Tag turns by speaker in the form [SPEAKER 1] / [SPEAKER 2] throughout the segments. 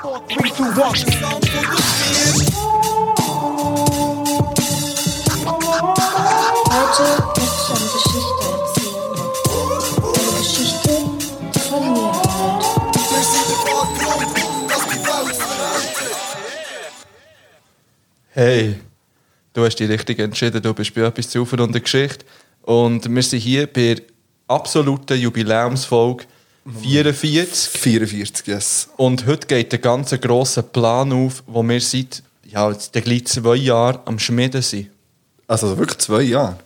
[SPEAKER 1] four, three, two, one.
[SPEAKER 2] Heute möchte ich eine Geschichte erzählen. Eine Geschichte, die von mir handelt.
[SPEAKER 3] Hey, du hast dich richtig entschieden, du bist bei etwas zu und der Geschichte. Und wir sind hier bei der absoluten Jubiläumsfolge 44.
[SPEAKER 4] 44, yes.
[SPEAKER 3] Und heute geht der ganze grosse Plan auf, wo wir seit ja, jetzt den gleich zwei Jahren am Schmieden sind.
[SPEAKER 4] Also wirklich zwei Jahre.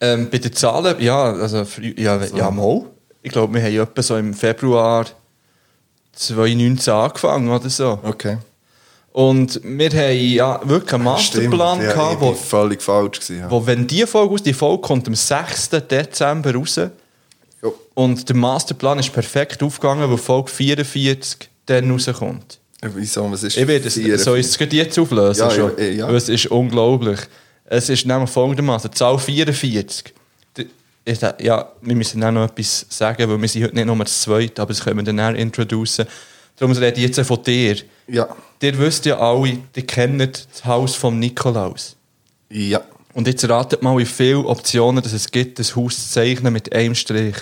[SPEAKER 3] Ähm, bei den Zahlen, ja, also, frü- ja, ja mal. Ich glaube, wir haben etwa so im Februar 2019 angefangen oder so.
[SPEAKER 4] Okay.
[SPEAKER 3] Und wir haben ja wirklich einen Masterplan
[SPEAKER 4] ja,
[SPEAKER 3] gehabt,
[SPEAKER 4] ich
[SPEAKER 3] wo
[SPEAKER 4] bin völlig falsch gewesen. Ja.
[SPEAKER 3] wo wenn die Folge aus, die Folge kommt am 6. Dezember raus
[SPEAKER 4] Jo.
[SPEAKER 3] und der Masterplan ist perfekt aufgegangen, weil Folge 44 dann rauskommt.
[SPEAKER 4] Wieso, was ist
[SPEAKER 3] Ich werde es, so ist es gerade jetzt auflösen
[SPEAKER 4] Ja,
[SPEAKER 3] schon.
[SPEAKER 4] ja, ja.
[SPEAKER 3] Weil es ist unglaublich. Es ist nämlich folgendermaßen, die Zahl 44. Die- ich sag- Ja, wir müssen auch noch etwas sagen, weil wir sind heute nicht nur das Zweite, aber das können wir dann auch introducen. Darum rede ich jetzt von dir.
[SPEAKER 4] Ja.
[SPEAKER 3] Ihr wisst ja alle, ihr kennt das Haus von Nikolaus.
[SPEAKER 4] Ja.
[SPEAKER 3] Und jetzt ratet mal, wie viele Optionen dass es gibt, das Haus zu zeichnen mit einem Strich.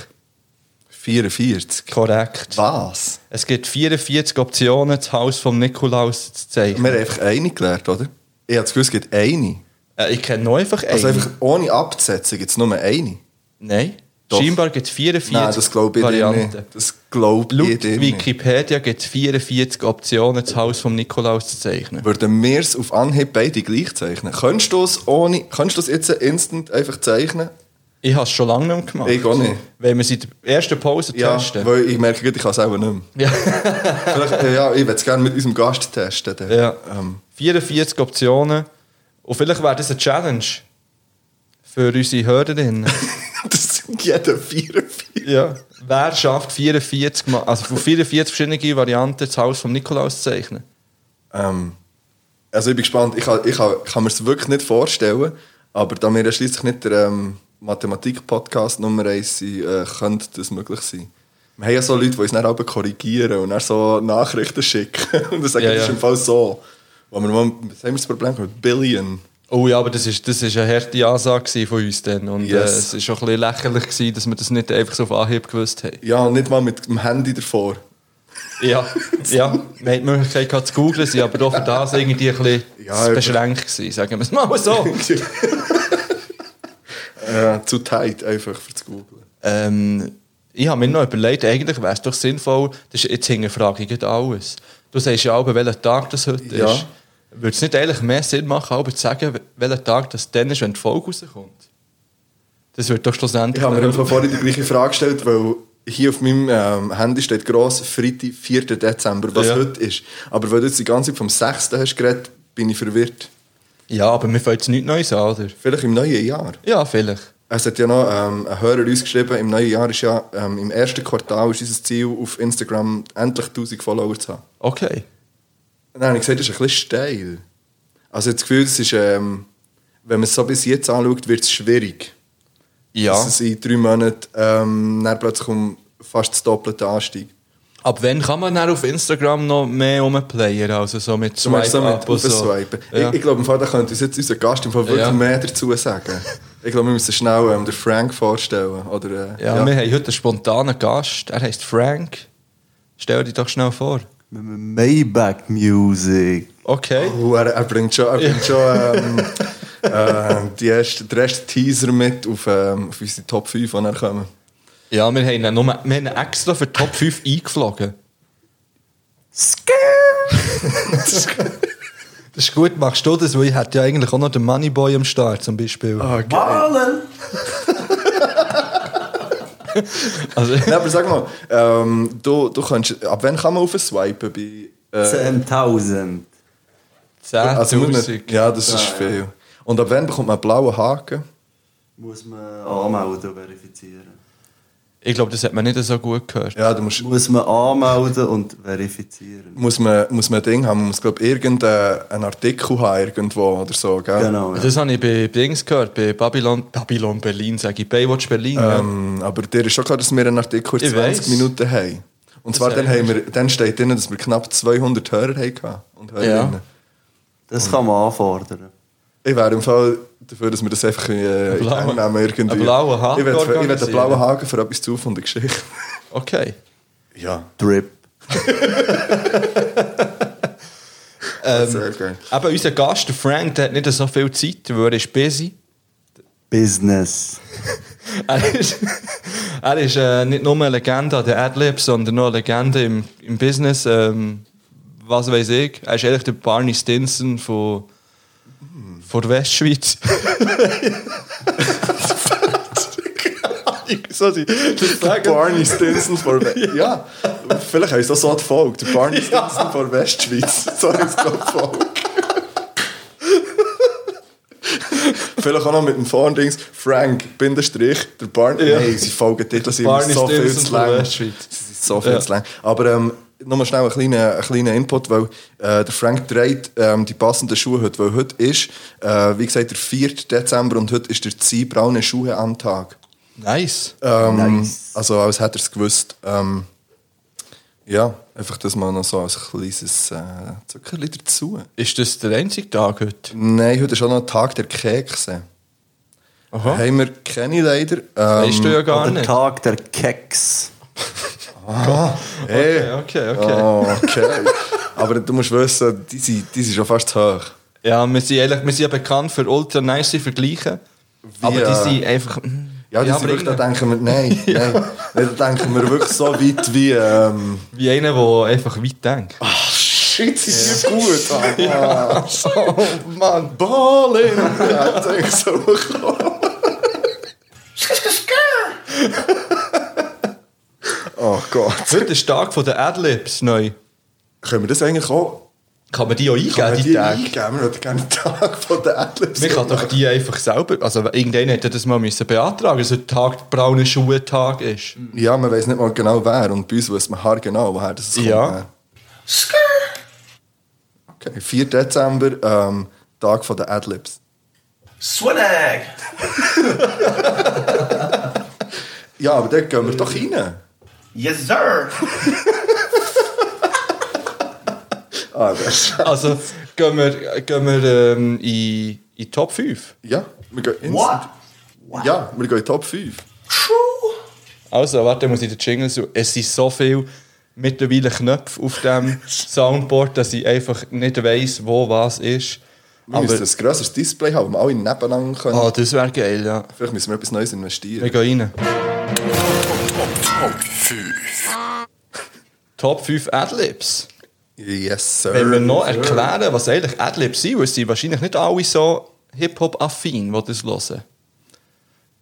[SPEAKER 4] 44.
[SPEAKER 3] Korrekt.
[SPEAKER 4] Was?
[SPEAKER 3] Es gibt 44 Optionen, das Haus von Nikolaus zu
[SPEAKER 4] Wir
[SPEAKER 3] zeichnen.
[SPEAKER 4] haben einfach eine gelernt, oder? Ich habe das gewusst, es gibt eine.
[SPEAKER 3] Äh, ich kenne nur einfach einen.
[SPEAKER 4] Also einfach ohne Absetzung gibt es nur eine.
[SPEAKER 3] Nein.
[SPEAKER 4] Doch.
[SPEAKER 3] Scheinbar gibt es 44
[SPEAKER 4] Nein, das glaube ich dir
[SPEAKER 3] Varianten.
[SPEAKER 4] nicht. Das glaube ich
[SPEAKER 3] Laut
[SPEAKER 4] dir nicht.
[SPEAKER 3] Wikipedia gibt es 44 Optionen, das Haus von Nikolaus zu zeichnen.
[SPEAKER 4] Würden wir es auf Anhieb beide gleich zeichnen? Könntest du es ohne, könntest du es jetzt instant einfach zeichnen?
[SPEAKER 3] Ich habe es schon lange nicht mehr gemacht.
[SPEAKER 4] Ich auch nicht.
[SPEAKER 3] Wenn wir seit der ersten Pause
[SPEAKER 4] Ja,
[SPEAKER 3] testen.
[SPEAKER 4] weil ich merke, gerade, ich kann es auch nicht mehr.
[SPEAKER 3] Ja.
[SPEAKER 4] Vielleicht, äh, ja, ich würde es gerne mit unserem Gast testen. Dann.
[SPEAKER 3] Ja.
[SPEAKER 4] Ähm,
[SPEAKER 3] 44 Optionen. Und vielleicht wäre das eine Challenge für unsere Hörerinnen.
[SPEAKER 4] das sind jeder 44.
[SPEAKER 3] ja. Wer schafft 44 Mal, also von 44 verschiedene Varianten das Haus von Nikolaus zu zeichnen?
[SPEAKER 4] Ähm, also ich bin gespannt. Ich, kann- ich, kann- ich kann mir es wirklich nicht vorstellen. Aber da wir ja schliesslich nicht der ähm, Mathematik-Podcast Nummer 1 sind, äh, könnte das möglich sein. Wir haben ja so Leute, die uns dann auch korrigieren und dann so Nachrichten schicken. und dann sagen,
[SPEAKER 3] Ja,
[SPEAKER 4] das
[SPEAKER 3] ja.
[SPEAKER 4] ist im Fall so. Wo wir mal, was haben wir das Problem mit Billion?
[SPEAKER 3] Oh ja, aber das war ist, das ist eine harte Ansage gewesen von uns dann. Und äh,
[SPEAKER 4] Yes.
[SPEAKER 3] es war schon ein bisschen lächerlich, gewesen, dass wir das nicht einfach so auf Anhieb gewusst haben.
[SPEAKER 4] Ja, nicht mal mit dem Handy davor.
[SPEAKER 3] Ja, ja. Wir hatten die Möglichkeit gehabt, zu googeln, sind aber doch für das irgendwie ein bisschen
[SPEAKER 4] Ja,
[SPEAKER 3] beschränkt gewesen, sagen wir es mal so.
[SPEAKER 4] Äh, zu tight einfach für zu googeln.
[SPEAKER 3] Ähm, ich habe mir noch überlegt, eigentlich wäre es doch sinnvoll, das ist, jetzt hinterfrage ich gerade alles. Du sagst ja auch, welcher Tag das heute
[SPEAKER 4] Ja.
[SPEAKER 3] ist. Würde es nicht eigentlich mehr Sinn machen, aber zu sagen, welcher Tag das dann ist, wenn die Folge rauskommt? Das wird doch
[SPEAKER 4] Ich
[SPEAKER 3] schlussendlich...
[SPEAKER 4] habe mir einfach vorhin die gleiche Frage gestellt, weil hier auf meinem ähm, Handy steht gross Freitag, 4. Dezember, was
[SPEAKER 3] Ja.
[SPEAKER 4] heute ist. Aber weil du jetzt die ganze Zeit vom 6. hast geredet, bin ich verwirrt.
[SPEAKER 3] ja, aber mir fällt jetzt nichts Neues an, oder?
[SPEAKER 4] Vielleicht im neuen Jahr.
[SPEAKER 3] Ja, vielleicht.
[SPEAKER 4] Es hat ja noch ähm, ein Hörer uns geschrieben, im neuen Jahr ist ja, ähm, im ersten Quartal ist unser Ziel, auf Instagram endlich 1000 Follower zu haben.
[SPEAKER 3] Okay.
[SPEAKER 4] Und dann habe ich gesagt, das ist ein bisschen steil. Also ich habe das Gefühl, es ist, ähm, wenn man es so bis jetzt anschaut, wird es schwierig.
[SPEAKER 3] Ja.
[SPEAKER 4] Dass es in drei Monaten ähm, dann plötzlich um fast das Doppelte ansteigt.
[SPEAKER 3] Ab wann kann man dann auf Instagram noch mehr rumplayen? Also so mit
[SPEAKER 4] Du meinst so
[SPEAKER 3] Swipe
[SPEAKER 4] mit
[SPEAKER 3] up und so.
[SPEAKER 4] Aufswipen.
[SPEAKER 3] Ja.
[SPEAKER 4] Ich, ich glaube, im Fall, da könnte uns jetzt unser Gast im Fall wirklich
[SPEAKER 3] Ja.
[SPEAKER 4] mehr dazu sagen. Ich glaube, wir müssen schnell ähm, den Frank vorstellen. Oder, äh,
[SPEAKER 3] ja, wir haben heute einen spontanen Gast. Er heißt Frank. Stell dich doch schnell vor.
[SPEAKER 5] Mit dem Maybach Music.
[SPEAKER 3] Okay.
[SPEAKER 4] Oh, er, er bringt schon, er bringt schon ähm, äh, die erste, den ersten Teaser mit auf, ähm, auf unsere Top 5, die er kommen.
[SPEAKER 3] Ja, wir haben, ihn nur, wir haben ihn extra für die Top 5 eingeflogen. Das ist gut, machst du das, weil ich hätte ja eigentlich auch noch den Moneyboy am Start zum Beispiel.
[SPEAKER 5] Ballen!
[SPEAKER 3] Also,
[SPEAKER 4] Nein, aber sag mal, ähm, du, du kannst, ab wann kann man aufswipen? Bei, äh,
[SPEAKER 5] 10.000.
[SPEAKER 3] 10'000.
[SPEAKER 4] also muss man, ja, das ist
[SPEAKER 3] Ah,
[SPEAKER 4] viel. Und ab wann bekommt man einen blauen Haken?
[SPEAKER 5] Muss man anmelden und verifizieren.
[SPEAKER 3] Ich glaube, das hat man nicht so gut gehört.
[SPEAKER 4] Ja, du musst
[SPEAKER 5] Muss man anmelden und verifizieren.
[SPEAKER 4] muss man, muss man ein Ding haben, man muss glaube irgendeinen Artikel haben irgendwo oder so, gell?
[SPEAKER 5] Genau. Ja.
[SPEAKER 3] Das habe ich bei Dings gehört, bei Babylon, Babylon Berlin, sage ich, Baywatch Berlin. ja.
[SPEAKER 4] Ähm, aber dir ist schon klar, dass wir einen Artikel in
[SPEAKER 3] Ich
[SPEAKER 4] 20
[SPEAKER 3] weiss.
[SPEAKER 4] Minuten haben. Und zwar
[SPEAKER 3] Das
[SPEAKER 4] dann,
[SPEAKER 3] heißt-
[SPEAKER 4] haben wir, dann steht drin, dass wir knapp 200 Hörer hatten und Hörerinnen.
[SPEAKER 3] Ja.
[SPEAKER 5] Das kann man anfordern.
[SPEAKER 4] Ich wäre im Fall dafür, dass wir das einfach äh, in die Hand nehmen irgendwie.
[SPEAKER 3] Einen blauen Haken
[SPEAKER 4] Ich will, ich will einen
[SPEAKER 3] organisieren.
[SPEAKER 4] blauen Haken für etwas zu von der Geschichte.
[SPEAKER 3] Okay.
[SPEAKER 4] Ja,
[SPEAKER 5] Drip.
[SPEAKER 3] Ähm,
[SPEAKER 4] sehr geil.
[SPEAKER 3] Aber unser Gast, der Frank, der hat nicht so viel Zeit, weil er ist busy.
[SPEAKER 5] Business.
[SPEAKER 3] Er ist, er ist äh, nicht nur eine Legende an den Adlibs, sondern noch eine Legende im, im Business. Ähm, was weiß ich. Er ist eigentlich der Barney Stinson von, von der Westschweiz.
[SPEAKER 4] So die, Barney Stinson vor Westschweiz. Ja. vielleicht heisst das so die Folge. Der Barney Stinson vor Westschweiz. So heisst gerade die Folge. vielleicht auch noch mit dem Vorn-Dings. Frank, Bindestrich, der Barney.
[SPEAKER 3] Ja.
[SPEAKER 4] Nein, sie Folgentitel sind
[SPEAKER 3] Barney
[SPEAKER 4] so viel
[SPEAKER 3] Stinson
[SPEAKER 4] zu
[SPEAKER 3] von
[SPEAKER 4] lang. Sie
[SPEAKER 3] Westschweiz.
[SPEAKER 4] sind so viel
[SPEAKER 3] Ja.
[SPEAKER 4] zu lang. Aber ähm, nochmal schnell ein kleiner, ein kleiner Input, weil äh, der Frank trägt ähm, die passenden Schuhe heute. Weil heute ist, äh, wie gesagt, der 4. Dezember und heute ist der 10 braune Schuhe am Tag.
[SPEAKER 3] Nice.
[SPEAKER 4] Ähm,
[SPEAKER 5] Nice.
[SPEAKER 4] Also, als hätte er es gewusst. Ähm, ja, einfach das mal noch so als kleines äh, Zuckerli dazu.
[SPEAKER 3] Ist das der einzige Tag heute?
[SPEAKER 4] Nein, heute ist auch noch der Tag der Kekse.
[SPEAKER 3] Aha.
[SPEAKER 4] Haben wir keine leider. Ähm,
[SPEAKER 3] weißt du ja gar
[SPEAKER 5] Der
[SPEAKER 3] nicht.
[SPEAKER 5] Tag der Keks.
[SPEAKER 4] hey.
[SPEAKER 3] Okay, okay, okay.
[SPEAKER 4] Oh, okay. Aber du musst wissen, die sind, die sind schon fast zu hoch.
[SPEAKER 3] Ja, wir sind, ehrlich, wir sind ja bekannt für ultra nice Vergleiche. aber
[SPEAKER 4] äh,
[SPEAKER 3] die sind einfach. mm,
[SPEAKER 4] Ja, die sind
[SPEAKER 3] aber
[SPEAKER 4] wirklich, da denken
[SPEAKER 3] irgendwie-
[SPEAKER 4] wir, nein, nein. nein. Da denken wir wirklich so weit wie. Ähm,
[SPEAKER 3] wie einer, der einfach weit denkt.
[SPEAKER 4] Oh, Shit, sie sind gut, Alter. Oh Mann, Ballen! Ja, ich denke so bekommen. Oh Gott.
[SPEAKER 3] Heute ist der Tag von den Adlibs neu.
[SPEAKER 4] Können wir das eigentlich auch?
[SPEAKER 3] Kann man die auch eingeben,
[SPEAKER 4] Kann man
[SPEAKER 3] die,
[SPEAKER 4] die
[SPEAKER 3] Tage?
[SPEAKER 4] eingeben? Wir würden gerne den Tag von den Adlibs.
[SPEAKER 3] Man kann doch die einfach selber. Also, irgendeiner hätte das mal müssen beantragen müssen, also Tag der braune Schuhe-Tag ist.
[SPEAKER 4] Ja, man weiß nicht mal genau wer. Und bei uns weiß man haargenau, woher das kommt.
[SPEAKER 3] Ja.
[SPEAKER 4] Okay, 4. Dezember, ähm, Tag von den Adlibs.
[SPEAKER 1] Swinag!
[SPEAKER 4] Ja, aber dann gehen wir doch rein.
[SPEAKER 1] Yes, sir!
[SPEAKER 4] Ah, das ist-
[SPEAKER 3] Also, gehen wir, gehen wir ähm, in, in Top 5.
[SPEAKER 4] ja, wir gehen ins.
[SPEAKER 1] What?
[SPEAKER 4] Ja, wir gehen in die Top 5.
[SPEAKER 3] Also, warte, muss ich den Jingle suchen. Es sind so viele mittlerweile Knöpfe auf dem Soundboard, dass ich einfach nicht weiß, wo was ist.
[SPEAKER 4] Wir
[SPEAKER 3] Aber,
[SPEAKER 4] müssen ein grösseres Display haben, wo wir alle nebeneinander können.
[SPEAKER 3] oh, das wäre geil, ja.
[SPEAKER 4] Vielleicht müssen wir etwas Neues
[SPEAKER 3] Wir
[SPEAKER 4] investieren.
[SPEAKER 3] gehen rein. Top 5 Adlibs.
[SPEAKER 4] Yes, Sir.
[SPEAKER 3] Wenn wir noch erklären, was eigentlich Adlibs sind, weil es sind wahrscheinlich nicht alle so Hip-Hop-affin, die das hören.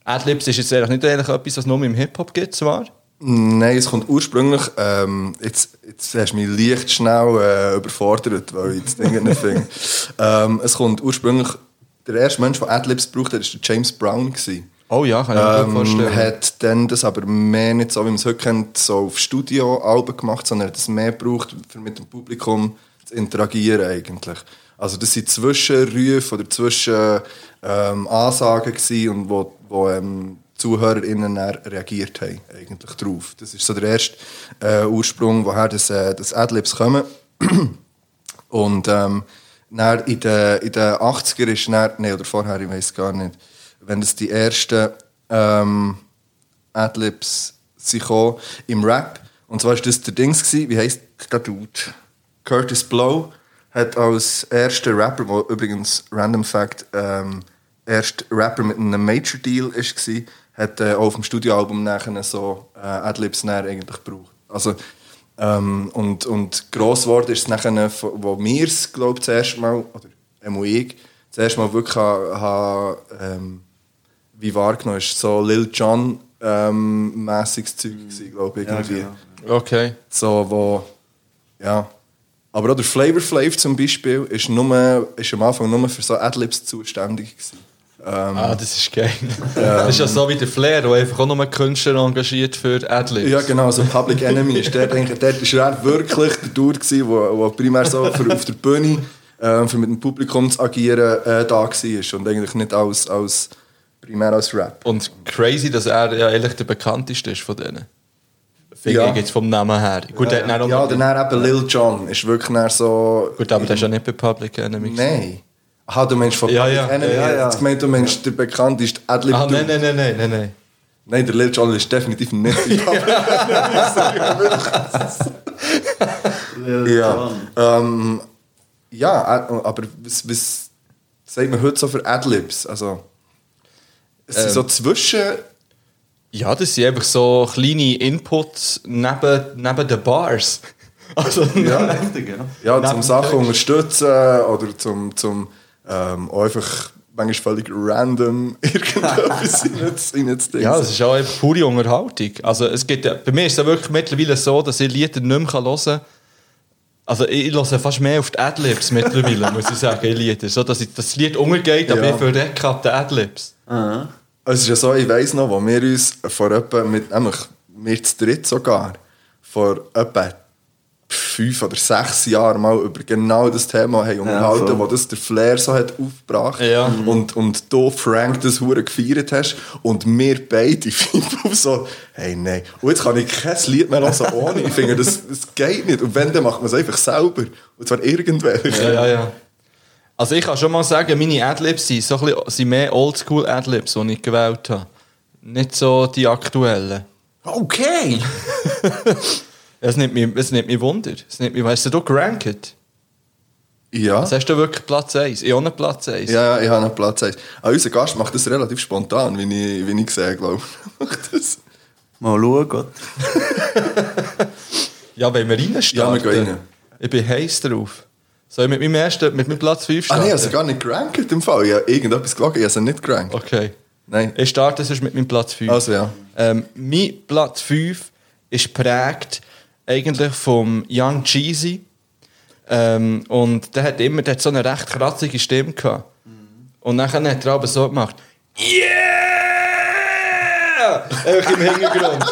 [SPEAKER 3] Adlibs ist jetzt eigentlich nicht eigentlich etwas, was nur im Hip-Hop gibt, zwar.
[SPEAKER 4] Nein, es kommt ursprünglich... Ähm, jetzt, jetzt hast du mich leicht schnell äh, überfordert, weil ich das Ding nicht finde. Ähm, es kommt ursprünglich... Der erste Mensch, der Adlibs gebraucht hat, war James Brown. Gewesen.
[SPEAKER 3] Oh ja, kann ich mir gut
[SPEAKER 4] Ähm,
[SPEAKER 3] vorstellen.
[SPEAKER 4] hat dann das aber mehr nicht so, wie man es heute kennt, so auf Studioalben gemacht, sondern hat es mehr gebraucht, um mit dem Publikum zu interagieren eigentlich. Also das waren Zwischenrufe oder zwischen ähm, Ansagen gewesen und wo, wo ähm, ZuhörerInnen dann reagiert haben eigentlich drauf. Das ist so der erste äh, Ursprung, woher das, äh, das Adlibs kommen. Und ähm, dann in den in den 80er ist dann, nee, oder vorher, ich weiß gar nicht, wenn das die ersten ähm, Adlibs sind gekommen im Rap. Und zwar war das der Dings, gewesen, wie heisst der Dude? Curtis Blow hat als erster Rapper, wo übrigens, random fact, ähm, erst Rapper mit einem Major Deal war, hat äh, auch auf dem Studioalbum nachher so äh, Adlibs nachher eigentlich gebraucht. Also, ähm, und, und gross geworden ist es nachher, von- wo wir es, glaube ich, zuerst mal, oder einmal ich, zuerst mal wirklich ha, ha, ähm, wie wahrgenommen ist. So Lil Jon ähm, mässiges Zeug gewesen, glaube ich, irgendwie.
[SPEAKER 5] genau.
[SPEAKER 3] Okay.
[SPEAKER 4] So, wo, ja. Aber auch der Flavor Flav zum Beispiel ist, nur, ist am Anfang nur für so Adlibs zuständig gewesen. Ähm,
[SPEAKER 3] Ah, das ist geil. Das ist ja so wie der Flair, der einfach auch nur Künstler engagiert für Adlibs.
[SPEAKER 4] Ja, genau, so Public Enemy ist der, denke ich, der ist er wirklich der Dude gewesen, wo, wo primär so für, auf der Bühne ähm, für mit dem Publikum zu agieren äh, da war und eigentlich nicht als, als primär als Rap.
[SPEAKER 3] Und crazy, dass er ja eigentlich der bekannteste ist von denen. Finger
[SPEAKER 4] Ja.
[SPEAKER 3] jetzt vom Namen her. Gut, ja, ja.
[SPEAKER 4] Ja, dann eben Lil Jon ist wirklich dann so...
[SPEAKER 3] Gut, aber das ist ja nicht bei Public Enemy.
[SPEAKER 4] Nein. Aha, du meinst von
[SPEAKER 3] Ja,
[SPEAKER 4] Public
[SPEAKER 3] ja.
[SPEAKER 4] Enemy.
[SPEAKER 3] Ja,
[SPEAKER 4] Ja,
[SPEAKER 3] ja.
[SPEAKER 4] ja. Ich gemeint, du meinst, der bekannteste Adlib.
[SPEAKER 3] Ah,
[SPEAKER 4] Dude.
[SPEAKER 3] nein, nein, nein, nein, nein, nein.
[SPEAKER 4] Nein, der Lil Jon ist definitiv nicht. ja. Ähm, ja, äh, aber was, was sagt man heute so für Adlibs? Also, es sind
[SPEAKER 3] Ähm.
[SPEAKER 4] so zwischen.
[SPEAKER 3] Ja, das sind einfach so kleine Inputs neben, neben den Bars. Also,
[SPEAKER 4] Ja.
[SPEAKER 5] Richtig, ja.
[SPEAKER 4] Ja,
[SPEAKER 3] Neben
[SPEAKER 4] zum Sachen unterstützen oder zum, zum ähm, auch einfach manchmal völlig random irgendetwas in das Ding.
[SPEAKER 3] Ja, es ist auch einfach pure Unterhaltung. Also es gibt, ja- bei mir ist es ja wirklich mittlerweile so, dass ich Lieder nicht mehr hören kann. Also ich ich höre fast mehr auf die Adlibs mittlerweile, muss ich sagen, in Lieder. So, dass ich, dass das Lied untergeht, aber
[SPEAKER 4] Ja.
[SPEAKER 3] ich verrecke ab den Adlibs.
[SPEAKER 4] Es ist ja so, ich weiss noch, wo wir uns vor etwa, mit, nämlich wir zu dritt sogar, vor etwa fünf oder sechs Jahren mal über genau das Thema haben unterhalten,
[SPEAKER 5] voll.
[SPEAKER 4] wo das der Flair so hat aufgebracht
[SPEAKER 3] Ja.
[SPEAKER 4] und, und du, Frank, das hure gefeiert hast und wir beide finden so, hey, nein. Und jetzt kann ich kein Lied mehr hören ohne. Ich finde, das, das geht nicht. Und wenn, dann macht man es einfach selber. Und zwar irgendwelche.
[SPEAKER 3] Ja, ja, ja. Also ich kann schon mal sagen, meine Adlibs sind, so ein bisschen, sind mehr oldschool Adlibs, die ich gewählt habe. Nicht so die aktuellen.
[SPEAKER 4] Okay!
[SPEAKER 3] Es nimmt mich, es nimmt mich Wunder. Es nimmt mich, weißt du, du gerankt.
[SPEAKER 4] Ja.
[SPEAKER 3] Das hast du wirklich Platz 1. Ich auch nicht Platz 1.
[SPEAKER 4] Ja, ja, ich habe noch Platz 1. Auch unser Gast macht das relativ spontan, wie ich, wie ich sehe, glaube ich. Macht das.
[SPEAKER 5] Mal schauen.
[SPEAKER 3] Ja, wenn wir reinstarten.
[SPEAKER 4] Ja, wir gehen rein.
[SPEAKER 3] Ich bin heiß drauf. Soll ich mit meinem ersten, mit meinem Platz
[SPEAKER 4] Ah,
[SPEAKER 3] 5 starten?
[SPEAKER 4] nein, ich habe sie gar nicht gerankt im Fall. Ich habe irgendetwas gelogen, ich habe sie nicht gerankt.
[SPEAKER 3] Okay.
[SPEAKER 4] Nein.
[SPEAKER 3] Ich starte sonst mit meinem Platz 5.
[SPEAKER 4] Also, ja.
[SPEAKER 3] Ähm, mein Platz 5 ist prägt eigentlich vom Young Cheesy. Ähm, und der hat immer der hat so eine recht kratzige Stimme gehabt. Und nachher hat er aber so gemacht. Yeah! Einfach im Hintergrund.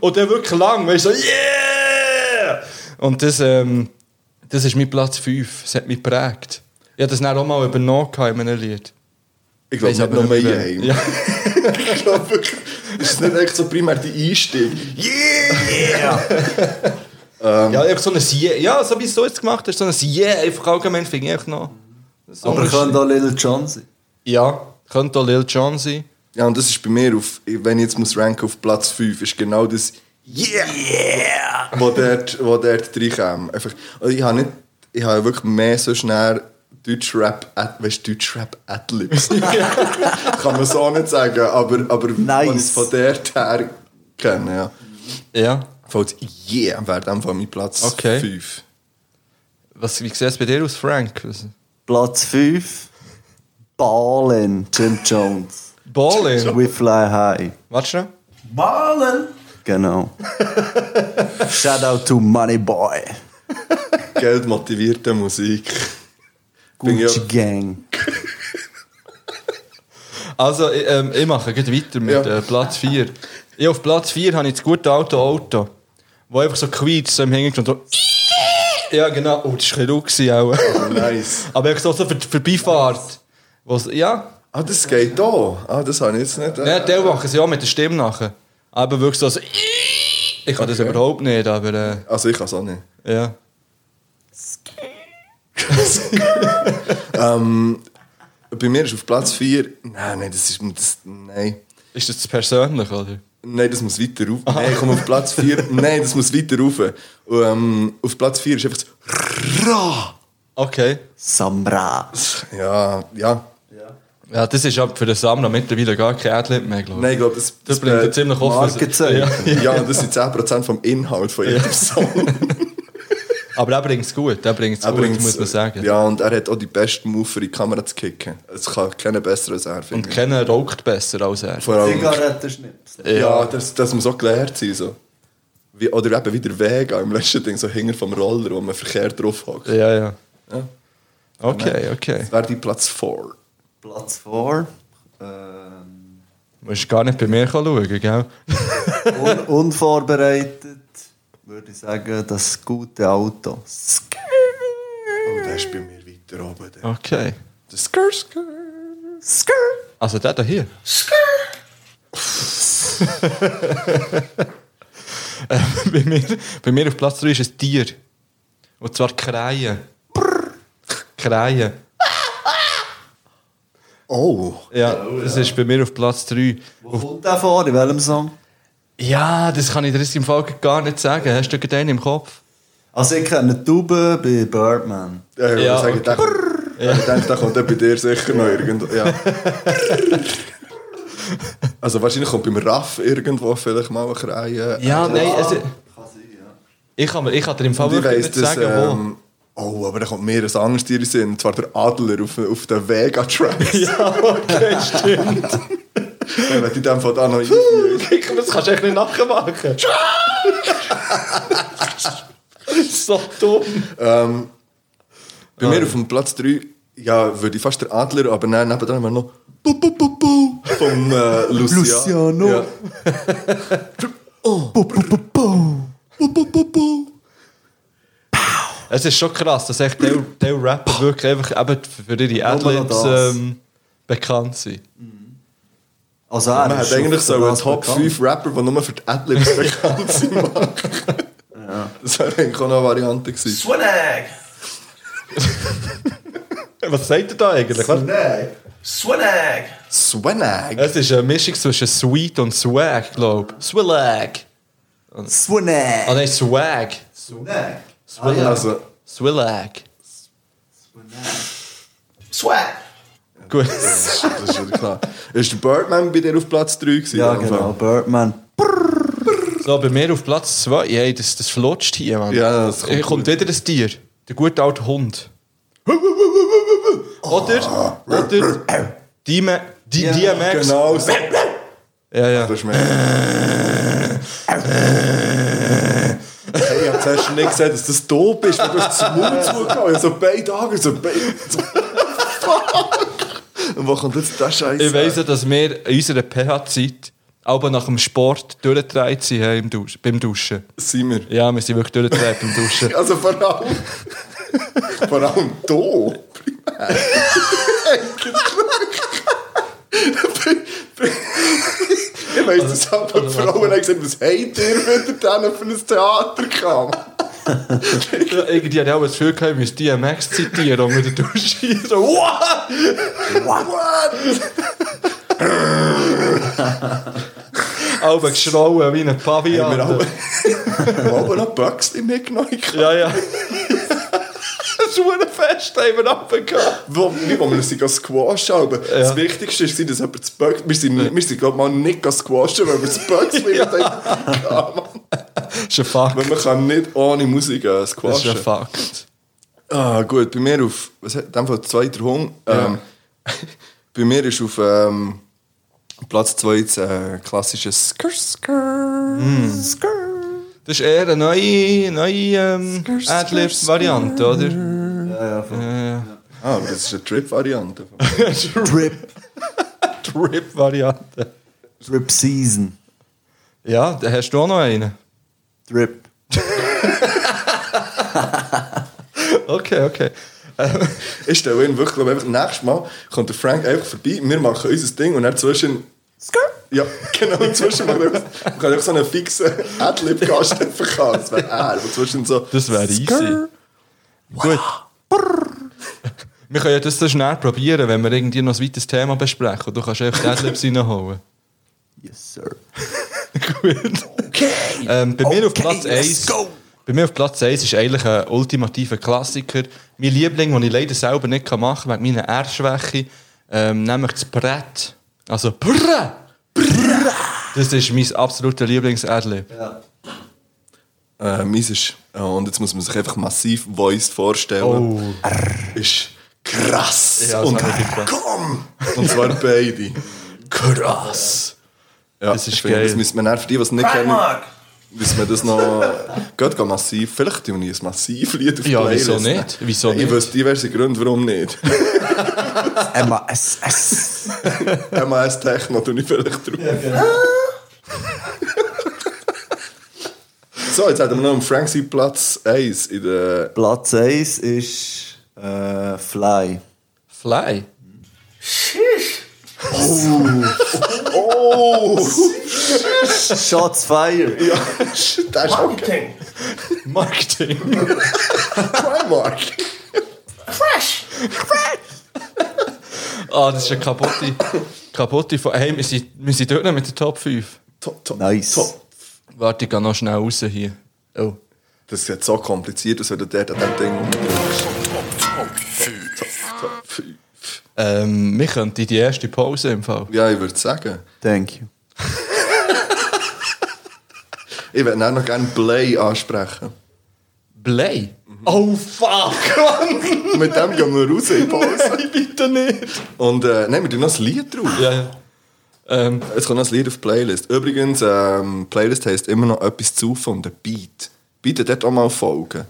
[SPEAKER 3] und dann wirklich lang, weißt du, so yeah! Und das, ähm, das ist mein Platz 5. Das hat mich geprägt. Ich habe das dann auch mal übernommen gehabt in einem Lied.
[SPEAKER 4] Ich glaube,
[SPEAKER 3] Weiss
[SPEAKER 4] nicht nur
[SPEAKER 3] nicht,
[SPEAKER 4] mehr
[SPEAKER 3] wer-
[SPEAKER 4] heim.
[SPEAKER 3] Ja.
[SPEAKER 4] Ich glaube, wirklich, das ist nicht echt so primär die Einstieg.
[SPEAKER 5] Ähm.
[SPEAKER 3] Ja, einfach so ein Yeah. Ja, so wie es du jetzt gemacht hast, so ein Yeah, einfach allgemein finde ich echt noch. So
[SPEAKER 5] Aber
[SPEAKER 3] ein-
[SPEAKER 5] könnte auch Lil Jon sein.
[SPEAKER 3] Ja, könnte auch Lil Jon sein.
[SPEAKER 4] Ja, und das ist bei mir, auf, wenn ich jetzt muss ranken auf Platz 5, ist genau das Yeah! Wo dort, wo dort reinkam. Einfach, also ich habe nicht, ich habe wirklich mehr so schnell Deutschrap, Ad- weißt du, Deutschrap Adlibs. Kann man so nicht sagen, aber, aber
[SPEAKER 5] Nice.
[SPEAKER 4] wenn ich es von dort her kenne, ja.
[SPEAKER 3] Ja.
[SPEAKER 4] Falls Yeah wäre dann von meinem Platz
[SPEAKER 3] Okay.
[SPEAKER 4] 5.
[SPEAKER 3] Was, wie sieht es bei dir aus, Frank? Was-
[SPEAKER 5] Platz 5. Ballen, Jim Jones.
[SPEAKER 3] Ballin.
[SPEAKER 5] We fly high.
[SPEAKER 3] Warte schnell.
[SPEAKER 1] Ballen.
[SPEAKER 5] Genau. Shout out to Money Boy.
[SPEAKER 4] Geldmotivierte Musik. Bin ja-
[SPEAKER 5] Gucci Gang.
[SPEAKER 3] Also, ich, ähm, ich mache gleich weiter mit
[SPEAKER 4] Ja.
[SPEAKER 3] äh, Platz 4. Ich auf Platz 4 habe ich das gute alte Auto, wo einfach so quietscht, so im Hintergrund so... Ja, genau. Oh, das war ein bisschen laut gewesen auch.
[SPEAKER 4] Nice.
[SPEAKER 3] Aber einfach so, so für die Vorbeifahrt. Was, ja,
[SPEAKER 4] Ah, das geht da. Ah, das habe ich jetzt nicht. äh,
[SPEAKER 3] Ja, der machen sie auch mit der Stimme nachher. Aber wirklich so, so ich kann das
[SPEAKER 4] Okay.
[SPEAKER 3] überhaupt nicht, aber äh,
[SPEAKER 4] Also ich kann es auch nicht.
[SPEAKER 3] ja.
[SPEAKER 4] Bei mir ist auf Platz 4. Nein, nein, das ist. Das, nein.
[SPEAKER 3] Ist das persönlich, oder?
[SPEAKER 4] Nein, das muss weiter rauf. Nein, komm auf Platz 4. Nein, das muss weiter rauf. Und, ähm, auf Platz 4 ist einfach das Ra.
[SPEAKER 3] Okay.
[SPEAKER 5] Samra.
[SPEAKER 4] Ja, ja.
[SPEAKER 3] Ja, das ist ab für den Sammler mittlerweile gar kein Adlib mehr, glaube ich.
[SPEAKER 4] Nein, ich glaube, das,
[SPEAKER 3] das bringt ja ziemlich offen.
[SPEAKER 5] Markenzeichen.
[SPEAKER 3] Ja.
[SPEAKER 4] Ja, und das sind 10% vom Inhalt von jedem Song.
[SPEAKER 3] Aber er bringt es gut, er bringt es
[SPEAKER 4] Er
[SPEAKER 3] gut,
[SPEAKER 4] bringt's-
[SPEAKER 3] muss man sagen.
[SPEAKER 4] Ja, und er hat auch die besten Move für die Kamera zu kicken. Es kann keiner besser als er,
[SPEAKER 3] Und
[SPEAKER 4] finde ich.
[SPEAKER 3] keiner raucht besser als er.
[SPEAKER 4] Vor allem,
[SPEAKER 5] Zigarettenschnipsel.
[SPEAKER 4] ja, das, das muss auch gelernt sein. So. Wie, oder eben wieder Weg im letzten Ding, so hinter vom Roller, wo man verkehrt drauf hockt.
[SPEAKER 3] Ja, ja.
[SPEAKER 4] Ja.
[SPEAKER 3] Okay, okay.
[SPEAKER 4] Das wäre die Platz 4.
[SPEAKER 5] Platz 4. Ähm,
[SPEAKER 3] Du musst gar nicht bei mir schauen, gell?
[SPEAKER 5] un unvorbereitet würde ich sagen, das gute Auto.
[SPEAKER 4] Und der ist bei mir weiter oben. Der.
[SPEAKER 3] Okay.
[SPEAKER 4] Der Skr, Skr.
[SPEAKER 5] Skrr.
[SPEAKER 3] Also der da hier. Äh, bei, mir, bei mir auf Platz 3 ist ein Tier. Und zwar Krähen. Krähen.
[SPEAKER 4] Oh.
[SPEAKER 3] Ja, dus das ist bei mir auf Platz 3.
[SPEAKER 5] Wo kommt der vor? In welchem Song?
[SPEAKER 3] Ja, dus das kann ich dir jetzt im Fall gar nicht sagen. Hast du den im Kopf?
[SPEAKER 5] Also ich kenne Tube bei Birdman.
[SPEAKER 4] Ja, ich
[SPEAKER 3] Ja,
[SPEAKER 4] ja, sagen, der, ja. ich denke, der kommt dann bei dir sicher noch irgendwo. Ja. also wahrscheinlich kommt beim Raff irgendwo vielleicht mal ein Kreien.
[SPEAKER 3] Ja, nein. Es, ich, kann, mir- ich kann dir im Fall
[SPEAKER 4] Und ich
[SPEAKER 3] wirklich
[SPEAKER 4] weiss,
[SPEAKER 3] nicht
[SPEAKER 4] dass...
[SPEAKER 3] sagen, wo.
[SPEAKER 4] Ähm, oh, aber da kommt mir ein anderes Tier in den Sinn, und zwar der Adler auf, auf den Vega-Tracks. Ja, okay, stimmt. Wenn die ah, dann von da noch einführen.
[SPEAKER 3] Kicker, das kannst du echt nicht nachmachen. so dumm.
[SPEAKER 4] Ehm, Bei
[SPEAKER 5] Ah.
[SPEAKER 4] mir auf dem Platz 3, ja, würde ich fast der Adler, aber nein, nebenan immer noch bu, bu, bu, bu, vom äh, Lucia.
[SPEAKER 5] Luciano.
[SPEAKER 4] Ja. oh. bu, bu, bu, bu. Bu, bu, bu, bu.
[SPEAKER 3] Es ist schon krass, dass echt der, der Rapper wirklich einfach eben für ihre
[SPEAKER 5] Nur noch
[SPEAKER 3] Adlibs
[SPEAKER 5] das.
[SPEAKER 3] ähm, bekannt sind.
[SPEAKER 5] Also er
[SPEAKER 4] Man
[SPEAKER 5] ist
[SPEAKER 4] hat eigentlich so
[SPEAKER 5] schon
[SPEAKER 4] einen
[SPEAKER 5] krass
[SPEAKER 4] Top
[SPEAKER 5] bekannt.
[SPEAKER 4] 5 Rapper, der nur für die Adlibs bekannt sind. Mann. Das wäre eigentlich auch noch eine Variante gewesen.
[SPEAKER 1] Swinag.
[SPEAKER 3] Was sagt ihr da eigentlich? Was?
[SPEAKER 1] Swinag.
[SPEAKER 5] Ah,
[SPEAKER 4] Swanag.
[SPEAKER 3] Es ist eine Mischung zwischen Sweet und Swag, glaube ich. Swillag. Ah
[SPEAKER 4] Ah,
[SPEAKER 5] Swanag.
[SPEAKER 3] nein, Swag.
[SPEAKER 5] Swanag. Ah, ja.
[SPEAKER 4] Also,
[SPEAKER 3] Swillag.
[SPEAKER 1] Swag.
[SPEAKER 3] Gut.
[SPEAKER 4] das ist schon klar. Ist der nou, Birdman bei dir auf Platz 3 gewesen?
[SPEAKER 5] Ja,
[SPEAKER 4] am Anfang?
[SPEAKER 5] genau. Birdman.
[SPEAKER 3] So, bei mir auf Platz 2. Hey, das, das flutscht hier, Mann.
[SPEAKER 4] Ja, das kommt
[SPEAKER 3] kommt, kommt wieder das Tier. Der gute alte Hund. Oder, oder die, die,
[SPEAKER 5] Ja,
[SPEAKER 3] DMX.
[SPEAKER 4] Genau so.
[SPEAKER 3] Ja, ja.
[SPEAKER 4] Das ist mir. hey, ich hab zuerst nicht gesagt, dass das du bist, weil du hast zum Mund zugehauen. So beide Augen, so beide. Und wo kommt jetzt der Scheiß?
[SPEAKER 3] Ich weiss ja, dass wir in unserer PH-Zeit aber nach dem Sport durchgedreht sind hey, im Dusch, beim Duschen.
[SPEAKER 4] Sind wir.
[SPEAKER 3] Ja, wir sind wirklich durchgedreht beim Duschen.
[SPEAKER 4] Also vor allem. vor allem du. primär. Ich weiss, dass aber die Frauen haben gesagt was habt ihr, wenn ihr denen für ein Theater kam?
[SPEAKER 3] Ja, Irgendwie hatte ich auch das Gefühl, gehabt, ich müsste DMX zitieren und mit der Dusche. So, what? Auch geschrauen wie ein
[SPEAKER 4] Haben wir
[SPEAKER 3] Pavian.
[SPEAKER 4] alle- haben aber noch Böckchen mitgenommen.
[SPEAKER 3] Ja, ja. Das Schuhenfest haben wir runtergehauen.
[SPEAKER 4] Wo, wie wo wir sie squashen aber Das Wichtigste war, dass jemand das Böckchen... Wir sind, wir sind glaube ich, mal nicht squashen, weil wir das Böckchen ja. haben.
[SPEAKER 3] Das ist ein Fuck.
[SPEAKER 4] Weil man kann nicht ohne Musik äh,
[SPEAKER 3] Das ist
[SPEAKER 4] squashen.
[SPEAKER 3] ein Fakt.
[SPEAKER 4] Ah, gut, bei mir auf. Was hat in dem Fall zweiter Hung? Ähm, bei mir ist auf ähm, Platz 2 jetzt äh, klassisches Skrr, Skrr, Skrr.
[SPEAKER 3] Das ist eher eine neue, neue ähm,
[SPEAKER 4] Skr, skr,
[SPEAKER 3] Adlibs-Variante, oder?
[SPEAKER 5] Ja, ja, voll.
[SPEAKER 4] Ah, aber das ist eine Trip-Variante.
[SPEAKER 5] Trip.
[SPEAKER 3] Trip-Variante.
[SPEAKER 5] Trip Season.
[SPEAKER 3] Ja, da hast du auch noch einen.
[SPEAKER 5] Trip.
[SPEAKER 3] Okay, okay.
[SPEAKER 4] ich stelle ihn wirklich, glaube ich, einfach nächstes Mal kommt der Frank einfach vorbei, wir machen unser Ding und er zwischen. Ja, genau, zwischen wir man kann einfach so einen fixen Adlib-Gast einfach haben. Das wäre er, aber zwischen so.
[SPEAKER 3] Das wäre easy.
[SPEAKER 4] Skrr.
[SPEAKER 3] Gut. Wir können ja das so schnell probieren, wenn wir irgendwie noch ein weiteres Thema besprechen. Und du kannst einfach die Adlibs reinholen.
[SPEAKER 5] Yes, sir.
[SPEAKER 3] Gut. Ähm, bei, mir auf Platz eins, bei mir auf Platz 1 ist eigentlich ein ultimativer Klassiker. Mein Liebling, den ich leider selber nicht kann machen kann, wegen meiner R-Schwäche, ähm, nämlich das Brett. Also Brrr! Brrr! Das ist mein absoluter Lieblings-Adlib.
[SPEAKER 5] Ja.
[SPEAKER 4] Äh, meins ist, ja, und jetzt muss man sich einfach massiv Voice vorstellen.
[SPEAKER 3] Oh.
[SPEAKER 4] Ist krass.
[SPEAKER 3] Ja, das
[SPEAKER 4] und
[SPEAKER 3] hab ich gedacht.
[SPEAKER 4] komm! Und zwar beide. krass. Ja,
[SPEAKER 3] Das ist
[SPEAKER 4] ich finde,
[SPEAKER 3] geil.
[SPEAKER 4] Das müssen wir dann für die, die es nicht kennen,
[SPEAKER 1] Primark.
[SPEAKER 4] müssen wir das noch... Geht gar massiv. Vielleicht tun wir ein massiv Lied auf die
[SPEAKER 3] Ja,
[SPEAKER 4] Playlist.
[SPEAKER 3] wieso nicht? Wieso
[SPEAKER 4] Ich
[SPEAKER 3] nicht?
[SPEAKER 4] wüsste diverse Gründe, warum nicht.
[SPEAKER 5] MASS.
[SPEAKER 4] MAS Techno tue ich vielleicht drauf. Ah. so, jetzt haben wir noch einen Frank seinen Platz 1 in der...
[SPEAKER 5] Platz 1 ist äh, Fly.
[SPEAKER 3] Fly.
[SPEAKER 1] Sheesh.
[SPEAKER 4] Oh!
[SPEAKER 5] Shots fired.
[SPEAKER 4] Ja, das ist okay.
[SPEAKER 1] Marketing.
[SPEAKER 3] Marketing.
[SPEAKER 4] Primark.
[SPEAKER 1] Fresh.
[SPEAKER 3] Ah, das ist eine kaputte. kaputte von. Hey, wir sind, wir sind dort noch mit der Top 5.
[SPEAKER 4] Top, top,
[SPEAKER 5] Nice.
[SPEAKER 4] Top.
[SPEAKER 3] Warte, ich gehe noch schnell raus hier. Oh.
[SPEAKER 4] Das ist jetzt so kompliziert, als wenn du dort an dem Ding rumdrückst. Top, top, fünf.
[SPEAKER 3] Ähm, wir könnten die erste Pause im Fall.
[SPEAKER 4] Ja, ich würde sagen.
[SPEAKER 5] Thank you.
[SPEAKER 4] Ich würde auch noch gerne Blay ansprechen.
[SPEAKER 3] Blay. Oh fuck!
[SPEAKER 4] Mit dem gehen wir raus in die Pause.
[SPEAKER 3] Nein, bitte nicht!
[SPEAKER 4] Und äh, nehmen wir tun noch ein Lied drauf.
[SPEAKER 3] Ja, ja. Ähm,
[SPEAKER 4] Es kommt noch ein Lied auf die Playlist. Übrigens, ähm, die Playlist heisst immer noch etwas zu von der Beat. Bitte dort auch mal folgen.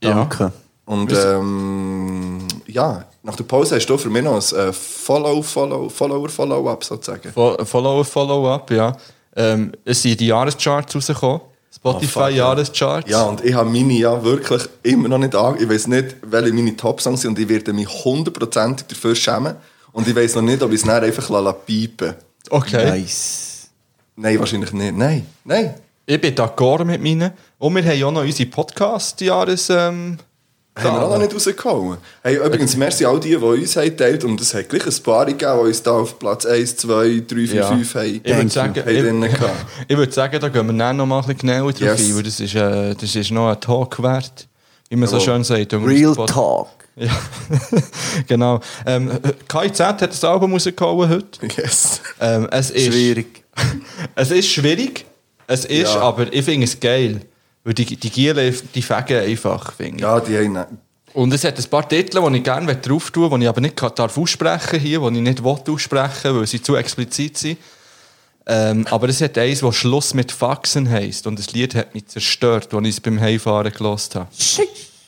[SPEAKER 5] Danke.
[SPEAKER 4] Und ähm, ja, nach der Pause hast du für mich noch ein äh, Follow, Follow, Follower, Follow-up sozusagen.
[SPEAKER 3] Fo- Follow-up, Follow-up, ja. Ähm, es sind die Jahrescharts rausgekommen.
[SPEAKER 4] fuck, ja.
[SPEAKER 3] Spotify-Jahrescharts.
[SPEAKER 4] Ja, und ich habe meine ja wirklich immer noch nicht ange... Ich weiß nicht, welche meine Top-Songs sind und ich werde mich hundertprozentig dafür schämen. Und ich weiß noch nicht, ob ich es dann einfach la- la piepen
[SPEAKER 3] Okay.
[SPEAKER 5] Nice.
[SPEAKER 4] Nein, wahrscheinlich nicht. Nein, nein.
[SPEAKER 3] Ich bin d'accord mit meinen. Und wir haben ja auch noch unsere Podcast-Jahres... Ähm,
[SPEAKER 4] Haben wir auch noch nicht rausgehauen. Hey, übrigens, merci all die, die uns haben geteilt und es hat gleich ein paar gegeben, die uns da auf Platz 1, 2, 3, 4,
[SPEAKER 3] Ja.
[SPEAKER 4] 5 haben.
[SPEAKER 3] Ich würde sagen,
[SPEAKER 4] haben drinnen
[SPEAKER 3] ich,
[SPEAKER 4] gehabt.
[SPEAKER 3] ich würde sagen, da gehen wir dann noch mal ein bisschen genauer drauf
[SPEAKER 4] Yes.
[SPEAKER 3] ein, weil das ist, äh, das ist noch ein Talk wert, wie man so
[SPEAKER 4] Jawohl.
[SPEAKER 3] schön sagt. Und
[SPEAKER 5] Real
[SPEAKER 3] das Pod-
[SPEAKER 5] Talk.
[SPEAKER 3] Ja, genau. Ähm, KIZ hat das Album rausgehauen heute.
[SPEAKER 4] Yes.
[SPEAKER 3] Ähm, es ist,
[SPEAKER 5] Schwierig.
[SPEAKER 3] Es ist schwierig, es ist,
[SPEAKER 4] Ja.
[SPEAKER 3] aber ich finde es geil. Weil die, die Giele, die fegen einfach, finde ich.
[SPEAKER 4] Ja, die haben...
[SPEAKER 3] Und es hat ein paar Titel, die ich gerne drauf tun möchte, die ich aber nicht kann- darf aussprechen hier, die ich nicht will aussprechen weil sie zu explizit sind. Ähm, aber es hat eins, das Schluss mit Faxen heisst. Und das Lied hat mich zerstört, als ich es beim Heimfahren gelost habe.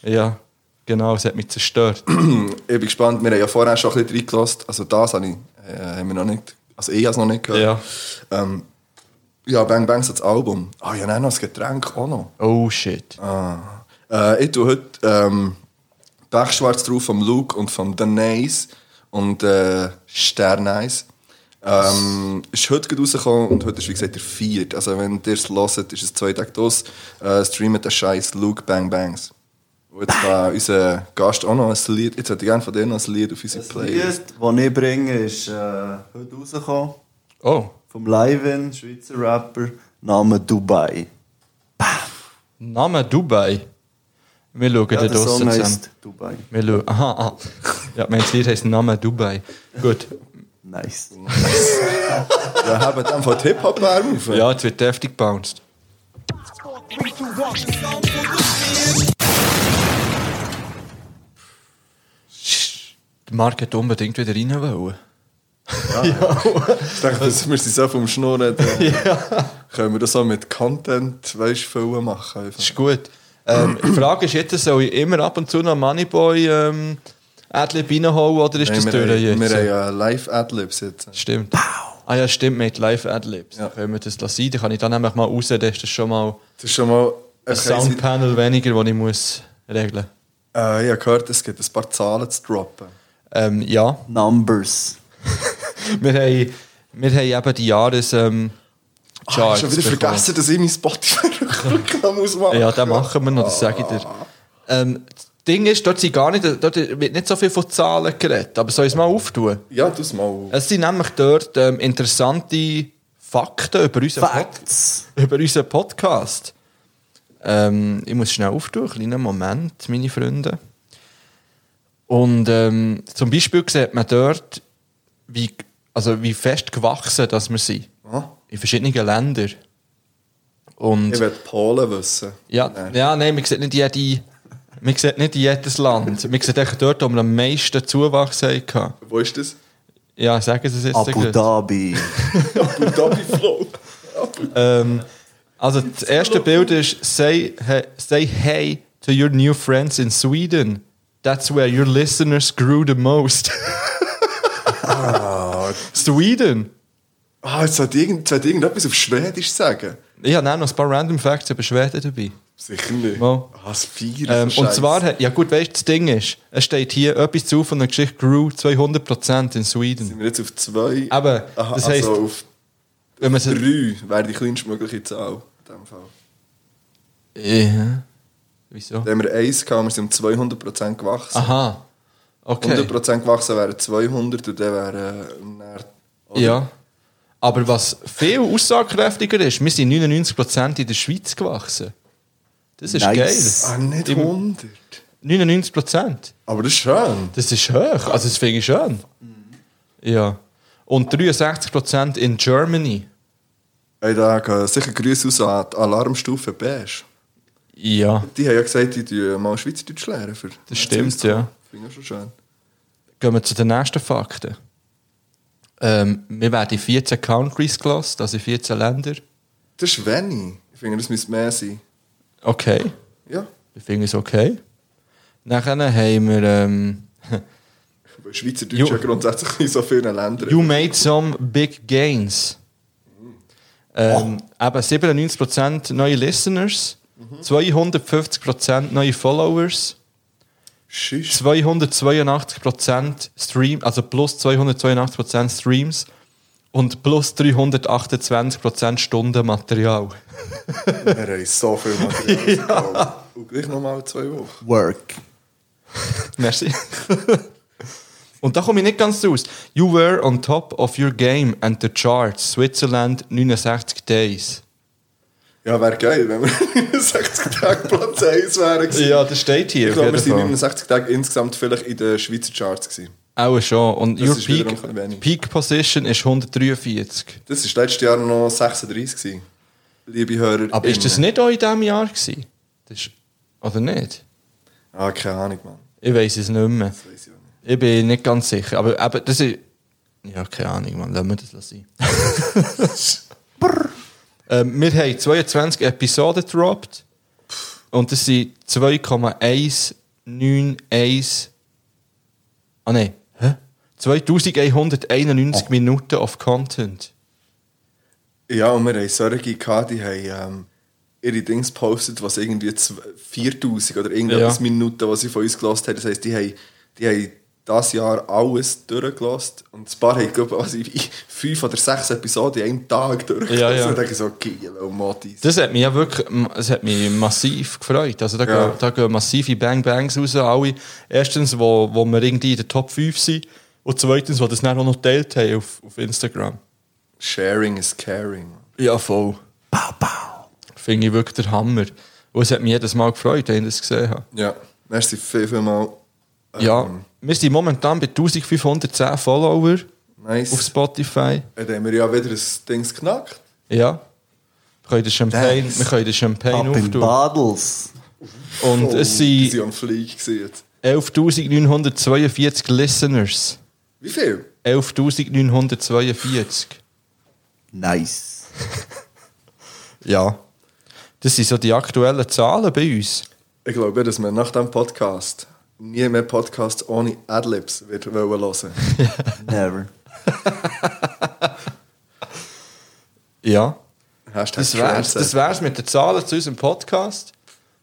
[SPEAKER 3] Ja, genau, es hat mich zerstört.
[SPEAKER 4] Ich bin gespannt, wir haben ja vorher schon ein bisschen reingelassen. Also das habe ich, äh, haben wir noch nicht... Also ich habe es noch nicht gehört.
[SPEAKER 3] Ja.
[SPEAKER 4] Ähm, ja, Bang Bangs das Album. Ah, ja, nein, noch das Getränk auch noch.
[SPEAKER 3] Oh shit.
[SPEAKER 4] Äh, ich tue heute ähm, Dachschwarz drauf vom Luke und vom Danais und äh, Sterneis. Ähm, ist heute gerade rausgekommen und heute ist wie gesagt der vierte. Also wenn ihr es hört, ist es zwei Tage draus. Äh, streamt den Scheiß Luke Bang Bangs. Und jetzt kann unser Gast auch noch ein Lied. Jetzt hätte ich gerne von dir noch ein Lied auf unsere
[SPEAKER 5] Das
[SPEAKER 4] Playlist.
[SPEAKER 5] Lied, das ich bringe, ist äh, heute rausgekommen.
[SPEAKER 3] Oh,
[SPEAKER 5] Vom Live-In, Schweizer Rapper, Name Dubai.
[SPEAKER 3] Name Dubai. Wir schauen
[SPEAKER 5] Ja,
[SPEAKER 3] da
[SPEAKER 5] der Song
[SPEAKER 3] draussen zusammen.
[SPEAKER 5] heisst Dubai.
[SPEAKER 3] Wir schauen. Aha, ah. Ja, mein Lied heisst Name Dubai. Gut.
[SPEAKER 5] Nice.
[SPEAKER 4] Wir haben dann von Hip-Hop-Lärm auf.
[SPEAKER 3] Ja, jetzt wird deftig bounced. Die Marc hat unbedingt wieder rein wollen.
[SPEAKER 4] Ich dachte, dass wir sind so vom Schnurren. Ja. Können wir das so mit Content, weißt du, füllen machen? Einfach.
[SPEAKER 3] Das ist gut. Ähm, die Frage ist jetzt, soll ich immer ab und zu noch Moneyboy ähm, Adlib reinhauen oder ist das
[SPEAKER 4] Nein,
[SPEAKER 3] durch
[SPEAKER 4] wir, haben,
[SPEAKER 3] jetzt?
[SPEAKER 4] wir haben ja Live-Adlibs jetzt.
[SPEAKER 3] Stimmt. Ah ja, stimmt, mit Live-Adlibs.
[SPEAKER 4] Ja.
[SPEAKER 3] Dann können wir das lassen. Dann kann ich dann nämlich mal raus, dann ist das schon mal
[SPEAKER 4] Das ist schon mal
[SPEAKER 3] ein Soundpanel weniger, das ich muss regeln muss.
[SPEAKER 4] Äh, ich habe gehört, es gibt ein paar Zahlen zu droppen.
[SPEAKER 3] Ähm, ja.
[SPEAKER 5] Numbers.
[SPEAKER 3] Wir haben, wir haben eben die Jahres. Ähm,
[SPEAKER 4] Ah, Ich habe schon
[SPEAKER 3] Charts
[SPEAKER 4] wieder
[SPEAKER 3] bekommen.
[SPEAKER 4] vergessen, dass ich mein Spotify-Rückblick ausmachen
[SPEAKER 3] Ja, den machen wir noch, das sage ich dir. Ähm, das Ding ist, dort, sind gar nicht, dort wird nicht so viel von Zahlen geredet, aber soll ich es mal auftun?
[SPEAKER 4] Ja, das mal.
[SPEAKER 3] Es sind nämlich dort ähm, interessante Fakten über unseren, Pod
[SPEAKER 5] Facts.
[SPEAKER 3] über unseren Podcast. Ähm, ich muss schnell auftun, kleinen Moment, meine Freunde. Und ähm, zum Beispiel sieht man dort, wie, also wie fest gewachsen dass wir sind.
[SPEAKER 4] Ah.
[SPEAKER 3] In verschiedenen Ländern. Und
[SPEAKER 4] Ich will Polen wissen.
[SPEAKER 3] ja,
[SPEAKER 4] Nein.
[SPEAKER 3] ja, nein, man sieht nicht jede, man sieht nicht jedes Land. Man sieht echt dort, wo wir am meisten Zuwachs hatten.
[SPEAKER 4] Wo ist das?
[SPEAKER 3] Ja, sagen Sie es jetzt.
[SPEAKER 5] Abu
[SPEAKER 3] gleich.
[SPEAKER 5] Dhabi.
[SPEAKER 4] Abu Dhabi Flow.
[SPEAKER 3] Ähm, also das erste Bild ist say, he, say hey to your new friends in Sweden. That's where your listeners grew the most. Sweden.
[SPEAKER 4] Ah, jetzt sollte irgend, sollte irgendetwas auf Schwedisch sagen.
[SPEAKER 3] Ich habe dann noch ein paar random Facts über Schweden dabei.
[SPEAKER 4] Sicher nicht.
[SPEAKER 3] Mal.
[SPEAKER 4] Ah, das Vier.
[SPEAKER 3] Ähm, und zwar, hat- ja gut, weißt du, das Ding ist, es steht hier, etwas zu von der Geschichte grew 200% in Sweden.
[SPEAKER 4] Sind wir jetzt auf zwei?
[SPEAKER 3] Aber,
[SPEAKER 4] Aha,
[SPEAKER 3] das
[SPEAKER 4] also
[SPEAKER 3] heisst-
[SPEAKER 4] auf
[SPEAKER 3] Wenn man es-
[SPEAKER 4] 3 wäre die kleinstmögliche Zahl. In dem Fall.
[SPEAKER 3] Ja. Wieso?
[SPEAKER 4] Da haben wir 1 gehabt, wir sind um 200% gewachsen.
[SPEAKER 3] Aha. Okay.
[SPEAKER 4] 100% gewachsen wären 200 und dann wären. Äh, dann- oder?
[SPEAKER 3] Ja. Aber was viel aussagekräftiger ist, wir sind 99% in der Schweiz gewachsen. Das ist
[SPEAKER 5] Nice.
[SPEAKER 3] geil.
[SPEAKER 4] Ah, nicht
[SPEAKER 3] Im-
[SPEAKER 4] 100.
[SPEAKER 3] 99%.
[SPEAKER 4] Aber das ist schön.
[SPEAKER 3] Das ist hoch. Also das finde ich schön. Ja. Und 63% in Germany.
[SPEAKER 4] Hey, da gehen sicher Grüße aus an die Alarmstufe Beige.
[SPEAKER 3] Ja.
[SPEAKER 4] Die haben ja gesagt, die tun mal Schweizerdeutsch lernen. Für
[SPEAKER 3] Das stimmt, ja.
[SPEAKER 4] Finde ich schon schön.
[SPEAKER 3] Gehen wir zu den nächsten Fakten. Ähm, wir werden in 14 Countries gelassen, also in 14 Länder.
[SPEAKER 4] Das ist wenig. Ich finde, das müsste mehr sein.
[SPEAKER 3] Okay.
[SPEAKER 4] Ja.
[SPEAKER 3] Ich finde es okay. Nachher haben wir ähm,
[SPEAKER 4] Weil Schweizerdeutsch
[SPEAKER 3] Jo.
[SPEAKER 4] ja grundsätzlich in so vielen Ländern.
[SPEAKER 3] You made some big gains. Ähm, Eben 97% neue Listeners, 250% neue Followers,
[SPEAKER 4] Schiss.
[SPEAKER 3] 282% Stream, also plus 282% Streams und plus 328% Stundenmaterial.
[SPEAKER 4] Wir haben so viel Material. ja. Und gleich nochmal zwei Wochen.
[SPEAKER 5] Work.
[SPEAKER 3] Merci. Und da komme ich nicht ganz raus. You were on top of your game and the charts. Switzerland 69 Days.
[SPEAKER 4] Ja, wäre geil, wenn wir 60 Tage Platz 1 wären. gewesen.
[SPEAKER 3] das steht hier.
[SPEAKER 4] Ich glaube, wir sind 69 Tage insgesamt vielleicht in den Schweizer Charts. Gewesen.
[SPEAKER 3] Auch schon. Und
[SPEAKER 4] Das
[SPEAKER 3] your
[SPEAKER 4] ist wiederum ein bisschen
[SPEAKER 3] peak,
[SPEAKER 4] wenig.
[SPEAKER 3] peak Position ist 143.
[SPEAKER 4] Das war letztes Jahr noch 36. Gewesen. Liebe Hörer.
[SPEAKER 3] Aber ist das nicht auch in diesem Jahr gewesen? Das ist, oder nicht?
[SPEAKER 4] Ah, keine Ahnung, Mann.
[SPEAKER 3] Ich weiß es nicht mehr.
[SPEAKER 4] Das weiss ich auch nicht.
[SPEAKER 3] Ich bin nicht ganz sicher. Aber, aber das ist... Ja, keine Ahnung, man. Lassen wir das sein. ähm, wir haben 22 Episoden gedroppt. Und das sind 2,191... Ah, nein. Hä?
[SPEAKER 4] Ah.
[SPEAKER 3] 2191 Minuten of Content.
[SPEAKER 4] Ja, und wir haben solche gehabt, die haben ähm, ihre Dings gepostet, was irgendwie zw- 4000 oder irgendwas
[SPEAKER 3] Ja.
[SPEAKER 4] Minuten, was sie von uns gelost haben. Das heisst, die haben, die haben das Jahr alles durchgelost. Und ein paar haben, glaube ich, also ich- fünf oder sechs Episoden in einem Tag durchgelost.
[SPEAKER 3] Ja, ja.
[SPEAKER 4] Und denke ich so, geil, oh Matis.
[SPEAKER 3] Das hat mich ja wirklich das hat mich massiv gefreut. Also da,
[SPEAKER 4] Ja.
[SPEAKER 3] gehen, da gehen massive Bang-Bangs raus. Alle. Erstens, wo, wo wir irgendwie in der Top 5 sind. Und zweitens, wo das dann auch noch geteilt haben auf, auf Instagram.
[SPEAKER 4] Sharing is caring.
[SPEAKER 3] Ja, voll. Finde ich wirklich der Hammer. Und es hat mich jedes Mal gefreut, wenn ich das gesehen habe.
[SPEAKER 4] Ja, merci viel, viel mal. Ähm.
[SPEAKER 3] Ja, wir sind momentan bei 1510 Follower
[SPEAKER 4] Nice.
[SPEAKER 3] auf Spotify.
[SPEAKER 4] Dann haben wir ja wieder ein Dings geknackt.
[SPEAKER 3] Ja. Wir können den Champagne,
[SPEAKER 5] Thanks.
[SPEAKER 3] wir können den Champagne
[SPEAKER 5] Up in
[SPEAKER 3] auftun.
[SPEAKER 5] Badels.
[SPEAKER 3] Und es
[SPEAKER 4] die Oh, sind
[SPEAKER 3] sind
[SPEAKER 4] am Fliegen. gewesen jetzt.
[SPEAKER 3] 11.942 Listeners.
[SPEAKER 4] Wie viel?
[SPEAKER 3] 11.942.
[SPEAKER 5] Nice.
[SPEAKER 3] Ja. Das sind so die aktuellen Zahlen bei uns.
[SPEAKER 4] Ich glaube, dass wir nach diesem Podcast nie mehr Podcasts ohne Adlibs wird wollen hören.
[SPEAKER 5] Never.
[SPEAKER 3] Ja.
[SPEAKER 4] Hashtag
[SPEAKER 3] Das wär's, das wär's mit den Zahlen zu unserem Podcast.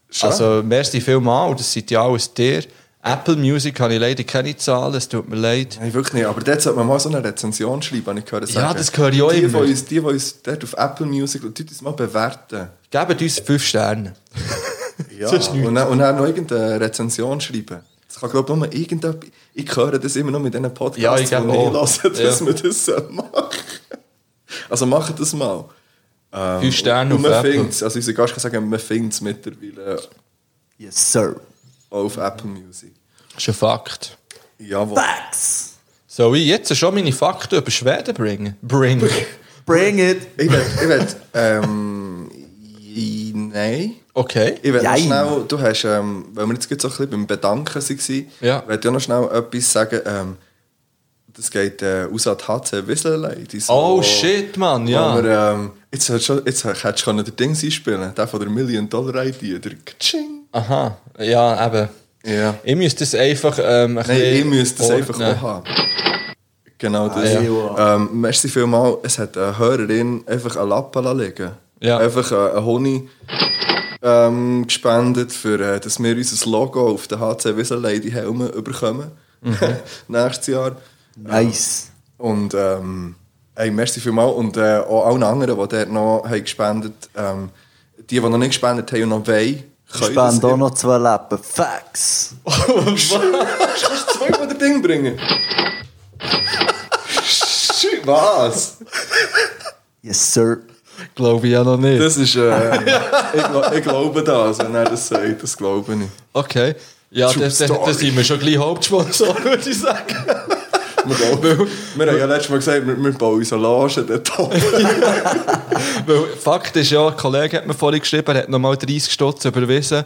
[SPEAKER 4] Schön.
[SPEAKER 3] Also, merci vielmals, das seid ja alles dir. Apple Music habe ich leider keine Zahlen, es tut mir leid.
[SPEAKER 4] Nein, wirklich nicht. Aber dort sollte man mal so eine Rezension schreiben, habe ich gehört.
[SPEAKER 3] Ja,
[SPEAKER 4] sagen.
[SPEAKER 3] das höre ich auch
[SPEAKER 4] die,
[SPEAKER 3] immer.
[SPEAKER 4] Die, uns, die, die uns dort auf Apple Music und die uns mal bewerten.
[SPEAKER 3] Gebt uns 5 Sterne.
[SPEAKER 4] Ja.
[SPEAKER 3] Sonst nichts.
[SPEAKER 4] Und dann, und dann noch irgendeine Rezension schreiben. Das kann, glaube ich, nur irgendetwas... Ich höre das immer noch mit diesen Podcasts,
[SPEAKER 3] Ja, ich glaube
[SPEAKER 4] die
[SPEAKER 3] auch.
[SPEAKER 4] höre, dass
[SPEAKER 3] Ja.
[SPEAKER 4] man das so macht. Also macht das mal. Ähm,
[SPEAKER 3] 5 Sterne
[SPEAKER 4] und
[SPEAKER 3] auf
[SPEAKER 4] man
[SPEAKER 3] Apple.
[SPEAKER 4] findet es. Also unser Gast kann sagen, man findet es mittlerweile
[SPEAKER 5] Yes, sir.
[SPEAKER 4] auch auf Apple Music.
[SPEAKER 3] Das ist ein Fakt.
[SPEAKER 4] Jawohl.
[SPEAKER 5] Facts.
[SPEAKER 3] Soll ich jetzt schon meine Fakten über Schweden bringen? Bring.
[SPEAKER 5] Bring it.
[SPEAKER 4] Ich will, ich will, ähm, i- nein.
[SPEAKER 3] Okay.
[SPEAKER 4] Ich will noch
[SPEAKER 5] Jein.
[SPEAKER 4] schnell, du hast, ähm, weil wir jetzt gerade so ein bisschen beim Bedanken waren,
[SPEAKER 3] Ja.
[SPEAKER 4] will ich auch noch schnell etwas sagen, ähm, das geht äh, aus an die HC Wieselei. die so-
[SPEAKER 3] Oh shit, Mann,
[SPEAKER 4] wo
[SPEAKER 3] ja.
[SPEAKER 4] Wir, ähm, jetzt, hättest du- jetzt hättest du den Dings einspielen der von der Million-Dollar-Idee, der Kching.
[SPEAKER 3] Aha, ja, eben.
[SPEAKER 4] Ja.
[SPEAKER 3] Ich müsste das einfach. Ähm, ein
[SPEAKER 4] Nein,
[SPEAKER 3] bisschen
[SPEAKER 4] ich müsste das
[SPEAKER 3] ordnen.
[SPEAKER 4] einfach auch haben. Genau das.
[SPEAKER 5] Ah, ja.
[SPEAKER 4] Ähm, merci vielmals. Es hat eine Hörerin einfach einen Lappen lassen liegen
[SPEAKER 3] Ja.
[SPEAKER 4] Einfach äh, einen Honig ähm, gespendet, für, äh, dass wir unser Logo auf den HC Wiesel Lady
[SPEAKER 5] Mhm.
[SPEAKER 4] Helme überkommen. Nächstes Jahr.
[SPEAKER 5] Nice.
[SPEAKER 4] Und ähm, Hey, merci vielmals und äh, auch allen anderen, die dort noch haben gespendet haben. Ähm, die, die noch nicht gespendet haben und noch wollen,
[SPEAKER 5] Ich spende auch noch zwei Lappen. Facts.
[SPEAKER 4] Kannst du zweimal das Ding bringen? Shit, Was?
[SPEAKER 5] Yes, sir.
[SPEAKER 3] Glaube ich ja noch nicht.
[SPEAKER 4] Das ist, äh, ich, gl- ich glaube das, wenn er das sagt, das glaube ich.
[SPEAKER 3] okay. Ja,
[SPEAKER 4] True
[SPEAKER 3] das, das,
[SPEAKER 4] story.
[SPEAKER 3] das sind wir schon gleich Hauptsponsor, würde ich sagen.
[SPEAKER 4] Wir, glauben, wir haben ja letztes Mal gesagt, wir, wir bauen unsere Loge dort auf.
[SPEAKER 3] Weil Fakt ist ja, ein Kollege hat mir vorhin geschrieben, er hat nochmal 30 Stutz überwiesen,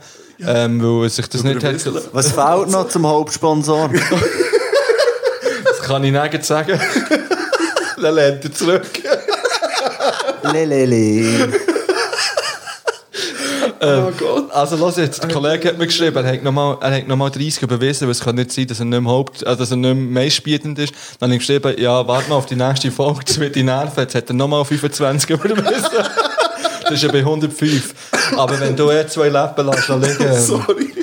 [SPEAKER 3] ähm, weil er sich das nicht hat.
[SPEAKER 4] Überwiesen.
[SPEAKER 5] Was fehlt noch zum Hauptsponsor?
[SPEAKER 3] Das kann ich nicht sagen. Dann lehnt er zurück.
[SPEAKER 5] Lelele.
[SPEAKER 3] Oh Gott. Also los jetzt, der Kollege hat mir geschrieben, er hat nochmal er hat noch mal 30 überwiesen, weil es kann nicht sein, dass er nicht mehr, Haupt, äh, dass er nicht mehr meistbietend ist. Dann habe ich geschrieben, ja, warte mal auf die nächste Folge, das wird dich nerven. Jetzt hat er nochmal 25 überwiesen. Das ist ja bei 105. Aber wenn du eh zwei Läppen lässt, dann liegen,
[SPEAKER 4] Sorry.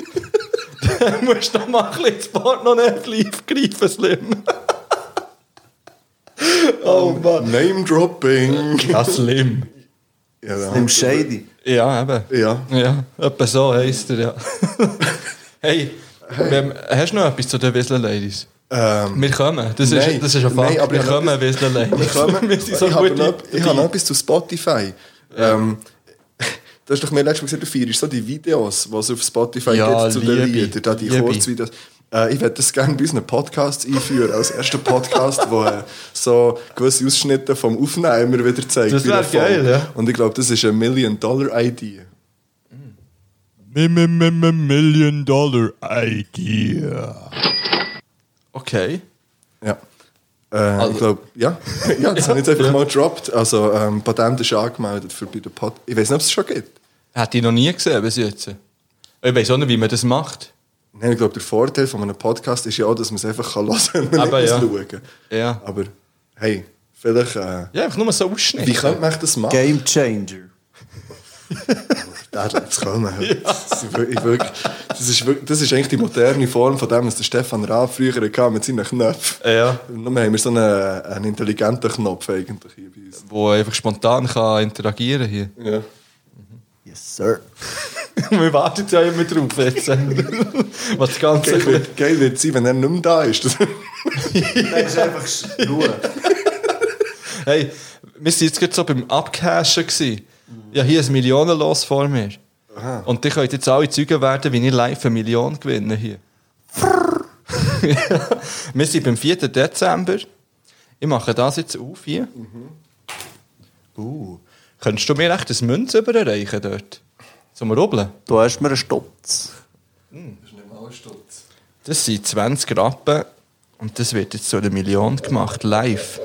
[SPEAKER 3] dann musst du noch mal ein bisschen ins Porno nicht live greifen, Slim. Oh Mann.
[SPEAKER 4] Name-Dropping.
[SPEAKER 3] Ja, Slim.
[SPEAKER 4] Ja, ja.
[SPEAKER 5] Im Shady.
[SPEAKER 3] Ja, eben.
[SPEAKER 4] Ja.
[SPEAKER 3] Ja, etwa so heisst er, ja. hey, Wem, hast du noch etwas zu den Whistler Ladies?
[SPEAKER 4] Ähm,
[SPEAKER 3] Wir kommen, das
[SPEAKER 4] Nein.
[SPEAKER 3] ist, das ist ein Fakt.
[SPEAKER 4] Nein, aber
[SPEAKER 3] wir
[SPEAKER 4] ich habe
[SPEAKER 3] kommen, Whistler Ladies.
[SPEAKER 4] wir kommen-
[SPEAKER 3] wir sind so
[SPEAKER 4] ich,
[SPEAKER 3] gut
[SPEAKER 4] habe noch, ich habe noch etwas zu Spotify. Ähm, du hast doch mir letztes Mal gesagt, du feierst so die Videos, die es auf Spotify
[SPEAKER 3] Ja,
[SPEAKER 4] gibt zu den
[SPEAKER 3] liebe,
[SPEAKER 4] Liedern, da die
[SPEAKER 3] liebe.
[SPEAKER 4] Kurzvideos. Äh, ich würde das gerne bei unseren Podcasts einführen, als ersten Podcast, wo äh, so gewisse Ausschnitte vom Aufnehmer wieder zeigt.
[SPEAKER 3] Das
[SPEAKER 4] wie er
[SPEAKER 3] wär geil,
[SPEAKER 4] fällt.
[SPEAKER 3] ja.
[SPEAKER 4] Und ich glaube, das ist eine Million-Dollar-Idee.
[SPEAKER 6] Million dollar idea.
[SPEAKER 3] Okay.
[SPEAKER 4] Ja. Äh,
[SPEAKER 3] Also-
[SPEAKER 4] ich glaube, ja. ja, das habe ich jetzt einfach mal gedroppt. Also, ähm, Patent ist angemeldet für bei den Pod Ich weiß nicht, ob es schon gibt.
[SPEAKER 3] Hätte ich noch nie gesehen bis jetzt. Ich weiß auch nicht, wie man das macht.
[SPEAKER 4] Nein, ich glaube, der Vorteil von einem Podcast ist ja auch, dass man es einfach kann hören kann, wenn man
[SPEAKER 3] Aber
[SPEAKER 4] nicht
[SPEAKER 3] ja.
[SPEAKER 4] muss schauen
[SPEAKER 3] Ja.
[SPEAKER 4] Aber hey, vielleicht... Äh,
[SPEAKER 3] Ja, einfach nur so Ausschnitte.
[SPEAKER 4] wie könnte man das machen?
[SPEAKER 5] Game Changer.
[SPEAKER 4] Der hat jetzt kommen. Das, ist wirklich, das, ist wirklich, das ist eigentlich die moderne Form von dem, was der Stefan Raab früher hatte mit seinen Knöpfen.
[SPEAKER 3] Ja.
[SPEAKER 4] Nur haben wir so einen, einen intelligenten Knopf eigentlich hier bei uns.
[SPEAKER 3] Wo einfach spontan kann interagieren hier.
[SPEAKER 4] Ja.
[SPEAKER 5] Yes, sir.
[SPEAKER 3] wir warten ja immer drauf jetzt. Was das Ganze...
[SPEAKER 4] Geil wird- Geil wird es sein, wenn er nicht mehr da ist.
[SPEAKER 5] Das ist einfach Ruhe.
[SPEAKER 3] Hey, wir waren jetzt gerade so beim Abcashen. gewesen. Ja, hier ein Millionenlos vor mir. Und die könnt jetzt alle Zeugen werden, wie ich live eine Million gewinnen hier. Ja, wir sind beim 4. Dezember. Ich mache das jetzt auf hier.
[SPEAKER 4] Mhm.
[SPEAKER 3] Uh. Könntest du mir echt ein Münz überreichen dort? Zum Rubbeln?
[SPEAKER 5] Du hast mir einen Stutz.
[SPEAKER 3] Das sind 20 Rappen und das wird jetzt zu einer Million gemacht, live.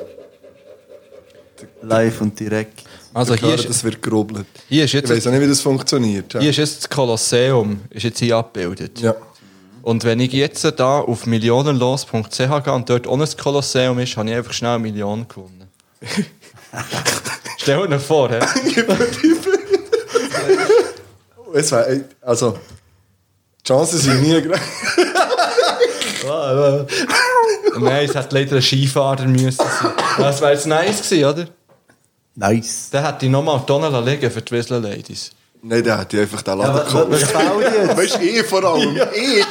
[SPEAKER 5] Live und direkt.
[SPEAKER 3] Also
[SPEAKER 4] Ich höre,
[SPEAKER 3] hier ist,
[SPEAKER 4] das wird gerubbelt.
[SPEAKER 3] hier ist
[SPEAKER 4] Ich
[SPEAKER 3] jetzt...
[SPEAKER 4] weiß auch nicht, wie das funktioniert. Ja.
[SPEAKER 3] Hier ist jetzt das Kolosseum, ist jetzt hier abgebildet.
[SPEAKER 4] Ja.
[SPEAKER 3] Und wenn ich jetzt da auf millionenlos.ch gehe und dort ohne das Kolosseum ist, habe ich einfach schnell eine Million gewonnen. Stell dir vor, hä?
[SPEAKER 4] Es war, also, die Chancen sind nie gleich.
[SPEAKER 3] Nein, es hätte leider ein Skifahrer müssen sein. Das wäre jetzt nice gewesen, oder?
[SPEAKER 5] Nice.
[SPEAKER 3] Dann hätte ich nochmal Donner liegen für die Whistler Ladies.
[SPEAKER 4] Nein, der hat ja einfach den Laden
[SPEAKER 5] Was, was, was
[SPEAKER 4] gekauft.
[SPEAKER 5] fehlt jetzt?
[SPEAKER 4] Weißt du, ich vor allem. Ich!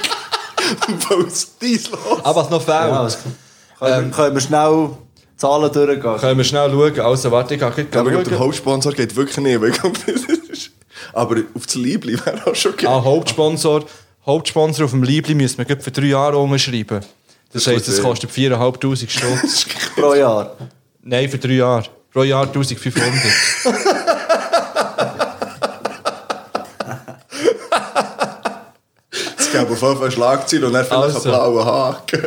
[SPEAKER 4] Weil es dein Laden
[SPEAKER 3] Aber was noch fehlt,
[SPEAKER 5] Ja, Können, wir- können wir schnell Zahlen durchgehen?
[SPEAKER 3] können wir schnell schauen. Also, warte, ich gehe gleich
[SPEAKER 4] Aber ich glaube, der
[SPEAKER 3] schauen.
[SPEAKER 4] Hauptsponsor geht wirklich nicht. Weil ich glaube, das ist- aber auf das Liebling wäre auch schon geil.
[SPEAKER 3] Ah, Hauptsponsor. Hauptsponsor auf dem Liebling müssen wir gerade für drei Jahre unterschreiben. Das,
[SPEAKER 4] Das
[SPEAKER 3] heisst, das
[SPEAKER 4] gut, ja.
[SPEAKER 3] kostet 4'500 Stunden.
[SPEAKER 5] Pro Jahr.
[SPEAKER 3] Nein, für drei Jahre. Pro Jahr 1500.
[SPEAKER 4] Es gäbe auf jeden Fall Schlagzeilen und dann vielleicht
[SPEAKER 3] Also.
[SPEAKER 4] einen blauen Haken.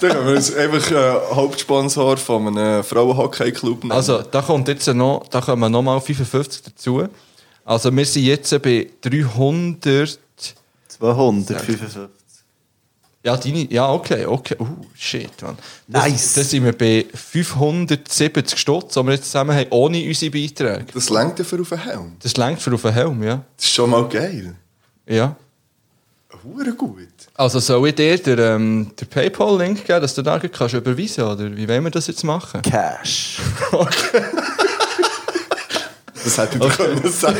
[SPEAKER 4] Dann können wir uns einfach äh, Hauptsponsor von einem Frauenhockey-Club nehmen.
[SPEAKER 3] also, da kommt jetzt noch, da kommen nochmal 55 dazu. Also, wir sind jetzt bei 300.
[SPEAKER 5] 255.
[SPEAKER 3] Ja, deine, ja, okay, okay. Uh, shit, man. Das,
[SPEAKER 5] Nice.
[SPEAKER 3] Das sind wir bei 570 Stutz, die wir jetzt zusammen haben, ohne unsere Beiträge.
[SPEAKER 4] das lenkt dafür auf den Helm.
[SPEAKER 3] Das längt für auf den Helm, ja.
[SPEAKER 4] Das ist schon mal geil.
[SPEAKER 3] Ja.
[SPEAKER 4] hure gut.
[SPEAKER 3] Also soll ich dir den, ähm, den Paypal-Link geben, dass du da gleich kannst überweisen oder wie wollen wir das jetzt machen?
[SPEAKER 5] Cash.
[SPEAKER 4] Das hätte ich dir können sagen.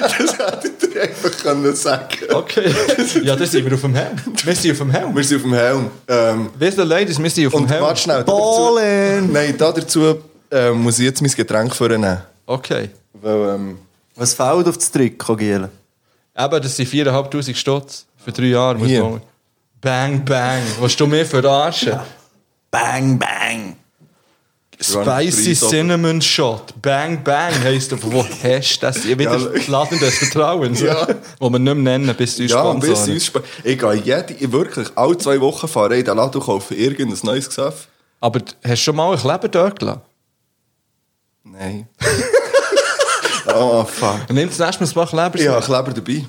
[SPEAKER 4] Das hätte ich dir einfach können sagen.
[SPEAKER 3] Okay. ja, dann sind wir auf dem Helm. Wir sind auf dem Helm.
[SPEAKER 4] Wir sind auf dem Helm. Ähm,
[SPEAKER 3] Weißt du, Ladies, wir sind auf dem
[SPEAKER 4] und
[SPEAKER 3] Helm.
[SPEAKER 4] warte schnell.
[SPEAKER 5] Ballin!
[SPEAKER 4] dazu- Nein, da dazu äh, muss ich jetzt mein Getränk vornehmen.
[SPEAKER 3] Okay.
[SPEAKER 4] Weil, ähm,
[SPEAKER 5] Was fällt auf das Trikot, Giel?
[SPEAKER 3] Eben, das sind 4'500 Stutz für drei Jahre. muss
[SPEAKER 4] Hier.
[SPEAKER 3] man- Bang, bang. Willst du mir verarschen?
[SPEAKER 5] Bang, bang.
[SPEAKER 3] Spicy
[SPEAKER 4] Preis, aber-
[SPEAKER 3] Cinnamon Shot. Bang, bang heisst aber, wo hast du das? Ich wieder
[SPEAKER 4] Ja.
[SPEAKER 3] Laden des Vertrauens.
[SPEAKER 4] Ja.
[SPEAKER 3] Wo wir nicht mehr nennen, bis du uns
[SPEAKER 4] ja,
[SPEAKER 3] Sponsoren.
[SPEAKER 4] bis uns Sp- Ich gehe jede, ich wirklich alle zwei Wochen fahre ich in den Laden und kaufe irgendein neues Gesöff.
[SPEAKER 3] Aber d- hast du schon mal ein Kleber dort gelassen?
[SPEAKER 4] Nein. oh, fuck.
[SPEAKER 3] Nimm das nächste Mal ein paar Kleber.
[SPEAKER 4] Ich habe Kleber dabei.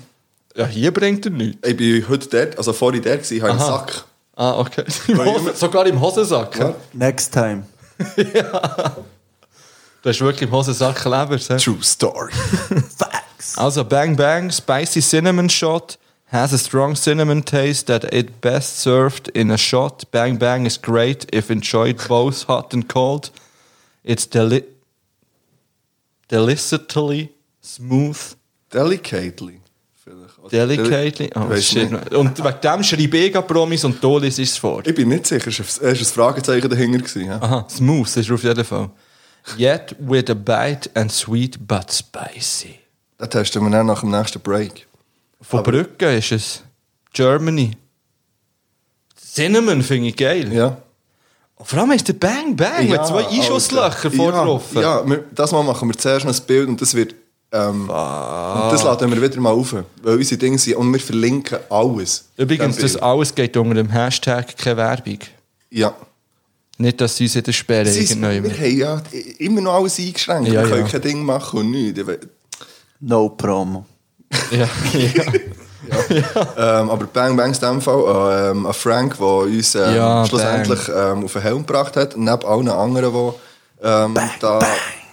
[SPEAKER 3] Ja, hier bringt er nichts.
[SPEAKER 4] Ich bin heute dort, also vorhin dort gewesen, habe einen
[SPEAKER 3] Aha.
[SPEAKER 4] Sack.
[SPEAKER 3] Ah, okay. Im
[SPEAKER 4] Weil
[SPEAKER 3] Hose,
[SPEAKER 4] immer-
[SPEAKER 3] sogar im Hosensack. Ja.
[SPEAKER 4] Ja.
[SPEAKER 5] Next time.
[SPEAKER 3] Du hast wirklich im Hosensack Kleber. hä?
[SPEAKER 4] True story.
[SPEAKER 5] Facts.
[SPEAKER 3] Also Bang Bang, spicy cinnamon shot has a strong cinnamon taste that it best served in a shot. Bang Bang is great if enjoyed both hot and cold. It's deli delicately smooth,
[SPEAKER 4] Delicately. Vielleicht. Oder
[SPEAKER 3] delicately.
[SPEAKER 4] deli-
[SPEAKER 3] Oh,
[SPEAKER 4] Weiss
[SPEAKER 3] shit.
[SPEAKER 4] nicht.
[SPEAKER 3] Und wegen dem schreibe ich an Promis und Dolis ist es vor.
[SPEAKER 4] Ich bin nicht sicher, es war ein Fragezeichen dahinter. Gewesen, ja?
[SPEAKER 3] Aha, smooth ist er auf jeden Fall. Yet with a bite and sweet but spicy.
[SPEAKER 4] Das testen wir dann nach dem nächsten Break.
[SPEAKER 3] Von Brügge ist es. Germany. Cinnamon finde ich geil.
[SPEAKER 4] Ja.
[SPEAKER 3] Vor allem ist der Bang Bang mit zwei Einschusslöcher
[SPEAKER 4] Alter.
[SPEAKER 3] vorgetroffen.
[SPEAKER 4] Ja, ja wir, das Mal machen wir zuerst ein Bild und das wird. Ähm, und das laden wir wieder mal auf. Weil unsere Dinge sind und wir verlinken alles.
[SPEAKER 3] Übrigens,
[SPEAKER 4] Dem
[SPEAKER 3] das
[SPEAKER 4] Bild.
[SPEAKER 3] alles geht unter dem Hashtag keine Werbung.
[SPEAKER 4] Ja.
[SPEAKER 3] Nicht, dass sie uns wieder sperren.
[SPEAKER 4] Sie sind-
[SPEAKER 3] irgendwann.
[SPEAKER 4] wir haben ja immer noch alles eingeschränkt.
[SPEAKER 3] Ja,
[SPEAKER 4] wir können
[SPEAKER 3] ja.
[SPEAKER 4] kein Ding machen und nichts. Ich we-
[SPEAKER 5] No promo.
[SPEAKER 3] Ja, ja.
[SPEAKER 4] Ähm, aber Bang Bang in dem Fall äh, ähm, an Frank, der uns ähm,
[SPEAKER 3] Ja,
[SPEAKER 4] schlussendlich ähm, auf den Helm gebracht hat. Und neben allen anderen, die ähm, da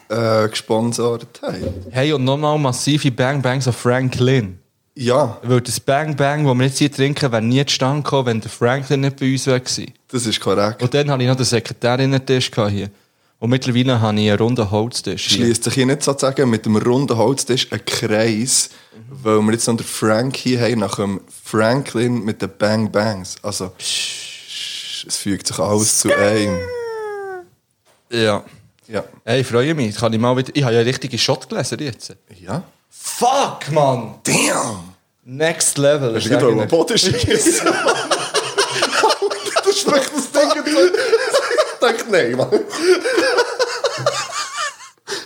[SPEAKER 4] Äh, gesponsert haben.
[SPEAKER 3] Hey, und nochmal massive Bang Bangs an Franklin.
[SPEAKER 4] Ja,
[SPEAKER 3] Weil das Bang Bang, das wir jetzt hier trinken, wäre nie zustande gekommen, wenn der Franklin nicht bei uns gewesen
[SPEAKER 4] das ist korrekt.
[SPEAKER 3] Und dann hatte ich noch den Sekretärinnen-Tisch gehabt hier. Und mittlerweile habe ich einen runden Holztisch. hier.
[SPEAKER 4] schließt sich hier nicht sozusagen mit dem runden Holztisch ein Kreis, weil wir jetzt noch den Frank hier haben, nach dem Franklin mit den Bang Bangs. Also, es fügt sich alles zu einem.
[SPEAKER 3] Ja.
[SPEAKER 4] Ja.
[SPEAKER 3] Hey, ich freue mich. Kann ich, mal wieder... ich habe ja richtige Shot gelesen jetzt.
[SPEAKER 4] Ja?
[SPEAKER 3] Fuck, Mann!
[SPEAKER 4] Damn!
[SPEAKER 3] Next Level.
[SPEAKER 4] Das ist nicht, weil man Boden schießt. Das spricht das Ding jetzt an. Ich denke, nein, Mann.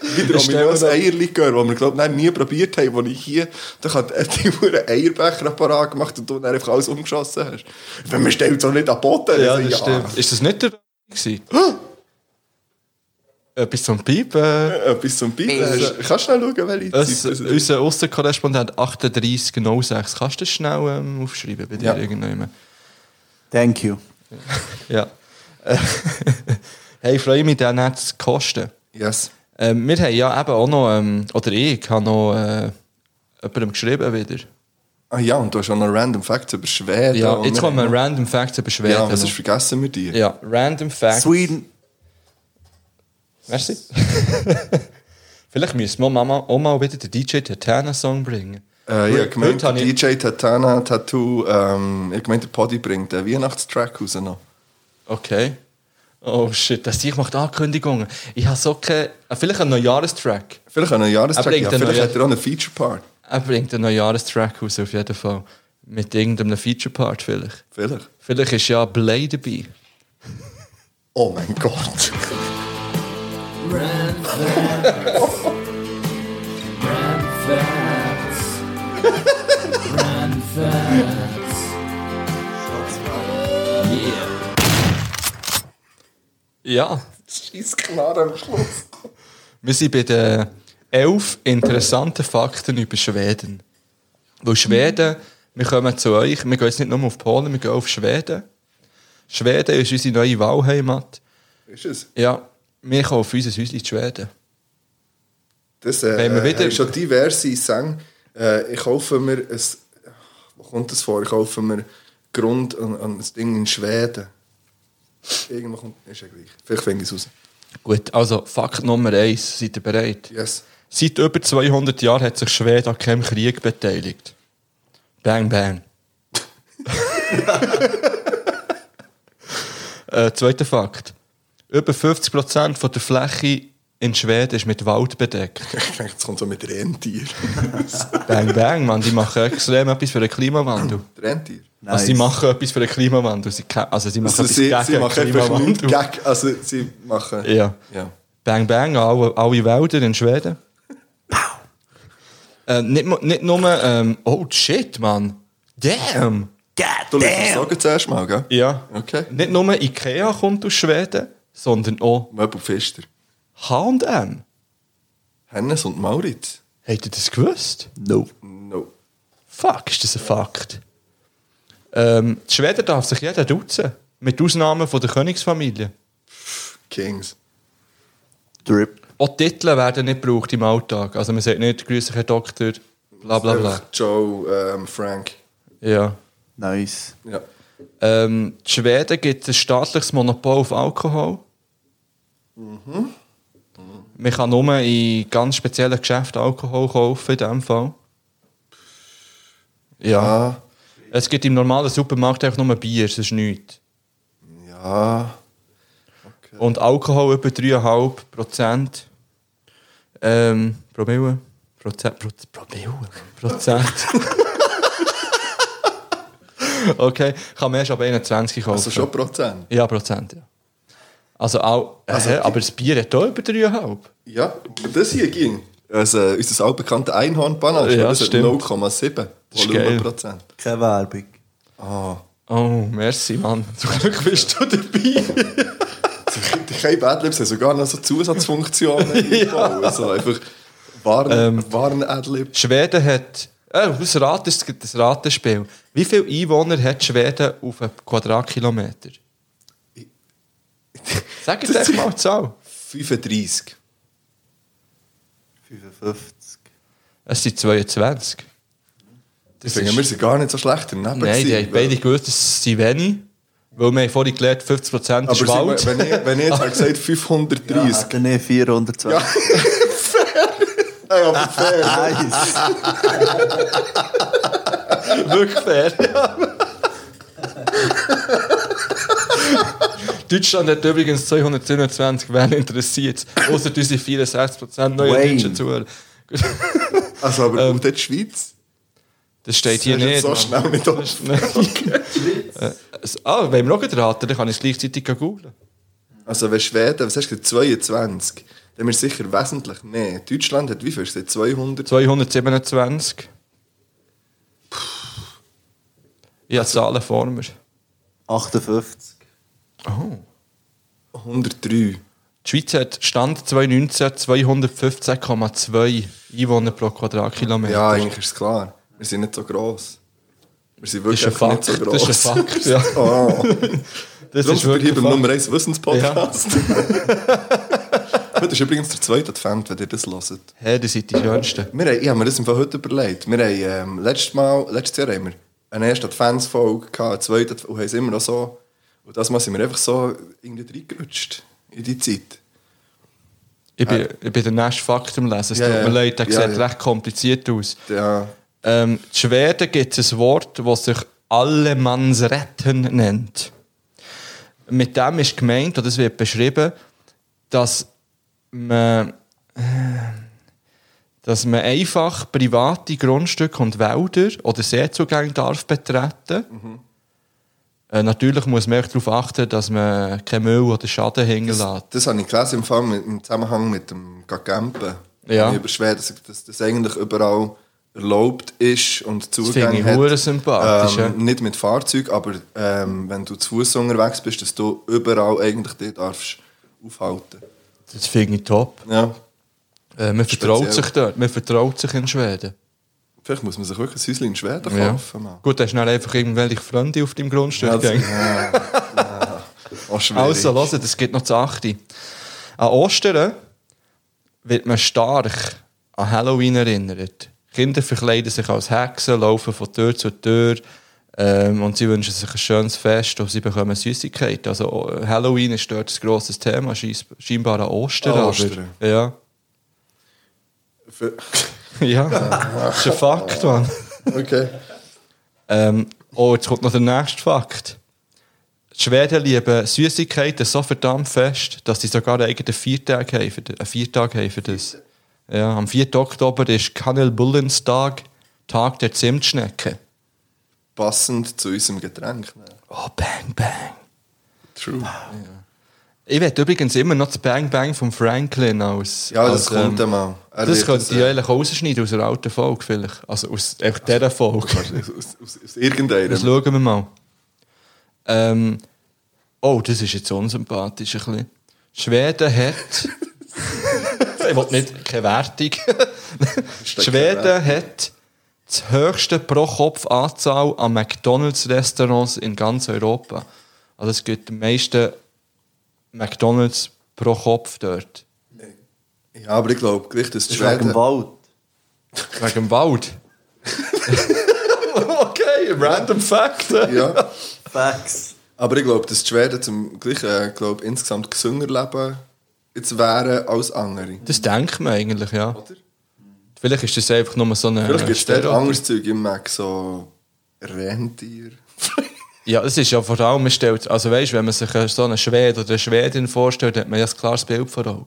[SPEAKER 4] Wieder
[SPEAKER 3] Stell
[SPEAKER 4] ominös
[SPEAKER 3] dir-
[SPEAKER 4] Eierlikör, den wir, glaube ich, nie probiert haben, wo ich hier... Da hat die einen Eierbecher parat gemacht und du dann einfach alles umgeschossen hast. Wenn man stellt so nicht an den Boden.
[SPEAKER 3] Ja,
[SPEAKER 4] Also,
[SPEAKER 3] das stimmt. Ist das nicht der gewesen? Etwas zum Piepen.
[SPEAKER 4] Etwas zum Beißen. Kannst du schnell schauen, welche
[SPEAKER 3] Es,
[SPEAKER 4] Zeit das ist?
[SPEAKER 3] unser Aussenkorrespondent 3806. Kannst du das schnell ähm, aufschreiben bei dir
[SPEAKER 4] Ja.
[SPEAKER 3] irgendjemand?
[SPEAKER 5] Thank you.
[SPEAKER 3] Ja. Äh, hey, ich freue mich, den nicht zu kosten.
[SPEAKER 4] Yes.
[SPEAKER 3] Ähm, wir haben ja eben auch noch, ähm, oder ich habe noch äh, jemandem geschrieben wieder.
[SPEAKER 4] Ah ja, und du hast auch noch Random Facts über Schweden.
[SPEAKER 3] Ja,
[SPEAKER 4] Und
[SPEAKER 3] jetzt
[SPEAKER 4] wir
[SPEAKER 3] kommen
[SPEAKER 4] haben-
[SPEAKER 3] Random Facts über Schweden.
[SPEAKER 4] Ja, was
[SPEAKER 3] noch.
[SPEAKER 4] ist vergessen mit dir?
[SPEAKER 3] ja, Random Facts.
[SPEAKER 5] Sweden.
[SPEAKER 3] Merci. Vielleicht müssen wir Mama auch mal wieder den DJ Tatana-Song bringen.
[SPEAKER 4] Äh, ich
[SPEAKER 3] Heute-
[SPEAKER 4] habe gemeint,
[SPEAKER 3] heute habe ich-
[SPEAKER 4] DJ Tatana Tattoo, ähm, ich habe gemeint, der Poddy bringt einen Weihnachtstrack raus noch.
[SPEAKER 3] Okay. Oh shit, das ich macht Ankündigungen. Ich habe so keinen. Vielleicht einen Neujahrstrack.
[SPEAKER 4] Vielleicht auch einen
[SPEAKER 3] Er
[SPEAKER 4] Jahrestrack,
[SPEAKER 3] bringt
[SPEAKER 4] ja,
[SPEAKER 3] einen
[SPEAKER 4] vielleicht
[SPEAKER 3] neuen-
[SPEAKER 4] hat er auch einen Feature-Part.
[SPEAKER 3] Er bringt einen Neujahrstrack raus, auf jeden Fall. Mit irgendeinem Feature-Part vielleicht.
[SPEAKER 4] Vielleicht.
[SPEAKER 3] Vielleicht ist ja Blade dabei.
[SPEAKER 4] Oh mein Gott.
[SPEAKER 3] Ja.
[SPEAKER 4] Scheiß klar am Schluss.
[SPEAKER 3] Wir sind bei den elf interessanten Fakten über Schweden. Weil Schweden, wir kommen zu euch, wir gehen jetzt nicht nur auf Polen, wir gehen auf Schweden. Schweden ist unsere neue Wahlheimat.
[SPEAKER 4] Ist es?
[SPEAKER 3] Ja, wir kaufen unser Häuschen in Schweden.
[SPEAKER 4] Das äh,
[SPEAKER 3] Wenn wir
[SPEAKER 4] äh,
[SPEAKER 3] wieder-
[SPEAKER 4] haben schon diverse Sänge. Äh, ich hoffe mir ein... wo kommt das vor? Kaufen wir Grund an, an das Ding in Schweden. Irgendwo kommt, ist ja gleich. Vielleicht finde ich es raus.
[SPEAKER 3] Gut, also Fakt Nummer eins, seid ihr bereit?
[SPEAKER 4] Yes.
[SPEAKER 3] Seit über 200 Jahren hat sich Schweden an keinem Krieg beteiligt. Bang, bang. äh, zweiter Fakt. Über 50% von der Fläche in Schweden ist mit Wald bedeckt.
[SPEAKER 4] Ich denke, es kommt so mit Rentier.
[SPEAKER 3] Bang, bang, Mann, die machen extrem etwas für den Klimawandel.
[SPEAKER 4] Rentier.
[SPEAKER 3] Also sie machen etwas für den Klimawandel. Sie, ke- also sie machen
[SPEAKER 4] Also
[SPEAKER 3] etwas
[SPEAKER 4] sie,
[SPEAKER 3] gegen
[SPEAKER 4] sie
[SPEAKER 3] den
[SPEAKER 4] machen einfach nichts
[SPEAKER 3] Klimawandel.
[SPEAKER 4] gegen. Also sie machen.
[SPEAKER 3] Ja.
[SPEAKER 4] ja.
[SPEAKER 3] Bang Bang an alle, alle Wälder in Schweden. äh, nicht, mu- nicht nur, ähm, oh shit, Mann. Damn.
[SPEAKER 4] Du lässt es sagen zuerst mal, gell?
[SPEAKER 3] Ja.
[SPEAKER 4] Okay.
[SPEAKER 3] Nicht nur Ikea kommt aus Schweden, sondern auch
[SPEAKER 4] Um Möbelfister.
[SPEAKER 3] H&M.
[SPEAKER 4] Hennes und Mauritz.
[SPEAKER 3] Habt ihr das gewusst?
[SPEAKER 5] No.
[SPEAKER 4] No.
[SPEAKER 3] Fuck, ist das ein Fakt. Ähm, die Schweden darf sich jeder duzen. Mit Ausnahme von der Königsfamilie.
[SPEAKER 4] Kings.
[SPEAKER 5] Drip.
[SPEAKER 3] Auch Titel werden nicht gebraucht im Alltag. Also man sagt nicht, grüß dich, Herr Doktor, bla bla bla.
[SPEAKER 4] Einfach Joe, ähm, Frank.
[SPEAKER 3] Ja.
[SPEAKER 5] Nice.
[SPEAKER 4] Ja.
[SPEAKER 3] Ähm, die Schweden gibt ein staatliches Monopol auf Alkohol.
[SPEAKER 4] Mhm.
[SPEAKER 3] Man kann nur in ganz speziellen Geschäften Alkohol kaufen, in diesem Fall. Ja.
[SPEAKER 4] Ah,
[SPEAKER 3] Es gibt im normalen Supermarkt einfach nur Bier, sonst nichts.
[SPEAKER 4] ja.
[SPEAKER 3] Und Alkohol über 3,5 Prozent. Ähm, Promille? Prozent. Pro, Promille? Prozent. okay, kann man erst ab 21 kaufen.
[SPEAKER 4] Also schon Prozent.
[SPEAKER 3] Ja, Prozent, ja. Also auch, äh, aber das Bier hat auch über 3,5.
[SPEAKER 4] Ja, und das hier ging. Also, unser altbekannter Einhorn-Banane,
[SPEAKER 3] Ja,
[SPEAKER 4] das hat
[SPEAKER 3] stimmt.
[SPEAKER 4] 0,7
[SPEAKER 3] Das ist geil.
[SPEAKER 4] Volumenprozent. Ah.
[SPEAKER 5] Keine Werbung.
[SPEAKER 3] Oh, merci, Mann. Zum Glück bist du dabei.
[SPEAKER 4] Die kleinen Adlibs haben sogar noch so Zusatzfunktionen eingebaut. Also einfach Warn,
[SPEAKER 3] Ähm.
[SPEAKER 4] Warn Adlib.
[SPEAKER 3] Schweden hat. Äh, das, Rat ist, das Ratenspiel. Wie viele Einwohner hat Schweden auf einen Quadratkilometer? Sag jetzt
[SPEAKER 4] Das-
[SPEAKER 3] einfach mal die Zahl.
[SPEAKER 4] 35.
[SPEAKER 5] 55.
[SPEAKER 3] Es sind 22.
[SPEAKER 4] Ich
[SPEAKER 3] Das
[SPEAKER 4] finde, wir sind gar nicht so schlecht im Neben.
[SPEAKER 3] nein, die haben beide gewusst, es sind wenig. Weil wir haben vorhin gelernt, 50%
[SPEAKER 4] Aber
[SPEAKER 3] ist
[SPEAKER 4] sind
[SPEAKER 3] Wald.
[SPEAKER 4] wir, wenn, ich, wenn ich jetzt hätte gesagt 530.
[SPEAKER 5] Dann nicht 420.
[SPEAKER 4] Nein, aber fair.
[SPEAKER 5] Nice.
[SPEAKER 3] Wirklich fair. ja. Deutschland hat übrigens 227, wen interessiert Außer unsere 64% neuen
[SPEAKER 5] Wayne.
[SPEAKER 3] deutschen Zuhörer.
[SPEAKER 4] Also, aber ähm, die Schweiz.
[SPEAKER 3] Das steht hier
[SPEAKER 4] Das ist
[SPEAKER 3] nicht.
[SPEAKER 4] So
[SPEAKER 3] Mann.
[SPEAKER 4] schnell nicht auf.
[SPEAKER 3] Äh, es- Ah, wenn wir noch gerade raten, dann kann ich es gleichzeitig googeln.
[SPEAKER 4] Also, wenn Schweden, was hast du gesagt, 22, dann haben wir sicher wesentlich mehr. Deutschland hat wie viel? Hast du gesagt, 200?
[SPEAKER 3] 227. Ich habe Zahlen vor mir.
[SPEAKER 5] 58.
[SPEAKER 4] 103.
[SPEAKER 3] Die Schweiz hat Stand 2019 215,2 Einwohner pro Quadratkilometer.
[SPEAKER 4] Ja, eigentlich ist es klar. Wir sind nicht so gross. Wir sind wirklich
[SPEAKER 3] das ist ein
[SPEAKER 4] einfach nicht
[SPEAKER 3] Fakt.
[SPEAKER 4] so
[SPEAKER 3] Das
[SPEAKER 4] gross.
[SPEAKER 3] ist ein Fakt. Ja.
[SPEAKER 4] Oh.
[SPEAKER 3] Das
[SPEAKER 4] Darum
[SPEAKER 3] ist
[SPEAKER 4] sind wir hier
[SPEAKER 3] wirklich
[SPEAKER 4] beim
[SPEAKER 3] ein Fakt.
[SPEAKER 4] Nummer 1 Wissenspodcast. Heute ist übrigens der zweite Advent, wenn ihr das hört.
[SPEAKER 3] Hey, das sind die schönsten.
[SPEAKER 4] Wir haben, ich habe mir das im Fall heute überlegt. Wir haben ähm, letztes, Mal, letztes Jahr haben wir eine erste Adventsfolge gehabt, eine zweite Adv- und haben es immer noch so. Und das Mal sind wir einfach so irgendwie reingerutscht in die Zeit.
[SPEAKER 3] Ich bin, ich bin der nächste Fakt am Lesen. Es
[SPEAKER 4] Ja,
[SPEAKER 3] tut mir
[SPEAKER 4] ja.
[SPEAKER 3] leid, der
[SPEAKER 4] Ja,
[SPEAKER 3] sieht
[SPEAKER 4] ja.
[SPEAKER 3] recht kompliziert aus.
[SPEAKER 4] Ja,
[SPEAKER 3] Ähm, in Schweden gibt es ein Wort, das sich Allemannsretten nennt. Mit dem ist gemeint, oder es wird beschrieben, dass man, äh, dass man einfach private Grundstücke und Wälder oder Seezugänge darf betreten.
[SPEAKER 4] Mhm.
[SPEAKER 3] Äh, natürlich muss man auch darauf achten, dass man keinen Müll oder Schaden hinterlässt.
[SPEAKER 4] das habe ich gelesen im, Fall mit, im Zusammenhang mit dem Gehen Campen.
[SPEAKER 3] Ja.
[SPEAKER 4] Habe ich Über Schweden, dass- dass das eigentlich überall erlaubt ist und Zugang
[SPEAKER 3] finde ich
[SPEAKER 4] hat.
[SPEAKER 3] hure sympathisch, ja.
[SPEAKER 4] Ähm, nicht mit Fahrzeug, aber ähm, wenn du zu Fuß unterwegs bist, dass du überall eigentlich dich darfst aufhalten.
[SPEAKER 3] Das finde ich top.
[SPEAKER 4] Ja.
[SPEAKER 3] Äh, man vertraut
[SPEAKER 4] Speziell.
[SPEAKER 3] sich dort, man vertraut sich in Schweden.
[SPEAKER 4] Vielleicht muss man sich wirklich ein Häuschen in Schweden
[SPEAKER 3] Ja.
[SPEAKER 4] kaufen. Mann.
[SPEAKER 3] Gut, hast du dann einfach irgendwelche Freunde auf deinem Grundstück.
[SPEAKER 4] Ja, das-
[SPEAKER 3] gell?
[SPEAKER 4] ja, ja. Auch schwierig.
[SPEAKER 3] also, hört, es gibt noch das Achte. An Ostern wird man stark an Halloween erinnert. Kinder verkleiden sich als Hexen, laufen von Tür zu Tür ähm, und sie wünschen sich ein schönes Fest und sie bekommen Süßigkeiten. Also oh, Halloween ist dort ein grosses Thema, schiess- scheinbar an Ostern.
[SPEAKER 4] An
[SPEAKER 3] aber-
[SPEAKER 4] Ostern.
[SPEAKER 3] Ja.
[SPEAKER 4] Für-
[SPEAKER 3] ja, das ist ein Fakt, Mann.
[SPEAKER 4] Okay.
[SPEAKER 3] Ähm, oh, jetzt kommt noch der nächste Fakt. Die Schweden lieben Süßigkeiten so verdammt fest, dass sie sogar einen eigenen Viertag haben für, einen Viertag haben für das. Ja, am 4. Oktober ist Kanelbullenstag, Tag der Zimtschnecke.
[SPEAKER 4] Passend zu unserem Getränk. ne?
[SPEAKER 3] Oh, Bang Bang.
[SPEAKER 4] True.
[SPEAKER 3] Ich werde übrigens immer noch das Bang Bang von Franklin als.
[SPEAKER 4] Ja, das
[SPEAKER 3] als, ähm,
[SPEAKER 4] kommt einmal. Er
[SPEAKER 3] Das
[SPEAKER 4] wird
[SPEAKER 3] könnte ich
[SPEAKER 4] äh,
[SPEAKER 3] eigentlich rausschneiden aus einer alten Folge vielleicht. Also aus einfach dieser Folge.
[SPEAKER 4] aus, aus, aus, aus irgendeinem.
[SPEAKER 3] Das schauen wir mal. Ähm, oh, das ist jetzt unsympathisch ein bisschen. Schweden hat... ich will nicht... Keine Wertung.
[SPEAKER 4] keine
[SPEAKER 3] Schweden
[SPEAKER 4] Wertung.
[SPEAKER 3] hat das höchste Pro-Kopf-Anzahl an McDonalds-Restaurants in ganz Europa. Also es gibt die meisten McDonalds pro Kopf dort.
[SPEAKER 4] Ja, aber ich glaube, gleich, dass die
[SPEAKER 5] Das ist wegen
[SPEAKER 4] Schweden...
[SPEAKER 5] dem Wald.
[SPEAKER 3] Wegen dem Wald. okay, random Fact.
[SPEAKER 4] Ja.
[SPEAKER 5] Facts.
[SPEAKER 4] Aber ich glaube, dass die Schweden zum gleichen, äh, glaub, insgesamt gesünder leben jetzt wären als andere.
[SPEAKER 3] Das denkt man eigentlich, ja.
[SPEAKER 4] Oder?
[SPEAKER 3] Vielleicht ist das einfach nur so eine
[SPEAKER 4] Vielleicht gibt es dort
[SPEAKER 3] Stereotyp.
[SPEAKER 4] anderes Zeug im Mac, so Rentier.
[SPEAKER 3] Ja, es ist ja vor allem, man stellt, also weißt, wenn man sich so einen Schweden oder eine Schwedin vorstellt, hat man ja ein klares Bild vor Augen.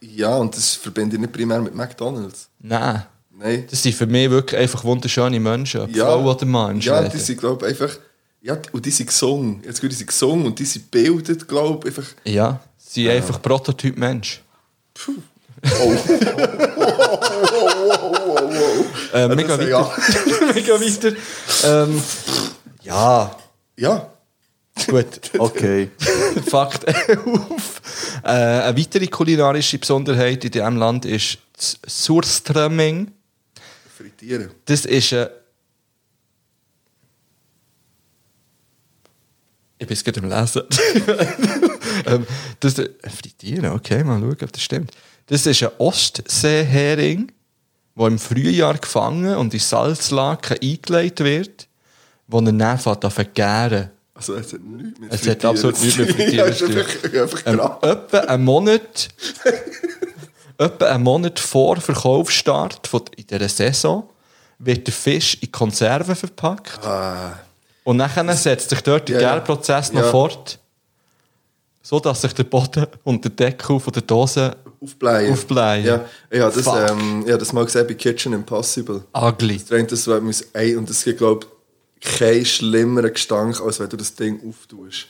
[SPEAKER 4] ja, und das verbinde ich nicht primär mit McDonalds.
[SPEAKER 3] Nein.
[SPEAKER 4] Nein.
[SPEAKER 3] Das sind für mich wirklich einfach wunderschöne Menschen. Ob
[SPEAKER 4] ja,
[SPEAKER 3] Frau oder Mann. in
[SPEAKER 4] Ja, die
[SPEAKER 3] Schweden.
[SPEAKER 4] sind, glaube ich, einfach... Ja, die- und die sind gesungen. Jetzt gut, die sind gesungen und die sind gebildet, glaube ich. Einfach...
[SPEAKER 3] ja, sie sind einfach Prototyp Mensch.
[SPEAKER 4] Oh,
[SPEAKER 3] Äh, wir gehen
[SPEAKER 4] das-
[SPEAKER 3] weiter.
[SPEAKER 4] oh. ja.
[SPEAKER 3] wir gehen weiter. Ähm, ja,
[SPEAKER 4] ja.
[SPEAKER 3] gut.
[SPEAKER 5] Okay.
[SPEAKER 3] Fakt auf. Äh, eine weitere kulinarische Besonderheit in diesem Land ist das Surströmming.
[SPEAKER 4] Frittieren.
[SPEAKER 3] Das ist äh, ein. Ich bin es gerade am Lesen. ähm, das, äh, frittieren, okay, mal schauen, ob das stimmt. Das ist ein Ostseehering, der im Frühjahr gefangen und in Salzlaken eingelegt wird, wo er dann fährt an vergären.
[SPEAKER 4] Also es hat nichts mit
[SPEAKER 3] Es hat absolut nichts mit Frittieren
[SPEAKER 4] zu tun. Ja, es ist einfach- einfach
[SPEAKER 3] Ähm,
[SPEAKER 4] krass.
[SPEAKER 3] etwa einen Monat, etwa einen Monat vor Verkaufsstart von in dieser Saison wird der Fisch in Konserven verpackt.
[SPEAKER 4] Ah,
[SPEAKER 3] Und nachher setzt sich dort der
[SPEAKER 4] Ja, ja.
[SPEAKER 3] Gärprozess noch
[SPEAKER 4] Ja.
[SPEAKER 3] fort, so dass sich der Boden und der Deckel von der Dose
[SPEAKER 4] aufbleien.
[SPEAKER 3] Aufbleien.
[SPEAKER 4] Ja, ja das,
[SPEAKER 3] Fuck.
[SPEAKER 4] ähm, ja, das mal gesehen bei Kitchen Impossible.
[SPEAKER 3] ugly.
[SPEAKER 4] Das rennt das, wenn man es- ey, und es gibt, glaube ich, keinen schlimmeren Gestank, als wenn du das Ding auftust.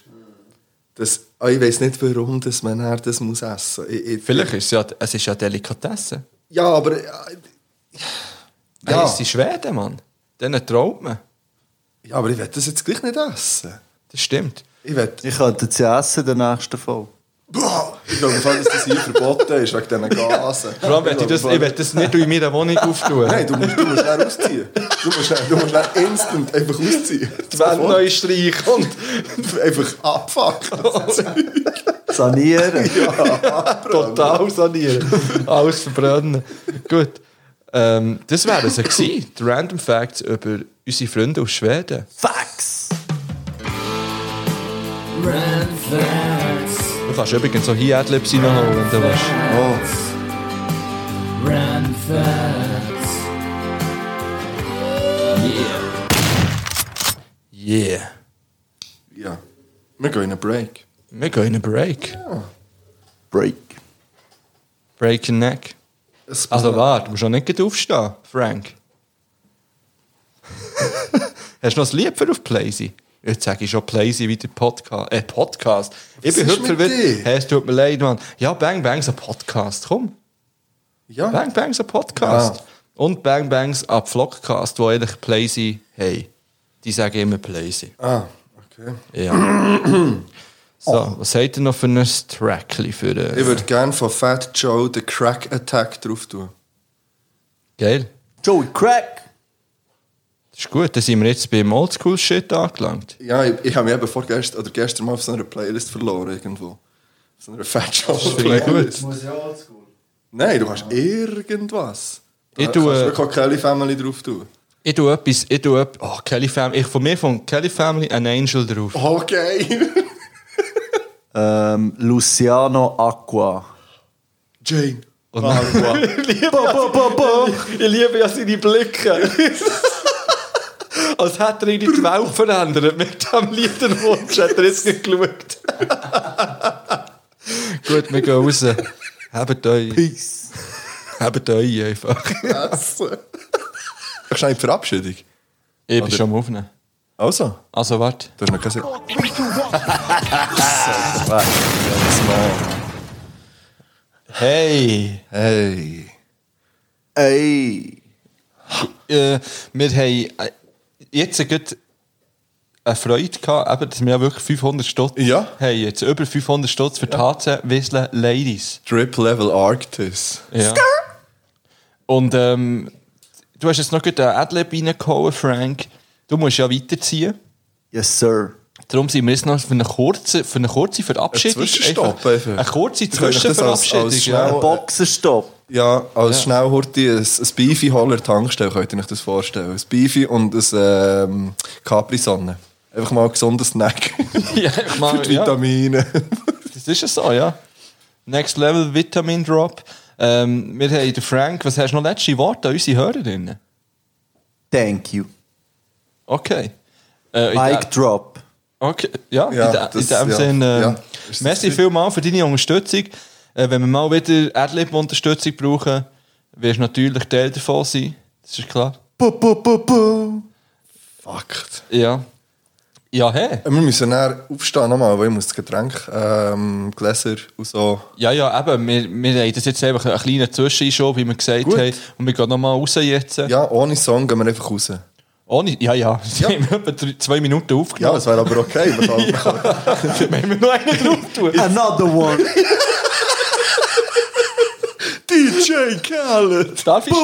[SPEAKER 4] Das, ah, ich weiß nicht, warum dass man dann das muss essen muss. Ich, ich,
[SPEAKER 3] Vielleicht ist es ja, es ist ja Delikatesse.
[SPEAKER 4] Ja, aber... äh, Ja,
[SPEAKER 3] Ja. Hey,
[SPEAKER 4] ja,
[SPEAKER 3] es sind Schweden, Mann. Denen traut man.
[SPEAKER 4] ja, aber ich will das jetzt gleich nicht essen.
[SPEAKER 3] Das stimmt.
[SPEAKER 4] Ich will...
[SPEAKER 5] Ich könnte sie essen in der nächsten Folge.
[SPEAKER 4] Boah, ich glaube, im Fall, dass das hier verboten ist, wegen diesen Gasen.
[SPEAKER 3] Vor allem, will ich, das, ich will das nicht in meiner Wohnung auftun.
[SPEAKER 4] genau. Nein, du musst, du musst dann ausziehen. Du musst dann, du musst dann instant einfach ausziehen.
[SPEAKER 3] die Wände neu streichen und
[SPEAKER 4] Einfach abfucken.
[SPEAKER 5] Sanieren.
[SPEAKER 3] total sanieren. Alles verbrennen. Gut. Ähm, das wären sie gewesen. Die Random Facts über unsere Freunde aus Schweden.
[SPEAKER 5] Facts.
[SPEAKER 3] Du kannst übrigens auch hier Adlibs reinholen, wenn du willst.
[SPEAKER 4] Oh,
[SPEAKER 3] Yeah.
[SPEAKER 4] ja. Wir gehen in einen Break.
[SPEAKER 3] Wir gehen in einen Break.
[SPEAKER 5] Break.
[SPEAKER 3] Break your neck.
[SPEAKER 4] Es-
[SPEAKER 3] Also warte, du musst auch nicht gleich aufstehen, Frank. Hast du noch ein Lied für auf Playsee? Jetzt sage ich schon Playsee wie der Podcast. Äh, Podcast. Ich bin
[SPEAKER 4] ist
[SPEAKER 3] heute
[SPEAKER 4] mit dir?
[SPEAKER 3] verwirrt. Hey, es tut mir leid, Mann. Ja, Bang Bangs ein Podcast. Komm.
[SPEAKER 4] Ja. Ah.
[SPEAKER 3] Bang Bangs ein Podcast.
[SPEAKER 4] Ja.
[SPEAKER 3] Und Bang Bangs ein Vlogcast, wo eigentlich Playsee hey. Die sagen immer Playsee.
[SPEAKER 4] Ah, okay.
[SPEAKER 3] Ja. so, was habt ihr noch für ein Trackli für äh,
[SPEAKER 4] Ich würde gerne von Fat Joe den Crack Attack drauf tun.
[SPEAKER 3] Geil.
[SPEAKER 5] Joey Crack.
[SPEAKER 3] Das ist gut, dann sind wir jetzt beim Oldschool-Shit angelangt.
[SPEAKER 4] Ja, ich, ich habe mich eben vorgestern oder gestern mal auf so einer Playlist verloren irgendwo. Auf so einer Fat Joe
[SPEAKER 3] Finde ich
[SPEAKER 4] Playlist.
[SPEAKER 3] gut.
[SPEAKER 4] Nein, du hast irgendwas.
[SPEAKER 3] Ich
[SPEAKER 4] kannst du
[SPEAKER 3] tue,
[SPEAKER 4] wirklich auch Kelly Family drauf tun.
[SPEAKER 3] ich tue etwas, ich tue etwas. Oh, Kelly Family. Ich, von mir von Kelly Family ein Angel
[SPEAKER 4] Oh,
[SPEAKER 3] drauf.
[SPEAKER 4] Okay.
[SPEAKER 5] Ähm, Luciano Aqua.
[SPEAKER 4] Jane.
[SPEAKER 3] Und dann,
[SPEAKER 4] Ich liebe ja seine Blicke.
[SPEAKER 3] als hätte er irgendwie die Welt verändert mit diesem Liederwunsch. Hat er jetzt nicht geschaut. Gut, wir gehen raus. Habt euch. Peace. Habt euch einfach.
[SPEAKER 4] Ich schnell die Verabschiedung.
[SPEAKER 3] Ich bin schon am Aufnehmen.
[SPEAKER 4] Also,
[SPEAKER 3] Also, warte.
[SPEAKER 4] du hast noch keine
[SPEAKER 3] Hey!
[SPEAKER 4] Hey.
[SPEAKER 5] Ey.
[SPEAKER 3] äh, wir haben äh, jetzt gerade eine Freude gehabt, eben, dass wir ja wirklich 500 Stutz
[SPEAKER 4] Ja.
[SPEAKER 3] haben. Jetzt über 500 Stutz für die HC Wiesle Ladies.
[SPEAKER 4] Drip Level Arctis.
[SPEAKER 3] Ja. Und ähm, du hast jetzt noch gerade einen Adlib reingehauen, Frank. Du musst ja weiterziehen.
[SPEAKER 5] Yes, sir.
[SPEAKER 3] Darum sind wir jetzt noch für eine kurze, für eine kurze Verabschiedung.
[SPEAKER 4] Ein Zwischenstopp einfach.
[SPEAKER 3] Eine kurze
[SPEAKER 4] Du könntest das als-
[SPEAKER 3] Zwischenverabschiedung.
[SPEAKER 4] als
[SPEAKER 3] ja.
[SPEAKER 4] schnell-
[SPEAKER 5] Ein Boxenstopp.
[SPEAKER 4] Ja, als schnell Hurti ein, ein Beefy holler Tankstelle, könnt ihr euch das vorstellen. Ein Beefy und ein ähm, Capri-Sonne. Einfach mal ein gesunder Snack.
[SPEAKER 3] Ja, ich meine,
[SPEAKER 4] Mit
[SPEAKER 3] Ah, ja.
[SPEAKER 4] Vitamine.
[SPEAKER 3] Das ist es so, ja. Next Level Vitamin Drop. Ähm, wir haben den Frank. Was hast du noch letzte Worte an unsere Hörerinnen?
[SPEAKER 5] Thank you.
[SPEAKER 3] Okay. Äh, in
[SPEAKER 5] Mic
[SPEAKER 3] der-
[SPEAKER 5] drop.
[SPEAKER 3] okay. Ja,
[SPEAKER 4] Ja,
[SPEAKER 3] in, der,
[SPEAKER 4] das-
[SPEAKER 3] in dem
[SPEAKER 4] ja.
[SPEAKER 3] Sinn. Äh,
[SPEAKER 4] Ja, ist das
[SPEAKER 3] merci
[SPEAKER 4] richtig?
[SPEAKER 3] vielmals für deine Unterstützung. Äh, wenn wir mal wieder Adlib-Unterstützung brauchen, wirst du natürlich Teil davon sein. Das ist klar.
[SPEAKER 4] Fuck.
[SPEAKER 3] Ja. Ja, hey.
[SPEAKER 4] Wir müssen näher aufstehen nochmal, weil ich muss das Getränk, ähm, Gläser und so.
[SPEAKER 3] Ja, ja, eben. Wir, wir haben das jetzt einfach einen kleinen Zwischenschub, wie wir gesagt
[SPEAKER 4] Gut.
[SPEAKER 3] haben. Und wir gehen nochmal raus jetzt.
[SPEAKER 4] Ja, ohne Song gehen wir einfach raus.
[SPEAKER 3] Ohne, ja, ja. Wir haben etwa drei- zwei Minuten
[SPEAKER 4] Ja,
[SPEAKER 3] aufgenommen.
[SPEAKER 4] das wäre aber okay. Man kann, man kann-
[SPEAKER 3] Wenn wir noch einen drauf tun.
[SPEAKER 5] Another one.
[SPEAKER 4] DJ Khaled!
[SPEAKER 3] Ah, Darf ich?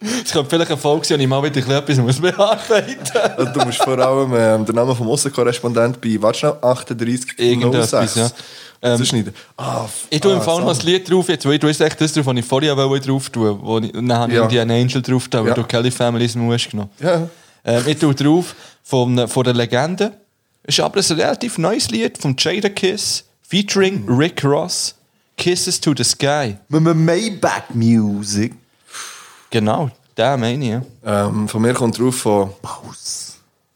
[SPEAKER 3] Es könnte vielleicht ein Folge sein, wenn ich mal wieder ein bisschen etwas muss bearbeiten
[SPEAKER 4] Und du musst vor allem ähm, den Namen vom Aussenkorrespondent bei, warte schnell, 38
[SPEAKER 3] Irgendetwas, ja.
[SPEAKER 4] Ähm,
[SPEAKER 3] Ähm,
[SPEAKER 4] schneiden. Ah, f-
[SPEAKER 3] Ich tue im
[SPEAKER 4] ah,
[SPEAKER 3] Fall noch
[SPEAKER 4] so.
[SPEAKER 3] das Lied drauf, jetzt, weil ich tue jetzt echt das drauf, was ich vorher wollte drauf tun wo ich, Und dann habe ich
[SPEAKER 4] Ja.
[SPEAKER 3] die einen Angel drauf getan, weil
[SPEAKER 4] Ja.
[SPEAKER 3] du Kelly Families musst genommen
[SPEAKER 4] Ja.
[SPEAKER 3] ähm, Ich tue drauf von, von der Legende. Ist aber ein relativ neues Lied von Jada Kiss, featuring Rick Ross, Kisses to the Sky.
[SPEAKER 5] M- m- Maybach Music.
[SPEAKER 3] Genau, der meine ich. Ja.
[SPEAKER 4] Ähm, von mir kommt drauf von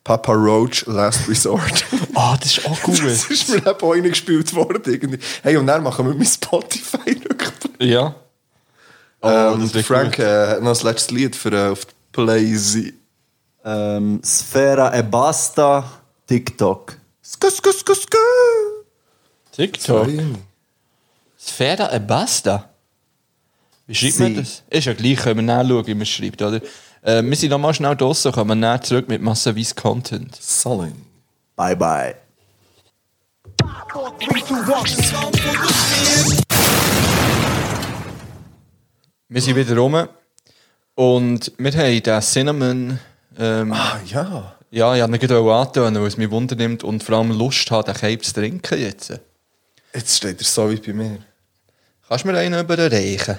[SPEAKER 4] Papa Roach Last Resort.
[SPEAKER 3] Ah, das ist auch
[SPEAKER 4] das
[SPEAKER 3] gut.
[SPEAKER 4] ist mir eben auch eingespielt worden. Irgendwie. Hey, und dann machen wir mit Spotify rückblick.
[SPEAKER 3] ja. Oh,
[SPEAKER 4] Ähm,
[SPEAKER 3] das wird
[SPEAKER 4] Frank
[SPEAKER 3] gut.
[SPEAKER 4] äh, hat noch das letzte Lied für äh, auf die Playsee.
[SPEAKER 5] Ähm, Sfera e Basta. TikTok.
[SPEAKER 4] Sku, sku, sku, sku.
[SPEAKER 3] TikTok. Sfera e basta. Wie schreibt
[SPEAKER 5] Sie.
[SPEAKER 3] man das? Ist ja gleich, können wir nachschauen, wie man es schreibt, oder? Äh, wir sind nochmal schnell draussen, kommen näher zurück mit massenweise Content.
[SPEAKER 4] Sollen.
[SPEAKER 5] Bye bye.
[SPEAKER 3] Wir sind wieder rum und wir haben den Cinnamon... Ähm,
[SPEAKER 4] Ah, ja.
[SPEAKER 3] ja, ich habe ihn gerade auch angetan, weil es mich Wunder nimmt und vor allem Lust hat, den Cape zu trinken jetzt.
[SPEAKER 4] Jetzt steht er so wie bei mir.
[SPEAKER 3] Kannst du mir einen überreichen?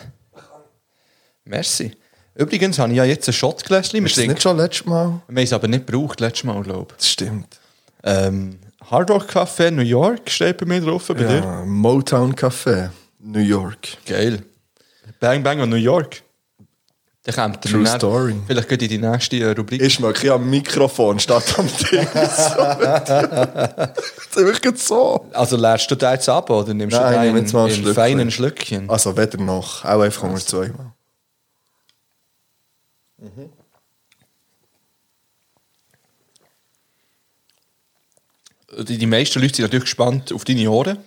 [SPEAKER 3] Merci. Übrigens habe ich ja jetzt ein Shotgläschen. Wir
[SPEAKER 4] Ist das
[SPEAKER 3] trinken-
[SPEAKER 4] nicht schon letztes Mal?
[SPEAKER 3] wir haben es aber nicht gebraucht, letztes Mal, glaube ich.
[SPEAKER 4] Das stimmt.
[SPEAKER 3] Ähm, Hard Rock Café New York steht bei mir drauf, bei dir.
[SPEAKER 4] Ja, Ah, Motown Café, New York.
[SPEAKER 3] Geil. Bang Bang an New York. Dann kommt
[SPEAKER 4] True story.
[SPEAKER 3] Vielleicht geht in die nächste äh, Rubrik.
[SPEAKER 4] Ich schmecke ja am Mikrofon statt am Ding. So. das ist wirklich so.
[SPEAKER 3] also lehrst du den jetzt ab oder nimmst
[SPEAKER 4] Nein, ich
[SPEAKER 3] du
[SPEAKER 4] nehme
[SPEAKER 3] den
[SPEAKER 4] jetzt mal ein
[SPEAKER 3] in, in
[SPEAKER 4] Schlückchen.
[SPEAKER 3] feinen Schlückchen?
[SPEAKER 4] Also weder noch. Auch einfach nur zweimal.
[SPEAKER 3] Also, Die, die meisten Leute sind natürlich gespannt auf deine Ohren.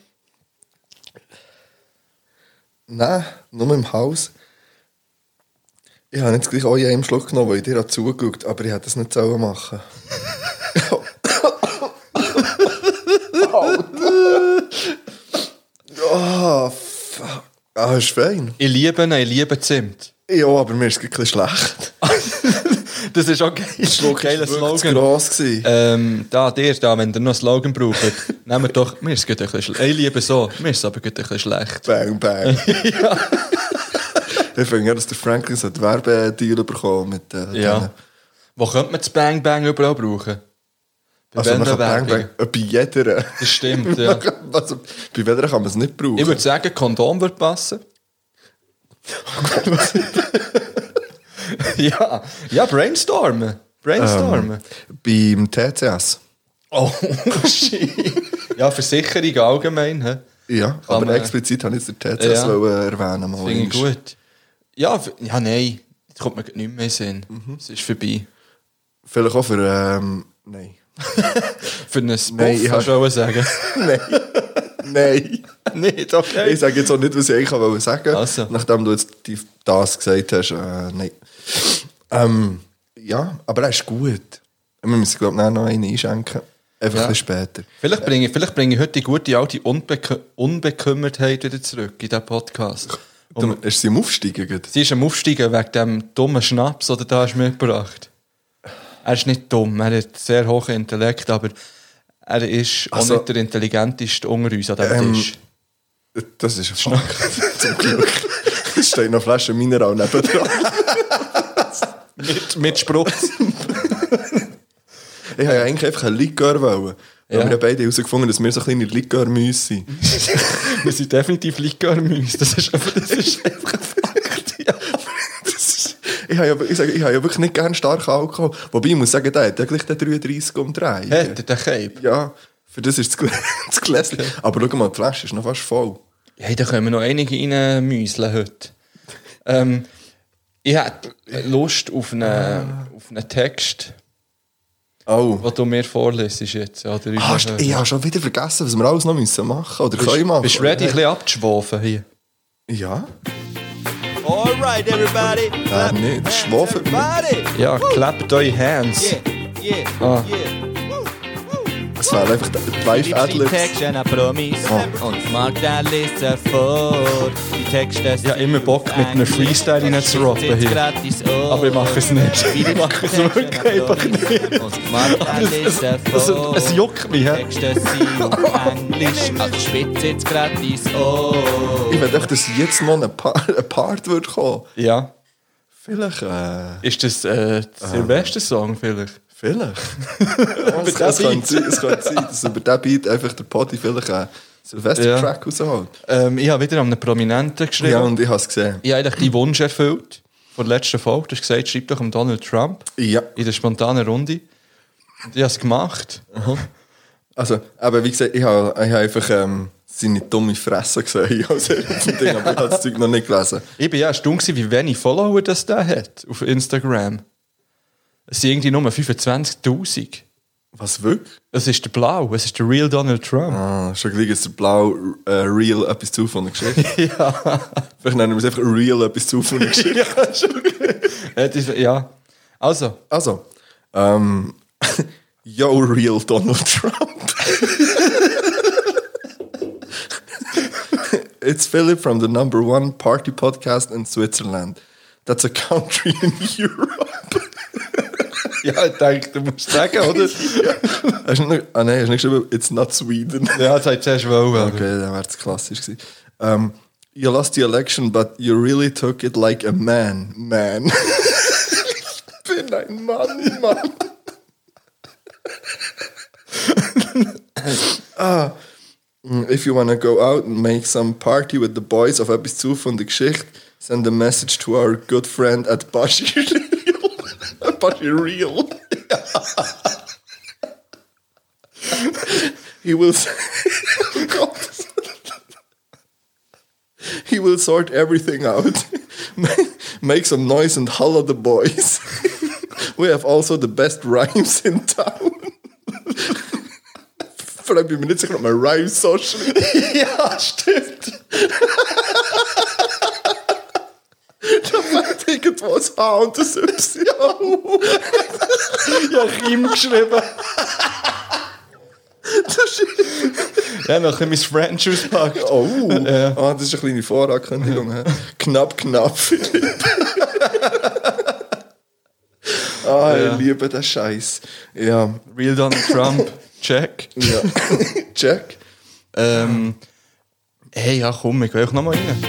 [SPEAKER 4] Nein, nur im Haus. Ich habe jetzt gleich auch in einem Schluck genommen, weil ich dir auch zugeschaut aber ich hätte das nicht selber machen sollen. oh, fuck. Ah, ist fein.
[SPEAKER 3] Ich liebe ihn, ich liebe Zimt.
[SPEAKER 4] Ja, aber mir ist es ein bisschen schlecht.
[SPEAKER 3] Das ist auch geil. Geiler
[SPEAKER 4] Das war wirklich zu
[SPEAKER 3] Slogan.
[SPEAKER 4] gross. gewesen.
[SPEAKER 3] Ähm, da, dir, da, wenn ihr noch einen Slogan braucht, nehmt doch, mir ist es gerade ein bisschen schlecht. Ich liebe so, mir ist es aber gerade ein bisschen schlecht.
[SPEAKER 4] Bang, bang. Ich finde ja, dass der Franklin so einen Werbedeal bekommen mit äh,
[SPEAKER 3] Ja.
[SPEAKER 4] denen.
[SPEAKER 3] Wo könnte man das Bang Bang überall brauchen? Bei
[SPEAKER 4] Also man kann Bang
[SPEAKER 3] Wendewerbung.
[SPEAKER 4] Bang, äh, bei jeder.
[SPEAKER 3] Das stimmt, ja.
[SPEAKER 4] also, bei jeder kann man es nicht brauchen.
[SPEAKER 3] Ich würde sagen, Kondom würde passen. ja, ja, brainstormen. Brainstormen.
[SPEAKER 4] Beim TCS.
[SPEAKER 3] Oh, shit. Ja, Versicherung allgemein. He.
[SPEAKER 4] Ja, aber
[SPEAKER 3] man-
[SPEAKER 4] explizit habe ich jetzt den TCS
[SPEAKER 3] Ja.
[SPEAKER 4] wollen erwähnen mal
[SPEAKER 3] Finde ich
[SPEAKER 4] einmal.
[SPEAKER 3] gut. Ja, f- ja, nein. Jetzt kommt mir grad nicht mehr in den Sinn. Es ist vorbei.
[SPEAKER 4] Vielleicht auch für... Ähm, nein.
[SPEAKER 3] Für einen Spuff,
[SPEAKER 4] Nein,
[SPEAKER 3] nein,
[SPEAKER 4] ich
[SPEAKER 3] ich kannst du auch sagen.
[SPEAKER 4] nein. Nein.
[SPEAKER 3] Nicht, okay.
[SPEAKER 4] Ich sage jetzt auch nicht, was ich eigentlich wollte sagen.
[SPEAKER 3] Also.
[SPEAKER 4] Nachdem du jetzt die, das gesagt hast, äh, nein. Ähm, ja, aber er ist gut. Wir müssen, glaube ich, noch einen einschenken. Einfach
[SPEAKER 3] Ja.
[SPEAKER 4] ein bisschen später.
[SPEAKER 3] Vielleicht bringe, vielleicht bringe ich heute die gute alte Unbekü Unbekümmertheit wieder zurück in diesen Podcast.
[SPEAKER 4] Du,
[SPEAKER 3] Um-
[SPEAKER 4] ist sie im Aufsteigen? gerade?
[SPEAKER 3] Sie ist am Aufsteigen wegen dem dummen Schnaps, oder da hast du mitgebracht. Er ist nicht dumm, er hat sehr hohen Intellekt, aber er ist
[SPEAKER 4] Also-
[SPEAKER 3] auch nicht der intelligenteste unter uns an diesem
[SPEAKER 4] Ähm,
[SPEAKER 3] Tisch.
[SPEAKER 4] Das ist ein Fuck. Zum Glück. Es steht noch eine Flasche Mineral neben dran.
[SPEAKER 3] Mit, mit Spruchs.
[SPEAKER 4] Ich wollte ja eigentlich einfach einen Likör. Wollen, weil
[SPEAKER 3] Ja.
[SPEAKER 4] Wir haben beide herausgefunden, dass wir so kleine Likörmäuse sind.
[SPEAKER 3] Wir sind definitiv Likörmüs. Das ist einfach, das ist einfach ein Fakt. Ja.
[SPEAKER 4] Ich habe ja, ich sage, ich habe ja wirklich nicht gerne starken Alkohol. Wobei, ich muss sagen, der hat ja gleich den 33 umdrehen.
[SPEAKER 3] Hätte der Keib.
[SPEAKER 4] Ja, für das ist das Glä- das Gläschen. Aber schau mal, die Flasche ist noch fast voll.
[SPEAKER 3] Hey, da können wir noch einige reinmüseln heute. Ähm, ich hätte Lust auf einen, auf einen Text,
[SPEAKER 4] Oh.
[SPEAKER 3] den du mir vorlesest jetzt. Ja, der
[SPEAKER 4] Ah, st- ich habe schon wieder vergessen, was wir alles noch müssen machen oder
[SPEAKER 3] bist,
[SPEAKER 4] können machen.
[SPEAKER 3] bist du ready, ein bisschen abzuschwafen hier?
[SPEAKER 4] Ja.
[SPEAKER 7] Alright, everybody.
[SPEAKER 4] Äh, nee, das schwafelt nicht.
[SPEAKER 3] Ja, klebt eure Hands.
[SPEAKER 7] Yeah, yeah,
[SPEAKER 3] Ah.
[SPEAKER 7] yeah.
[SPEAKER 4] Es fehlen einfach die- die live
[SPEAKER 7] Liebste
[SPEAKER 4] Adlibs.
[SPEAKER 7] Texte an Promis
[SPEAKER 3] Ah.
[SPEAKER 7] und mag der Liste vor. Die Texte
[SPEAKER 3] Ja, immer Bock, mit einem Freestyle reinzuroppen hier. Aber ich mache es nicht. Ich mache es wirklich einfach nicht.
[SPEAKER 7] Und mag der
[SPEAKER 3] Es- es-
[SPEAKER 7] Liste
[SPEAKER 3] es-
[SPEAKER 7] vor.
[SPEAKER 3] Es juckt mich. hä?
[SPEAKER 7] Texte sind
[SPEAKER 3] Oh,
[SPEAKER 7] auf Englisch, also spitze jetzt grad dein Ohr.
[SPEAKER 4] Ich werde dass jetzt noch ein Part, ein Part wird kommen.
[SPEAKER 3] Ja.
[SPEAKER 4] Vielleicht, äh,
[SPEAKER 3] Ist das äh, der Silvester-Song vielleicht?
[SPEAKER 4] vielleicht. Ja, es, es,
[SPEAKER 3] diesem
[SPEAKER 4] könnte sein, es könnte sein, dass über diesen Beat einfach der Potti vielleicht einen Silvester-Track rausholt.
[SPEAKER 3] Ähm, ich habe wieder an einen Prominenten geschrieben.
[SPEAKER 4] Ja, und ich habe es gesehen.
[SPEAKER 3] ich habe eigentlich deinen Wunsch erfüllt von der letzten Folge. Du hast gesagt, schreib doch um Donald Trump
[SPEAKER 4] Ja.
[SPEAKER 3] in der spontanen Runde. Und ich habe es gemacht.
[SPEAKER 4] Also, aber wie gesagt, ich habe, ich habe einfach ähm, seine dumme Fresse gesehen. Also, Ding, aber ich habe das Zeug noch nicht gelesen.
[SPEAKER 3] Ich bin ja erstaunt, gewesen, wie wenig Follower das der hat auf Instagram. Es sind irgendwie nur 25'000.
[SPEAKER 4] Was wirklich?
[SPEAKER 3] Es ist der Blau, es ist der real Donald Trump.
[SPEAKER 4] Ah, schon gleich ist der Blau äh, Real etwas zu von der Geschichte. ja. Vielleicht nennen wir es einfach Real etwas zu von der Geschichte.
[SPEAKER 3] ja, schon. Äh, das- ja. Also,
[SPEAKER 4] Also, ähm, yo, Real Donald Trump. It's Philip from the number one party podcast in Switzerland. That's a country in Europe.
[SPEAKER 3] ja, ich denke, du musst sagen, oder?
[SPEAKER 4] Hast du nicht, ah nein, hast du nicht geschrieben, it's not Sweden.
[SPEAKER 3] ja, das hat zuerst wollen.
[SPEAKER 4] Okay, dann wäre es klassisch gewesen. Ähm, you lost the election, but you really took it like a man, man. ich bin ein Mann, Mann. ah, if you wanna go out and make some party with the boys of etwas zu von der Geschichte, send a message to our good friend at Bashir Real. Bashir Real. He will. he will sort everything out. Make some noise and holler the boys. we have also the best rhymes in town. Vielleicht bin ich mir nicht sicher, ob man Rhymes so schreibt. ja, stimmt. da fällt irgendwo ein H und ein Y.
[SPEAKER 3] Ja, Kim geschrieben. ja, noch ein bisschen mein French auspackt.
[SPEAKER 4] Oh,
[SPEAKER 3] Äh.
[SPEAKER 4] ah, das ist eine kleine Vorankündigung. hä? knapp, knapp, Philipp. ah, ich liebe den Scheiß. Ja,
[SPEAKER 3] Real Donald Trump, check.
[SPEAKER 4] ja. Check.
[SPEAKER 3] Ähm, hey, ja, komm, ich gehe euch nochmal rein.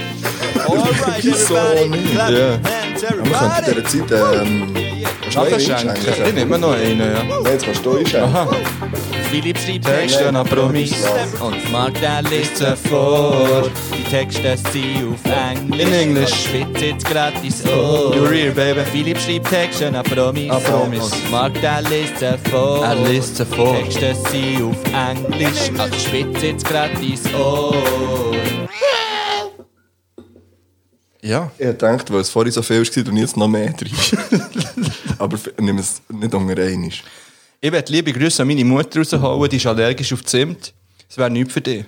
[SPEAKER 7] Alright,
[SPEAKER 4] So
[SPEAKER 7] everybody,
[SPEAKER 4] nicht.
[SPEAKER 7] clap
[SPEAKER 3] Ja.
[SPEAKER 7] your hands,
[SPEAKER 4] Wir
[SPEAKER 7] everybody.
[SPEAKER 4] könnten in dieser Zeit... Ähm, kannst du noch
[SPEAKER 3] Schade
[SPEAKER 4] einen
[SPEAKER 3] schenken. Ich
[SPEAKER 4] einschenken?
[SPEAKER 3] nehme noch einen. Ja.
[SPEAKER 4] Nein, jetzt kannst du einschenken.
[SPEAKER 3] Aha,
[SPEAKER 7] Philipp schreibt
[SPEAKER 3] Texte
[SPEAKER 7] Texte
[SPEAKER 3] an Promis.
[SPEAKER 7] und mag der Liste vor. Die Texte sind auf Englisch.
[SPEAKER 3] In Englisch.
[SPEAKER 7] Schwitzt jetzt grad ins Ohr.
[SPEAKER 3] Your ear, baby.
[SPEAKER 7] Philipp schreibt Texte an Promis.
[SPEAKER 3] An Promis.
[SPEAKER 7] Und mag der Liste vor.
[SPEAKER 3] An Liste vor.
[SPEAKER 7] Die Texte sind auf Englisch. Also schwitzt jetzt grad ins Ohr.
[SPEAKER 3] Ja.
[SPEAKER 4] Ich dachte, weil es vorhin so viel war, und jetzt noch mehr drin. Aber f- nimm es nicht unter einmal.
[SPEAKER 3] Ich werde liebe Grüße an meine Mutter rausholen, die ist allergisch auf Zimt. Das wäre nichts für dich.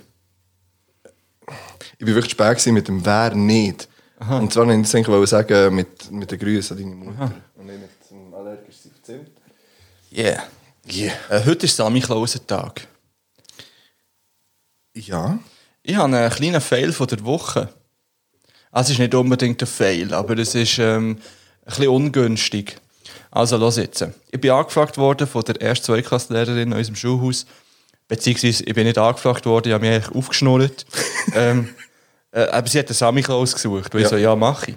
[SPEAKER 4] Ich war wirklich spät gewesen mit dem «Wer nicht». Und zwar wollte ich eigentlich wollte sagen, mit, mit den Grüßen an deine Mutter. Und nicht mit dem allergischen Zimt.
[SPEAKER 3] Yeah. Äh, heute ist Samichlausentag.
[SPEAKER 4] Ja.
[SPEAKER 3] Ich habe einen kleinen Fail von der Woche. Also, Es ist nicht unbedingt ein Fail, aber es ist ähm, ein bisschen ungünstig. Also, los jetzt. Ich bin angefragt worden von der ersten Zweiklasslehrerin in unserem Schulhaus. Beziehungsweise, ich bin nicht angefragt worden, ich habe mich eigentlich aufgeschnurrt. ähm, äh, aber sie hat einen Samichlaus gesucht, weil ich
[SPEAKER 4] Ja.
[SPEAKER 3] so, ja, mache ich.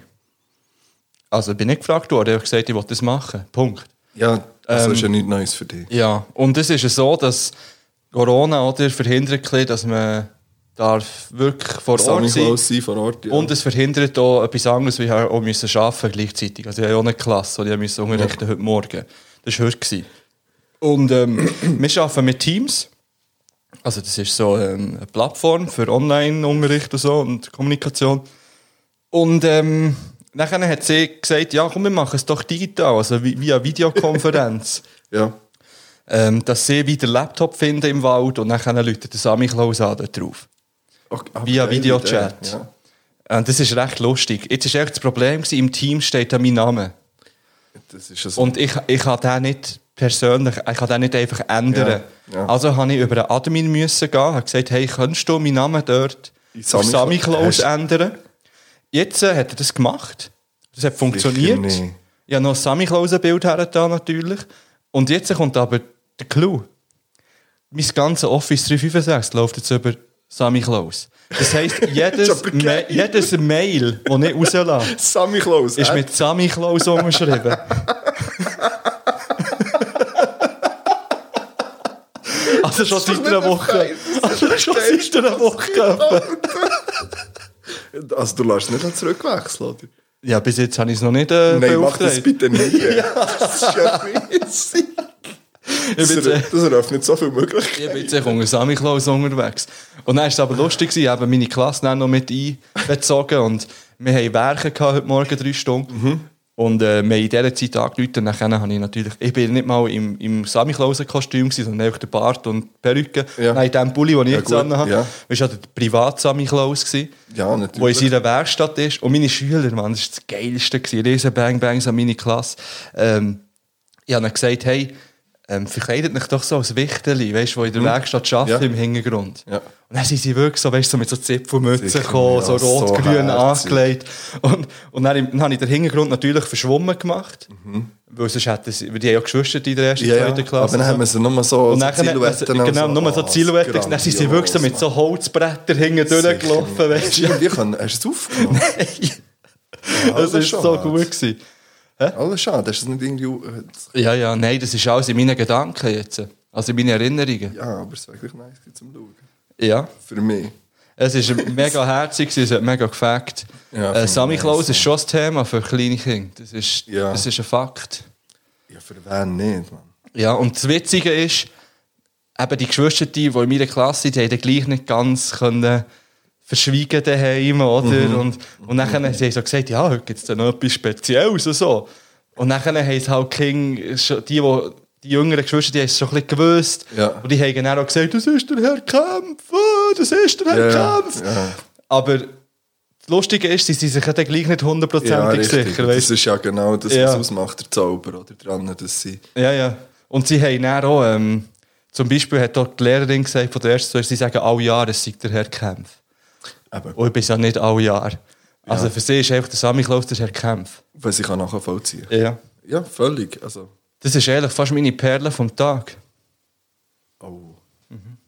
[SPEAKER 3] Also, ich bin nicht gefragt worden, ich habe gesagt, ich will das machen. Punkt.
[SPEAKER 4] Ja, das
[SPEAKER 3] Ähm,
[SPEAKER 4] ist ja nichts Neues für dich.
[SPEAKER 3] Ja, und es ist ja so, dass Corona oder, verhindert, ein bisschen, dass man darf wirklich vor Ort sein
[SPEAKER 4] Samichlaus sein vor Ort, ja.
[SPEAKER 3] Und es verhindert auch etwas anderes, wie ich auch müssen arbeiten gleichzeitig. Also ich hatte auch eine Klasse, die ich musste unterrichten heute Morgen. Das war heute. gewesen. Und ähm, wir arbeiten mit Teams. Also das ist so ähm, eine Plattform für Online-Unterricht und so und Kommunikation. Und ähm, nachher hat sie gesagt, ja komm, wir machen es doch digital, also vi- via Videokonferenz.
[SPEAKER 4] ja.
[SPEAKER 3] ähm, dass sie wieder Laptop finden im Wald und nachher läutet der Sami Klaus an dort drauf.
[SPEAKER 4] Okay, aber
[SPEAKER 3] Via
[SPEAKER 4] geil,
[SPEAKER 3] Videochat.
[SPEAKER 4] mit der, Ja.
[SPEAKER 3] Und das ist recht lustig. Jetzt ist echt das Problem, gewesen, im Team steht da mein Name.
[SPEAKER 4] Das ist ja so.
[SPEAKER 3] Und ich, ich kann den nicht persönlich, ich kann den nicht einfach ändern.
[SPEAKER 4] Ja, ja.
[SPEAKER 3] Also habe ich über den Admin müssen gehen, habe gesagt, hey, kannst du meinen Namen dort
[SPEAKER 4] In
[SPEAKER 3] auf
[SPEAKER 4] Sami-
[SPEAKER 3] Sami Klaus
[SPEAKER 4] Hast-
[SPEAKER 3] ändern? Jetzt äh, hat er das gemacht. Das hat funktioniert.
[SPEAKER 4] Sicher nicht.
[SPEAKER 3] Ich habe noch ein Sami Klaus ein Bild hergetan, natürlich. Und jetzt kommt aber der Clou. Mein ganzes Office 365 läuft jetzt über Sami Klaus. Das heisst, jedes,
[SPEAKER 4] aber
[SPEAKER 3] Ma
[SPEAKER 4] geil.
[SPEAKER 3] jedes Mail, das ich rauslasse,
[SPEAKER 4] Samichlaus.
[SPEAKER 3] ist
[SPEAKER 4] äh?
[SPEAKER 3] mit Sammy Klaus umgeschrieben. also schon seit einer Woche. Also schon seit einer Woche.
[SPEAKER 4] Also, du lässt nicht zurückwechseln, oder?
[SPEAKER 3] Ja, bis jetzt habe ich es noch nicht äh,
[SPEAKER 4] Nein, mach das
[SPEAKER 3] beauftragt.
[SPEAKER 4] bitte nie. Das ist ja riesig. Das,
[SPEAKER 3] bin
[SPEAKER 4] er, das eröffnet so viele
[SPEAKER 3] Ich bin
[SPEAKER 4] Möglichkeiten.
[SPEAKER 3] jetzt echt unter Sammy Klaus unterwegs. Und dann war es aber lustig, gewesen, ich habe meine Klasse dann noch mit einbezogen und wir hatten Werke gehabt, heute Morgen drei Stunden. Und äh, wir haben in dieser Zeit angerufen und dann habe ich natürlich, ich bin nicht mal im, im Sammy Klausen-Kostüm, gewesen, sondern einfach der Bart und die Perücke.
[SPEAKER 4] Ja.
[SPEAKER 3] Nein, in dem Pulli, den ich
[SPEAKER 4] Ja,
[SPEAKER 3] jetzt
[SPEAKER 4] gut,
[SPEAKER 3] ja, habe.
[SPEAKER 4] ja.
[SPEAKER 3] Das war ja der Privat-Sammy Klaus. gewesen,
[SPEAKER 4] Ja, natürlich.
[SPEAKER 3] Wo in seiner Werkstatt ist. Und meine Schüler, Mann, das war das Geilste. gewesen. Riesen Bang-Bangs an meine Klasse. Ähm, ich habe ihnen gesagt, hey, ähm, verkleidet euch doch so als Wichterli, weißt du, wo in der Werkstatt schafft
[SPEAKER 4] Mhm. Ja.
[SPEAKER 3] im Hintergrund.
[SPEAKER 4] Ja.
[SPEAKER 3] Und dann sind sie wirklich so, weißt du, so mit so Zipfelmützen
[SPEAKER 4] Sicher,
[SPEAKER 3] gekommen,
[SPEAKER 4] ja,
[SPEAKER 3] so
[SPEAKER 4] so
[SPEAKER 3] rot-grün
[SPEAKER 4] herzig.
[SPEAKER 3] angelegt. Und, und dann, dann habe ich den Hintergrund natürlich verschwommen gemacht, weil sonst hätten sie, weil die haben ja Geschwister in der ersten,
[SPEAKER 4] Mhm. ja, ja.
[SPEAKER 3] zweiten Klasse.
[SPEAKER 4] Aber dann haben wir sie nur so,
[SPEAKER 3] und
[SPEAKER 4] so
[SPEAKER 3] dann, Silhouetten.
[SPEAKER 4] und
[SPEAKER 3] Genau, nur so
[SPEAKER 4] Ah,
[SPEAKER 3] Silhouetten. Dann sind sie wirklich so mit so Holzbrettern hinten durchgelaufen, weißt du.
[SPEAKER 4] Stimmt, wir können, hast du es aufgenommen?
[SPEAKER 3] Das
[SPEAKER 4] alles
[SPEAKER 3] war so
[SPEAKER 4] schade.
[SPEAKER 3] gut. Gewesen.
[SPEAKER 4] Alles schade, hast du es nicht irgendwie... äh,
[SPEAKER 3] Ja, ja, nein, das ist alles in meinen Gedanken jetzt. Also in meinen Erinnerungen.
[SPEAKER 4] Ja, aber es wäre wirklich nice gewesen zum Schauen.
[SPEAKER 3] ja.
[SPEAKER 4] Für mich.
[SPEAKER 3] Es ist mega herzig, gewesen, es hat mega gefällt.
[SPEAKER 4] Ja,
[SPEAKER 3] äh,
[SPEAKER 4] finde
[SPEAKER 3] Sammy
[SPEAKER 4] ich
[SPEAKER 3] Klaus
[SPEAKER 4] nice.
[SPEAKER 3] ist schon ein Thema für kleine Kinder. Das ist,
[SPEAKER 4] Ja.
[SPEAKER 3] das ist ein Fakt.
[SPEAKER 4] Ja, für wen nicht, Mann.
[SPEAKER 3] Ja, und das Witzige ist, eben die Geschwister, die in meiner Klasse sind, die haben dann gleich nicht ganz können verschweigen daheim, oder?
[SPEAKER 4] Mhm.
[SPEAKER 3] Und, und nachher haben sie so gesagt, ja, heute gibt es da noch etwas Spezielles und so. Und nachher haben es halt King, die, die, die jüngeren Geschwister, die haben es schon ein bisschen gewusst.
[SPEAKER 4] Ja.
[SPEAKER 3] Und die haben dann auch gesagt, das ist der Herr Kempf, ah, das ist der Herr
[SPEAKER 4] Ja,
[SPEAKER 3] Kempf.
[SPEAKER 4] ja.
[SPEAKER 3] Aber das Lustige ist, sie sind sich dann gleich nicht hundertprozentig
[SPEAKER 4] richtig.
[SPEAKER 3] sicher,
[SPEAKER 4] Das
[SPEAKER 3] weißt
[SPEAKER 4] ist ja genau das, was
[SPEAKER 3] Ja.
[SPEAKER 4] ausmacht, der Zauber, oder? Dran, dass sie...
[SPEAKER 3] Ja, ja. Und sie haben dann auch, ähm, zum Beispiel hat dort die Lehrerin gesagt von der ersten Stunde, sie sagen alle Jahre, es sei der Herr Kempf.
[SPEAKER 4] Eben,
[SPEAKER 3] Und ich bin es ja nicht alle Jahre. Also für sie ist einfach der Sammy Klaus der Herr Kempf.
[SPEAKER 4] was ich kann nachvollziehen kann.
[SPEAKER 3] Ja.
[SPEAKER 4] Ja, völlig, also...
[SPEAKER 3] Das ist ehrlich fast meine Perle vom Tag.
[SPEAKER 4] Oh.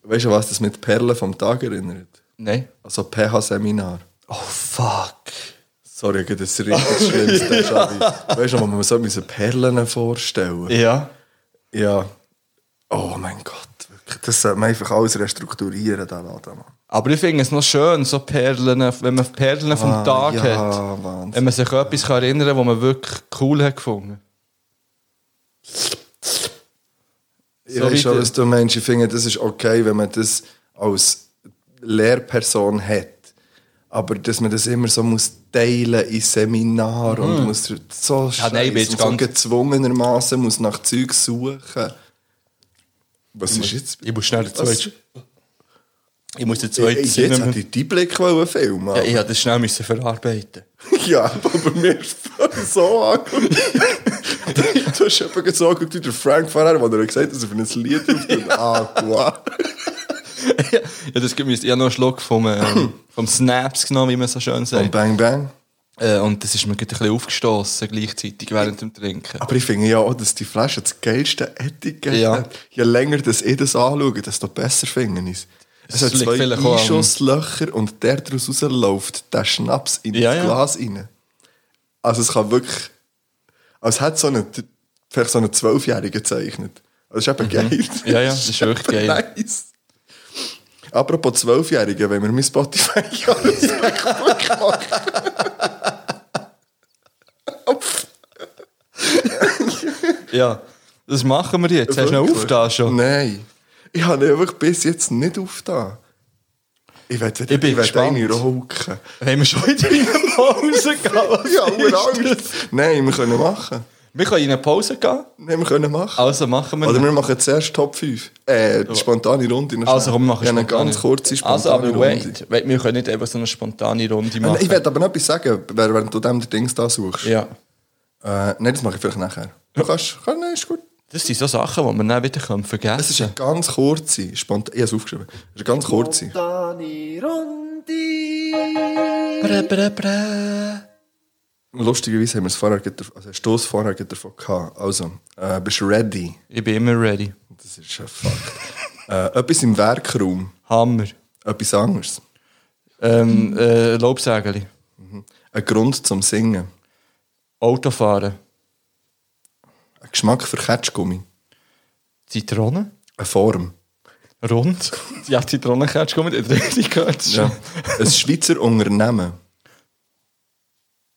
[SPEAKER 4] Weißt du, was das mit Perlen vom Tag erinnert?
[SPEAKER 3] Nein.
[SPEAKER 4] Also PH-Seminar.
[SPEAKER 3] Oh fuck.
[SPEAKER 4] Sorry, das ist richtig schlimm. Weißt du, wo man so unsere Perlen vorstellen
[SPEAKER 3] Ja.
[SPEAKER 4] Ja. Oh mein Gott, wirklich. Das sollte man einfach alles restrukturieren, den Laden, Mann.
[SPEAKER 3] Aber ich finde es noch schön, so Perlen, wenn man Perlen vom
[SPEAKER 4] Ah,
[SPEAKER 3] Tag
[SPEAKER 4] ja,
[SPEAKER 3] hat.
[SPEAKER 4] Wahnsinn.
[SPEAKER 3] Wenn man sich an etwas kann erinnern kann, was man wirklich cool hat gefunden.
[SPEAKER 4] Ich
[SPEAKER 3] So
[SPEAKER 4] weiß schon,
[SPEAKER 3] weiter.
[SPEAKER 4] was du meinst. Ich finde, das ist okay, wenn man das als Lehrperson hat. Aber dass man das immer so muss teilen in Seminaren und muss so
[SPEAKER 3] Mhm. Ja, nein,
[SPEAKER 4] scheiss
[SPEAKER 3] bist
[SPEAKER 4] und so
[SPEAKER 3] ganz-
[SPEAKER 4] gezwungenermaßen muss nach Zeug suchen. Was ist jetzt?
[SPEAKER 3] Ich muss schnell den
[SPEAKER 4] Was?
[SPEAKER 3] zweiten. Ich muss den
[SPEAKER 4] Ey,
[SPEAKER 3] zweiten
[SPEAKER 4] Jetzt
[SPEAKER 3] Sinn-
[SPEAKER 4] hätte ich deinen Blick wollen filmen
[SPEAKER 3] Ja, ich musste das schnell müssen verarbeiten.
[SPEAKER 4] Ja, aber mir ist so angeguckt. du hast jemanden so angeguckt wie der Frank vorher, wo er gesagt hat, dass er für ein Lied auf den Aqua.
[SPEAKER 3] ja, das gibt mir. Ich habe noch einen Schluck vom, ähm, vom Snaps genommen, wie man so schön
[SPEAKER 4] Und
[SPEAKER 3] sagt.
[SPEAKER 4] bang, bang.
[SPEAKER 3] Äh, und das ist mir gerade ein bisschen aufgestossen gleichzeitig während dem Trinken.
[SPEAKER 4] Aber ich finde ja auch, dass die Flasche das geilste Etikett
[SPEAKER 3] Ja.
[SPEAKER 4] hat. Je länger dass ich das anschaue, desto besser finde ich es. Es
[SPEAKER 3] Das
[SPEAKER 4] hat
[SPEAKER 3] liegt
[SPEAKER 4] zwei
[SPEAKER 3] vielleicht auch am-
[SPEAKER 4] Einschusslöcher und der daraus rausläuft der Schnaps in
[SPEAKER 3] Ja,
[SPEAKER 4] das
[SPEAKER 3] ja.
[SPEAKER 4] Glas rein. Also es kann wirklich... Als hätte so einen, vielleicht so einen Zwölfjährigen gezeichnet. Also es ist eben geil.
[SPEAKER 3] Mhm. Ja, ja, das ist wirklich
[SPEAKER 4] Eben
[SPEAKER 3] geil.
[SPEAKER 4] Nice. Apropos Zwölfjährige, wenn wir mein Spotify alles kaputt machen.
[SPEAKER 3] Ja, das machen wir jetzt. Hast du noch
[SPEAKER 4] Wirklich?
[SPEAKER 3] auf da schon?
[SPEAKER 4] Nein. Ich habe ihn wirklich bis jetzt nicht aufgetan. Ich werde
[SPEAKER 3] Ich bin gespannt.
[SPEAKER 4] eine rauchen.
[SPEAKER 3] Haben wir schon wieder in eine Pause gehabt?
[SPEAKER 4] Ja, aber Angst. Nein, wir können machen.
[SPEAKER 3] Wir können in eine Pause gehen.
[SPEAKER 4] Nein, wir können machen.
[SPEAKER 3] Also machen wir.
[SPEAKER 4] Oder wir machen zuerst Top 5. Äh, die spontane Runde. noch
[SPEAKER 3] also
[SPEAKER 4] schnell.
[SPEAKER 3] komm, machen
[SPEAKER 4] Ja, eine
[SPEAKER 3] spontane.
[SPEAKER 4] ganz kurze spontane
[SPEAKER 3] Also, aber
[SPEAKER 4] Runde.
[SPEAKER 3] wait, wait, wir können nicht einfach so eine spontane Runde machen.
[SPEAKER 4] Ich werde aber noch etwas sagen, während du dem den Dings da suchst.
[SPEAKER 3] ja.
[SPEAKER 4] Äh, nein, das mache ich vielleicht nachher. Du kannst, kann, nein, ist gut.
[SPEAKER 3] Das sind so Sachen, die wir dann wieder können vergessen
[SPEAKER 4] Es ist eine ganz kurze, spontan, ich habe es aufgeschrieben, es ist eine ganz kurze.
[SPEAKER 3] Brä, brä, brä.
[SPEAKER 4] Lustigerweise haben wir es vorher, gerade dav- also hast du es vorher gerade davon gehabt. Also, äh, bist du ready?
[SPEAKER 3] Ich bin immer ready.
[SPEAKER 4] Das ist ein Fakt. äh, etwas im Werkraum,
[SPEAKER 3] Hammer.
[SPEAKER 4] etwas anderes.
[SPEAKER 3] Ähm, äh, Lobsägeli.
[SPEAKER 4] Ein Grund zum Singen.
[SPEAKER 3] Autofahren.
[SPEAKER 4] Ein Geschmack für Ketschgummi.
[SPEAKER 3] Zitrone.
[SPEAKER 4] Eine Form.
[SPEAKER 3] Rund. Ja, Zitrone kennst du, komm, ich richtig gehört.
[SPEAKER 4] Ja. ein Schweizer Unternehmen.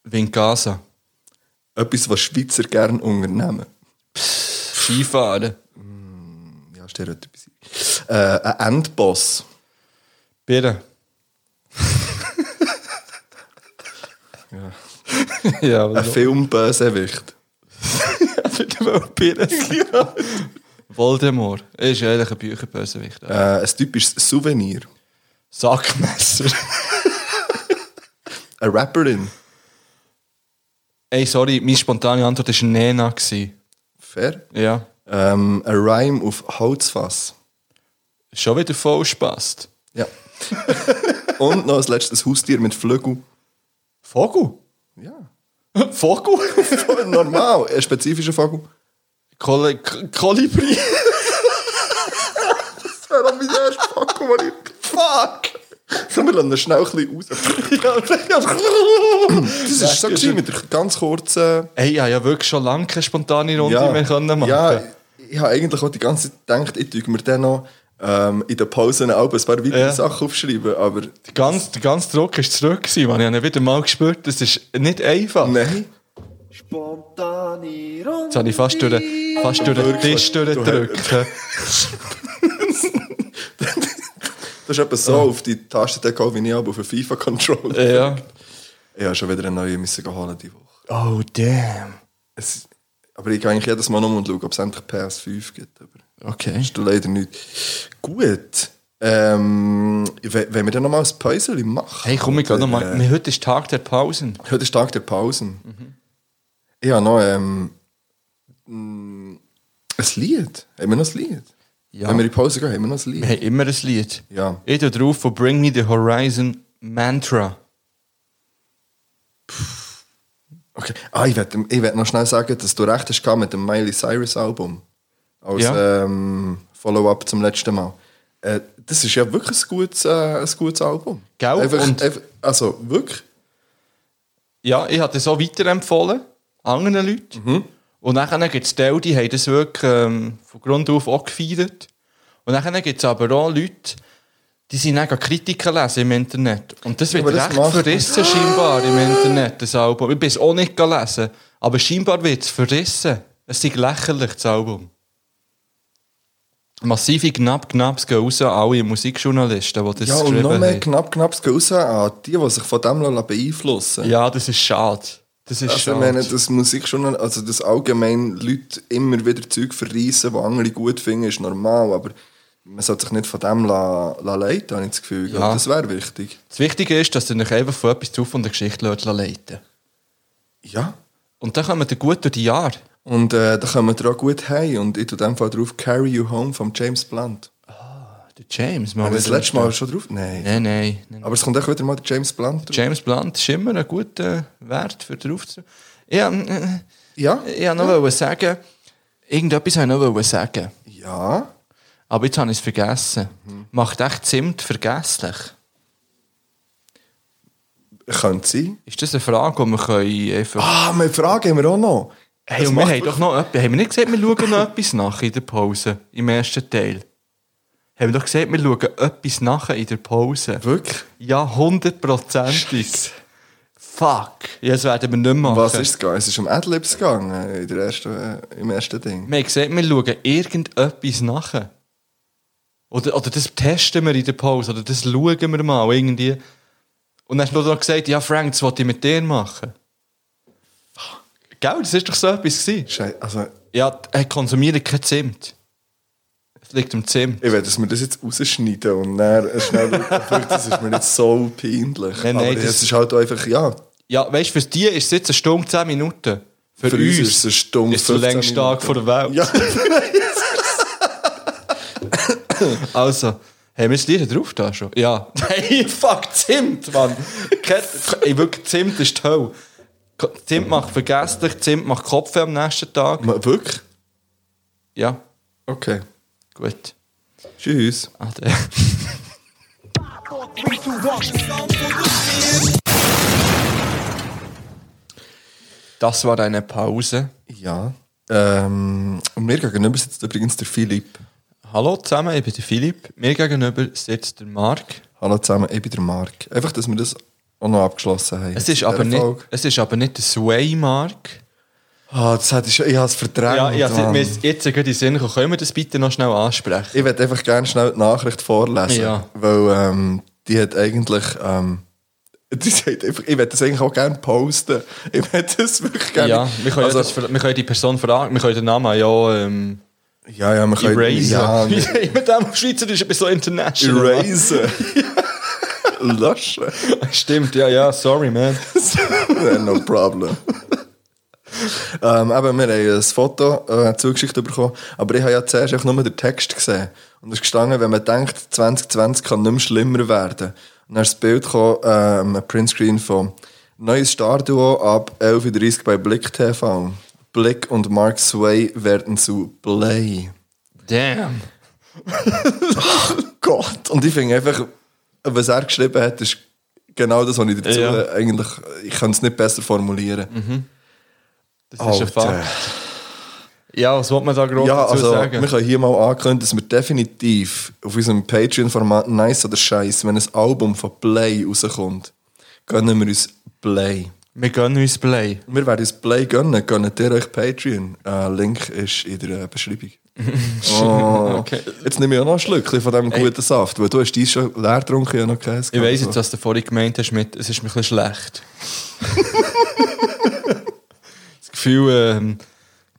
[SPEAKER 3] Vincasa.
[SPEAKER 4] Etwas, was Schweizer gerne unternehmen.
[SPEAKER 3] Skifahren.
[SPEAKER 4] Ja, Stereotypie. Äh, ein Endboss.
[SPEAKER 3] Bitte. ja. ja, aber
[SPEAKER 4] Ein Filmbösewicht.
[SPEAKER 3] bitte mal Bitte. Ja. Voldemort. Er ist eigentlich ein Bücherbösewicht.
[SPEAKER 4] Äh, ein typisches Souvenir.
[SPEAKER 3] Sackmesser.
[SPEAKER 4] Eine Rapperin.
[SPEAKER 3] Ey, sorry, meine spontane Antwort war Nena. gewesen.
[SPEAKER 4] Fair.
[SPEAKER 3] Ja.
[SPEAKER 4] Ähm, ein Rhyme auf Holzfass.
[SPEAKER 3] Schon wieder voll Spaß.
[SPEAKER 4] Ja. Und noch als letztes ein Haustier mit Flügel.
[SPEAKER 3] Vogel?
[SPEAKER 4] Ja.
[SPEAKER 3] Vogel?
[SPEAKER 4] Voll Normal. Ein spezifischer Vogel.
[SPEAKER 3] Kol K- Kolibri?
[SPEAKER 4] Das wäre auch mein erster Vogel, den ich... Fuck! So, wir lassen ihn schnell ein bisschen raus. das ist so geschehen mit der ganz kurzen...
[SPEAKER 3] Ey, ja, ja wirklich schon lange keine spontane Runde mehr können machen.
[SPEAKER 4] Ja, ich, ich habe eigentlich auch die ganze Zeit gedacht, ich tue mir dann noch ähm, in den Pausen auch ein paar weitere
[SPEAKER 3] Ja.
[SPEAKER 4] Sachen aufschreiben, aber...
[SPEAKER 3] Der ganze, der ganze Druck ist zurück gewesen, man. Ich habe ihn wieder mal gespürt, das ist nicht einfach.
[SPEAKER 4] Nein.
[SPEAKER 3] Jetzt habe ich fast durch, den- fast durch den
[SPEAKER 4] Wirklich.
[SPEAKER 3] Tisch durchgedrückt.
[SPEAKER 4] Das ist etwa so auf die Taste gekommen, wie ich aber auf den FIFA-Controller.
[SPEAKER 3] ja.
[SPEAKER 4] Ich habe schon wieder eine neue müssen holen diese Woche.
[SPEAKER 3] Oh, damn.
[SPEAKER 4] Es, aber ich gehe eigentlich jedes Mal um und schaue, ob es endlich PS5 gibt. Aber
[SPEAKER 3] Okay.
[SPEAKER 4] ist leider nicht. Gut. Ähm, we- wenn wir dann nochmal ein Päuschen machen.
[SPEAKER 3] Hey, komm, ich geh
[SPEAKER 4] Oder,
[SPEAKER 3] noch mal.
[SPEAKER 4] äh,
[SPEAKER 3] Wir- Heute ist Tag der Pausen.
[SPEAKER 4] heute ist Tag der Pausen.
[SPEAKER 3] Mhm.
[SPEAKER 4] Ich habe noch ähm, m, ein Lied. Haben wir noch ein Lied?
[SPEAKER 3] Ja.
[SPEAKER 4] Wenn wir in die Pause gehen, haben wir noch ein Lied.
[SPEAKER 3] Wir haben immer ein Lied.
[SPEAKER 4] Ja.
[SPEAKER 3] Ich tue drauf von Bring Me the Horizon Mantra.
[SPEAKER 4] Okay. Ah, ich werde ich werd noch schnell sagen, dass du recht hast gehabt mit dem Miley Cyrus Album. Als
[SPEAKER 3] Ja.
[SPEAKER 4] ähm, Follow-up zum letzten Mal. Äh, das ist ja wirklich ein gutes, äh, ein gutes Album.
[SPEAKER 3] Gell?
[SPEAKER 4] Einfach,
[SPEAKER 3] Und-
[SPEAKER 4] einfach, also wirklich.
[SPEAKER 3] ja, ich habe das auch weiterempfohlen, anderen Leuten.
[SPEAKER 4] Mhm.
[SPEAKER 3] Und dann gibt es Teile, die haben das wirklich ähm, von Grund auf auch gefeiert. Und dann gibt es aber auch Leute, die sind dann gerade Kritiken lesen im Internet. Und das wird
[SPEAKER 4] Aber das
[SPEAKER 3] recht
[SPEAKER 4] macht-
[SPEAKER 3] verrissen scheinbar im Internet, das Album. Ich bin es auch nicht gelesen, aber scheinbar wird es verrissen. Es ist lächerlich, das Album. Massive Knapp-Knapps gehen raus an alle Musikjournalisten, die das
[SPEAKER 4] Ja, und
[SPEAKER 3] geschrieben
[SPEAKER 4] noch mehr
[SPEAKER 3] haben.
[SPEAKER 4] knapp, knapp es geht raus an die, die sich von dem lassen beeinflussen lassen.
[SPEAKER 3] Ja, das ist schade. Das ist halt-
[SPEAKER 4] Also, ich
[SPEAKER 3] schade.
[SPEAKER 4] meine, dass Musikjournal, also dass allgemein Leute immer wieder Zeug verreissen, die andere gut finden, ist normal, aber man sollte sich nicht von dem la, la leiten, habe ich das Gefühl.
[SPEAKER 3] Ja.
[SPEAKER 4] Das wäre wichtig.
[SPEAKER 3] das Wichtige ist, dass ihr euch einfach von etwas zu von der Geschichte lasst leiten
[SPEAKER 4] Ja.
[SPEAKER 3] Und dann kommen ihr gut durch die Jahre.
[SPEAKER 4] Und äh, da kommen wir auch gut heim. Und ich tue in dem Fall drauf Carry You Home von James Blunt.
[SPEAKER 3] Ah, Der James,
[SPEAKER 4] Haben
[SPEAKER 3] mal.
[SPEAKER 4] wir das
[SPEAKER 3] wieder-
[SPEAKER 4] letzte Mal schon drauf? Nein.
[SPEAKER 3] Nein, nein. nein.
[SPEAKER 4] Aber es kommt auch wieder mal der James Blunt drauf.
[SPEAKER 3] James Blunt ist immer ein guter Wert für drauf zu. Ja, äh,
[SPEAKER 4] Ja?
[SPEAKER 3] ich wollte noch wollte sagen, irgendetwas wollte ich noch wollte sagen.
[SPEAKER 4] Ja.
[SPEAKER 3] Aber jetzt habe ich es vergessen.
[SPEAKER 4] Mhm.
[SPEAKER 3] Macht echt Zimt vergesslich?
[SPEAKER 4] Könnte sein.
[SPEAKER 3] Ist das eine Frage, die wir können äh, einfach.
[SPEAKER 4] Ah, meine Frage haben wir auch noch.
[SPEAKER 3] Hey,
[SPEAKER 4] Das
[SPEAKER 3] und wir
[SPEAKER 4] macht-
[SPEAKER 3] haben doch noch etwas. Haben wir nicht gesagt, wir schauen noch etwas nach in der Pause? Im ersten Teil. Haben wir doch gesagt, wir schauen etwas nach in der Pause?
[SPEAKER 4] Wirklich?
[SPEAKER 3] Ja, hundertprozentig. Fuck. Jetzt werden wir nicht machen.
[SPEAKER 4] Was ist es gegangen? Es ist um Adlibs gegangen äh, in der ersten, äh, im ersten Ding.
[SPEAKER 3] Wir haben gesagt, wir schauen irgendetwas nach. Oder, oder das testen wir in der Pause. Oder das schauen wir mal irgendwie. Und dann hast du noch gesagt, ja, Frank, das wollte ich mit dir machen. Fuck. Gell, das war doch so etwas. Gewesen.
[SPEAKER 4] Schei also,
[SPEAKER 3] Ja, er konsumiert kein Zimt. Es liegt am Zimt.
[SPEAKER 4] ich will, dass wir das jetzt rausschneiden und dann äh, schnell wirklich, das ist mir jetzt so peinlich.
[SPEAKER 3] Nein, nein,
[SPEAKER 4] Aber
[SPEAKER 3] das-
[SPEAKER 4] es ist halt auch einfach, ja,
[SPEAKER 3] Ja, weißt du, für die ist es jetzt eine Stunde, 10 Minuten. Für,
[SPEAKER 4] für
[SPEAKER 3] uns,
[SPEAKER 4] uns ist es eine Stunde.
[SPEAKER 3] ist der
[SPEAKER 4] 15
[SPEAKER 3] längste Tag
[SPEAKER 4] Minuten.
[SPEAKER 3] der Welt.
[SPEAKER 4] Ja.
[SPEAKER 3] Also, haben wir das Lied drauf da schon? Ja. Nein, fuck, Zimt, Mann. Kein- Ey, wirklich, Zimt ist die Hölle. Ko- Zimt macht vergesslich, Zimt macht Kopf am nächsten Tag.
[SPEAKER 4] Ma- Wirklich?
[SPEAKER 3] Ja,
[SPEAKER 4] Okay.
[SPEAKER 3] gut.
[SPEAKER 4] Tschüss.
[SPEAKER 3] Ah, der- Das war eine Pause.
[SPEAKER 4] Ja. Ähm, und mir gegenüber sitzt übrigens der Philipp.
[SPEAKER 3] Hallo zusammen, ich bin der Philipp. Mir gegenüber sitzt der Marc.
[SPEAKER 4] Hallo zusammen, ich bin der Marc. Einfach, dass wir das auch noch abgeschlossen haben.
[SPEAKER 3] Es ist,
[SPEAKER 4] In
[SPEAKER 3] aber
[SPEAKER 4] dieser
[SPEAKER 3] nicht,
[SPEAKER 4] Folge.
[SPEAKER 3] es ist aber nicht der Sway-Marc.
[SPEAKER 4] Ah, das hätte ich schon, ich habe es verdrängt.
[SPEAKER 3] Ja, ja,
[SPEAKER 4] Mann.
[SPEAKER 3] mir ist jetzt gerade in den Sinn gekommen. Können wir das bitte noch schnell ansprechen?
[SPEAKER 4] Ich würde einfach gerne schnell die Nachricht vorlesen.
[SPEAKER 3] Ja.
[SPEAKER 4] Weil ähm, die hat eigentlich. Ähm, die dus sagt einfach, ich würde das eigentlich auch gerne posten. dus Ich würde das wirklich gerne.
[SPEAKER 3] Ja, wir können, ja
[SPEAKER 4] also,
[SPEAKER 3] das, fra- wir können die Person fragen, wir können den Namen ja ähm,
[SPEAKER 4] ja, ja, wir können.
[SPEAKER 3] erase.
[SPEAKER 4] Ja, wir-
[SPEAKER 3] Mit dem auf Schweizerisch ein bisschen international.
[SPEAKER 4] erase. Löschen.
[SPEAKER 3] Stimmt, ja, ja, sorry, man.
[SPEAKER 4] no problem. ähm, eben, wir haben ein Foto äh, zugeschickt bekommen, aber ich habe ja zuerst einfach nur den Text gesehen. Und es ist gestanden, wenn man denkt, 2020 kann nicht mehr schlimmer werden. Und dann ist das Bild gekommen, ähm, ein Printscreen von Neues Starduo ab 11.30 Uhr bei Blick TV. Blick und Mark Sway werden zu Play.
[SPEAKER 3] Damn.
[SPEAKER 4] Gott. Und ich finde einfach, was er geschrieben hat, ist genau das, was ich dazu
[SPEAKER 3] Ja.
[SPEAKER 4] äh, eigentlich, ich kann es nicht besser formulieren.
[SPEAKER 3] Das ist ein
[SPEAKER 4] Alter.
[SPEAKER 3] Fakt. Ja, was wollte man da groß
[SPEAKER 4] Ja,
[SPEAKER 3] dazu
[SPEAKER 4] also
[SPEAKER 3] sagen?
[SPEAKER 4] wir können hier mal ankündigen, dass wir definitiv auf unserem Patreon-Format Nice oder Scheiß, wenn ein Album von Play rauskommt, gönnen wir uns Play.
[SPEAKER 3] Wir gehen uns Play.
[SPEAKER 4] Wir werden uns Play gönnen, gönnt ihr euch Patreon. Äh, Link ist in der äh, Beschreibung. oh,
[SPEAKER 3] Okay.
[SPEAKER 4] Jetzt nehme ich auch noch ein Schlückchen von diesem guten Saft, weil du hast dies schon leer getrunken, ich habe noch keins.
[SPEAKER 3] Ich weiss
[SPEAKER 4] gehabt.
[SPEAKER 3] jetzt, was du vorhin gemeint hast mit, es ist mir ein bisschen schlecht. das Gefühl ähm,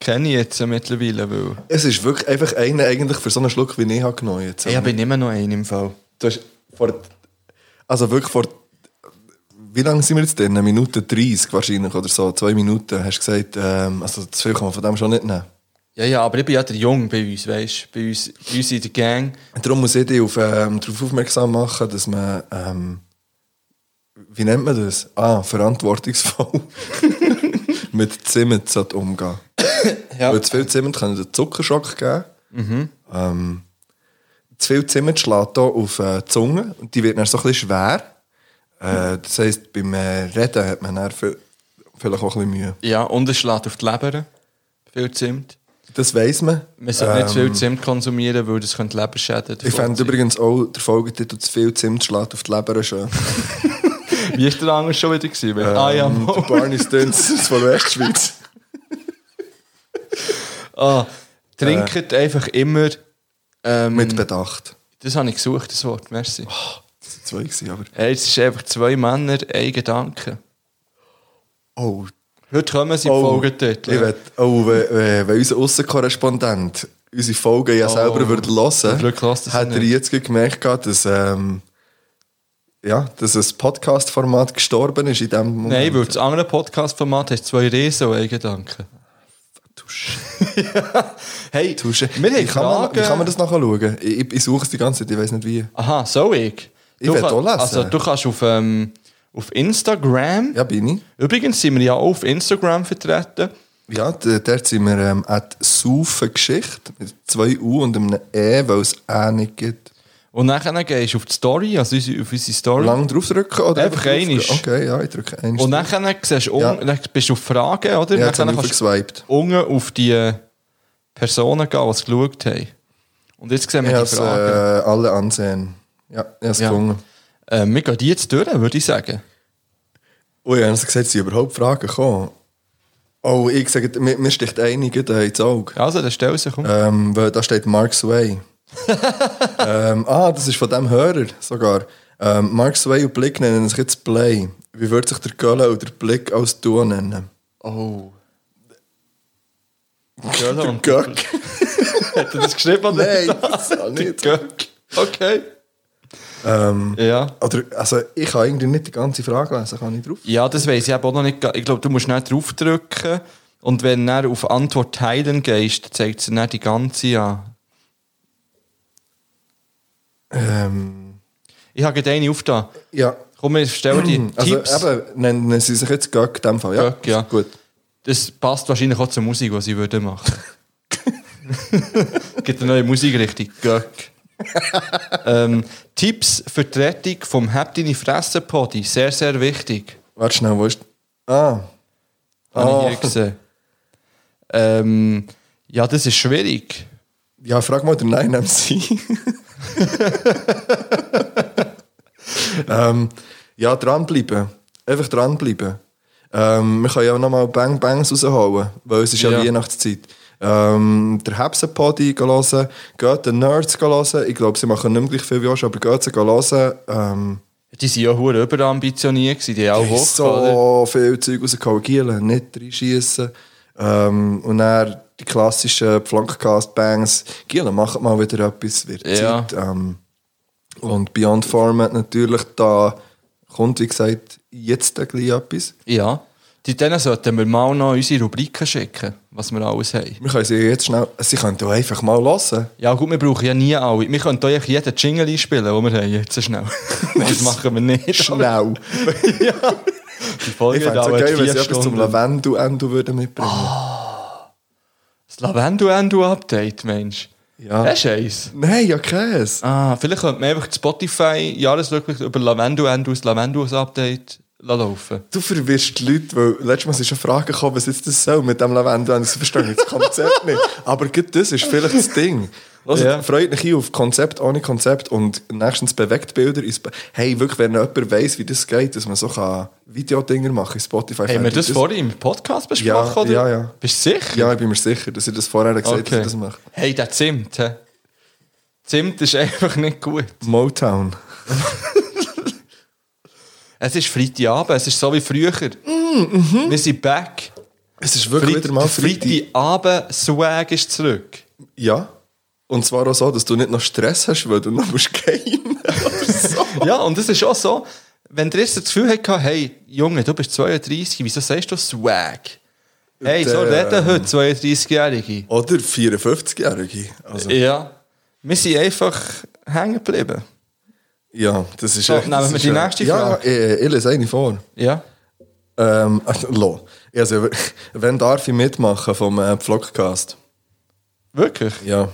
[SPEAKER 3] kenne ich jetzt mittlerweile, weil...
[SPEAKER 4] Es ist wirklich einfach einer eigentlich für so einen Schluck, wie ich habe genommen jetzt.
[SPEAKER 3] Ich bin immer noch ein im Fall.
[SPEAKER 4] Du hast vor, also wirklich vor, wie lange sind wir jetzt denn? Eine Minute 30 wahrscheinlich oder so, zwei Minuten. Hast du gesagt, ähm, also zu viel kann man von dem schon nicht nehmen.
[SPEAKER 3] Ja, ja, aber ich bin ja der Jung bei uns, weißt du? Bei uns, bei uns in der Gang.
[SPEAKER 4] Darum muss ich dich auf, ähm, darauf aufmerksam machen, dass man, ähm, wie nennt man das? Ah, verantwortungsvoll mit Zimt sollte umgehen
[SPEAKER 3] Ja.
[SPEAKER 4] Weil zu viel Zimt kann einen Zuckerschock geben. Ähm, zu viel Zimt schlägt hier auf äh, die Zunge und die wird dann so ein bisschen schwer. Äh, das heisst, beim äh, Reden hat man dann viel vielleicht auch ein bisschen Mühe.
[SPEAKER 3] Ja, und es schlägt auf die Leber. Viel Zimt.
[SPEAKER 4] Das weiss man.
[SPEAKER 3] Man sollte nicht zu viel Zimt konsumieren, weil das könnte die Leber schäden.
[SPEAKER 4] Ähm. Ich fände übrigens auch, der Folgetitel zu viel Zimt schlägt auf die Leber schön.
[SPEAKER 3] Wie ist der Angel schon wieder gewesen? Weil- ah ja,
[SPEAKER 4] Ähm, Der
[SPEAKER 3] Mann.
[SPEAKER 4] Barney Stints von Westschweiz.
[SPEAKER 3] ah, Trinket einfach immer...
[SPEAKER 4] Äh.
[SPEAKER 3] Ähm,
[SPEAKER 4] Mit Bedacht.
[SPEAKER 3] das habe ich gesucht, das Wort. Merci.
[SPEAKER 4] Das waren zwei, gewesen, aber...
[SPEAKER 3] Hey, es ist einfach zwei Männer, ein Gedanke.
[SPEAKER 4] Oh,
[SPEAKER 3] Heute kommen sie oh,
[SPEAKER 4] Oh,
[SPEAKER 3] Folgetitel.
[SPEAKER 4] Ich will, oh, wenn, wenn, wenn unser Aussenkorrespondent unsere Folgen ja selber würde hören
[SPEAKER 3] Oh. Glück hörst du das
[SPEAKER 4] hat er
[SPEAKER 3] nicht.
[SPEAKER 4] jetzt gemerkt, gehabt, dass, ähm, ja, dass ein Podcast-Format gestorben ist in dem Moment.
[SPEAKER 3] Nein, weil das andere Podcast-Format hast zwei Riesen und einen Gedanken. hey,
[SPEAKER 4] Tausche.
[SPEAKER 3] wir haben
[SPEAKER 4] wie, kann man,
[SPEAKER 3] Fragen.
[SPEAKER 4] wie kann man das nachschauen? Ich, ich, ich suche es die ganze Zeit, ich weiß nicht wie.
[SPEAKER 3] Aha, so ich.
[SPEAKER 4] Ich will
[SPEAKER 3] kann-
[SPEAKER 4] auch lesen.
[SPEAKER 3] Also du kannst auf, ähm, auf Instagram...
[SPEAKER 4] Ja, bin ich.
[SPEAKER 3] Übrigens sind wir ja auch auf Instagram vertreten.
[SPEAKER 4] Ja, d- dort sind wir ähm, at Saufengeschichte mit zwei U und einem E, weil es E nicht gibt.
[SPEAKER 3] Und nachher gehst du auf die Story, also unsere- auf unsere Story.
[SPEAKER 4] Lang draufdrücken oder?
[SPEAKER 3] Einfach
[SPEAKER 4] draufdrücken?
[SPEAKER 3] einisch.
[SPEAKER 4] Okay, ja, ich drücke einisch.
[SPEAKER 3] Und nachher siehst du,
[SPEAKER 4] Ja.
[SPEAKER 3] un- dann bist du auf Fragen, oder?
[SPEAKER 4] ja,
[SPEAKER 3] Nachher
[SPEAKER 4] jetzt habe ich
[SPEAKER 3] kannst du
[SPEAKER 4] aufgeswiped.
[SPEAKER 3] unten auf die Personen gehen, die es geschaut haben. Und jetzt sehen
[SPEAKER 4] Ich
[SPEAKER 3] wir
[SPEAKER 4] habe
[SPEAKER 3] die
[SPEAKER 4] es äh,
[SPEAKER 3] Fragen.
[SPEAKER 4] alle ansehen. Ja, ich habe es
[SPEAKER 3] Ja.
[SPEAKER 4] gefunden.
[SPEAKER 3] Äh, wir gehen die jetzt durch, würde ich sagen.
[SPEAKER 4] Ui, haben sie gesagt, sie überhaupt Fragen kommen? Oh, ich sage, mir, mir sticht einige da ins Auge.
[SPEAKER 3] Also, dann stell sie, komm.
[SPEAKER 4] Ähm, weil da steht Mark Sway. ähm, ah, das ist von dem Hörer sogar. Ähm, Mark Sway und Blick nennen sich jetzt Play. Wie würde sich der Göller oder der Blick als du nennen?
[SPEAKER 3] Oh.
[SPEAKER 4] Der
[SPEAKER 3] Göller
[SPEAKER 4] Göck?
[SPEAKER 3] hat er das geschrieben? oder
[SPEAKER 4] Nein,
[SPEAKER 3] nicht?
[SPEAKER 4] das auch nicht.
[SPEAKER 3] Göck. Okay.
[SPEAKER 4] Ähm.
[SPEAKER 3] Ja.
[SPEAKER 4] Oder, also, ich kann irgendwie nicht die ganze Frage lesen, kann ich drauf?
[SPEAKER 3] Ja, das weiß ich eben auch noch nicht. ga- Ich glaube, du musst nicht draufdrücken. Und wenn du dann auf Antwort teilen gehst, zeigt sie nicht die ganze an.
[SPEAKER 4] Ähm,
[SPEAKER 3] Ich habe gerade eine aufgetan.
[SPEAKER 4] ja.
[SPEAKER 3] Komm, ich stelle die
[SPEAKER 4] Also,
[SPEAKER 3] Tipps.
[SPEAKER 4] eben, nennen sie sich jetzt Göck in dem Fall. Ja,
[SPEAKER 3] Göck, ja.
[SPEAKER 4] gut.
[SPEAKER 3] Das passt wahrscheinlich auch zur Musik, die sie würden machen. Gibt eine neue Musikrichtung. Göck. ähm, Tipps für die Rettung vom Hab deine Fresse Podi. Sehr, sehr wichtig.
[SPEAKER 4] Warte schnell, wo ist. Ah.
[SPEAKER 3] Habe
[SPEAKER 4] Ah.
[SPEAKER 3] ich hier gesehen. Ähm, ja, das ist schwierig.
[SPEAKER 4] Ja, frag mal den 9MC. ähm, ja, dranbleiben. Einfach dranbleiben. Ähm, wir können ja nochmal Bang Bangs rausholen, weil es ist ja,
[SPEAKER 3] Ja.
[SPEAKER 4] Weihnachtszeit. Ähm, der Hepsen-Poddy hören, geht den Nerds hören. Ich glaube, sie machen nicht mehr gleich viel wie uns, aber geht sie hören. Ähm,
[SPEAKER 3] Die waren ja hure überambitioniert, gewesen, die haben auch hoch.
[SPEAKER 4] so
[SPEAKER 3] oder?
[SPEAKER 4] viel Zeug rausgehauen, gielen, nicht reinschiessen. Ähm, und dann die klassischen Flankcast-Bangs. Gielen, macht mal wieder etwas, wird
[SPEAKER 3] Ja.
[SPEAKER 4] Zeit. Ähm, und Beyond Format natürlich, da kommt, wie gesagt, jetzt ein bisschen etwas.
[SPEAKER 3] Ja. Die denen sollten wir mal noch unsere Rubriken schicken, was wir alles haben.
[SPEAKER 4] Wir können sie jetzt schnell, sie können doch einfach mal hören.
[SPEAKER 3] Ja gut, wir brauchen ja nie alle. Wir können hier eigentlich jeden Jingle einspielen, den wir haben, jetzt so schnell. das machen wir nicht.
[SPEAKER 4] Schnell.
[SPEAKER 3] aber Die
[SPEAKER 4] Ich
[SPEAKER 3] Folge
[SPEAKER 4] fände es
[SPEAKER 3] dauert
[SPEAKER 4] geil, wenn
[SPEAKER 3] vier
[SPEAKER 4] sie etwas zum
[SPEAKER 3] Stunden. Ah.
[SPEAKER 4] Lavendel-Endo würden mitbringen
[SPEAKER 3] Das Lavendu-Endu-Update, Mensch.
[SPEAKER 4] Ja.
[SPEAKER 3] Das ist eins.
[SPEAKER 4] Nein, ja, Käse.
[SPEAKER 3] Ah, vielleicht könnte man einfach die Spotify-Jahresrückblick über Lavendu-Endu, das Lavendu-Update laufen.
[SPEAKER 4] Du verwirrst die Leute, weil letztes Mal ist schon Frage gekommen, was jetzt das soll mit dem Lavendel. Und sie verstehen jetzt das Konzept nicht. Aber gerade das ist vielleicht das Ding. Also,
[SPEAKER 3] Ja.
[SPEAKER 4] Freut mich auf Konzept ohne Konzept und nächstens bewegt Bilder. ins Be- Hey, wirklich, wenn jemand weiss, wie das geht, dass man so kann Videodinger machen kann, Spotify.
[SPEAKER 3] Haben wir
[SPEAKER 4] fände
[SPEAKER 3] das,
[SPEAKER 4] ich
[SPEAKER 3] vorhin im Podcast besprochen?
[SPEAKER 4] Ja,
[SPEAKER 3] oder?
[SPEAKER 4] ja, ja.
[SPEAKER 3] Bist du sicher?
[SPEAKER 4] Ja, ich bin mir sicher, dass ihr das vorher gesagt habt, dass ihr das macht.
[SPEAKER 3] Hey, der Zimt. hä? Zimt ist einfach nicht gut.
[SPEAKER 4] Motown.
[SPEAKER 3] Es ist Freitagabend, es ist so wie früher.
[SPEAKER 4] Mm,
[SPEAKER 3] Wir sind back.
[SPEAKER 4] Es ist wirklich wieder mhm. mal Freitag.
[SPEAKER 3] Freitagabend-Swag ist zurück.
[SPEAKER 4] Ja. Und zwar auch so, dass du nicht noch Stress hast, weil du noch musst gehen.
[SPEAKER 3] Ja, und es ist auch so, wenn der erste das Gefühl hatte, hey, Junge, du bist 32, wieso sagst du Swag? Hey, so
[SPEAKER 4] äh,
[SPEAKER 3] reden heute 32-Jährige.
[SPEAKER 4] Oder 54-Jährige. Also,
[SPEAKER 3] Ja. Wir sind einfach hängen geblieben.
[SPEAKER 4] Ja, das ist
[SPEAKER 3] So,
[SPEAKER 4] echt.
[SPEAKER 3] nehmen wir
[SPEAKER 4] das ist
[SPEAKER 3] die
[SPEAKER 4] echt-
[SPEAKER 3] nächste
[SPEAKER 4] ja, eh,
[SPEAKER 3] Frage.
[SPEAKER 4] Ja, ich, ich lese eine vor.
[SPEAKER 3] Ja.
[SPEAKER 4] Ähm, also, lo. also, wenn darf ich mitmachen vom äh, Vlogcast?
[SPEAKER 3] Wirklich?
[SPEAKER 4] Ja.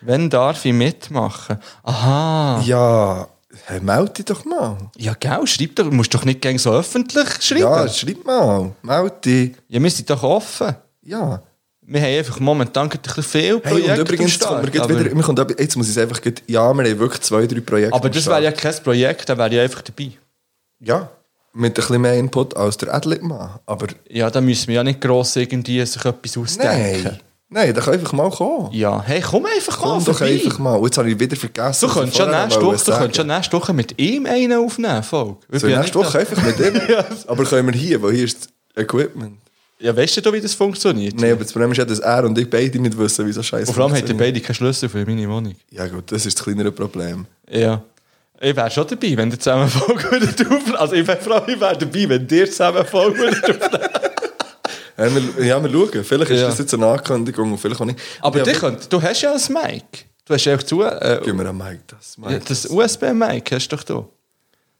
[SPEAKER 3] Wenn darf ich mitmachen? Aha.
[SPEAKER 4] Ja, Hey, meld dich doch mal.
[SPEAKER 3] Ja, gell, schreib doch. Du musst doch nicht gegen so öffentlich schreiben.
[SPEAKER 4] Ja,
[SPEAKER 3] Ja,
[SPEAKER 4] schreib mal. Meld dich.
[SPEAKER 3] wir sind doch offen.
[SPEAKER 4] Ja.
[SPEAKER 3] Wir haben einfach momentan gerade ein bisschen viel
[SPEAKER 4] Hey,
[SPEAKER 3] Projekte
[SPEAKER 4] und übrigens,
[SPEAKER 3] am Start,
[SPEAKER 4] kommt mir grad
[SPEAKER 3] aber-
[SPEAKER 4] wieder, mir kommt, etwas- jetzt muss ich es einfach grad, ja, wir haben wirklich zwei, drei Projekte.
[SPEAKER 3] Aber
[SPEAKER 4] am
[SPEAKER 3] das
[SPEAKER 4] Start.
[SPEAKER 3] wäre ja kein Projekt, da wäre ich einfach dabei.
[SPEAKER 4] dus Ja, mit ein bisschen mehr Input als der Adlitmann. Aber
[SPEAKER 3] Ja, da müssen wir ja nicht gross irgendwie sich etwas ausdenken.
[SPEAKER 4] nein, nein, da kann einfach mal kommen.
[SPEAKER 3] Ja, hey, komm einfach
[SPEAKER 4] Komm
[SPEAKER 3] mal
[SPEAKER 4] doch
[SPEAKER 3] vorbei.
[SPEAKER 4] einfach mal. Und Jetzt habe ich wieder vergessen.
[SPEAKER 3] Du
[SPEAKER 4] was ich
[SPEAKER 3] könntest schon
[SPEAKER 4] vorher
[SPEAKER 3] nächste
[SPEAKER 4] wollte
[SPEAKER 3] Woche, du könntest schon
[SPEAKER 4] sagen.
[SPEAKER 3] nächste Woche mit ihm einen aufnehmen, Volk. Ich
[SPEAKER 4] So,
[SPEAKER 3] bin ja
[SPEAKER 4] nächste
[SPEAKER 3] nicht
[SPEAKER 4] Woche einfach mit ihm. Aber können wir hier, weil hier ist das Equipment.
[SPEAKER 3] da- Ja, weißt du, wie das funktioniert?
[SPEAKER 4] Nein, aber das Problem ist ja, dass er und ich beide nicht wissen, wie so scheiße
[SPEAKER 3] Und vor allem hat ihr beide keinen Schlüssel für meine Wohnung.
[SPEAKER 4] Ja gut, das ist das kleinere Problem.
[SPEAKER 3] Ja. Ich wäre schon dabei, wenn ihr zusammen Folge würdet aufnehmen. Also ich wäre vor allem ich wär dabei, wenn ihr zusammen Folge würdet aufnehmen.
[SPEAKER 4] Ja, wir, ja, wir schauen. Vielleicht ist
[SPEAKER 3] Ja.
[SPEAKER 4] das jetzt eine Ankündigung und vielleicht auch nicht.
[SPEAKER 3] Aber
[SPEAKER 4] ja, Genau,
[SPEAKER 3] dich könnt, du hast ja ein Mic. Du hast ja auch zu... Äh,
[SPEAKER 4] Gib mir am Mike das. Mike.
[SPEAKER 3] ja, das USB-Mic hast du doch da. Da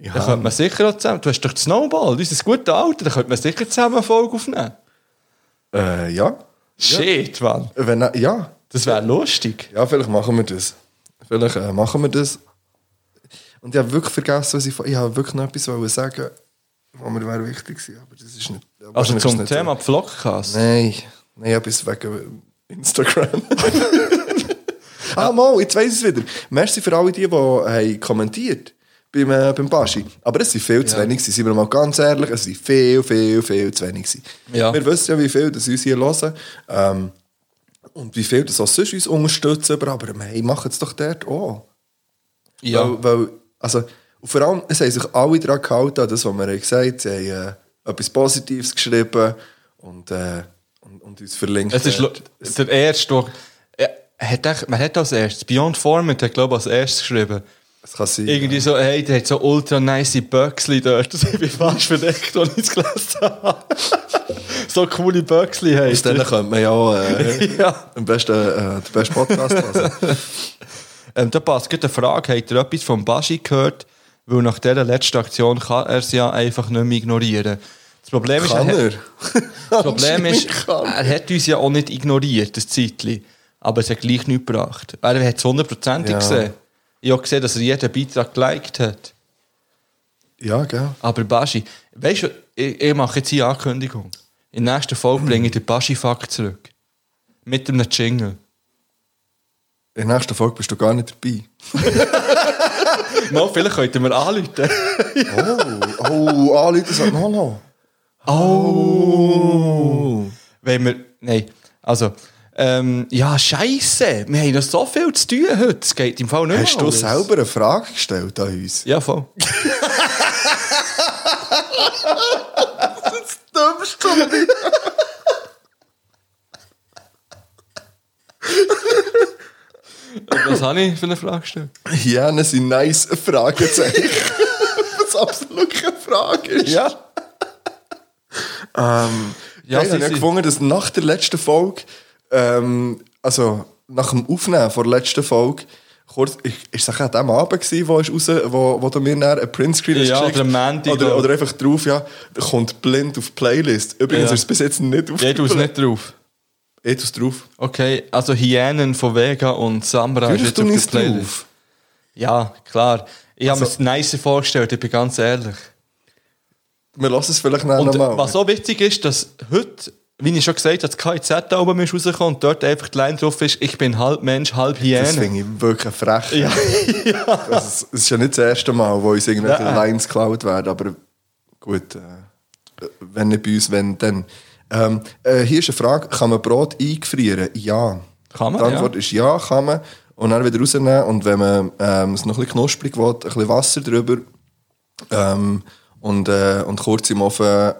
[SPEAKER 4] ja.
[SPEAKER 3] könnte man sicher auch zusammen... Du hast doch den Snowball, unser guter Alter. Da könnte man sicher zusammen eine Folge aufnehmen.
[SPEAKER 4] Äh, ja.
[SPEAKER 3] Shit, Mann.
[SPEAKER 4] Wenn, ja.
[SPEAKER 3] Das wäre lustig.
[SPEAKER 4] Ja, vielleicht machen wir das. Vielleicht äh, machen wir das. Und ich habe wirklich vergessen, was ich... vor- Ich habe wirklich noch etwas wollen sagen was mir wäre wichtig gewesen, aber das ist nicht...
[SPEAKER 3] Also
[SPEAKER 4] wahrscheinlich ist
[SPEAKER 3] zum
[SPEAKER 4] nicht
[SPEAKER 3] Thema
[SPEAKER 4] So.
[SPEAKER 3] Vlogcast.
[SPEAKER 4] Nein, nein, etwas wegen Instagram. ah, mal, jetzt weiss ich es wieder. Merci für alle die, die haben kommentiert beim, äh, beim Baschi. Aber es sind viel zu wenig, gewesen, sind wir mal ganz ehrlich, es sind viel, viel, viel zu wenig. gewesen.
[SPEAKER 3] Ja.
[SPEAKER 4] Wir wissen ja, wie viel das uns hier hören. Ähm, und wie viel das auch sonst uns unterstützen, aber, aber hey, machen es doch dort auch. Weil, weil, also, und vor allem, es haben sich alle daran gehalten, an das, was wir haben gesagt haben. Sie haben äh, etwas Positives geschrieben und, äh, und, und uns verlinkt. eh,
[SPEAKER 3] Es ist lo-
[SPEAKER 4] dort.
[SPEAKER 3] der erste, der. Er hat echt- Man hat als erstes. Beyond Format hat, glaube ich, als erstes geschrieben.
[SPEAKER 4] Es kann sein.
[SPEAKER 3] Irgendwie so, hey, der hat so ultra nice Böckli dort. Das habe ich fast verdeckt, als ich es gelesen habe. so coole Böckli
[SPEAKER 4] Aus
[SPEAKER 3] heißt
[SPEAKER 4] denen könnte man ja auch äh,
[SPEAKER 3] Ja.
[SPEAKER 4] am besten, äh, den besten Podcast hören.
[SPEAKER 3] Ähm, da passt gerade eine Frage. Habt ihr etwas von Baschi gehört? Weil nach dieser letzten Aktion kann er es ja einfach nicht mehr ignorieren. Das Problem ist,
[SPEAKER 4] Kann
[SPEAKER 3] hat-
[SPEAKER 4] er?
[SPEAKER 3] Das Problem ist, er hat uns ja auch nicht ignoriert, das Zeitchen. Aber es hat gleich nichts gebracht. Er hat es hundertprozentig
[SPEAKER 4] Ja.
[SPEAKER 3] gesehen. Ich habe gesehen, dass er jeden Beitrag geliked hat.
[SPEAKER 4] Ja, gell.
[SPEAKER 3] Aber Baschi, weißt du, ich, ich mache jetzt hier Ankündigung. In der nächsten Folge bringe ich den Baschi-Fakt zurück. Mit einem Jingle.
[SPEAKER 4] In der nächsten Folge bist du gar nicht dabei.
[SPEAKER 3] Mal, vielleicht könnten wir anrufen.
[SPEAKER 4] Oh, oh, alle Leute sagen, no, no. Oh.
[SPEAKER 3] Oh. Wenn wir. Nein, also. Ähm, ja, Scheiße! Wir haben noch so viel zu tun heute. Es geht im Fall nicht
[SPEAKER 4] Hast
[SPEAKER 3] mehr
[SPEAKER 4] du
[SPEAKER 3] alles.
[SPEAKER 4] selber eine Frage gestellt an uns?
[SPEAKER 3] Ja, voll. Und Was habe ich für eine Frage gestellt?
[SPEAKER 4] Hyänen sind nice Fragezeichen. Was absolut keine Frage ist.
[SPEAKER 3] Ja.
[SPEAKER 4] Ja,
[SPEAKER 3] Ähm, Ja,
[SPEAKER 4] ich habe
[SPEAKER 3] sie-
[SPEAKER 4] ja
[SPEAKER 3] sie-
[SPEAKER 4] gefunden, dass nach der letzten Folge, ähm, also nach dem Aufnehmen von der letzten Folge, kurz, ich, ist das auch an dem Abend gewesen, wo, ist raus, wo, wo du mir dann einen Printscreen hast
[SPEAKER 3] Ja,
[SPEAKER 4] geschickt?
[SPEAKER 3] oder am Montag,
[SPEAKER 4] oder,
[SPEAKER 3] glaub.
[SPEAKER 4] oder einfach drauf, ja, kommt blind auf die Playlist. Übrigens
[SPEAKER 3] Ja.
[SPEAKER 4] ist es bis jetzt nicht auf
[SPEAKER 3] Geht aus ne? nicht drauf.
[SPEAKER 4] Geht aus drauf.
[SPEAKER 3] Okay, also Hyänen von Vega und Samra
[SPEAKER 4] Würdest du nicht drauf?
[SPEAKER 3] Ja, klar. Ich habe mir es nicer vorgestellt, ich bin ganz ehrlich.
[SPEAKER 4] Wir lassen es vielleicht nachher
[SPEAKER 3] Und
[SPEAKER 4] nochmal.
[SPEAKER 3] was auch wichtig ist, dass heute, wie ich schon gesagt habe, das KIZ da oben ist rausgekommen und dort einfach die Line drauf ist, ich bin halb Mensch, halb
[SPEAKER 4] Das
[SPEAKER 3] Hyäne.
[SPEAKER 4] finde ich wirklich frech. Ja. Also, es ist ja nicht das erste Mal, wo uns irgendwelche Lines geklaut werden, aber gut, äh, wenn nicht bei uns, wenn dann. Ähm, äh, hier ist eine Frage, kann man Brot eingefrieren? Ja.
[SPEAKER 3] Kann man,
[SPEAKER 4] Die Antwort
[SPEAKER 3] ja.
[SPEAKER 4] ist ja, kann man. Und dann wieder rausnehmen und wenn man ähm, es noch ein bisschen knusprig will, ein bisschen Wasser drüber ähm, und, äh, und kurz im Ofen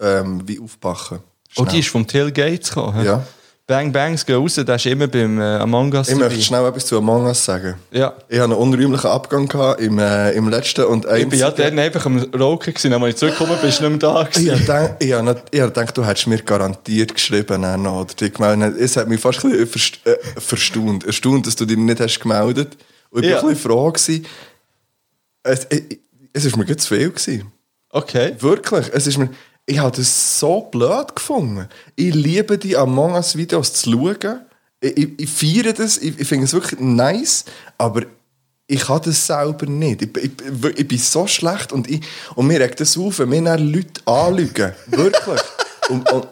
[SPEAKER 4] ähm, wie aufbacken.
[SPEAKER 3] Oh, die ist vom Till Gates gekommen. hä?
[SPEAKER 4] Ja.
[SPEAKER 3] Bang Bangs gehen raus, der ist immer beim äh, Among Us
[SPEAKER 4] Ich
[SPEAKER 3] dabei.
[SPEAKER 4] möchte schnell etwas zu Among Us sagen.
[SPEAKER 3] Ja.
[SPEAKER 4] Ich habe einen unrühmlichen Abgang gehabt im, äh, im letzten und
[SPEAKER 3] Ich bin ja dann einfach am Roken gewesen, aber als ich zurückgekommen bin, ist nicht mehr da
[SPEAKER 4] Ich
[SPEAKER 3] gewesen.
[SPEAKER 4] habe gedacht, ich habe nicht- ich habe gedacht, du hättest mir garantiert geschrieben dann noch, oder dich gemeldet. Es hat mich fast ein bisschen verst äh, verstaunt, erstaunt, dass du dich nicht hast gemeldet hast. Und ich
[SPEAKER 3] Ja.
[SPEAKER 4] war ein bisschen froh. Gewesen. Es, ich, es ist mir gut zu viel. Gewesen.
[SPEAKER 3] Okay.
[SPEAKER 4] Wirklich. Es ist mir, ich habe das so blöd gefunden. Ich liebe die Among Us-Videos zu schauen. Ich, ich, ich feiere das, ich, ich finde es wirklich nice. Aber ich kann das selber nicht. Ich, ich, ich bin so schlecht und, ich, und mir regt das auf, wenn mir dann Leute anlügen. Wirklich. und, und,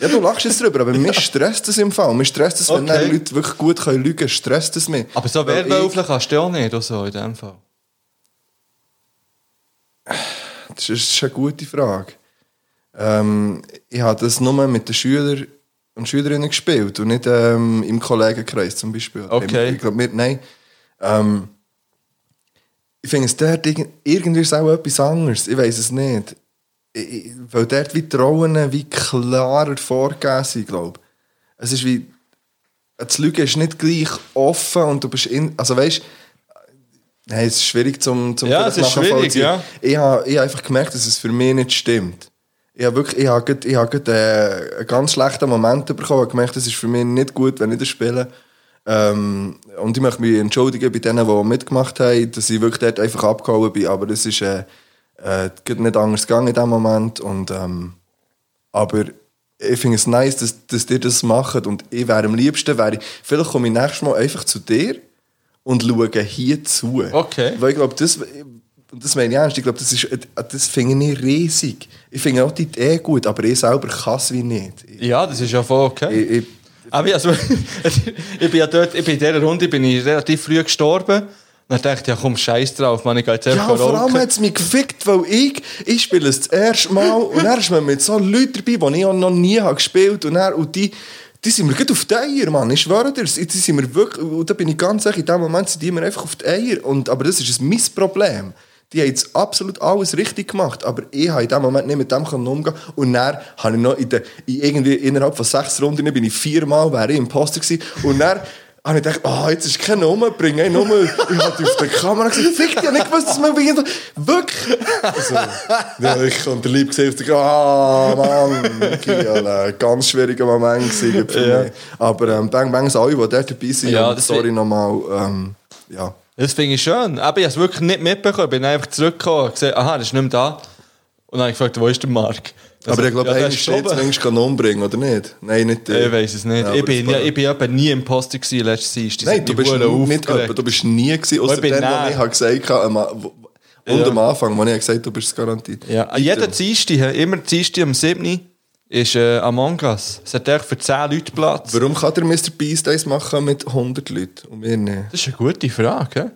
[SPEAKER 4] ja, du lachst jetzt drüber, aber mir stresst das im Fall. Mir stresst das, wenn
[SPEAKER 3] Okay.
[SPEAKER 4] dann Leute wirklich gut können lügen können, stresst das mich.
[SPEAKER 3] Aber so
[SPEAKER 4] Weil ich-
[SPEAKER 3] werwölflich kannst du ja auch nicht, oder so, in dem Fall.
[SPEAKER 4] Das ist eine gute Frage. Ähm, ich habe das nur mit den Schülern und Schülerinnen gespielt und nicht ähm, im Kollegenkreis zum Beispiel.
[SPEAKER 3] Okay.
[SPEAKER 4] Ich glaube, wir, nein. Ähm, ich finde es dort irg- irgendwie ist es auch etwas anderes. Ich weiß es nicht. Ich, ich, weil dort wie die Rollen wie klarer vorgegeben sind, glaube ich. Es ist wie... Das Lügen ist nicht gleich offen und du bist... In, also weißt Hey, es ist schwierig zum, zum
[SPEAKER 3] Ja, es ist schwierig,
[SPEAKER 4] nachvollziehen.
[SPEAKER 3] ja.
[SPEAKER 4] Ich habe ich habe einfach gemerkt, dass es für mich nicht stimmt. Ich habe wirklich, ich habe, gerade- ich habe gerade, äh, einen ganz schlechten Moment bekommen und gemerkt, das ist für mich nicht gut, wenn ich das spiele. Ähm, und ich möchte mich entschuldigen bei denen, die mitgemacht haben, dass ich wirklich dort einfach abgehauen bin. Aber es ist äh, äh, gerade nicht anders gegangen in dem Moment. Und, ähm, aber ich finde es nice, dass, dass ihr das macht. Und ich wäre am liebsten, wäre ich, vielleicht komme ich nächstes Mal einfach zu dir und schaue hier zu.
[SPEAKER 3] Okay.
[SPEAKER 4] Weil ich glaube, das, und das meine ich ernst, ich glaube, das, ist, das finde ich riesig. Ich finde auch die Idee gut, aber ich selber kann es wie nicht. Ich,
[SPEAKER 3] Ja, das ist ja voll okay.
[SPEAKER 4] ich, ich,
[SPEAKER 3] Aber also, ich bin ja dort, ich bin in dieser Runde bin ich relativ früh gestorben. Und dann dachte ich, ja komm, scheiß drauf, man, ich gehe jetzt
[SPEAKER 4] ja,
[SPEAKER 3] einfach
[SPEAKER 4] vor allem
[SPEAKER 3] rauchen.
[SPEAKER 4] hat es mich gefickt, weil ich, ich spiele es das erste Mal und dann ist man mit so Leuten dabei, die ich auch noch nie habe gespielt habe. Und, dann, und die, die sind mir gut auf die Eier, Mann. Ich schwöre dir, die sind mir wirklich, und da bin ich ganz ehrlich, in dem Moment sind die mir einfach auf die Eier. Und, aber das ist ein mein Problem. dus Die haben jetzt absolut alles richtig gemacht, aber ich habe in dem Moment nicht mit dem können umgehen Und dann habe ich noch in der, in irgendwie innerhalb von sechs Runden bin ich viermal wäre ich Imposter gewesen. Und dann habe ich gedacht, ah, jetzt ist kein Nummer, bring eine Nummer. Ich habe auf der Kamera gesagt, fick dich, ich hab nicht gewusst, dass man bei jedem... Wirklich? Also, ja, ich habe den Lieb gesehen, ich dachte, ah, Mann, Kiel, ganz schwieriger Moment gewesen für mich. Aber ähm, Bang Bangs, alle, die dort dabei sind,
[SPEAKER 3] Ja,
[SPEAKER 4] und
[SPEAKER 3] das-
[SPEAKER 4] sorry nochmal, ähm, ja.
[SPEAKER 3] Das finde ich schön. Aber ich habe es wirklich nicht mitbekommen. Ich bin einfach zurückgekommen und gesehen, aha, das ist nicht mehr da. Und dann habe ich gefragt, wo ist der Mark? Also,
[SPEAKER 4] Aber ich glaube,
[SPEAKER 3] ja,
[SPEAKER 4] ja,
[SPEAKER 3] der
[SPEAKER 4] einen
[SPEAKER 3] ist
[SPEAKER 4] Schritt
[SPEAKER 3] gestorben.
[SPEAKER 4] längst kann umbringen, oder nicht? Nein, nicht
[SPEAKER 3] Ich Äh, weiß es
[SPEAKER 4] eh, Äh,
[SPEAKER 3] nicht.
[SPEAKER 4] Ja,
[SPEAKER 3] ich
[SPEAKER 4] aber
[SPEAKER 3] bin
[SPEAKER 4] das
[SPEAKER 3] ja,
[SPEAKER 4] war-
[SPEAKER 3] ich bin eben nie im Poster gewesen letztes Jahr.
[SPEAKER 4] Nein, du bist nicht jemand, du bist nie gewesen, außer
[SPEAKER 3] Ich bin
[SPEAKER 4] dem, was
[SPEAKER 3] näher.
[SPEAKER 4] ich habe gesagt habe, am A- wo- und
[SPEAKER 3] Ja.
[SPEAKER 4] am Anfang, wo ich gesagt habe, du bist es garantiert.
[SPEAKER 3] Ja, an jedem Dienstag, immer Dienstag am 7. ist äh, Among Us. Es hat echt für 10 Leute Platz.
[SPEAKER 4] Warum kann der Mr. Beast eins machen mit 100 Leuten und wir nicht?
[SPEAKER 3] Das ist eine gute Frage.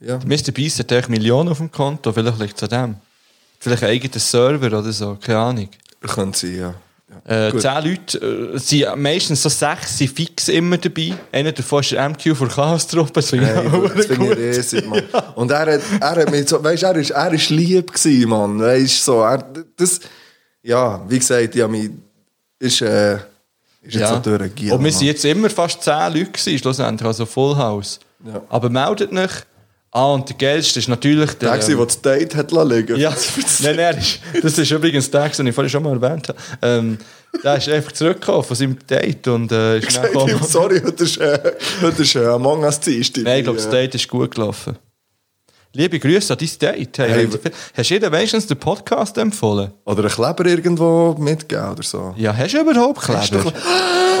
[SPEAKER 3] hä?
[SPEAKER 4] Ja.
[SPEAKER 3] Mr. Beast hat echt Millionen auf dem Konto, vielleicht liegt es an dem. Vielleicht ein eigener Server oder so, keine Ahnung.
[SPEAKER 4] Könnte sein, ja. ja.
[SPEAKER 3] Äh,
[SPEAKER 4] Gut.
[SPEAKER 3] zehn Leute, äh, sind meistens so sechs, sind fix immer dabei. Einer davon ist der MQ von Chaos-Truppe, das finde ich
[SPEAKER 4] Hey,
[SPEAKER 3] auch
[SPEAKER 4] das finde ich
[SPEAKER 3] gut.
[SPEAKER 4] riesig, Mann. Und er hat, er hat mich so, weißt, er ist, er ist lieb gewesen, Mann. Weißt, so, er, das, ja, wie gesagt, ja, mein, ist, äh, ist jetzt
[SPEAKER 3] Ja.
[SPEAKER 4] so durch. Giel,
[SPEAKER 3] Und wir
[SPEAKER 4] Mann.
[SPEAKER 3] sind jetzt immer fast zehn Leute gewesen, schlussendlich, also Full House.
[SPEAKER 4] Ja.
[SPEAKER 3] Aber meldet euch. Ah, und der geilste ist natürlich der... ähm,
[SPEAKER 4] der, gewesen, der das Date hat liegen lassen.
[SPEAKER 3] Ja, nein, nein, das ist- das ist übrigens der, den ich vorhin schon mal erwähnt habe. Ähm, der ist einfach zurückgekommen von seinem Date und äh, ist
[SPEAKER 4] Sagt ihm,
[SPEAKER 3] nachgekommen.
[SPEAKER 4] sorry, heute ist, äh, heute ist äh, Among Us Dienstag. äh,
[SPEAKER 3] Nein, ich glaube, das Date ist gut gelaufen. Liebe Grüße an dein Date. Hey,
[SPEAKER 4] Hey,
[SPEAKER 3] hast du- hast du jeder wenigstens den Podcast empfohlen?
[SPEAKER 4] Oder einen Kleber irgendwo mitgeben oder so.
[SPEAKER 3] Ja, hast du überhaupt Kleber?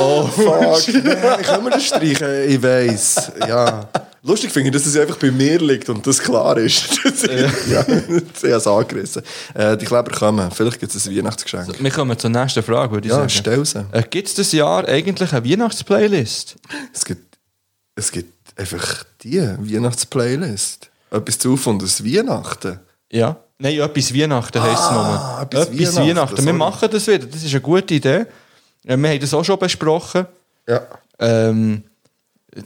[SPEAKER 3] Oh,
[SPEAKER 4] Oh, Fuck, nein, können wir das streichen? Ich weiss, ja. Lustig finde ich, dass es einfach bei mir liegt und das klar ist. Das ich, ja, ich habe es angerissen. Äh, die Kleber kommen, vielleicht gibt es ein Weihnachtsgeschenk.
[SPEAKER 3] Wir kommen zur nächsten Frage, würde ich
[SPEAKER 4] Ja,
[SPEAKER 3] sagen.
[SPEAKER 4] stell sie.
[SPEAKER 3] Äh, Gibt es dieses Jahr eigentlich eine Weihnachtsplaylist?
[SPEAKER 4] Es gibt, es gibt einfach die Weihnachtsplaylist. Etwas zu von das Weihnachten.
[SPEAKER 3] Ja. Nein, etwas Weihnachten heisst es nochmal.
[SPEAKER 4] Ah, etwas
[SPEAKER 3] Etwas,
[SPEAKER 4] Weihnachten,
[SPEAKER 3] Weihnachten.
[SPEAKER 4] sorry.
[SPEAKER 3] Wir machen das wieder. Das ist eine gute Idee. Äh, Wir haben das auch schon besprochen.
[SPEAKER 4] Ja.
[SPEAKER 3] Ähm,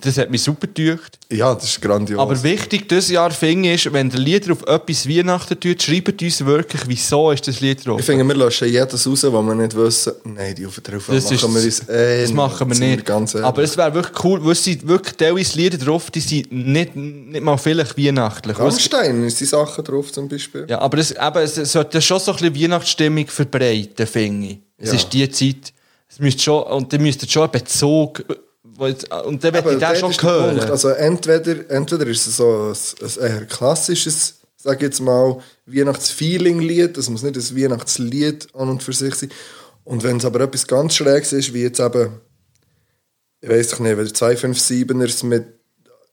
[SPEAKER 3] das hat mich super gedacht.
[SPEAKER 4] Ja, das ist grandios.
[SPEAKER 3] Aber wichtig dieses Jahr finde ich, ist, wenn ihr Lieder auf etwas Weihnachten tut, schreibt uns wirklich, wieso ist das Lied drauf.
[SPEAKER 4] ich finde, wir lassen jedes raus, was wir nicht wissen. Nein, die auf der Haufen
[SPEAKER 3] Das
[SPEAKER 4] machen
[SPEAKER 3] ist-
[SPEAKER 4] wir uns eh
[SPEAKER 3] Das machen wir
[SPEAKER 4] sind
[SPEAKER 3] nicht.
[SPEAKER 4] Ganz ehrlich.
[SPEAKER 3] Aber es wäre wirklich cool, weil es sind wirklich teilweise Lieder drauf, die sind nicht, nicht mal vielleicht weihnachtlich. Weil es-
[SPEAKER 4] Rammstein, sind Sachen drauf zum Beispiel?
[SPEAKER 3] Ja, aber es, eben, es sollte schon so ein bisschen Weihnachtsstimmung verbreiten, finde ich. Es
[SPEAKER 4] Ja.
[SPEAKER 3] ist die Zeit, es müsst schon, und ihr müsstet schon einen Bezug, wo jetzt- und dann möchte
[SPEAKER 4] Aber
[SPEAKER 3] ich den
[SPEAKER 4] dort
[SPEAKER 3] schon
[SPEAKER 4] ist der
[SPEAKER 3] hören.
[SPEAKER 4] Punkt. Also entweder, entweder ist es so ein, ein eher klassisches, sag ich jetzt mal, Weihnachtsfeeling-Lied. Es muss nicht ein Weihnachtslied an und für sich sein. Und wenn es aber etwas ganz Schräges ist, wie jetzt eben, ich weiß doch nicht, wenn der 257 ers mit,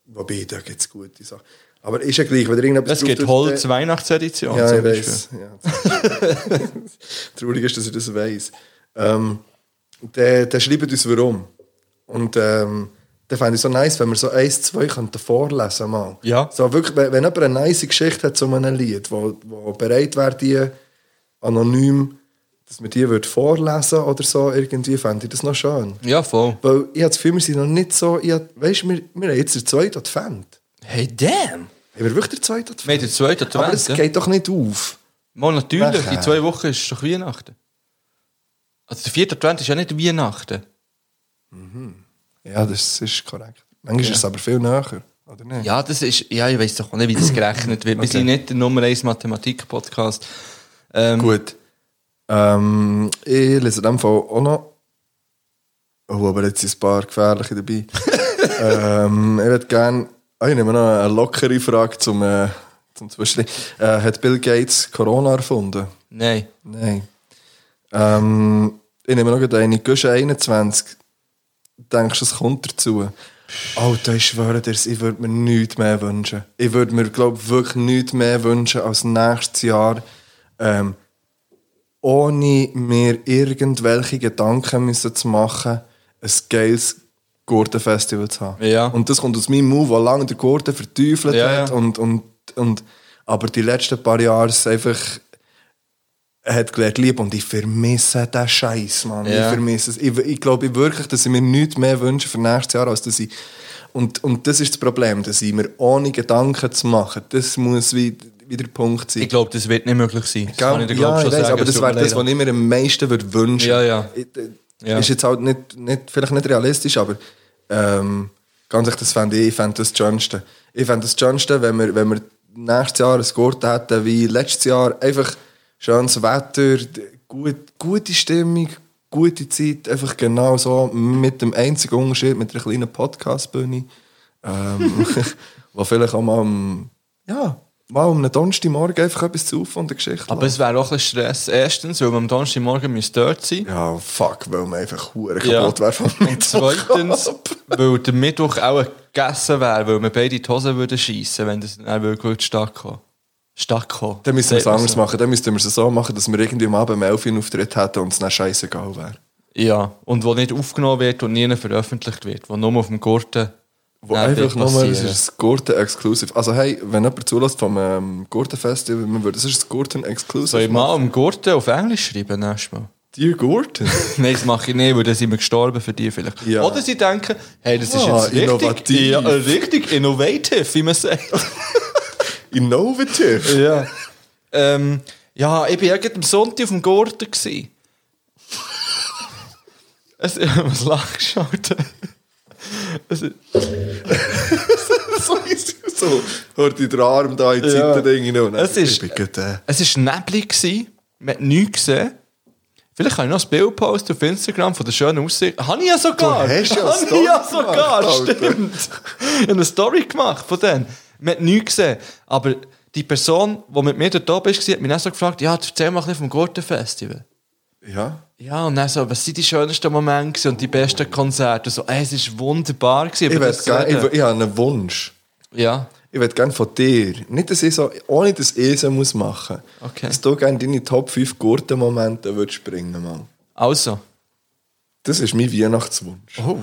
[SPEAKER 4] wobei, da gibt es gute Sachen. Aber ist ja gleich, wenn ihr irgendetwas
[SPEAKER 3] Es gibt
[SPEAKER 4] drauf tut,
[SPEAKER 3] Holz
[SPEAKER 4] dann-
[SPEAKER 3] Weihnachtsedition
[SPEAKER 4] Ja,
[SPEAKER 3] zum
[SPEAKER 4] ich
[SPEAKER 3] Beispiel.
[SPEAKER 4] weiß. Ja. Traurig ist, dass ich das weiß. Ähm, dann, dann schreibt uns warum. Und ähm, dann fände ich so nice, wenn wir so eins, zwei könnten vorlesen mal.
[SPEAKER 3] Ja.
[SPEAKER 4] So, wirklich, wenn, wenn jemand eine nice Geschichte hat zu einem Lied, wo, wo bereit wäre, die anonym, dass wir die würde vorlesen oder so, irgendwie fände ich das noch schön.
[SPEAKER 3] Ja, voll.
[SPEAKER 4] Weil ich habe das Gefühl, wir sind noch nicht so... Ich hab, weißt du, wir, wir haben jetzt den zweiten Advent.
[SPEAKER 3] Hey, damn!
[SPEAKER 4] Haben wir wirklich den zweiten Advent?
[SPEAKER 3] Wir haben den zweiten
[SPEAKER 4] Aber es
[SPEAKER 3] Advent. ja.
[SPEAKER 4] geht doch nicht auf.
[SPEAKER 3] Mal natürlich,
[SPEAKER 4] Nachher.
[SPEAKER 3] in zwei Wochen ist doch Weihnachten. Also der vierte Advent ist ja nicht Weihnachten.
[SPEAKER 4] Ja, das ist korrekt. Manchmal ist es aber viel näher, oder nicht?
[SPEAKER 3] Ja, das ist, ja, ich weiß doch auch nicht, wie das gerechnet wird. Wir sind nicht der Nummer 1 Mathematik-Podcast. Ähm,
[SPEAKER 4] Gut. Ähm, ich lese in dem Fall auch noch. Oh, aber jetzt sind ein paar gefährliche dabei. ähm, ich würde gerne. Oh, ich nehme noch eine lockere Frage zum, äh, zum Zwischen. Äh, hat Bill Gates Corona erfunden?
[SPEAKER 3] Nein.
[SPEAKER 4] Nein. Ähm, ich nehme noch eine. Gehst 21? Denkst du, es kommt dazu? Oh, Alter, ich schwöre dir, ich würde mir nichts mehr wünschen. Ich würde mir, glaube ich, wirklich nichts mehr wünschen als nächstes Jahr. Ähm, ohne mir irgendwelche Gedanken müssen zu machen, ein geiles Gurtenfestival zu haben.
[SPEAKER 3] Ja.
[SPEAKER 4] Und das kommt aus meinem Move, der lange der Gurten verteufelt
[SPEAKER 3] Ja,
[SPEAKER 4] hat.
[SPEAKER 3] ja.
[SPEAKER 4] Und, und, und, aber die letzten paar Jahre ist es einfach er hat gelernt lieb und ich vermisse den Scheiß, Mann. Ich
[SPEAKER 3] Ja.
[SPEAKER 4] vermisse es. Ich, ich glaube wirklich, dass ich mir nichts mehr wünsche für nächstes Jahr, als dass ich. Und, und das ist das Problem, dass ich mir ohne Gedanken zu machen, das muss wie, wie der Punkt sein.
[SPEAKER 3] Ich glaube, das wird nicht möglich sein. Das kann ich dir, glaub,
[SPEAKER 4] ja,
[SPEAKER 3] schon
[SPEAKER 4] ich weiß,
[SPEAKER 3] sagen.
[SPEAKER 4] aber das
[SPEAKER 3] Es tut
[SPEAKER 4] wäre
[SPEAKER 3] mir
[SPEAKER 4] das,
[SPEAKER 3] leid.
[SPEAKER 4] was ich mir am meisten würde wünschen.
[SPEAKER 3] Ja, ja.
[SPEAKER 4] Ich- äh,
[SPEAKER 3] Ja.
[SPEAKER 4] Ist jetzt halt nicht, nicht, vielleicht nicht realistisch, aber ähm, ganz ehrlich, das fände ich, ich fände das Schönste. Ich fände das Schönste, wenn wir, wenn wir nächstes Jahr ein Gurt hätten wie letztes Jahr. Einfach schönes Wetter, d- gut, gute Stimmung, gute Zeit, einfach genau so mit dem einzigen Unterschied, mit einer kleinen Podcast-Bühne, ähm, wo vielleicht auch mal am, ja, mal am Donnerstagmorgen einfach etwas zu auf von der Geschichte
[SPEAKER 3] Aber es wäre auch ein bisschen Stress. Erstens, weil wir am Donnerstagmorgen müssen dort sein
[SPEAKER 4] Ja, fuck, weil man einfach hure
[SPEAKER 3] Ja.
[SPEAKER 4] kaputt wäre vom Mittwoch. Oh
[SPEAKER 3] Zweitens, weil der Mittwoch auch gegessen wäre, weil wir beide die Hose würden schiessen, wenn das dann wirklich in die Stadt kommt. Stadt kommt.
[SPEAKER 4] Dann müssen wir es
[SPEAKER 3] Sagt man
[SPEAKER 4] anders
[SPEAKER 3] so.
[SPEAKER 4] machen. Dann müssten wir es so machen, dass wir irgendwie am Abend um 11 Uhr einen Auftritt hätten und es dann scheißegal wäre.
[SPEAKER 3] Ja, und wo nicht aufgenommen wird und nie veröffentlicht wird, wo nur auf dem Gurten
[SPEAKER 4] Wo einfach nochmal, es ist ein Gurten-Exclusive. Also hey, wenn jemand zulässt vom ähm, Gurten-Festival, man würde, das ist ein
[SPEAKER 3] Soll ich
[SPEAKER 4] Gurten-Exclusive.
[SPEAKER 3] mal am Gurten auf Englisch schreiben nächstes Mal?
[SPEAKER 4] Dear Gurten.
[SPEAKER 3] Nein, das mache ich nicht, weil dann sind wir gestorben für die vielleicht.
[SPEAKER 4] Ja.
[SPEAKER 3] Oder sie denken, hey, das ist
[SPEAKER 4] Ah,
[SPEAKER 3] jetzt richtig,
[SPEAKER 4] innovativ.
[SPEAKER 3] Ja, richtig innovative, wie man sagt.
[SPEAKER 4] Innovative.
[SPEAKER 3] ja. Ähm, ja, ich war am Sonntag auf dem Gurten. gsi. Es, was lachst du, Alter? Es,
[SPEAKER 4] so ist es so. Hört ihr den Arm da in die
[SPEAKER 3] Ja.
[SPEAKER 4] Seite Ding hinein.
[SPEAKER 3] Es ist-
[SPEAKER 4] Ich bin gut, äh,
[SPEAKER 3] Es war neblig, gewesen. man hat nichts gesehen. Vielleicht habe ich noch ein Bild posten auf Instagram von der schönen Aussicht. Habe ich ja sogar!
[SPEAKER 4] Du hast ja eine
[SPEAKER 3] Habe ich
[SPEAKER 4] Story
[SPEAKER 3] ja sogar,
[SPEAKER 4] gemacht, Alter.
[SPEAKER 3] stimmt! Ich habe eine Story gemacht von denen. Man hat nichts gesehen. Aber die Person, die mit mir dort oben war, hat mich dann so gefragt, ja, erzähl mal ein bisschen vom Gurtenfestival.
[SPEAKER 4] Ja.
[SPEAKER 3] Ja, und dann so, was sind die schönsten Momente gewesen und die besten Konzerte? Und So, ey, es war wunderbar. Gewesen,
[SPEAKER 4] Ich,
[SPEAKER 3] über
[SPEAKER 4] würd
[SPEAKER 3] das zu
[SPEAKER 4] gerne- ich,
[SPEAKER 3] reden.
[SPEAKER 4] wür- ich habe einen Wunsch.
[SPEAKER 3] Ja.
[SPEAKER 4] Ich würde gerne von dir, nicht, dass ich so, ohne dass ich so muss machen muss,
[SPEAKER 3] Okay.
[SPEAKER 4] dass du gerne deine Top 5 Gurtenmomente würdest bringen, Mann.
[SPEAKER 3] Also.
[SPEAKER 4] Das ist mein Weihnachtswunsch.
[SPEAKER 3] Oh,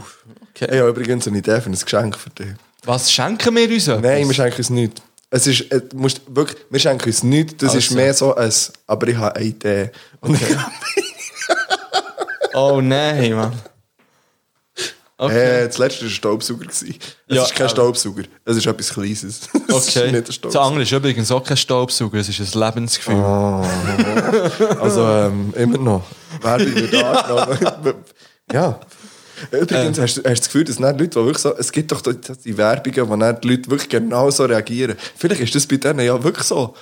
[SPEAKER 3] okay.
[SPEAKER 4] Ich habe übrigens eine Idee für ein Geschenk für dich.
[SPEAKER 3] Was schenken wir uns? etwas?
[SPEAKER 4] Nein, wir schenken uns nichts. Es ist, äh, du musst wirklich, wir schenken uns nichts, das ist
[SPEAKER 3] Also.
[SPEAKER 4] mehr so ein, aber ich habe eine Idee. Und
[SPEAKER 3] Oh nein, Mann. Okay.
[SPEAKER 4] äh, das letzte war ein Staubsauger. gewesen. Es
[SPEAKER 3] Ja,
[SPEAKER 4] ist kein
[SPEAKER 3] aber-
[SPEAKER 4] Staubsauger, es ist etwas Kleines. Es
[SPEAKER 3] Okay.
[SPEAKER 4] ist nicht ein
[SPEAKER 3] Das
[SPEAKER 4] Staubsauger.
[SPEAKER 3] andere ist übrigens auch kein Staubsauger, es ist ein Lebensgefühl.
[SPEAKER 4] Ah. Also ähm, immer noch. Werbung wird angenommen. ja.
[SPEAKER 3] Ähm.
[SPEAKER 4] Übrigens, hast, du- hast du das Gefühl, dass dann Leute, die wirklich so, es gibt doch die, die Werbungen, wo dann die Leute wirklich genau so reagieren. Vielleicht ist das bei denen ja wirklich so.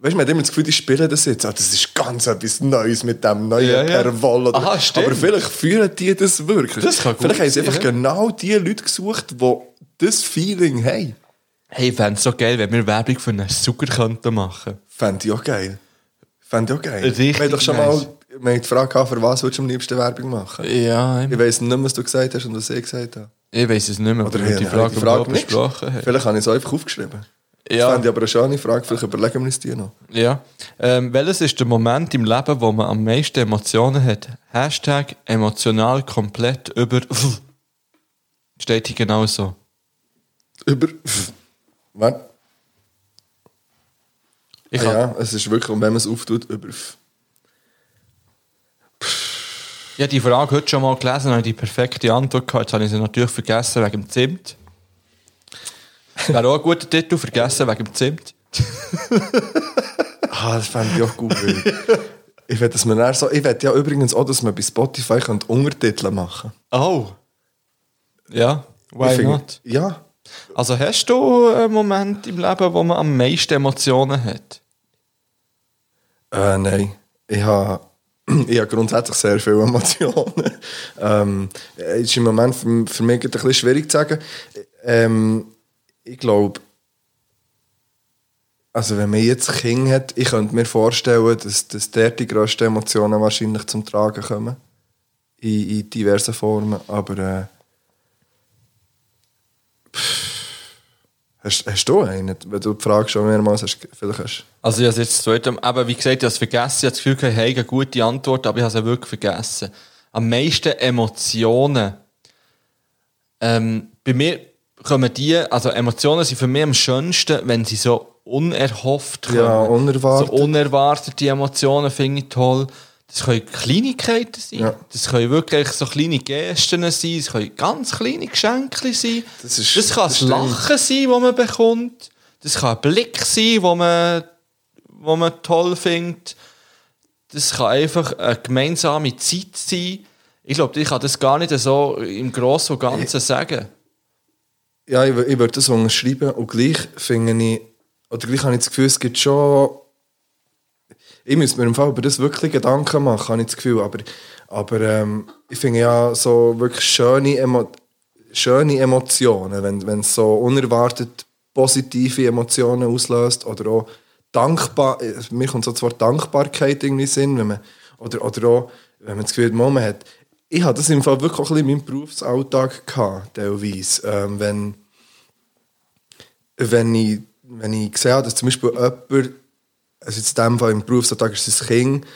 [SPEAKER 4] Weißt du, man hat immer das Gefühl, die spielen das jetzt. Ah, das ist ganz etwas Neues mit dem neuen
[SPEAKER 3] Ja, ja.
[SPEAKER 4] Perwoll. oder-
[SPEAKER 3] Aha, stimmt.
[SPEAKER 4] Aber vielleicht fühlen die das wirklich.
[SPEAKER 3] Das kann gut
[SPEAKER 4] vielleicht haben sie
[SPEAKER 3] sein,
[SPEAKER 4] einfach
[SPEAKER 3] ja.
[SPEAKER 4] genau die Leute gesucht, die das Feeling haben.
[SPEAKER 3] Hey, ich fände es so geil, wenn wir Werbung für einen Zucker könnten machen.
[SPEAKER 4] Fände ich auch geil. Fände ich auch geil.
[SPEAKER 3] Richtig
[SPEAKER 4] wir haben doch schon
[SPEAKER 3] nice.
[SPEAKER 4] mal wir haben die Frage gehabt, für was würdest du am liebsten Werbung machen?
[SPEAKER 3] Ja,
[SPEAKER 4] Ich weiss nicht, was du gesagt hast und was ich gesagt habe.
[SPEAKER 3] ich weiß es nicht mehr,
[SPEAKER 4] Oder
[SPEAKER 3] weil wir
[SPEAKER 4] haben
[SPEAKER 3] die
[SPEAKER 4] wir
[SPEAKER 3] Frage,
[SPEAKER 4] die Frage
[SPEAKER 3] überhaupt
[SPEAKER 4] nicht?
[SPEAKER 3] besprochen haben.
[SPEAKER 4] Vielleicht habe ich es auch einfach aufgeschrieben.
[SPEAKER 3] Ja.
[SPEAKER 4] Das fände ich aber eine schöne Frage. Vielleicht überlegen wir uns die noch.
[SPEAKER 3] Ja. Ähm, welches ist der Moment im Leben, wo man am meisten Emotionen hat? Hashtag emotional komplett über. Steht hier genau so.
[SPEAKER 4] Über. Warte.
[SPEAKER 3] Ich
[SPEAKER 4] Ah,
[SPEAKER 3] kann,
[SPEAKER 4] ja, es ist wirklich, und wenn man es auftut, über.
[SPEAKER 3] ich habe die Frage heute schon mal gelesen und habe die perfekte Antwort gehabt. Jetzt habe ich sie natürlich vergessen wegen dem Zimt. Wäre auch ein guter Titel, vergessen wegen dem Zimt.
[SPEAKER 4] Ah, das fände ich auch gut. weil ich will, dass man dann so. Ich will ja übrigens auch, dass man bei Spotify könnte Untertitel machen
[SPEAKER 3] Oh. Ja,
[SPEAKER 4] Ich
[SPEAKER 3] why
[SPEAKER 4] finde-
[SPEAKER 3] not?
[SPEAKER 4] Ja.
[SPEAKER 3] Also hast du einen Moment im Leben, wo man am meisten Emotionen hat?
[SPEAKER 4] Äh, nein. Ich habe, ich habe grundsätzlich sehr viele Emotionen. ähm, äh, ist im Moment für, für mich gerade ein bisschen schwierig zu sagen. Ähm, ich glaube, also wenn man jetzt ein Kind hat, ich könnte mir vorstellen, dass, dass dort die grössten Emotionen wahrscheinlich zum Tragen kommen. In, in diversen Formen. Aber äh, pff, hast, hast du einen? Wenn du die Frage schon mehrmals hast, vielleicht hast
[SPEAKER 3] Also ich habe es jetzt zweit, aber wie gesagt, ich habe es vergessen. Ich habe das Gefühl, ich habe eine gute Antwort, aber ich habe es auch wirklich vergessen. Am meisten Emotionen. Ähm, bei mir kommen die, also Emotionen sind für mich am schönsten, wenn sie so unerhofft kommen.
[SPEAKER 4] Ja, unerwartet.
[SPEAKER 3] So unerwartete Emotionen finde ich toll. Das können Kleinigkeiten sein.
[SPEAKER 4] Ja.
[SPEAKER 3] Das können wirklich so kleine Gesten sein. Das können ganz kleine Geschenke sein.
[SPEAKER 4] Das ist-
[SPEAKER 3] das kann
[SPEAKER 4] das
[SPEAKER 3] ein
[SPEAKER 4] stimmt.
[SPEAKER 3] Lachen sein, das man bekommt. Das kann ein Blick sein, den man, wo man toll findet. Das kann einfach eine gemeinsame Zeit sein. Ich glaube, ich kann das gar nicht so im Großen und Ganzen sagen.
[SPEAKER 4] Ja, ich, wür- ich würde das unterschreiben. Und gleich finde ich, oder gleich habe ich das Gefühl, es gibt schon. Ich muss mir im Fall über das wirklich Gedanken machen, habe ich das Gefühl. Aber, aber ähm, ich finde ja so wirklich schöne, Emo schöne Emotionen, wenn wenn es so unerwartet positive Emotionen auslöst oder auch dankbar, äh, mir kommt so das Wort Dankbarkeit irgendwie in den Sinn, wenn man, oder, oder auch, wenn man das Gefühl hat, Mama hat, ich hatte das im Fall wirklich auch ein bisschen in meinem Berufsalltag gehabt, teilweise, ähm, wenn, wenn ich, wenn ich sehe, dass zum Beispiel jemand, also jetzt in dem Fall im Berufsalltag ist es ein Kind,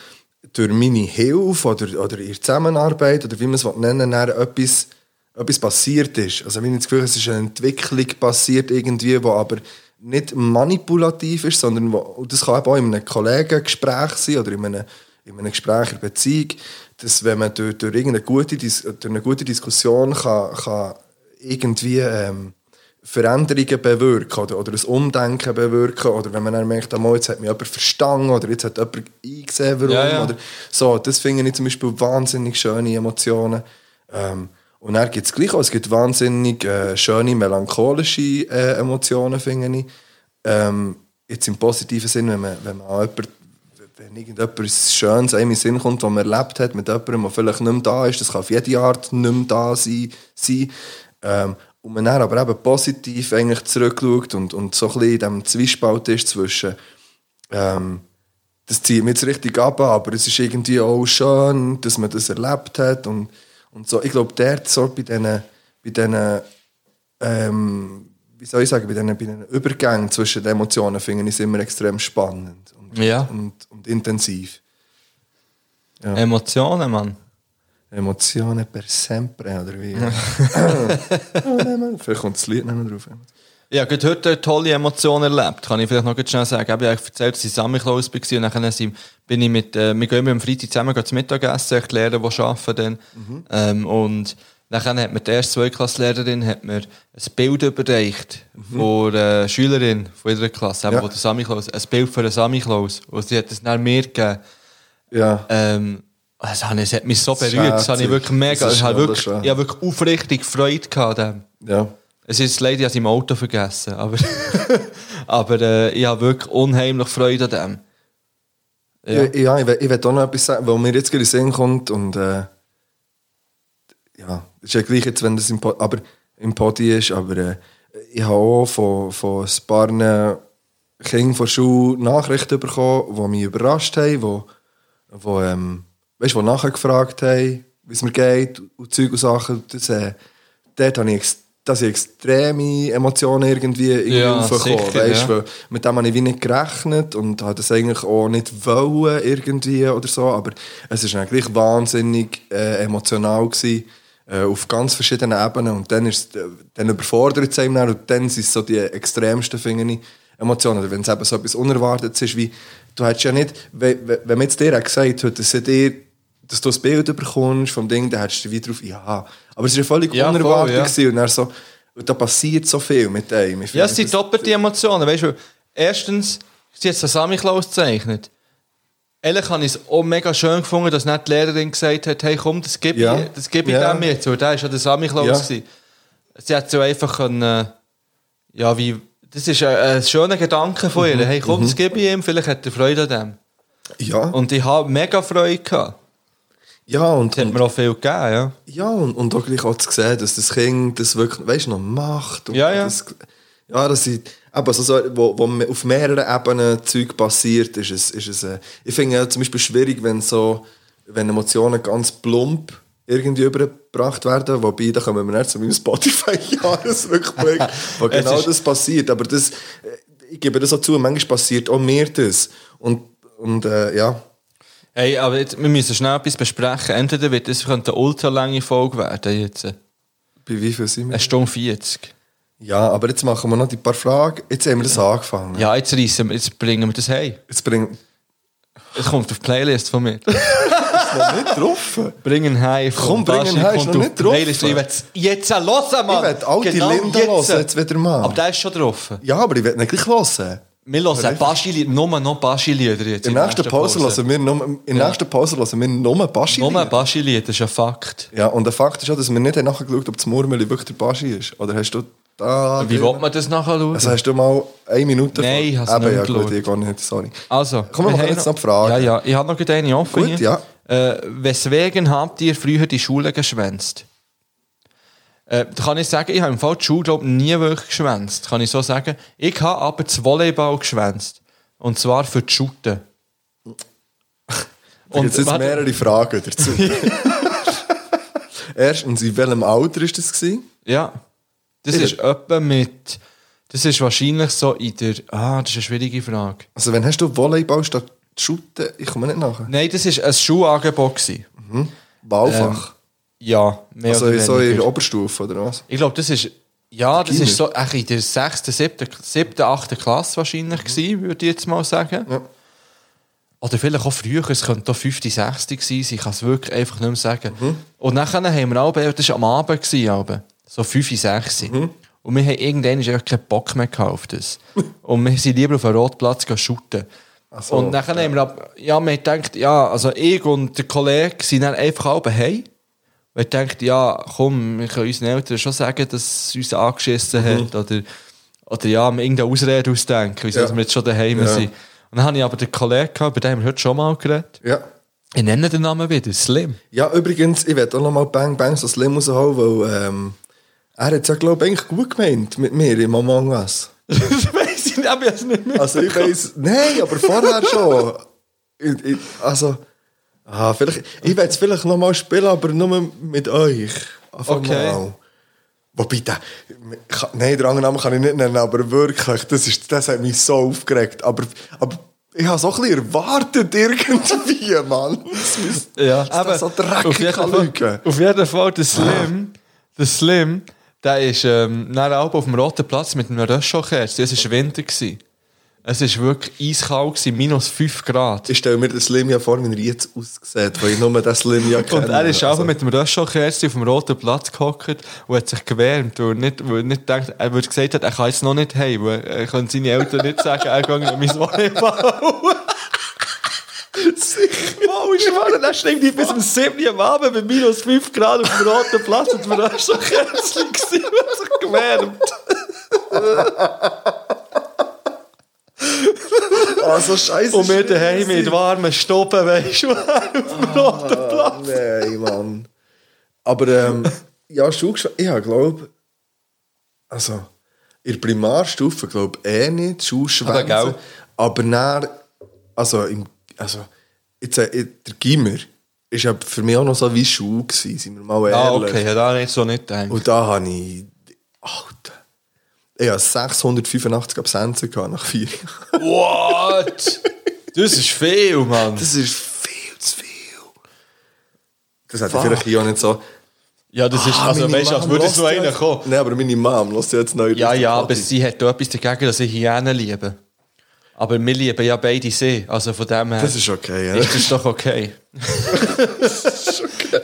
[SPEAKER 4] durch meine Hilfe oder, oder ihre Zusammenarbeit oder wie man es will nennen will, etwas, etwas passiert ist. Also wenn ich habe das Gefühl, es ist eine Entwicklung passiert irgendwie, die aber nicht manipulativ ist, sondern wo, und das kann eben auch in einem Kollegengespräch sein oder in einem, in einem Gespräch in einer Beziehung, dass wenn man durch, durch, irgendeine gute, Dis- durch eine gute Diskussion kann, kann irgendwie... Ähm, Veränderungen bewirken oder, oder ein Umdenken bewirken oder wenn man dann merkt, ah, mal, jetzt hat mich jemand verstanden oder jetzt hat jemand eingesehen, warum.
[SPEAKER 3] Ja, ja.
[SPEAKER 4] Oder so, das finde ich zum Beispiel wahnsinnig schöne Emotionen. Ähm, und dann gibt es gleich auch, es gibt wahnsinnig äh, schöne melancholische äh, Emotionen, finde ich. Ähm, jetzt im positiven Sinn, wenn man, wenn man an jemand, wenn irgendetwas Schönes einem in den Sinn kommt, was man erlebt hat mit jemandem, der vielleicht nicht mehr da ist, das kann auf jede Art nicht mehr da sein. sein. Ähm, und man dann aber eben positiv eigentlich zurückschaut und, und so ein bisschen in diesem Zwiespalt ist zwischen ähm, das zieht mich jetzt richtig ab, aber es ist irgendwie auch schön, dass man das erlebt hat und, und so. Ich glaube, der so bei diesen, bei diesen ähm, wie soll ich sagen, bei diesen, bei diesen Übergängen zwischen den Emotionen finde ich es immer extrem spannend und,
[SPEAKER 3] Ja.
[SPEAKER 4] und, und intensiv.
[SPEAKER 3] Emotionen, Mann.
[SPEAKER 4] Emotionen per sempre, oder wie? Vielleicht kommt das Lied nicht mehr drauf.
[SPEAKER 3] Ich habe gerade heute eine tolle Emotion erlebt, kann ich vielleicht noch ganz schnell sagen. Ich habe ja erzählt, dass ich Samichlaus war und nachher sind- bin ich mit, äh, wir gehen immer am Freitag zusammen gehen zum Mittagessen, ich lehre, die arbeiten dann.
[SPEAKER 4] Mhm.
[SPEAKER 3] Ähm, und nachher hat mir die erste Zweiklasslehrerin hat mir ein Bild überreicht von einer Schülerin von ihrer Klasse,
[SPEAKER 4] Mhm.
[SPEAKER 3] eben
[SPEAKER 4] Ja.
[SPEAKER 3] von der Samichlaus, ein Bild für einen Samichlaus. Und sie hat es dann mir gegeben.
[SPEAKER 4] Ja.
[SPEAKER 3] Ähm, das, habe ich, das hat mich so berührt, das habe ich
[SPEAKER 4] Schätzig.
[SPEAKER 3] wirklich mega,
[SPEAKER 4] Das ist
[SPEAKER 3] ich habe wirklich,
[SPEAKER 4] wunderschön.
[SPEAKER 3] ich habe wirklich aufrichtig Freude gehabt. an Dem.
[SPEAKER 4] ja.
[SPEAKER 3] Es ist leider, ich habe es im Auto vergessen, aber, aber äh, ich habe wirklich unheimlich Freude an dem. Ja.
[SPEAKER 4] Ja, ja ich, will, ich will auch noch etwas sagen, weil mir jetzt gerade in den Sinn kommt und äh, ja, ist ja gleich jetzt, wenn das im, Pod, aber, im Podi ist, aber äh, ich habe auch von, von ein paar Kindern von der Schule Nachrichten bekommen, die mich überrascht haben, wo, wo, ähm, weißt, wo nachher gefragt haben, wie es mir geht und Zeug und Sachen. Das, äh, dort habe ich ex- dass ich extreme Emotionen irgendwie irgendwie
[SPEAKER 3] Ja,
[SPEAKER 4] raufgekommen,
[SPEAKER 3] sicher,
[SPEAKER 4] weisst,
[SPEAKER 3] ja.
[SPEAKER 4] weil Mit dem habe ich wie nicht gerechnet und habe das eigentlich auch nicht wollen irgendwie oder so, aber es ist eigentlich wahnsinnig äh, emotional gewesen, äh, auf ganz verschiedenen Ebenen und dann, ist, es, äh, dann überfordert es einem dann und dann sind es so die extremsten, finde ich, Emotionen. Oder wenn es eben so etwas Unerwartetes ist, wie du hättest ja nicht, wenn, wenn wenn man jetzt dir hat gesagt hat, dass, sie dir, dass du das Bild bekommst vom Ding, dann hättest du wieder drauf, ja, aber es ist ja völlig
[SPEAKER 3] Ja, voll,
[SPEAKER 4] unerwartet
[SPEAKER 3] ja.
[SPEAKER 4] gewesen und dann so, und da passiert so viel mit einem. Ich
[SPEAKER 3] Ja,
[SPEAKER 4] finde,
[SPEAKER 3] es sind
[SPEAKER 4] das-
[SPEAKER 3] doppelte Emotionen. Weißt du, erstens, sie hat Sami Klaus gezeichnet. Ehrlich habe ich es auch mega schön gefunden, dass nicht die Lehrerin gesagt hat, hey komm, das gebe
[SPEAKER 4] Ja.
[SPEAKER 3] ich, das gebe ich
[SPEAKER 4] Ja.
[SPEAKER 3] dem jetzt, weil der war ja der Sami Klaus.
[SPEAKER 4] Ja.
[SPEAKER 3] gewesen. Sie hat so einfach können, äh, ja wie, das ist ein, ein schöner Gedanke von
[SPEAKER 4] Mhm.
[SPEAKER 3] ihr, hey komm, das gebe ich ihm, vielleicht hat er Freude an dem.
[SPEAKER 4] Ja,
[SPEAKER 3] Und ich habe mega Freude gehabt.
[SPEAKER 4] ja und,
[SPEAKER 3] Das hat
[SPEAKER 4] und,
[SPEAKER 3] mir auch viel gegeben, ja.
[SPEAKER 4] ja, und, und auch gleich auch zu sehen, dass das Kind das wirklich weißt, noch macht. Und
[SPEAKER 3] Ja, ja.
[SPEAKER 4] Das, ja, das sind, aber so, so, wo, wo me- auf mehreren Ebenen Zeug passiert, ist es, ist es äh, ich finde ja zum Beispiel schwierig, wenn so, wenn Emotionen ganz plump irgendwie übergebracht werden, wobei, da kommen wir nicht zu meinem Spotify-Jahresrückblick, wo
[SPEAKER 3] Es
[SPEAKER 4] genau
[SPEAKER 3] ist-
[SPEAKER 4] das passiert, aber das, äh, ich gebe das auch zu, manchmal passiert auch mir das. Und, und äh, ja,
[SPEAKER 3] Hey, aber jetzt, wir müssen schnell etwas besprechen. Entweder wird das könnte eine ultralange Folge werden jetzt. äh,
[SPEAKER 4] bei wie viel sind wir?
[SPEAKER 3] Eine Stunde 40.
[SPEAKER 4] Ja, aber jetzt machen wir noch die paar Fragen. Jetzt haben wir das angefangen.
[SPEAKER 3] Ja, jetzt reissen wir, jetzt bringen wir das hey.
[SPEAKER 4] Jetzt bringen
[SPEAKER 3] Es kommt auf die Playlist von mir.
[SPEAKER 4] wir nicht drauf.
[SPEAKER 3] Bringen heim.
[SPEAKER 4] Komm, bring ihn heim, ist noch nicht drauf.
[SPEAKER 3] Playlist. Ich will jetzt hören, Mann. Genau
[SPEAKER 4] Ich will all die Linden hören, jetzt wieder mal.
[SPEAKER 3] Aber der ist schon drauf.
[SPEAKER 4] Ja, aber ich werde nicht gleich hören.
[SPEAKER 3] Wir hören Baschi-Lieder, nur noch Baschi-Lieder jetzt.
[SPEAKER 4] In der nächsten Pause hören wir nur, in der nächsten Pause hören wir nur Baschi.
[SPEAKER 3] Nur Baschi-Lieder, das ist ein Fakt.
[SPEAKER 4] Ja, und der Fakt ist auch, dass wir nicht haben nachgeschaut ob das Murmeli wirklich der Baschi ist. Oder hast du da...
[SPEAKER 3] Wie will man das nachher schauen?
[SPEAKER 4] Also hast du mal eine Minute...
[SPEAKER 3] Nein, ich
[SPEAKER 4] ich
[SPEAKER 3] hab's
[SPEAKER 4] habe
[SPEAKER 3] nicht
[SPEAKER 4] ja, gut,
[SPEAKER 3] geschaut.
[SPEAKER 4] ich gar nicht, sorry.
[SPEAKER 3] Also,
[SPEAKER 4] Komm, wir machen
[SPEAKER 3] haben
[SPEAKER 4] jetzt noch die Fragen.
[SPEAKER 3] Ja, ja, ich habe noch gerade eine offen.
[SPEAKER 4] Gut,
[SPEAKER 3] hier. Äh, weswegen habt ihr früher die Schule geschwänzt? Äh, da kann ich sagen, ich habe im Fall die Schule glaub, ich, nie wirklich geschwänzt. Kann ich so sagen. Ich habe aber das Volleyball geschwänzt. Und zwar für die Shooten.
[SPEAKER 4] Und jetzt sind
[SPEAKER 3] warte,
[SPEAKER 4] mehrere Fragen dazu. Erstens, in welchem Alter war das? Gewesen?
[SPEAKER 3] Ja. Das
[SPEAKER 4] Bitte?
[SPEAKER 3] ist etwa mit. Das ist wahrscheinlich so in der. Ah, das ist eine schwierige Frage.
[SPEAKER 4] Also, wenn hast du Volleyball statt Shooten? Ich komme nicht nachher.
[SPEAKER 3] Nein, das war ein Schulangebot. gewesen.
[SPEAKER 4] Wahlfach.
[SPEAKER 3] Ja, mehr
[SPEAKER 4] also,
[SPEAKER 3] oder
[SPEAKER 4] so in
[SPEAKER 3] weniger.
[SPEAKER 4] der Oberstufe oder was?
[SPEAKER 3] Ich glaube, das ist. Ja, das
[SPEAKER 4] Gimmick.
[SPEAKER 3] ist so ach, in der 6., 7., 7., 8. Klasse wahrscheinlich, gewesen, würde ich jetzt mal sagen.
[SPEAKER 4] Mhm. Ja.
[SPEAKER 3] Oder vielleicht auch früher, es könnte auch 5., 6. gewesen sein, ich kann es wirklich einfach nicht mehr sagen.
[SPEAKER 4] Mhm.
[SPEAKER 3] Und nachher haben wir auch, das war am Abend, gewesen, aber, so 5., 6.
[SPEAKER 4] Mhm.
[SPEAKER 3] Und wir haben irgendwann einfach keinen Bock mehr gehabt auf das. Und wir sind lieber auf einen Rotplatz gehen shooten.
[SPEAKER 4] so,
[SPEAKER 3] und nachher haben wir, ab, ja, wir haben gedacht, ja, also ich und der Kollege sind dann einfach alle heim. Weil ich denke, ja, komm, wir können unseren Eltern schon sagen, dass sie uns angeschissen hat. Oder, oder ja, mir irgendeine Ausrede ausdenken, wieso
[SPEAKER 4] Ja.
[SPEAKER 3] wir jetzt schon daheim
[SPEAKER 4] Ja.
[SPEAKER 3] sind. Und dann habe ich aber den Kollegen gehabt, bei dem haben wir heute schon mal geredet.
[SPEAKER 4] Ja.
[SPEAKER 3] Ich nenne den Namen wieder, Slim.
[SPEAKER 4] Ja, übrigens, ich werde auch nochmal Bang Bang so Slim raushauen, weil ähm, er hat es ja, glaube ich, eigentlich gut gemeint mit mir im Among Us.
[SPEAKER 3] das weiss ich nicht, aber ich habe es nicht mehr.
[SPEAKER 4] Also, ich weiß, nein, aber vorher schon. Ich, ich, also, ah, vielleicht, ich werde es vielleicht nochmal spielen, aber nur mit euch. Einfach
[SPEAKER 3] Okay.
[SPEAKER 4] mal. Wobei, der, kann- nein, den anderen Namen kann ich nicht nennen, aber wirklich, das, ist, das hat mich so aufgeregt. Aber, aber ich habe es auch ein bisschen erwartet irgendwie, Mann. Das müsste
[SPEAKER 3] Ja,
[SPEAKER 4] das ist so dreckig
[SPEAKER 3] auf jeden,
[SPEAKER 4] kann
[SPEAKER 3] Fall,
[SPEAKER 4] lügen.
[SPEAKER 3] auf jeden Fall, der Slim, der Slim, der ist ähm, dann auch auf dem Roten Platz mit einem Röschelkerz. Es war Winter. Gewesen. Es war wirklich eiskalt, gewesen, minus 5 Grad.
[SPEAKER 4] Ich stelle mir den Slim ja vor, wie er jetzt aussieht, weil ich nur den Slim ja kenne.
[SPEAKER 3] Und er ist
[SPEAKER 4] Also,
[SPEAKER 3] auch mit dem Röschelkerzchen auf dem roten Platz gehockt und hat sich gewärmt, weil er nicht, weil er nicht denkt, er würde gesagt hat, er kann jetzt noch nicht heim, weil er können seine Eltern nicht sagen, er geht in mein Volleyball. Wow, ich war dann schlägt die bis um 7 Uhr am Abend bei minus 5 Grad auf dem roten Platz und wir haben schon Kerzchen gesehen und sich gewärmt.
[SPEAKER 4] Also, scheiße.
[SPEAKER 3] Und wir daheim mit warmen Stoppen, weißt du, auf dem roten Platz.
[SPEAKER 4] Nein, Mann. Aber ähm, ja, Schulgeschwänz. Ich habe, glaube also in der Primarstufe, glaube ich, eh nicht,
[SPEAKER 3] Aber
[SPEAKER 4] Schulschwänze.
[SPEAKER 3] gell?
[SPEAKER 4] Aber dann, also, im, also jetzt, äh, der Gimmer ist ja für mich auch noch so wie Schule gewesen, sind wir mal
[SPEAKER 3] Ah,
[SPEAKER 4] ehrlich.
[SPEAKER 3] okay, ja, da habe ich so nicht gedacht.
[SPEAKER 4] Und da habe ich Alter. Ich hatte 685 Absenzen gehabt nach vier Jahren.
[SPEAKER 3] What? Das ist viel, Mann.
[SPEAKER 4] Das ist viel zu viel. Das hätte ich vielleicht ja nicht so...
[SPEAKER 3] Ja, das ist,
[SPEAKER 4] Ah,
[SPEAKER 3] also
[SPEAKER 4] meine
[SPEAKER 3] weißt du, als
[SPEAKER 4] Mom
[SPEAKER 3] würde es noch
[SPEAKER 4] hört
[SPEAKER 3] einer
[SPEAKER 4] jetzt-
[SPEAKER 3] kommen.
[SPEAKER 4] Nein, aber meine Mom lässt jetzt neu.
[SPEAKER 3] Ja, ja, aber sie hat da etwas dagegen, dass ich Hyänen liebe. Aber wir lieben ja beide sie. Also von dem her
[SPEAKER 4] Das
[SPEAKER 3] ist,
[SPEAKER 4] ist okay, ja.
[SPEAKER 3] das doch okay.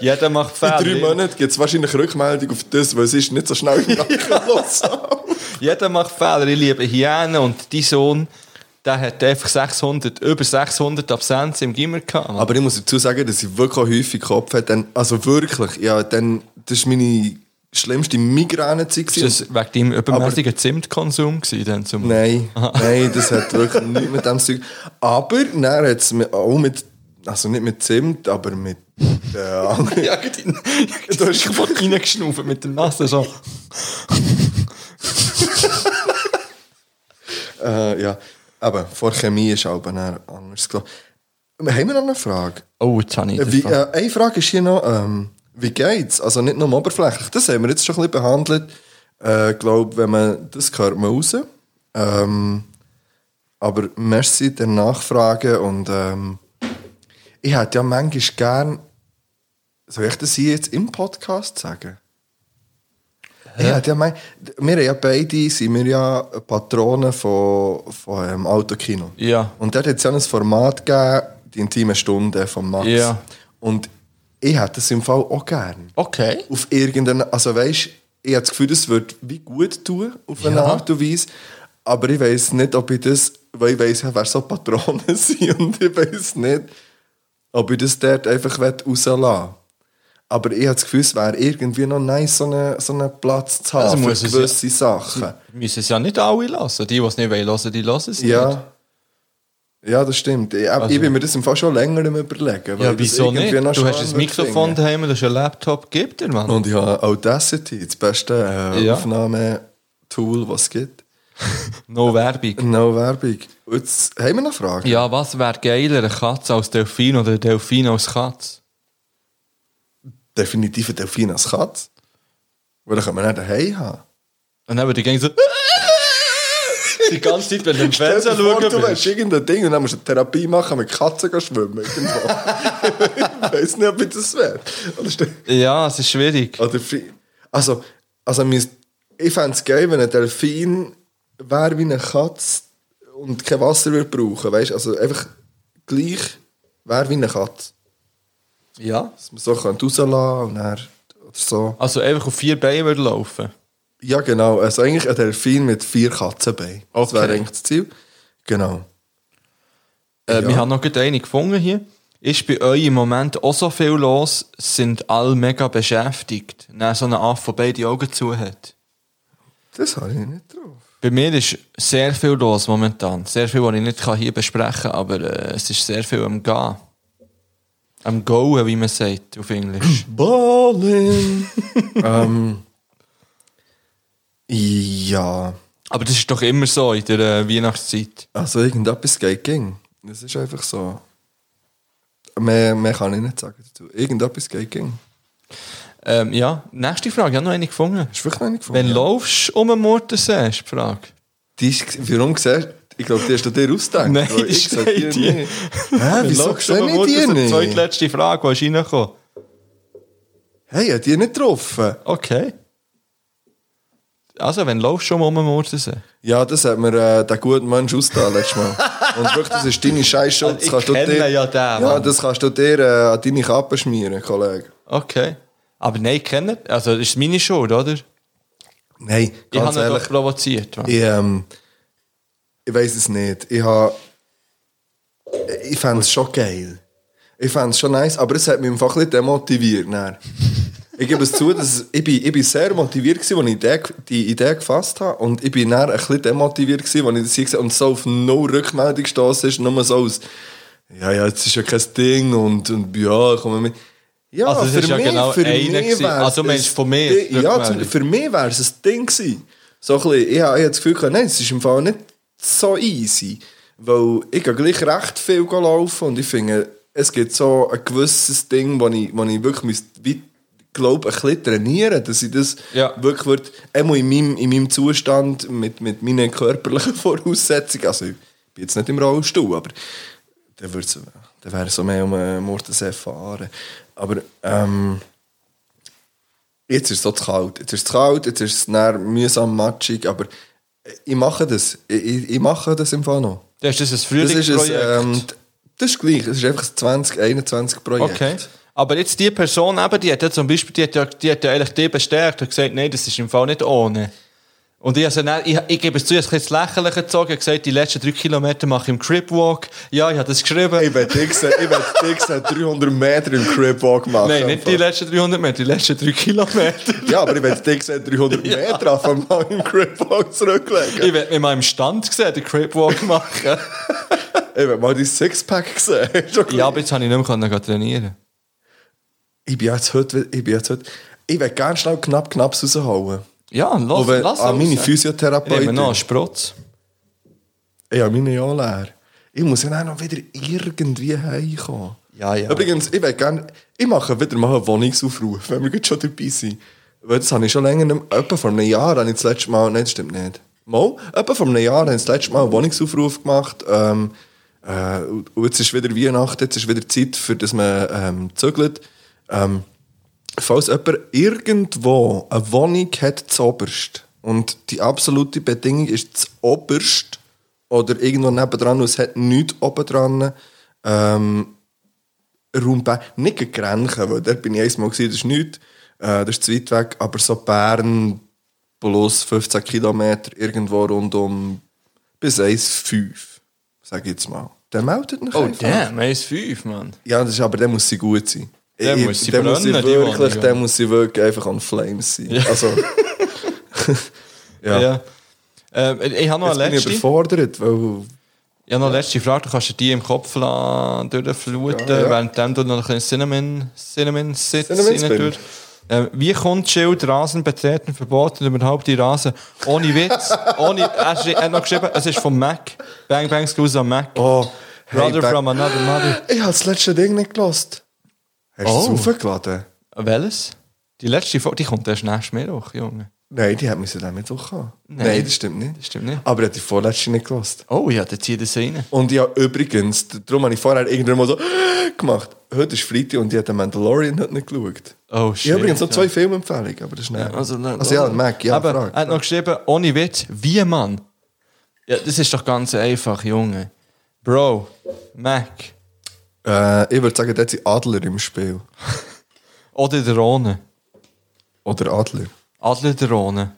[SPEAKER 3] Jeder macht
[SPEAKER 4] In drei
[SPEAKER 3] Fehler.
[SPEAKER 4] Monaten gibt es wahrscheinlich Rückmeldung auf das, weil es ist nicht so schnell nachgelos.
[SPEAKER 3] Jeder macht Fehler. Ich liebe Hyänen und dein Sohn, der hat einfach 600, über 600 Absenzen im Gimmer gehabt. Mann.
[SPEAKER 4] aber ich muss dazu sagen, dass ich wirklich auch häufig Kopf hatte. Dann- Also wirklich, ja, dann, das war meine schlimmste Migränezeit. gewesen.
[SPEAKER 3] ist das wegen deinem übermäßigen Zimtkonsum gewesen? Dann zum
[SPEAKER 4] Nein, nein, das hat wirklich nichts mit dem Zeug. Aber dann hat es auch mit, also nicht mit Zimt, aber mit äh, anderen.
[SPEAKER 3] Ja, gut, in- du hast kaputt reingeschnaufen mit der Nase. So.
[SPEAKER 4] äh, ja. Aber vor Chemie ist auch dann anders. gelaufen. Haben wir noch eine Frage?
[SPEAKER 3] Oh, jetzt habe ich
[SPEAKER 4] Äh,
[SPEAKER 3] den
[SPEAKER 4] Wie,
[SPEAKER 3] Fall.
[SPEAKER 4] äh, eine Frage ist hier noch, ähm, wie geht's? Also nicht nur oberflächlich, das haben wir jetzt schon ein bisschen behandelt. Ich äh, glaube, wenn man das hört man raus. Ähm, aber merci der Nachfrage und ähm, ich hätte ja manchmal gern, soll ich das hier jetzt im Podcast sagen? Ich hätte ja mein, wir haben ja beide sind wir ja Patronen von, von ähm, Autokino.
[SPEAKER 3] Ja.
[SPEAKER 4] Und dort hat es ja ein Format gegeben, die intime Stunde von Max.
[SPEAKER 3] Ja.
[SPEAKER 4] Und ich hätte es im Fall auch gern.
[SPEAKER 3] Okay.
[SPEAKER 4] Auf irgendeine, also weißt, ich habe das Gefühl, es würde wie gut tun, auf eine
[SPEAKER 3] Ja.
[SPEAKER 4] Art und Weise. Aber ich weiß nicht, ob ich das, weil ich weiß ja, wer so Patronen sind und ich weiß nicht, ob ich das dort einfach rauslassen will. Aber ich habe das Gefühl, es wäre irgendwie noch nice, so einen, so einen Platz zu haben
[SPEAKER 3] Also muss
[SPEAKER 4] für
[SPEAKER 3] es
[SPEAKER 4] gewisse Sachen.
[SPEAKER 3] Wir müssen es ja nicht alle lassen. Die, die es nicht hören wollen, die lassen es nicht.
[SPEAKER 4] Ja. Ja, das stimmt. Ich, ich bin mir das im Fall schon länger im Überlegen. weil
[SPEAKER 3] Also Ja,
[SPEAKER 4] ich das
[SPEAKER 3] wieso
[SPEAKER 4] irgendwie
[SPEAKER 3] nicht?
[SPEAKER 4] noch
[SPEAKER 3] Du hast
[SPEAKER 4] spannend
[SPEAKER 3] ein Mikrofon
[SPEAKER 4] finde.
[SPEAKER 3] daheim, du hast einen Laptop, gib dir, Mann.
[SPEAKER 4] Und ich habe Audacity, das beste äh,
[SPEAKER 3] Ja.
[SPEAKER 4] Aufnahmetool, was es gibt.
[SPEAKER 3] No Werbung.
[SPEAKER 4] No Werbung. Jetzt haben wir noch Fragen.
[SPEAKER 3] Ja, was wäre geiler, eine Katze als Delfin oder ein Delfin als Katze?
[SPEAKER 4] Definitiv ein Delfin als Katz. Weil dann können wir nicht daheim haben.
[SPEAKER 3] Und dann würde ich gehen so... Die ganze Zeit, wenn du im
[SPEAKER 4] Stell
[SPEAKER 3] Fernsehen
[SPEAKER 4] dir vor,
[SPEAKER 3] schauen
[SPEAKER 4] du
[SPEAKER 3] bist.
[SPEAKER 4] hast irgendein Ding und dann musst du eine Therapie machen, mit Katzen gehen schwimmen. Irgendwo. ich weiß nicht, ob ich das wäre. Oder stell-
[SPEAKER 3] Ja, es ist schwierig.
[SPEAKER 4] Oder Fi- also, also mein, ich fände es geil, wenn ein Delfin wäre wie eine Katze und kein Wasser würde brauchen. Weißt? Also einfach gleich wäre wie eine Katze.
[SPEAKER 3] Ja.
[SPEAKER 4] Dass man so könnte rauslassen und dann, oder so.
[SPEAKER 3] Also einfach auf vier Beinen würde laufen.
[SPEAKER 4] Ja, genau. Also eigentlich ein Delfin mit vier Katzenbeinen. Das
[SPEAKER 3] Okay.
[SPEAKER 4] wäre eigentlich das Ziel. Genau.
[SPEAKER 3] Äh,
[SPEAKER 4] Ja.
[SPEAKER 3] Wir haben noch gerade eine gefunden hier. Ist bei euch im Moment auch so viel los, sind alle mega beschäftigt. Dann so ein Affe, der beide Augen zu hat.
[SPEAKER 4] Das habe ich nicht drauf.
[SPEAKER 3] Bei mir ist sehr viel los momentan. Sehr viel, was ich nicht kann hier besprechen kann, aber äh, es ist sehr viel am Gehen. Am Goen, wie man sagt auf Englisch.
[SPEAKER 4] Ballin! ähm, ja.
[SPEAKER 3] aber das ist doch immer so in der äh, Weihnachtszeit.
[SPEAKER 4] Also irgendetwas geht ging. Das ist einfach so. Mehr, mehr kann ich nicht sagen dazu. Irgendetwas geht ging.
[SPEAKER 3] Ähm, ja, nächste Frage. Ich habe noch eine gefunden.
[SPEAKER 4] Hast du wirklich noch nicht gefunden?
[SPEAKER 3] Wenn laufst du um den Murtensee, ist die Frage.
[SPEAKER 4] Die ist, warum siehst du? Ich glaube, die hast du dir ausgedacht.
[SPEAKER 3] Nein,
[SPEAKER 4] weil
[SPEAKER 3] das
[SPEAKER 4] ich
[SPEAKER 3] ist
[SPEAKER 4] sag
[SPEAKER 3] keine
[SPEAKER 4] dir
[SPEAKER 3] Idee.
[SPEAKER 4] nicht. Hä, wieso
[SPEAKER 3] Laufst du um
[SPEAKER 4] sehe
[SPEAKER 3] den
[SPEAKER 4] ich die
[SPEAKER 3] Murtensee? Die
[SPEAKER 4] nicht?
[SPEAKER 3] zweitletzte Frage, die ist reingekommen.
[SPEAKER 4] Hey, hat die nicht getroffen?
[SPEAKER 3] Okay. Also, wenn du laufst, schon mal um den Murtensee.
[SPEAKER 4] Ja, das hat mir äh, der gute Mensch ausgetan letztes Mal. Und wirklich, das ist deine scheiß Schuld.
[SPEAKER 3] Also, ich
[SPEAKER 4] kannst du
[SPEAKER 3] kenne
[SPEAKER 4] dir-
[SPEAKER 3] ja den,
[SPEAKER 4] Ja,
[SPEAKER 3] Mann.
[SPEAKER 4] das kannst du dir äh, an deine Kappe schmieren, Kollege.
[SPEAKER 3] Okay. Aber nein, kennen. Also, das ist meine Schuld, oder?
[SPEAKER 4] Nein,
[SPEAKER 3] Ich
[SPEAKER 4] ganz
[SPEAKER 3] habe ihn
[SPEAKER 4] ehrlich.
[SPEAKER 3] doch provoziert. Mann.
[SPEAKER 4] Ich, ähm, ich weiß es nicht. Ich habe. Ich fände es schon geil. Ich fände es schon nice, aber es hat mich einfach ein bisschen demotiviert. Dann. Ich gebe es zu, dass ich, bin, ich bin sehr motiviert war, als ich die Idee, die Idee gefasst habe. Und ich bin dann ein bisschen demotiviert, war, als ich das hier gesehen habe und so auf no Rückmeldung gestoßen ist. Nur so aus, ja, ja, es ist ja kein Ding und, und ja, komm mit. Ja,
[SPEAKER 3] Also es ist ja genau einer gewesen.
[SPEAKER 4] wär's
[SPEAKER 3] Also du meinst
[SPEAKER 4] ein
[SPEAKER 3] von mir,
[SPEAKER 4] Ding- Ja,
[SPEAKER 3] Rückmeldung?
[SPEAKER 4] zum- für mich wäre es ein Ding gewesen. So ein bisschen, ich, hab- ich hab das Gefühl, gehabt, nein, es ist im Fall nicht so easy. Weil ich gehe gleich recht viel laufen und ich finde, es gibt so ein gewisses Ding, wo ich, wo ich wirklich müsste weit glaube ein bisschen trainieren, dass ich das
[SPEAKER 3] Ja.
[SPEAKER 4] wirklich würde, einmal in meinem, in meinem Zustand, mit, mit meinen körperlichen Voraussetzungen, also ich bin jetzt nicht im Rollstuhl, aber dann, würd's- dann wäre es so mehr um einen Mordensee fahren. Aber ähm, jetzt ist es so zu kalt. Jetzt ist es zu kalt, jetzt ist es näher mühsam matschig, aber ich mache das. Ich, ich, ich mache das im Fall noch.
[SPEAKER 3] Das ist ein
[SPEAKER 4] Das ist, ein,
[SPEAKER 3] Frühlingsprojekt.
[SPEAKER 4] ähm, das ist gleich. Es ist einfach ein 2021 Projekt.
[SPEAKER 3] Okay. Aber jetzt die Person eben, die hat ja zum Beispiel, die hat ja, die hat ja eigentlich die bestärkt und gesagt, nein, das ist im Fall nicht ohne. Und ich, also, ich, ich gebe es zu, ich habe es lächerlich gezogen, ich habe gesagt, die letzten drei Kilometer mache ich im Cribwalk. Ja, ich habe das geschrieben.
[SPEAKER 4] Ich werde dich sehen, ich werde dich sehen, 300 Meter im Crib Walk machen.
[SPEAKER 3] Nein, nicht die letzten 300 Meter, die letzten drei Kilometer.
[SPEAKER 4] Ja, aber ich werde dich sehen, 300 Meter auf einmal im Crib Walk zurücklegen.
[SPEAKER 3] Ich werde mich mal im Stand sehen, den Cribwalk machen.
[SPEAKER 4] Ich werde mal dein Sixpack sehen. Schon
[SPEAKER 3] ja, aber jetzt habe ich nicht mehr können gehen trainieren.
[SPEAKER 4] ich bin jetzt heute, ich bin jetzt heute, ich will ganz schnell knapp knapp raushauen.
[SPEAKER 3] Ja, lass,
[SPEAKER 4] Aber
[SPEAKER 3] lass
[SPEAKER 4] an
[SPEAKER 3] raus.
[SPEAKER 4] meine
[SPEAKER 3] Ich nehme
[SPEAKER 4] Physiotherapeutin,
[SPEAKER 3] noch einen Sprotz.
[SPEAKER 4] ich habe meine ja leer. Ich muss ja dann noch wieder irgendwie heimkommen.
[SPEAKER 3] Ja, ja.
[SPEAKER 4] Übrigens, ich will gerne, ich mache wieder mal einen Wohnungsaufruf, wenn wir gerade schon dabei sind. Weil das habe ich schon länger nicht mehr, etwa vor einem Jahr habe ich das letzte Mal, nein, das stimmt nicht. Mal, etwa vor einem Jahr habe ich das letzte Mal einen Wohnungsaufruf gemacht, ähm, äh, und und jetzt ist wieder Weihnachten, jetzt ist wieder Zeit, für dass man ähm, zügelt. Ähm, Falls jemand irgendwo eine Wohnung hat, zoberst, und die absolute Bedingung ist zoberst, oder irgendwo nebendran, und es hat nichts oben dran, ähm, Raum Bern, nicht gegen Grenchen, weil dort bin ich einmal gewesen, das ist nichts, äh, das ist zu weit weg, aber so Bern plus 15 Kilometer irgendwo rund um bis 1,5, sage ich jetzt mal. Dann meldet mich
[SPEAKER 3] Oh,
[SPEAKER 4] einfach.
[SPEAKER 3] damn, 1,5, Mann.
[SPEAKER 4] Ja, das ist, aber der muss sie gut sein.
[SPEAKER 3] Der
[SPEAKER 4] Ich-
[SPEAKER 3] muss sie
[SPEAKER 4] der muss sie
[SPEAKER 3] brennen, die
[SPEAKER 4] wirklich,
[SPEAKER 3] Wohnung.
[SPEAKER 4] der muss sie wirklich einfach on flames sein. Also, ja.
[SPEAKER 3] Ja. Ähm, ich habe noch
[SPEAKER 4] Jetzt
[SPEAKER 3] eine
[SPEAKER 4] bin ich
[SPEAKER 3] letzte.
[SPEAKER 4] überfordert, weil
[SPEAKER 3] Ja, noch letzte Frage. Du kannst dir die im Kopf lassen, durchfluten,
[SPEAKER 4] Ja, ja.
[SPEAKER 3] währenddem du noch ein bisschen Cinnamon, Cinnamon Sitz
[SPEAKER 4] Cinnamon Spin.
[SPEAKER 3] reintust. Ähm, wie kommt Schild Rasen betreten verboten und überhaupt die Rasen? Ohne Witz. ohne, er schrie- er hat noch geschrieben, es ist vom Mac. Bang Bangs goes am Mac.
[SPEAKER 4] Oh, hey,
[SPEAKER 3] Brother
[SPEAKER 4] Bang-
[SPEAKER 3] from another mother.
[SPEAKER 4] ich habe das letzte Ding nicht gelost. Hast
[SPEAKER 3] Oh.
[SPEAKER 4] du es aufgeladen?
[SPEAKER 3] Welches? Die letzte Folge, die kommt erst nächstes Mittwoch, Junge.
[SPEAKER 4] Nein, die hat mich dann mit auch Nein. Nein, das stimmt nicht.
[SPEAKER 3] Das stimmt nicht.
[SPEAKER 4] Aber er hat die vorletzte nicht gelost.
[SPEAKER 3] Oh ja, dann zieh das rein.
[SPEAKER 4] Und ich habe übrigens, darum habe ich vorher irgendwann mal so gemacht. Heute ist Freitag und ich habe den Mandalorian heute nicht geschaut.
[SPEAKER 3] Oh,
[SPEAKER 4] ich
[SPEAKER 3] shit,
[SPEAKER 4] habe übrigens noch
[SPEAKER 3] ja.
[SPEAKER 4] zwei Filmempfehlungen, aber das ist nicht.
[SPEAKER 3] Also, nein,
[SPEAKER 4] also ja, Mac, ja,
[SPEAKER 3] Aber
[SPEAKER 4] frag.
[SPEAKER 3] er hat noch geschrieben, ohne Witz, wie Mann. Ja, das ist doch ganz einfach, Junge. Bro, Mac
[SPEAKER 4] Äh, ich würde sagen, dort sind Adler im Spiel.
[SPEAKER 3] oder Drohne.
[SPEAKER 4] Oder Adler.
[SPEAKER 3] Adler Drohne.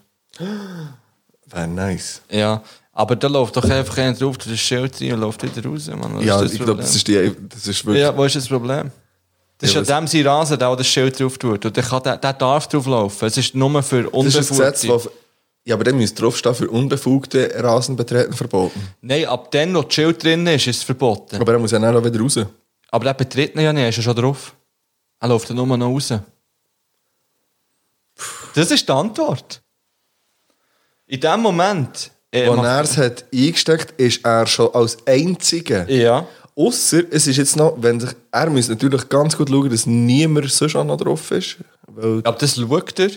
[SPEAKER 4] Wäre nice.
[SPEAKER 3] Ja, aber da läuft doch einfach einer drauf, das Schild rein und läuft wieder raus. Mann. Was
[SPEAKER 4] ja,
[SPEAKER 3] das
[SPEAKER 4] ich glaube, das
[SPEAKER 3] Problem?
[SPEAKER 4] ist die. Das ist wirklich.
[SPEAKER 3] Ja, wo ist das Problem? Das
[SPEAKER 4] Ja,
[SPEAKER 3] ist ja dem sein Rasen, der, der das Schild drauf tut. Und der, kann, der, der darf drauf laufen. Es ist nur für
[SPEAKER 4] das ist ein Gesetz,
[SPEAKER 3] Unbefugte.
[SPEAKER 4] das. Ja, aber dann müsste draufstehen für unbefugte Rasenbetreten verboten.
[SPEAKER 3] Nein, ab dann, wo das Schild drin ist, ist es verboten.
[SPEAKER 4] Aber er muss ja dann auch wieder raus.
[SPEAKER 3] Aber der betritt ihn ja nicht, er ist ja schon drauf. Er läuft ja nur noch raus. Das ist die Antwort. In dem Moment. Äh,
[SPEAKER 4] Als
[SPEAKER 3] macht-
[SPEAKER 4] er es hat eingesteckt ist er schon als Einziger.
[SPEAKER 3] ja.
[SPEAKER 4] Ausser, es ist jetzt noch, wenn sich, er muss natürlich ganz gut schauen, dass niemand sonst auch noch drauf ist. Weil,
[SPEAKER 3] Aber das schaut er.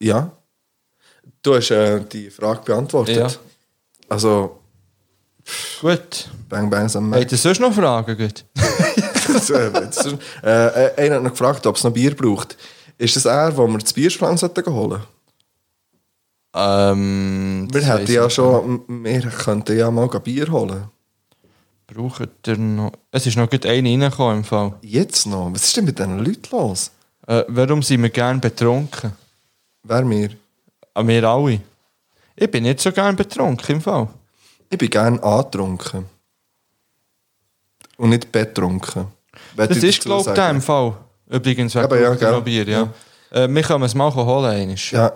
[SPEAKER 4] ja. Du hast äh, die Frage beantwortet.
[SPEAKER 3] Ja.
[SPEAKER 4] Also,
[SPEAKER 3] Gut.
[SPEAKER 4] Bang Bangs am
[SPEAKER 3] Habt ihr sonst noch Fragen? Gut.
[SPEAKER 4] So, jetzt ist- äh, äh, einer hat noch gefragt, ob es noch Bier braucht. Ist das er, wo wir das Bierschrank sollten holen sollten?
[SPEAKER 3] Ähm,
[SPEAKER 4] Wir
[SPEAKER 3] das weiss
[SPEAKER 4] hätten
[SPEAKER 3] ich
[SPEAKER 4] ja
[SPEAKER 3] nicht.
[SPEAKER 4] schon, m- wir könnten ja mal Bier holen.
[SPEAKER 3] Braucht ihr noch. Es ist noch gut eine reingekommen im Fall.
[SPEAKER 4] Jetzt noch? Was ist denn mit diesen Leuten los?
[SPEAKER 3] Äh, warum sind wir gerne betrunken?
[SPEAKER 4] Wer mir?
[SPEAKER 3] Äh, Wir alle. Ich bin nicht so gerne betrunken im Fall.
[SPEAKER 4] Ich bin gerne angetrunken. Und nicht betrunken. Will
[SPEAKER 3] Das
[SPEAKER 4] ich
[SPEAKER 3] ist,
[SPEAKER 4] dazu
[SPEAKER 3] glaube ich,
[SPEAKER 4] sagen.
[SPEAKER 3] im Fall. Übrigens, wegen
[SPEAKER 4] Eben, ja,
[SPEAKER 3] Brot und
[SPEAKER 4] gell.
[SPEAKER 3] Bier, ja. Äh, wir können es mal holen. Einmal.
[SPEAKER 4] Ja,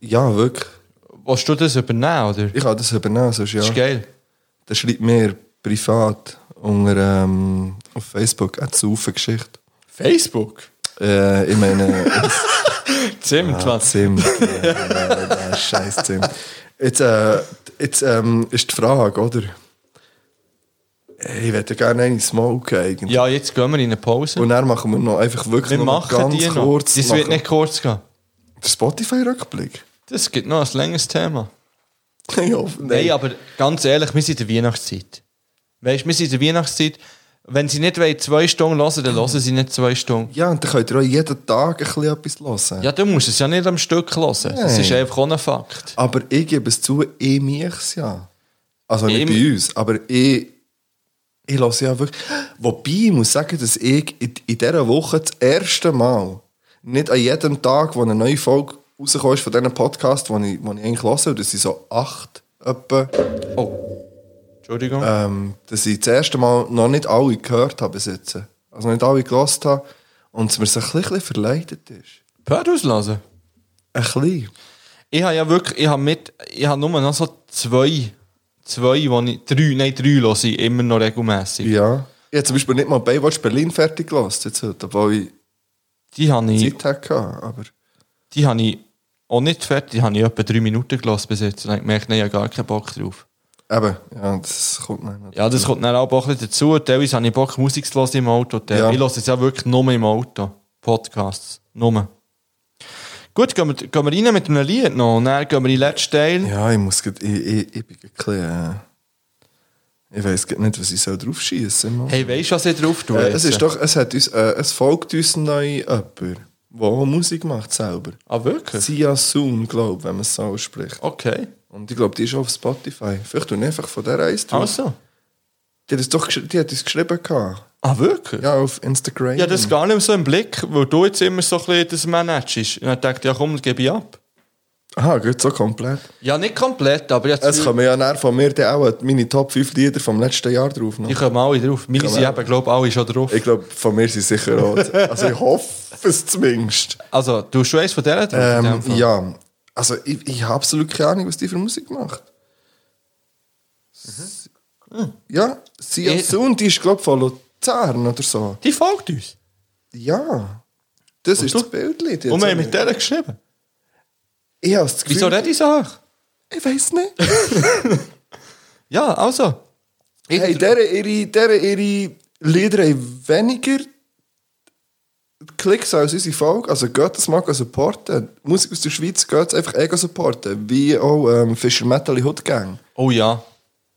[SPEAKER 4] ja, wirklich.
[SPEAKER 3] Willst du das übernehmen, oder?
[SPEAKER 4] Ich kann das übernehmen, sonst ja.
[SPEAKER 3] Das ist geil.
[SPEAKER 4] Dann schreibt mir privat unter, ähm, auf Facebook eine Saufengeschichte.
[SPEAKER 3] Facebook?
[SPEAKER 4] Äh, ich meine...
[SPEAKER 3] Zimt, was?
[SPEAKER 4] Zimt. Ja, Scheiß Zimt. Jetzt, äh, jetzt ähm, ist die Frage, oder? Hey, ich hätte gerne eine smoken eigentlich.
[SPEAKER 3] Ja, jetzt gehen wir in eine Pause.
[SPEAKER 4] Und dann machen wir noch einfach wirklich
[SPEAKER 3] wir
[SPEAKER 4] noch
[SPEAKER 3] machen
[SPEAKER 4] ganz
[SPEAKER 3] die noch.
[SPEAKER 4] kurz.
[SPEAKER 3] Das wird nicht kurz gehen.
[SPEAKER 4] Der Spotify-Rückblick.
[SPEAKER 3] Das gibt noch ein längeres Thema.
[SPEAKER 4] Nein, hoffen-
[SPEAKER 3] Nein, aber ganz ehrlich, wir sind in der Weihnachtszeit. Weißt du, wir sind in der Weihnachtszeit. Wenn sie nicht wollen, zwei Stunden hören, dann hören sie nicht zwei Stunden.
[SPEAKER 4] Ja, und dann könnt ihr auch jeden Tag ein bisschen etwas hören.
[SPEAKER 3] Ja, du musst es ja nicht am Stück hören. Das
[SPEAKER 4] Nein.
[SPEAKER 3] ist einfach auch ein Fakt.
[SPEAKER 4] Aber ich gebe es zu, ich mich ja. Also nicht
[SPEAKER 3] Ich-
[SPEAKER 4] bei uns, aber ich, ich lasse ja wirklich. Wobei ich muss sagen, dass ich in, in dieser Woche das erste Mal nicht an jedem Tag, wo eine neue Folge rauskommt von diesem Podcast, wo ich, wo ich eigentlich höre, und das sind so acht etwa,
[SPEAKER 3] Oh. Entschuldigung.
[SPEAKER 4] ähm, dass ich das erste Mal noch nicht alle gehört habe bis jetzt. Also nicht alle gehört habe und es mir so ein bisschen verleidet ist.
[SPEAKER 3] Hör auslassen.
[SPEAKER 4] Ein bisschen.
[SPEAKER 3] Ich habe ja wirklich, ich habe mit, ich habe nur noch so zwei, zwei, wo ich, drei, nein, drei höre ich immer noch regelmäßig.
[SPEAKER 4] Ja. Ich habe zum Beispiel nicht mal Baywatch Berlin fertig gelassen jetzt heute, obwohl ich
[SPEAKER 3] Die habe ich,
[SPEAKER 4] Zeit hatte, aber
[SPEAKER 3] die habe ich auch nicht fertig, die habe ich etwa drei Minuten gelassen bis jetzt. Und dann habe ich gemerkt, nein, ich habe gar keinen Bock drauf.
[SPEAKER 4] eben, ja, das kommt nicht.
[SPEAKER 3] Ja, das kommt dann auch ein bisschen dazu. Teilweise habe ich Bock, Musik zu hören im Auto.
[SPEAKER 4] Ja.
[SPEAKER 3] Ja. Ich höre es ja wirklich nur im Auto. Podcasts. Nur. Gut, gehen wir, gehen wir rein mit einem Lied noch. Und dann gehen wir in den letzten Teil.
[SPEAKER 4] Ja, ich muss grad, ich, ich, ich bin grad ein bisschen, äh, ich weiß nicht, was ich soll drauf schießen
[SPEAKER 3] Hey, weißt du, was ich drauf tue?
[SPEAKER 4] äh, es
[SPEAKER 3] jetzt?
[SPEAKER 4] ist doch, es hat uns, äh, es folgt uns neu jemand, der auch Musik macht selber.
[SPEAKER 3] Ah, wirklich?
[SPEAKER 4] Sia Soon, glaube ich, wenn man es so ausspricht.
[SPEAKER 3] Okay.
[SPEAKER 4] Und ich glaube, die ist auf Spotify. Vielleicht tun wir einfach von der Reise drauf.
[SPEAKER 3] Also.
[SPEAKER 4] Die hat, es doch, gesch- die hat uns geschrieben. Gehabt.
[SPEAKER 3] Ah, wirklich?
[SPEAKER 4] Ja, auf Instagram.
[SPEAKER 3] Ja, das gar nicht mehr so im Blick, weil du jetzt immer so ein bisschen das managst. Und dann dachte ich, ja komm, das gebe ich ab.
[SPEAKER 4] Aha, gut, so komplett.
[SPEAKER 3] Ja, nicht komplett, aber jetzt...
[SPEAKER 4] Es kommen ja nachher von mir dann auch meine Top 5 Lieder vom letzten Jahr drauf. noch.
[SPEAKER 3] Die kommen alle drauf. Meine sind eben, glaube ich, alle schon drauf.
[SPEAKER 4] Ich glaube, von mir sind sicher auch. Also ich hoffe es zumindest.
[SPEAKER 3] also, du hast schon eins von denen drauf? in
[SPEAKER 4] Ähm,
[SPEAKER 3] dem Fall?
[SPEAKER 4] ja, also ich, ich habe absolut keine Ahnung, was die für Musik macht. S- Ja, Sia
[SPEAKER 3] Mhm. Ich-
[SPEAKER 4] Soon, die ist glaube ich von Luzern oder so.
[SPEAKER 3] Die folgt uns.
[SPEAKER 4] Ja, das ist
[SPEAKER 3] du?
[SPEAKER 4] das Bildlied. jetzt
[SPEAKER 3] Und wir haben
[SPEAKER 4] auch
[SPEAKER 3] mit denen geschrieben.
[SPEAKER 4] Ich habe das Gefühl,
[SPEAKER 3] Wieso rede ich so hoch?
[SPEAKER 4] ich weiß nicht.
[SPEAKER 3] Ja, also. Ich,
[SPEAKER 4] Hey, deren ihre, deren ihre Lieder haben weniger Klicks als unsere Folge. Also geht das mal supporten. Musik aus der Schweiz geht es einfach eh supporten. Wie auch ähm, Fischer Metal Hood Gang.
[SPEAKER 3] oh ja,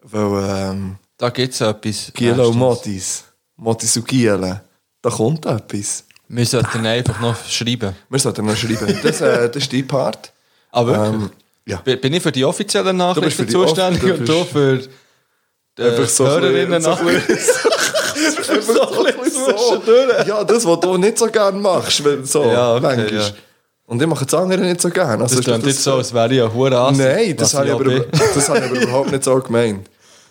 [SPEAKER 4] Weil ähm,
[SPEAKER 3] da gibt es etwas.
[SPEAKER 4] Gielo und
[SPEAKER 3] Nächstes.
[SPEAKER 4] Motis. Motis und Gielo. Da kommt etwas.
[SPEAKER 3] Wir sollten einfach noch schreiben.
[SPEAKER 4] Wir sollten noch schreiben. Das, äh, das ist dein Part.
[SPEAKER 3] Ah, wirklich?
[SPEAKER 4] Ähm, ja.
[SPEAKER 3] Bin- Bin ich für die offiziellen Nachrichten
[SPEAKER 4] für die
[SPEAKER 3] zuständig
[SPEAKER 4] off- du
[SPEAKER 3] und du
[SPEAKER 4] bist-
[SPEAKER 3] für die äh,
[SPEAKER 4] Einfach so
[SPEAKER 3] Hörerinnen
[SPEAKER 4] so ein
[SPEAKER 3] Nachrichten?
[SPEAKER 4] Einfach so ein bisschen so. Ja, das, was du nicht so gerne machst. Wenn, so,
[SPEAKER 3] Ja, okay,
[SPEAKER 4] manchmal.
[SPEAKER 3] ja.
[SPEAKER 4] Und ich mache das andere nicht so gerne. Also
[SPEAKER 3] Das
[SPEAKER 4] ist doch
[SPEAKER 3] klingt jetzt so, als wäre ich ein Hurass.
[SPEAKER 4] Nein, das habe, ich aber, das habe ich aber überhaupt nicht so gemeint.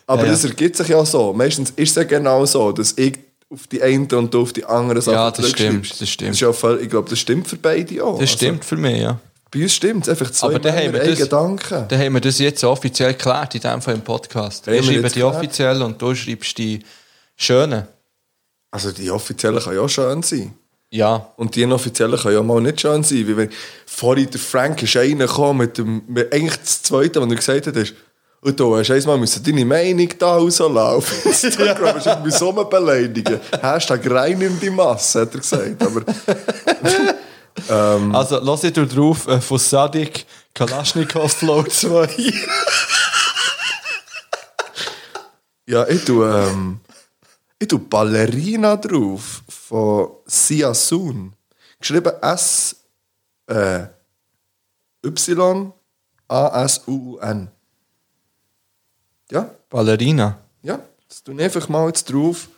[SPEAKER 4] Aber
[SPEAKER 3] Ja, ja.
[SPEAKER 4] das ergibt sich ja so. Meistens ist es ja genau so, dass ich auf die eine und du auf die andere Sache
[SPEAKER 3] Ja, das
[SPEAKER 4] zurückschreibst.
[SPEAKER 3] stimmt, das stimmt.
[SPEAKER 4] ist ja voll, ich glaube, das stimmt für beide auch.
[SPEAKER 3] Das stimmt für mich, ja.
[SPEAKER 4] Also, bei uns stimmt es einfach zwei
[SPEAKER 3] Aber dann haben
[SPEAKER 4] Männer,
[SPEAKER 3] wir
[SPEAKER 4] ein
[SPEAKER 3] das-
[SPEAKER 4] Gedanke.
[SPEAKER 3] Dann haben wir das jetzt offiziell geklärt, in dem Fall im Podcast.
[SPEAKER 4] Haben wir
[SPEAKER 3] Ich schreibe
[SPEAKER 4] jetzt
[SPEAKER 3] die
[SPEAKER 4] geklärt?
[SPEAKER 3] offiziell und du schreibst die schönen.
[SPEAKER 4] Also die offiziellen können ja schön sein.
[SPEAKER 3] Ja.
[SPEAKER 4] Und die inoffiziellen können ja mal nicht schön sein. Wie wenn vorhin der Frank ist reingekommen mit dem, mit eigentlich das Zweite, was er gesagt hat, ist, und du hast einmal müssen deine Meinung da rauslaufen. Instagram ist irgendwie so eine Beleidigung. Hashtag rein in die Masse, hat er gesagt. Aber
[SPEAKER 3] Also, lass ich dir drauf äh, von Sadik Kalaschnikow Flow 2.
[SPEAKER 4] ja, ich tue, ähm, ich tue Ballerina drauf von Sia Soon. Geschrieben S, äh, Y, A, S, U, U, N. Ja?
[SPEAKER 3] Ballerina.
[SPEAKER 4] Ja, das tun einfach mal jetzt drauf.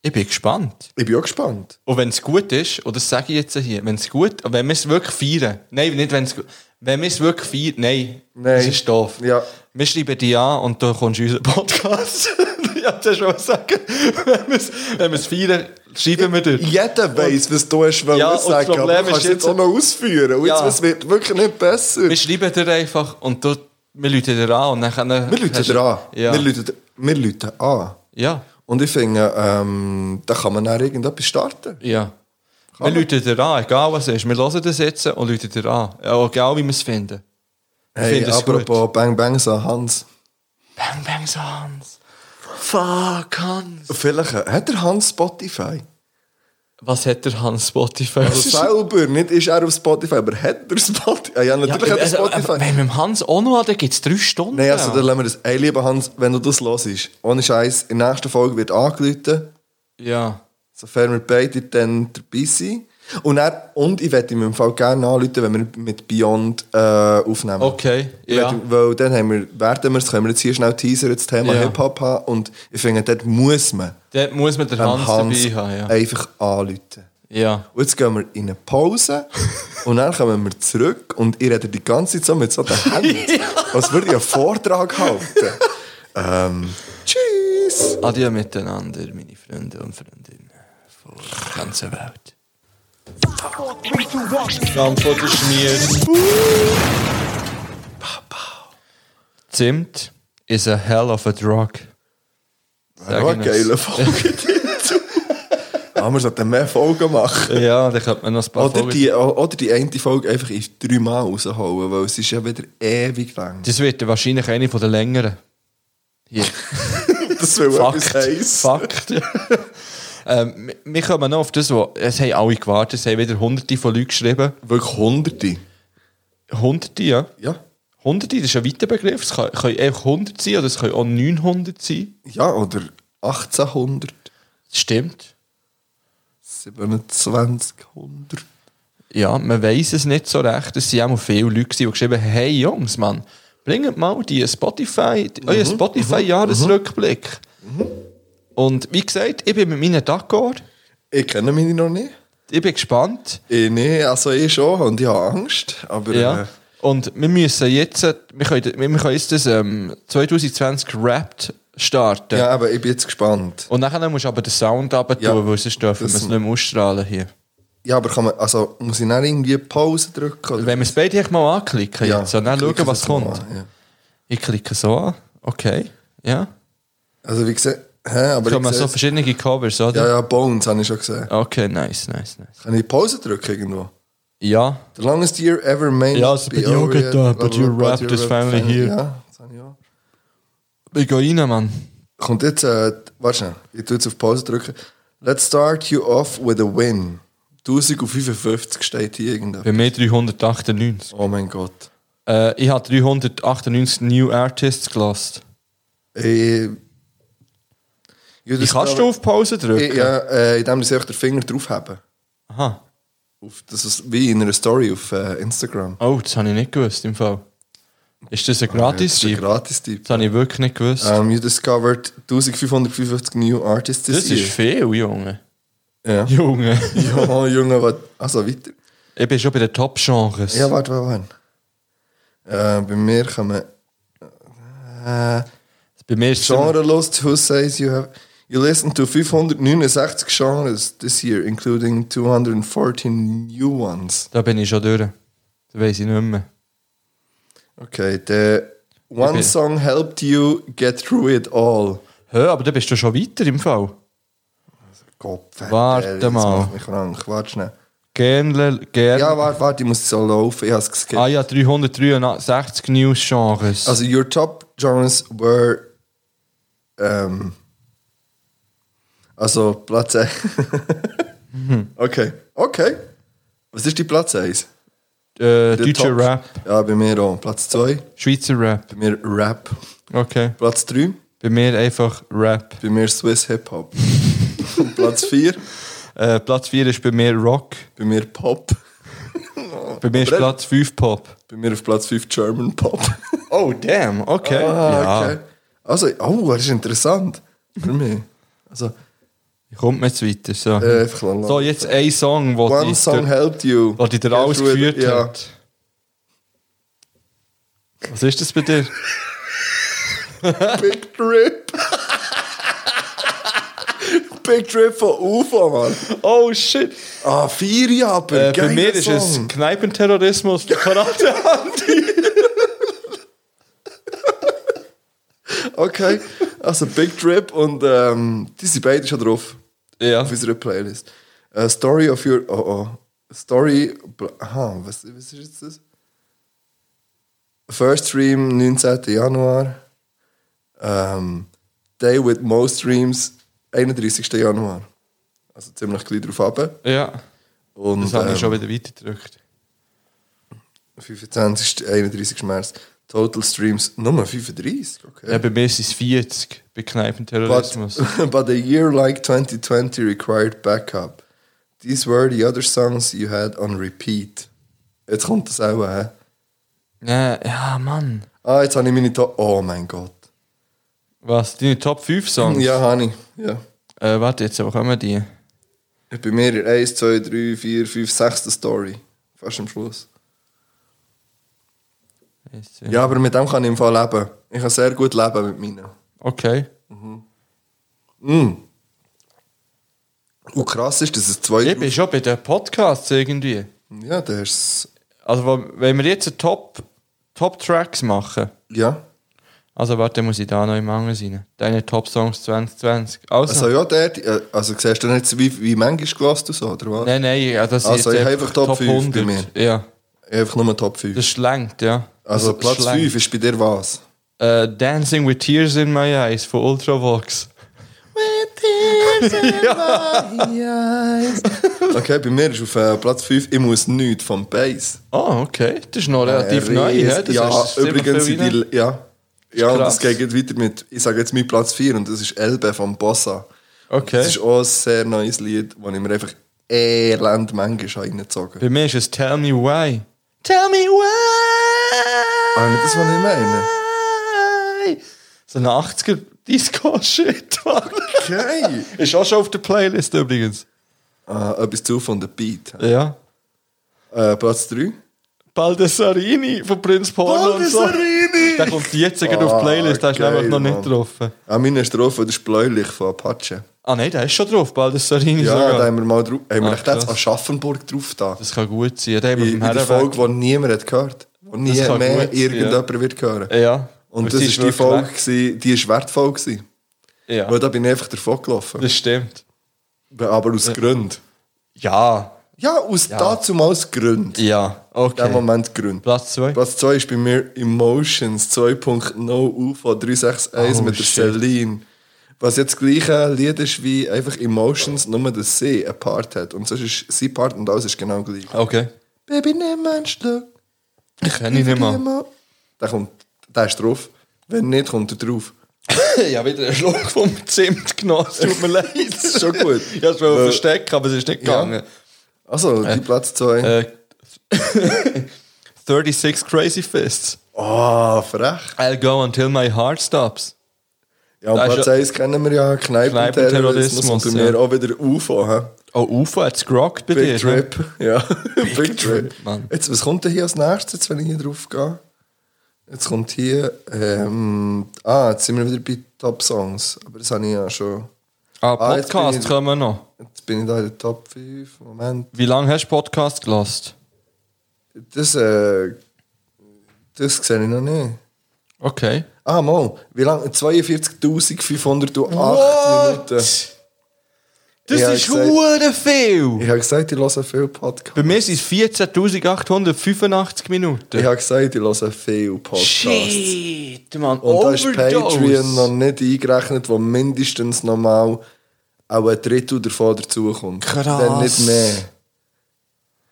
[SPEAKER 3] Ich bin gespannt.
[SPEAKER 4] Ich bin auch gespannt.
[SPEAKER 3] Und wenn es gut ist, und das sage ich jetzt hier, wenn es gut, und wenn wir es wirklich feiern, nein, nicht wenn es gut, wenn wir es wirklich feiern, nein,
[SPEAKER 4] Nein.
[SPEAKER 3] das ist doof.
[SPEAKER 4] Ja.
[SPEAKER 3] Wir schreiben dich an und du kommst in unseren Podcast. ich hab das schon gesagt. Wenn wir es- wenn wir es feiern, schreiben wir dir.
[SPEAKER 4] Jeder weiß, was du hast
[SPEAKER 3] Ja,
[SPEAKER 4] ja,
[SPEAKER 3] und das
[SPEAKER 4] sagen, aber
[SPEAKER 3] Problem
[SPEAKER 4] du kannst
[SPEAKER 3] ist
[SPEAKER 4] jetzt
[SPEAKER 3] jetzt-
[SPEAKER 4] auch noch ausführen. Und
[SPEAKER 3] Ja.
[SPEAKER 4] jetzt, es wird wirklich nicht besser.
[SPEAKER 3] Wir schreiben dir einfach und du, wir rufen dir an und dann...
[SPEAKER 4] Wir läuten dir an.
[SPEAKER 3] Ja.
[SPEAKER 4] Wir läuten, wir läuten an.
[SPEAKER 3] ja.
[SPEAKER 4] Und ich finde, ähm, da kann man dann irgendetwas starten.
[SPEAKER 3] Ja. Wir läuten dir an, egal was es ist. Wir hören das jetzt und läuten dir an. Ja, egal wie wir es finden. Wir
[SPEAKER 4] Hey,
[SPEAKER 3] finden es
[SPEAKER 4] apropos Bang Bang, so Hans.
[SPEAKER 3] Bang Bang Sans. Fuck, Hans.
[SPEAKER 4] Vielleicht äh, hat der Hans Spotify.
[SPEAKER 3] Was hat der Hans Spotify?
[SPEAKER 4] Also selber, nicht ist er auf Spotify, aber hat er Spotify? Ah, ja, äh, natürlich hat er
[SPEAKER 3] also,
[SPEAKER 4] Spotify.
[SPEAKER 3] aber Wenn wir mit Hans auch noch haben, dann gibt es drei Stunden.
[SPEAKER 4] Nein, also dann lassen wir das. Ey, lieber Hans, wenn du das hörst, ohne Scheiß, in der nächsten Folge wird angerufen,
[SPEAKER 3] ja.
[SPEAKER 4] sofern wir beide dann dabei sind. Und, er, und ich werde ihm im Fall gerne anrufen, wenn wir mit Beyond äh, aufnehmen.
[SPEAKER 3] Okay,
[SPEAKER 4] Ich
[SPEAKER 3] ja.
[SPEAKER 4] werde- Weil dann haben wir, werden wir es, können wir jetzt hier schnell teasern, das Thema
[SPEAKER 3] Ja.
[SPEAKER 4] Hip-Hop haben. Und ich finde, dort muss man
[SPEAKER 3] Dort muss man den
[SPEAKER 4] dem
[SPEAKER 3] Hans,
[SPEAKER 4] Hans
[SPEAKER 3] dabei haben. Ja.
[SPEAKER 4] einfach anrufen.
[SPEAKER 3] ja.
[SPEAKER 4] Und jetzt gehen wir in eine Pause und dann kommen wir zurück und ihr redet die ganze Zeit so mit so den Händen, als würde ich einen Vortrag halten. ähm, tschüss!
[SPEAKER 3] Adieu miteinander, meine Freunde und Freundinnen von der ganzen Welt. Kampf oder Schmier. Zimt is a hell of a drug.
[SPEAKER 4] Das war eine geile Folge. Aber wir sollten mehr Folgen machen.
[SPEAKER 3] Ja, da könnte man noch ein paar
[SPEAKER 4] Oder
[SPEAKER 3] Folgen-
[SPEAKER 4] die, oder die eine Folge einfach in drei Mal rausholen, weil es ist ja wieder ewig lang.
[SPEAKER 3] Das wird wahrscheinlich eine von den längeren. Hier.
[SPEAKER 4] Das will etwas heiss.
[SPEAKER 3] Fakt. ähm, wir- wir kommen noch auf das, was es haben alle gewartet, es haben wieder hunderte von Leuten geschrieben.
[SPEAKER 4] Wirklich hunderte.
[SPEAKER 3] Hunderte, ja.
[SPEAKER 4] Ja.
[SPEAKER 3] Hunderte, das ist ein weiter Begriff. Es kann, können einfach 100 sein oder es können auch 900 sein.
[SPEAKER 4] Ja, oder 1800,
[SPEAKER 3] Das stimmt.
[SPEAKER 4] 2700.
[SPEAKER 3] Ja, man weiß es nicht so recht. Es waren auch viele Leute, gewesen, die geschrieben haben, hey Jungs, Mann, bringt mal die Spotify, die- euren Spotify-Jahresrückblick. Und wie gesagt, ich bin mit meinen D'accord.
[SPEAKER 4] Ich kenne meine noch nicht.
[SPEAKER 3] Ich bin gespannt.
[SPEAKER 4] Ich nicht, also ich schon und ich habe Angst, aber
[SPEAKER 3] Ja.
[SPEAKER 4] äh,
[SPEAKER 3] Und wir müssen jetzt, äh, wir können, wir können jetzt das ähm, 2020 Wrapped starten.
[SPEAKER 4] ja, aber ich bin jetzt gespannt.
[SPEAKER 3] Und nachher musst du aber den Sound runter tun,
[SPEAKER 4] Ja.
[SPEAKER 3] weil sonst dürfen wir
[SPEAKER 4] Das-
[SPEAKER 3] es nicht mehr ausstrahlen hier.
[SPEAKER 4] Ja, aber kann man, also muss ich dann irgendwie Pause drücken? Oder?
[SPEAKER 3] Wenn wir es beide hier mal anklicken
[SPEAKER 4] ja,
[SPEAKER 3] jetzt und dann
[SPEAKER 4] klicke
[SPEAKER 3] schauen, was
[SPEAKER 4] jetzt mal
[SPEAKER 3] kommt.
[SPEAKER 4] an, ja.
[SPEAKER 3] Ich klicke so an. Okay. Ja.
[SPEAKER 4] Also wie gesagt, hä, aber
[SPEAKER 3] Da kommen
[SPEAKER 4] ich
[SPEAKER 3] so
[SPEAKER 4] so
[SPEAKER 3] verschiedene Covers, oder?
[SPEAKER 4] ja, ja, Bones habe ich schon gesehen.
[SPEAKER 3] Okay, nice, nice, nice.
[SPEAKER 4] Kann ich Pause drücken irgendwo?
[SPEAKER 3] Ja.
[SPEAKER 4] The longest year ever made.
[SPEAKER 3] Ja, es bei Yoga da, but you wrapped this family here.
[SPEAKER 4] Ja, das habe ich auch.
[SPEAKER 3] Ich gehe rein, Mann.
[SPEAKER 4] Kommt jetzt, äh, warte schnell, ich tue jetzt auf Pause drücken. Let's start you off with a win. 1055 steht hier
[SPEAKER 3] Bei
[SPEAKER 4] irgendwo.
[SPEAKER 3] mir 398.
[SPEAKER 4] Oh mein Gott.
[SPEAKER 3] Äh, ich habe 398 New Artists gelassen.
[SPEAKER 4] Ey, ja,
[SPEAKER 3] Wie
[SPEAKER 4] das
[SPEAKER 3] kannst
[SPEAKER 4] glaube
[SPEAKER 3] du auf Pause drücken?
[SPEAKER 4] ich- Ja, äh, indem sie einfach den Finger draufheben.
[SPEAKER 3] Aha.
[SPEAKER 4] Auf, das ist wie in einer Story auf äh, Instagram.
[SPEAKER 3] Oh, das habe ich nicht gewusst im Fall. Ist das ein
[SPEAKER 4] Das ist ein
[SPEAKER 3] Gratis-Tipp?
[SPEAKER 4] Gratis-Tipp.
[SPEAKER 3] Das habe ich wirklich nicht gewusst.
[SPEAKER 4] Um, you discovered 1555 new artists
[SPEAKER 3] das
[SPEAKER 4] this
[SPEAKER 3] ist
[SPEAKER 4] year.
[SPEAKER 3] viel, Junge.
[SPEAKER 4] Ja.
[SPEAKER 3] Junge.
[SPEAKER 4] ja, Junge, was? Also weiter.
[SPEAKER 3] ich bin schon bei den Top-Genres.
[SPEAKER 4] Ja, warte, warte, warte. Äh, bei mir kommen
[SPEAKER 3] bei mir ist es immer-
[SPEAKER 4] Genrelust, who says you have... You listen to 569 genres this year, including 214 new ones.
[SPEAKER 3] Da bin ich schon durch. Da weiss ich nicht mehr.
[SPEAKER 4] Okay, the one
[SPEAKER 3] bin-
[SPEAKER 4] song helped you get through it all.
[SPEAKER 3] Hör, aber da bist du schon weiter im Fall.
[SPEAKER 4] Kopf.
[SPEAKER 3] Warte
[SPEAKER 4] Alter, das
[SPEAKER 3] mal.
[SPEAKER 4] macht mich krank. Warte schnell.
[SPEAKER 3] Gerne, gerne.
[SPEAKER 4] Ja, warte, warte, ich muss so laufen. Ich habe es geskippt.
[SPEAKER 3] ah ja, 363 News-Genres.
[SPEAKER 4] Also, your top genres were. Ähm, also, Platz 1.
[SPEAKER 3] Mhm.
[SPEAKER 4] okay, okay. Was ist die Platz 1?
[SPEAKER 3] äh, deutscher Rap,
[SPEAKER 4] Ja, bei mir auch. Platz 2,
[SPEAKER 3] Schweizer Rap.
[SPEAKER 4] bei mir Rap.
[SPEAKER 3] Okay.
[SPEAKER 4] Platz 3,
[SPEAKER 3] Bei mir einfach Rap.
[SPEAKER 4] bei mir Swiss Hip-Hop. Platz 4,
[SPEAKER 3] Äh, Platz 4 ist bei mir Rock.
[SPEAKER 4] bei mir Pop.
[SPEAKER 3] Bei mir ist
[SPEAKER 4] Aber-
[SPEAKER 3] Platz 5 Pop.
[SPEAKER 4] Bei mir auf Platz 5 German Pop.
[SPEAKER 3] Oh, damn, okay.
[SPEAKER 4] Ah,
[SPEAKER 3] ja.
[SPEAKER 4] okay. Also, oh, das ist interessant. Für mich. Also,
[SPEAKER 3] Kommt mir jetzt weiter. So,
[SPEAKER 4] äh, einfach lassen.
[SPEAKER 3] so jetzt ein Song, wo
[SPEAKER 4] One
[SPEAKER 3] die-
[SPEAKER 4] song helped you.
[SPEAKER 3] wo die dir
[SPEAKER 4] Get
[SPEAKER 3] alles
[SPEAKER 4] through it.
[SPEAKER 3] geführt
[SPEAKER 4] Ja.
[SPEAKER 3] hat. Was ist das bei dir?
[SPEAKER 4] Big Drip. Big Drip von UFO, Mann.
[SPEAKER 3] Oh shit!
[SPEAKER 4] Ah, vier Jahre.
[SPEAKER 3] Äh, bei mir ist es Kneipenterrorismus von Karate.
[SPEAKER 4] Okay, also Big Drip und ähm, die sind beide schon drauf.
[SPEAKER 3] ja.
[SPEAKER 4] Auf unserer Playlist. Äh, Story of your. Oh, oh. Story. Aha, was, was ist jetzt das? First Stream, 19. Januar. Ähm, Day with Most Streams, 31. Januar. Also ziemlich gleich drauf ab.
[SPEAKER 3] Ja,
[SPEAKER 4] Und
[SPEAKER 3] das habe
[SPEAKER 4] ähm,
[SPEAKER 3] ich schon wieder weitergedrückt.
[SPEAKER 4] 25. 31. ähm, März. Total Streams Nummer 35. Okay.
[SPEAKER 3] Ja, bei mir sind es 40 bei Kneipenterrorismus.
[SPEAKER 4] But, but a year like 2020 required backup. These were the other songs you had on repeat. Jetzt kommt das auch, hä?
[SPEAKER 3] Ja, Äh, ja, Mann.
[SPEAKER 4] Ah, jetzt habe ich meine Top... Oh mein Gott.
[SPEAKER 3] Was? Deine Top 5 Songs?
[SPEAKER 4] Ja, habe ich. Ja.
[SPEAKER 3] Äh, warte, jetzt, wo kommen die?
[SPEAKER 4] Bei mir 1, 2, 3, 4, 5, 6. Story. Fast am Schluss.
[SPEAKER 3] Eins, zwei.
[SPEAKER 4] Ja, aber mit dem kann ich im Fall leben. Ich kann sehr gut leben mit meinen.
[SPEAKER 3] Okay.
[SPEAKER 4] Und krass ist, dass es zwei...
[SPEAKER 3] Ich bin schon bei den Podcasts irgendwie.
[SPEAKER 4] Ja, der ist...
[SPEAKER 3] Also, wo- wenn wir jetzt eine Top, Top Tracks machen.
[SPEAKER 4] Ja.
[SPEAKER 3] Also, warte, muss ich da noch im Angel sein. Deine Top Songs 2020. Also,
[SPEAKER 4] Also ja, der... äh, Also siehst du nicht, wie, wie manchmal gelassen du so, oder was?
[SPEAKER 3] nein, nein, ja, das
[SPEAKER 4] Also,
[SPEAKER 3] ist
[SPEAKER 4] ich
[SPEAKER 3] jetzt
[SPEAKER 4] habe einfach Top 5 bei
[SPEAKER 3] Ja,
[SPEAKER 4] Einfach nur Top 5.
[SPEAKER 3] das schlenkt, ja.
[SPEAKER 4] Also
[SPEAKER 3] Das
[SPEAKER 4] Platz
[SPEAKER 3] schlenkt.
[SPEAKER 4] 5 ist bei dir was?
[SPEAKER 3] Äh, Dancing with Tears in My Eyes von Ultravox.
[SPEAKER 4] Okay, bei mir ist auf äh, Platz 5 «Ich muss nichts» vom Bass.
[SPEAKER 3] Oh, okay. Das ist noch relativ
[SPEAKER 4] Äh,
[SPEAKER 3] neu.
[SPEAKER 4] Ries-
[SPEAKER 3] Ja, das
[SPEAKER 4] ja
[SPEAKER 3] hast du ziemlich
[SPEAKER 4] übrigens sind
[SPEAKER 3] viel
[SPEAKER 4] die...
[SPEAKER 3] rein.
[SPEAKER 4] Le- Ja, ja und
[SPEAKER 3] krass.
[SPEAKER 4] das geht weiter mit... Ich sage jetzt mit Platz 4 und das ist «Elbe» von Bossa.
[SPEAKER 3] Okay.
[SPEAKER 4] Das ist auch ein sehr neues Lied, das ich mir einfach elend manchmal reingezogen
[SPEAKER 3] Bei mir ist es Tell Me Why. Tell Me Why!
[SPEAKER 4] Ah, nicht das, was ich meine?
[SPEAKER 3] So ein 80er Disco-Shit, Mann.
[SPEAKER 4] Okay.
[SPEAKER 3] Ist auch schon auf der Playlist übrigens.
[SPEAKER 4] Äh, etwas zu von der Beat.
[SPEAKER 3] Ja.
[SPEAKER 4] Äh, Platz 3.
[SPEAKER 3] Baldessarini von Prinz Porno und so. Der kommt jetzt gerade auf die Playlist, der ist
[SPEAKER 4] geil,
[SPEAKER 3] nämlich noch nicht
[SPEAKER 4] Mann.
[SPEAKER 3] getroffen.
[SPEAKER 4] An meiner Ah, Strophe «Der Spläulich» von Apache.
[SPEAKER 3] Ah nein, der ist schon drauf, Baldessarini
[SPEAKER 4] Ja,
[SPEAKER 3] sogar.
[SPEAKER 4] da haben wir mal drauf... Haben wir
[SPEAKER 3] Ah,
[SPEAKER 4] echt jetzt
[SPEAKER 3] krass.
[SPEAKER 4] Aschaffenburg drauf da.
[SPEAKER 3] Das kann gut sein. Den haben wir
[SPEAKER 4] in, in
[SPEAKER 3] beim
[SPEAKER 4] der
[SPEAKER 3] Herrenweg-
[SPEAKER 4] Folge, die niemand hat gehört Und nie
[SPEAKER 3] kann
[SPEAKER 4] mehr
[SPEAKER 3] gut sein,
[SPEAKER 4] irgendjemand wird hören.
[SPEAKER 3] Ja.
[SPEAKER 4] Und das
[SPEAKER 3] sie
[SPEAKER 4] ist die
[SPEAKER 3] wirklich
[SPEAKER 4] Folge,
[SPEAKER 3] weg.
[SPEAKER 4] gewesen, die ist wertvoll. Gewesen, Weil
[SPEAKER 3] Ja,
[SPEAKER 4] da bin ich einfach davon gelaufen.
[SPEAKER 3] das stimmt.
[SPEAKER 4] Aber aus Gründen.
[SPEAKER 3] Ja,
[SPEAKER 4] Ja, aus dazumals Gründen.
[SPEAKER 3] ja,
[SPEAKER 4] In dem
[SPEAKER 3] okay.
[SPEAKER 4] Moment Gründen.
[SPEAKER 3] Platz 2.
[SPEAKER 4] Platz 2 ist bei mir Emotions 2.0 UFO 361
[SPEAKER 3] Oh,
[SPEAKER 4] mit der
[SPEAKER 3] shit.
[SPEAKER 4] Celine. Was jetzt das gleiche Lied ist wie einfach Emotions, nur dass sie einen Part hat. Und sonst ist sie Part und alles ist genau gleich.
[SPEAKER 3] Okay.
[SPEAKER 4] Baby, nimm einen Schluck.
[SPEAKER 3] Ich kenne ihn nicht mal.
[SPEAKER 4] Der, kommt, der ist drauf. Wenn nicht, kommt er drauf.
[SPEAKER 3] Ich habe wieder einen Schluck vom Zimt genommen, es tut mir leid.
[SPEAKER 4] Das ist schon gut.
[SPEAKER 3] Ich wollte es
[SPEAKER 4] Weil-
[SPEAKER 3] mal verstecken, aber es ist nicht
[SPEAKER 4] Ja.
[SPEAKER 3] gegangen.
[SPEAKER 4] Also, die Platz 2.
[SPEAKER 3] Äh, 36 Crazy Fists.
[SPEAKER 4] Ah, frech.
[SPEAKER 3] I'll go until my heart stops.
[SPEAKER 4] Ja, und
[SPEAKER 3] da ist
[SPEAKER 4] Platz
[SPEAKER 3] ja-
[SPEAKER 4] 1 kennen wir ja, Kneipenterrorismus. Und bei
[SPEAKER 3] Kneipenterrorismus,
[SPEAKER 4] mir
[SPEAKER 3] ja.
[SPEAKER 4] auch wieder UFO. hä?
[SPEAKER 3] Oh, UFO hat es gerockt bei dir.
[SPEAKER 4] Big
[SPEAKER 3] ne?
[SPEAKER 4] Trip. Ja, Big, Trip.
[SPEAKER 3] Trip, Mann.
[SPEAKER 4] Jetzt, was kommt denn hier als nächstes, wenn ich hier drauf gehe? Jetzt kommt hier. Ähm, ah, jetzt sind wir wieder bei Top Songs. Aber das habe ich ja schon.
[SPEAKER 3] Ah,
[SPEAKER 4] Ah, jetzt bin
[SPEAKER 3] Podcast
[SPEAKER 4] ich-
[SPEAKER 3] kommen noch.
[SPEAKER 4] Jetzt bin ich da in der Top 5. Moment.
[SPEAKER 3] Wie lange hast du Podcast gelost?
[SPEAKER 4] Das, äh, das sehe ich noch nicht.
[SPEAKER 3] Okay.
[SPEAKER 4] Ah, mal. Wie lange? 42.508
[SPEAKER 3] What?
[SPEAKER 4] Minuten.
[SPEAKER 3] Das
[SPEAKER 4] Ja,
[SPEAKER 3] ist
[SPEAKER 4] ich sag-
[SPEAKER 3] hure viel.
[SPEAKER 4] Ich habe gesagt, ich höre viel Podcast.
[SPEAKER 3] Bei mir sind es 14.885 Minuten.
[SPEAKER 4] Ich habe gesagt, ich höre viel Podcasts.
[SPEAKER 3] Shit, Mann.
[SPEAKER 4] Und da ist Patreon noch
[SPEAKER 3] Overdose.
[SPEAKER 4] nicht eingerechnet, wo mindestens nochmal auch ein Drittel davon dazukommt.
[SPEAKER 3] Krass.
[SPEAKER 4] Dann nicht mehr.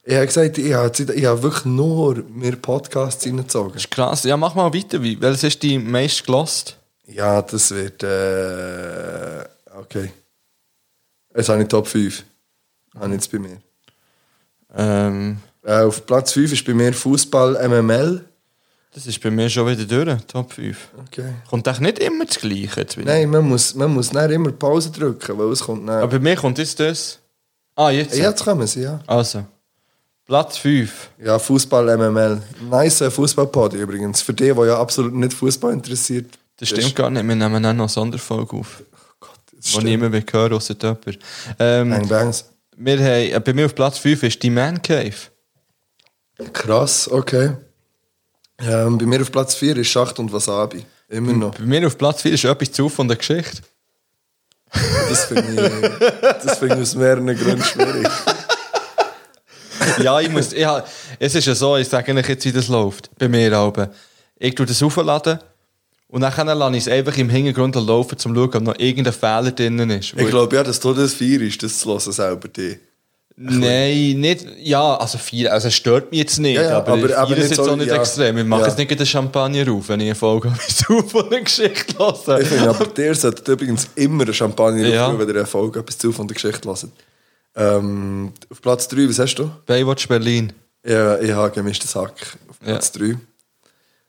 [SPEAKER 4] Ich habe gesagt, ich habe, Zeit- ich habe wirklich nur mir Podcasts reingezogen.
[SPEAKER 3] Das ist krass. Ja, mach mal weiter. Wie- Welches ist die meist gelost?
[SPEAKER 4] Ja, das wird. Äh, okay. Jetzt habe ich Top 5. Habe ich jetzt bei mir.
[SPEAKER 3] Ähm,
[SPEAKER 4] Äh, auf Platz 5 ist bei mir Fußball MML.
[SPEAKER 3] das ist bei mir schon wieder durch, Top 5.
[SPEAKER 4] Okay.
[SPEAKER 3] Kommt echt nicht immer das Gleiche. Jetzt wieder.
[SPEAKER 4] Nein, man muss, man muss dann immer Pause drücken, weil es kommt nach.
[SPEAKER 3] Aber bei mir kommt jetzt das. Ah, jetzt.
[SPEAKER 4] jetzt kommen sie, ja.
[SPEAKER 3] Also, Platz 5.
[SPEAKER 4] Ja, Fußball MML. Nice Fußballpod übrigens. Für die, die ja absolut nicht Fußball interessiert.
[SPEAKER 3] Das stimmt gar nicht. Wir nehmen auch noch eine Sonderfolge auf,
[SPEAKER 4] Das
[SPEAKER 3] die
[SPEAKER 4] stimmt.
[SPEAKER 3] niemand mehr hören außer jemand. Ähm,
[SPEAKER 4] Gangbangs.
[SPEAKER 3] wir haben, äh, bei mir auf Platz 5 ist die Man Cave.
[SPEAKER 4] Krass, okay. Ähm, bei mir auf Platz 4 ist Schacht und Wasabi. Immer noch.
[SPEAKER 3] Bei mir auf Platz 4 ist etwas zu von der Geschichte.
[SPEAKER 4] Das finde ich, das find ich aus mehreren Gründen schwierig.
[SPEAKER 3] ja, ich muss. Ich, ha- es ist ja so, ich sage euch jetzt, wie das läuft. Bei mir oben. Ich tue das aufladen Und dann lasse ich es einfach im Hintergrund laufen, um zu schauen, ob noch irgendein Fehler drinnen ist.
[SPEAKER 4] Ich glaube ja, dass du das feierst, das zu hören selber dich.
[SPEAKER 3] Nein, nicht. Ja, also vier, also es stört mich jetzt nicht,
[SPEAKER 4] Ja, ja,
[SPEAKER 3] aber,
[SPEAKER 4] aber
[SPEAKER 3] vier
[SPEAKER 4] eben
[SPEAKER 3] ist
[SPEAKER 4] nicht
[SPEAKER 3] jetzt
[SPEAKER 4] so-
[SPEAKER 3] auch nicht
[SPEAKER 4] ja.
[SPEAKER 3] extrem. Ich mache
[SPEAKER 4] Ja.
[SPEAKER 3] jetzt nicht gleich den Champagner auf, wenn ich eine Folge auf von einer Geschichte
[SPEAKER 4] Ich
[SPEAKER 3] höre.
[SPEAKER 4] finde, aber dir solltet übrigens immer einen Champagner
[SPEAKER 3] Ja.
[SPEAKER 4] aufnehmen, wenn ihr eine Folge etwas zu von der Geschichte hört. Ähm, auf Platz 3, was hast du?
[SPEAKER 3] Baywatch Berlin.
[SPEAKER 4] Ja, ich habe gemischtes Hack auf Platz 3.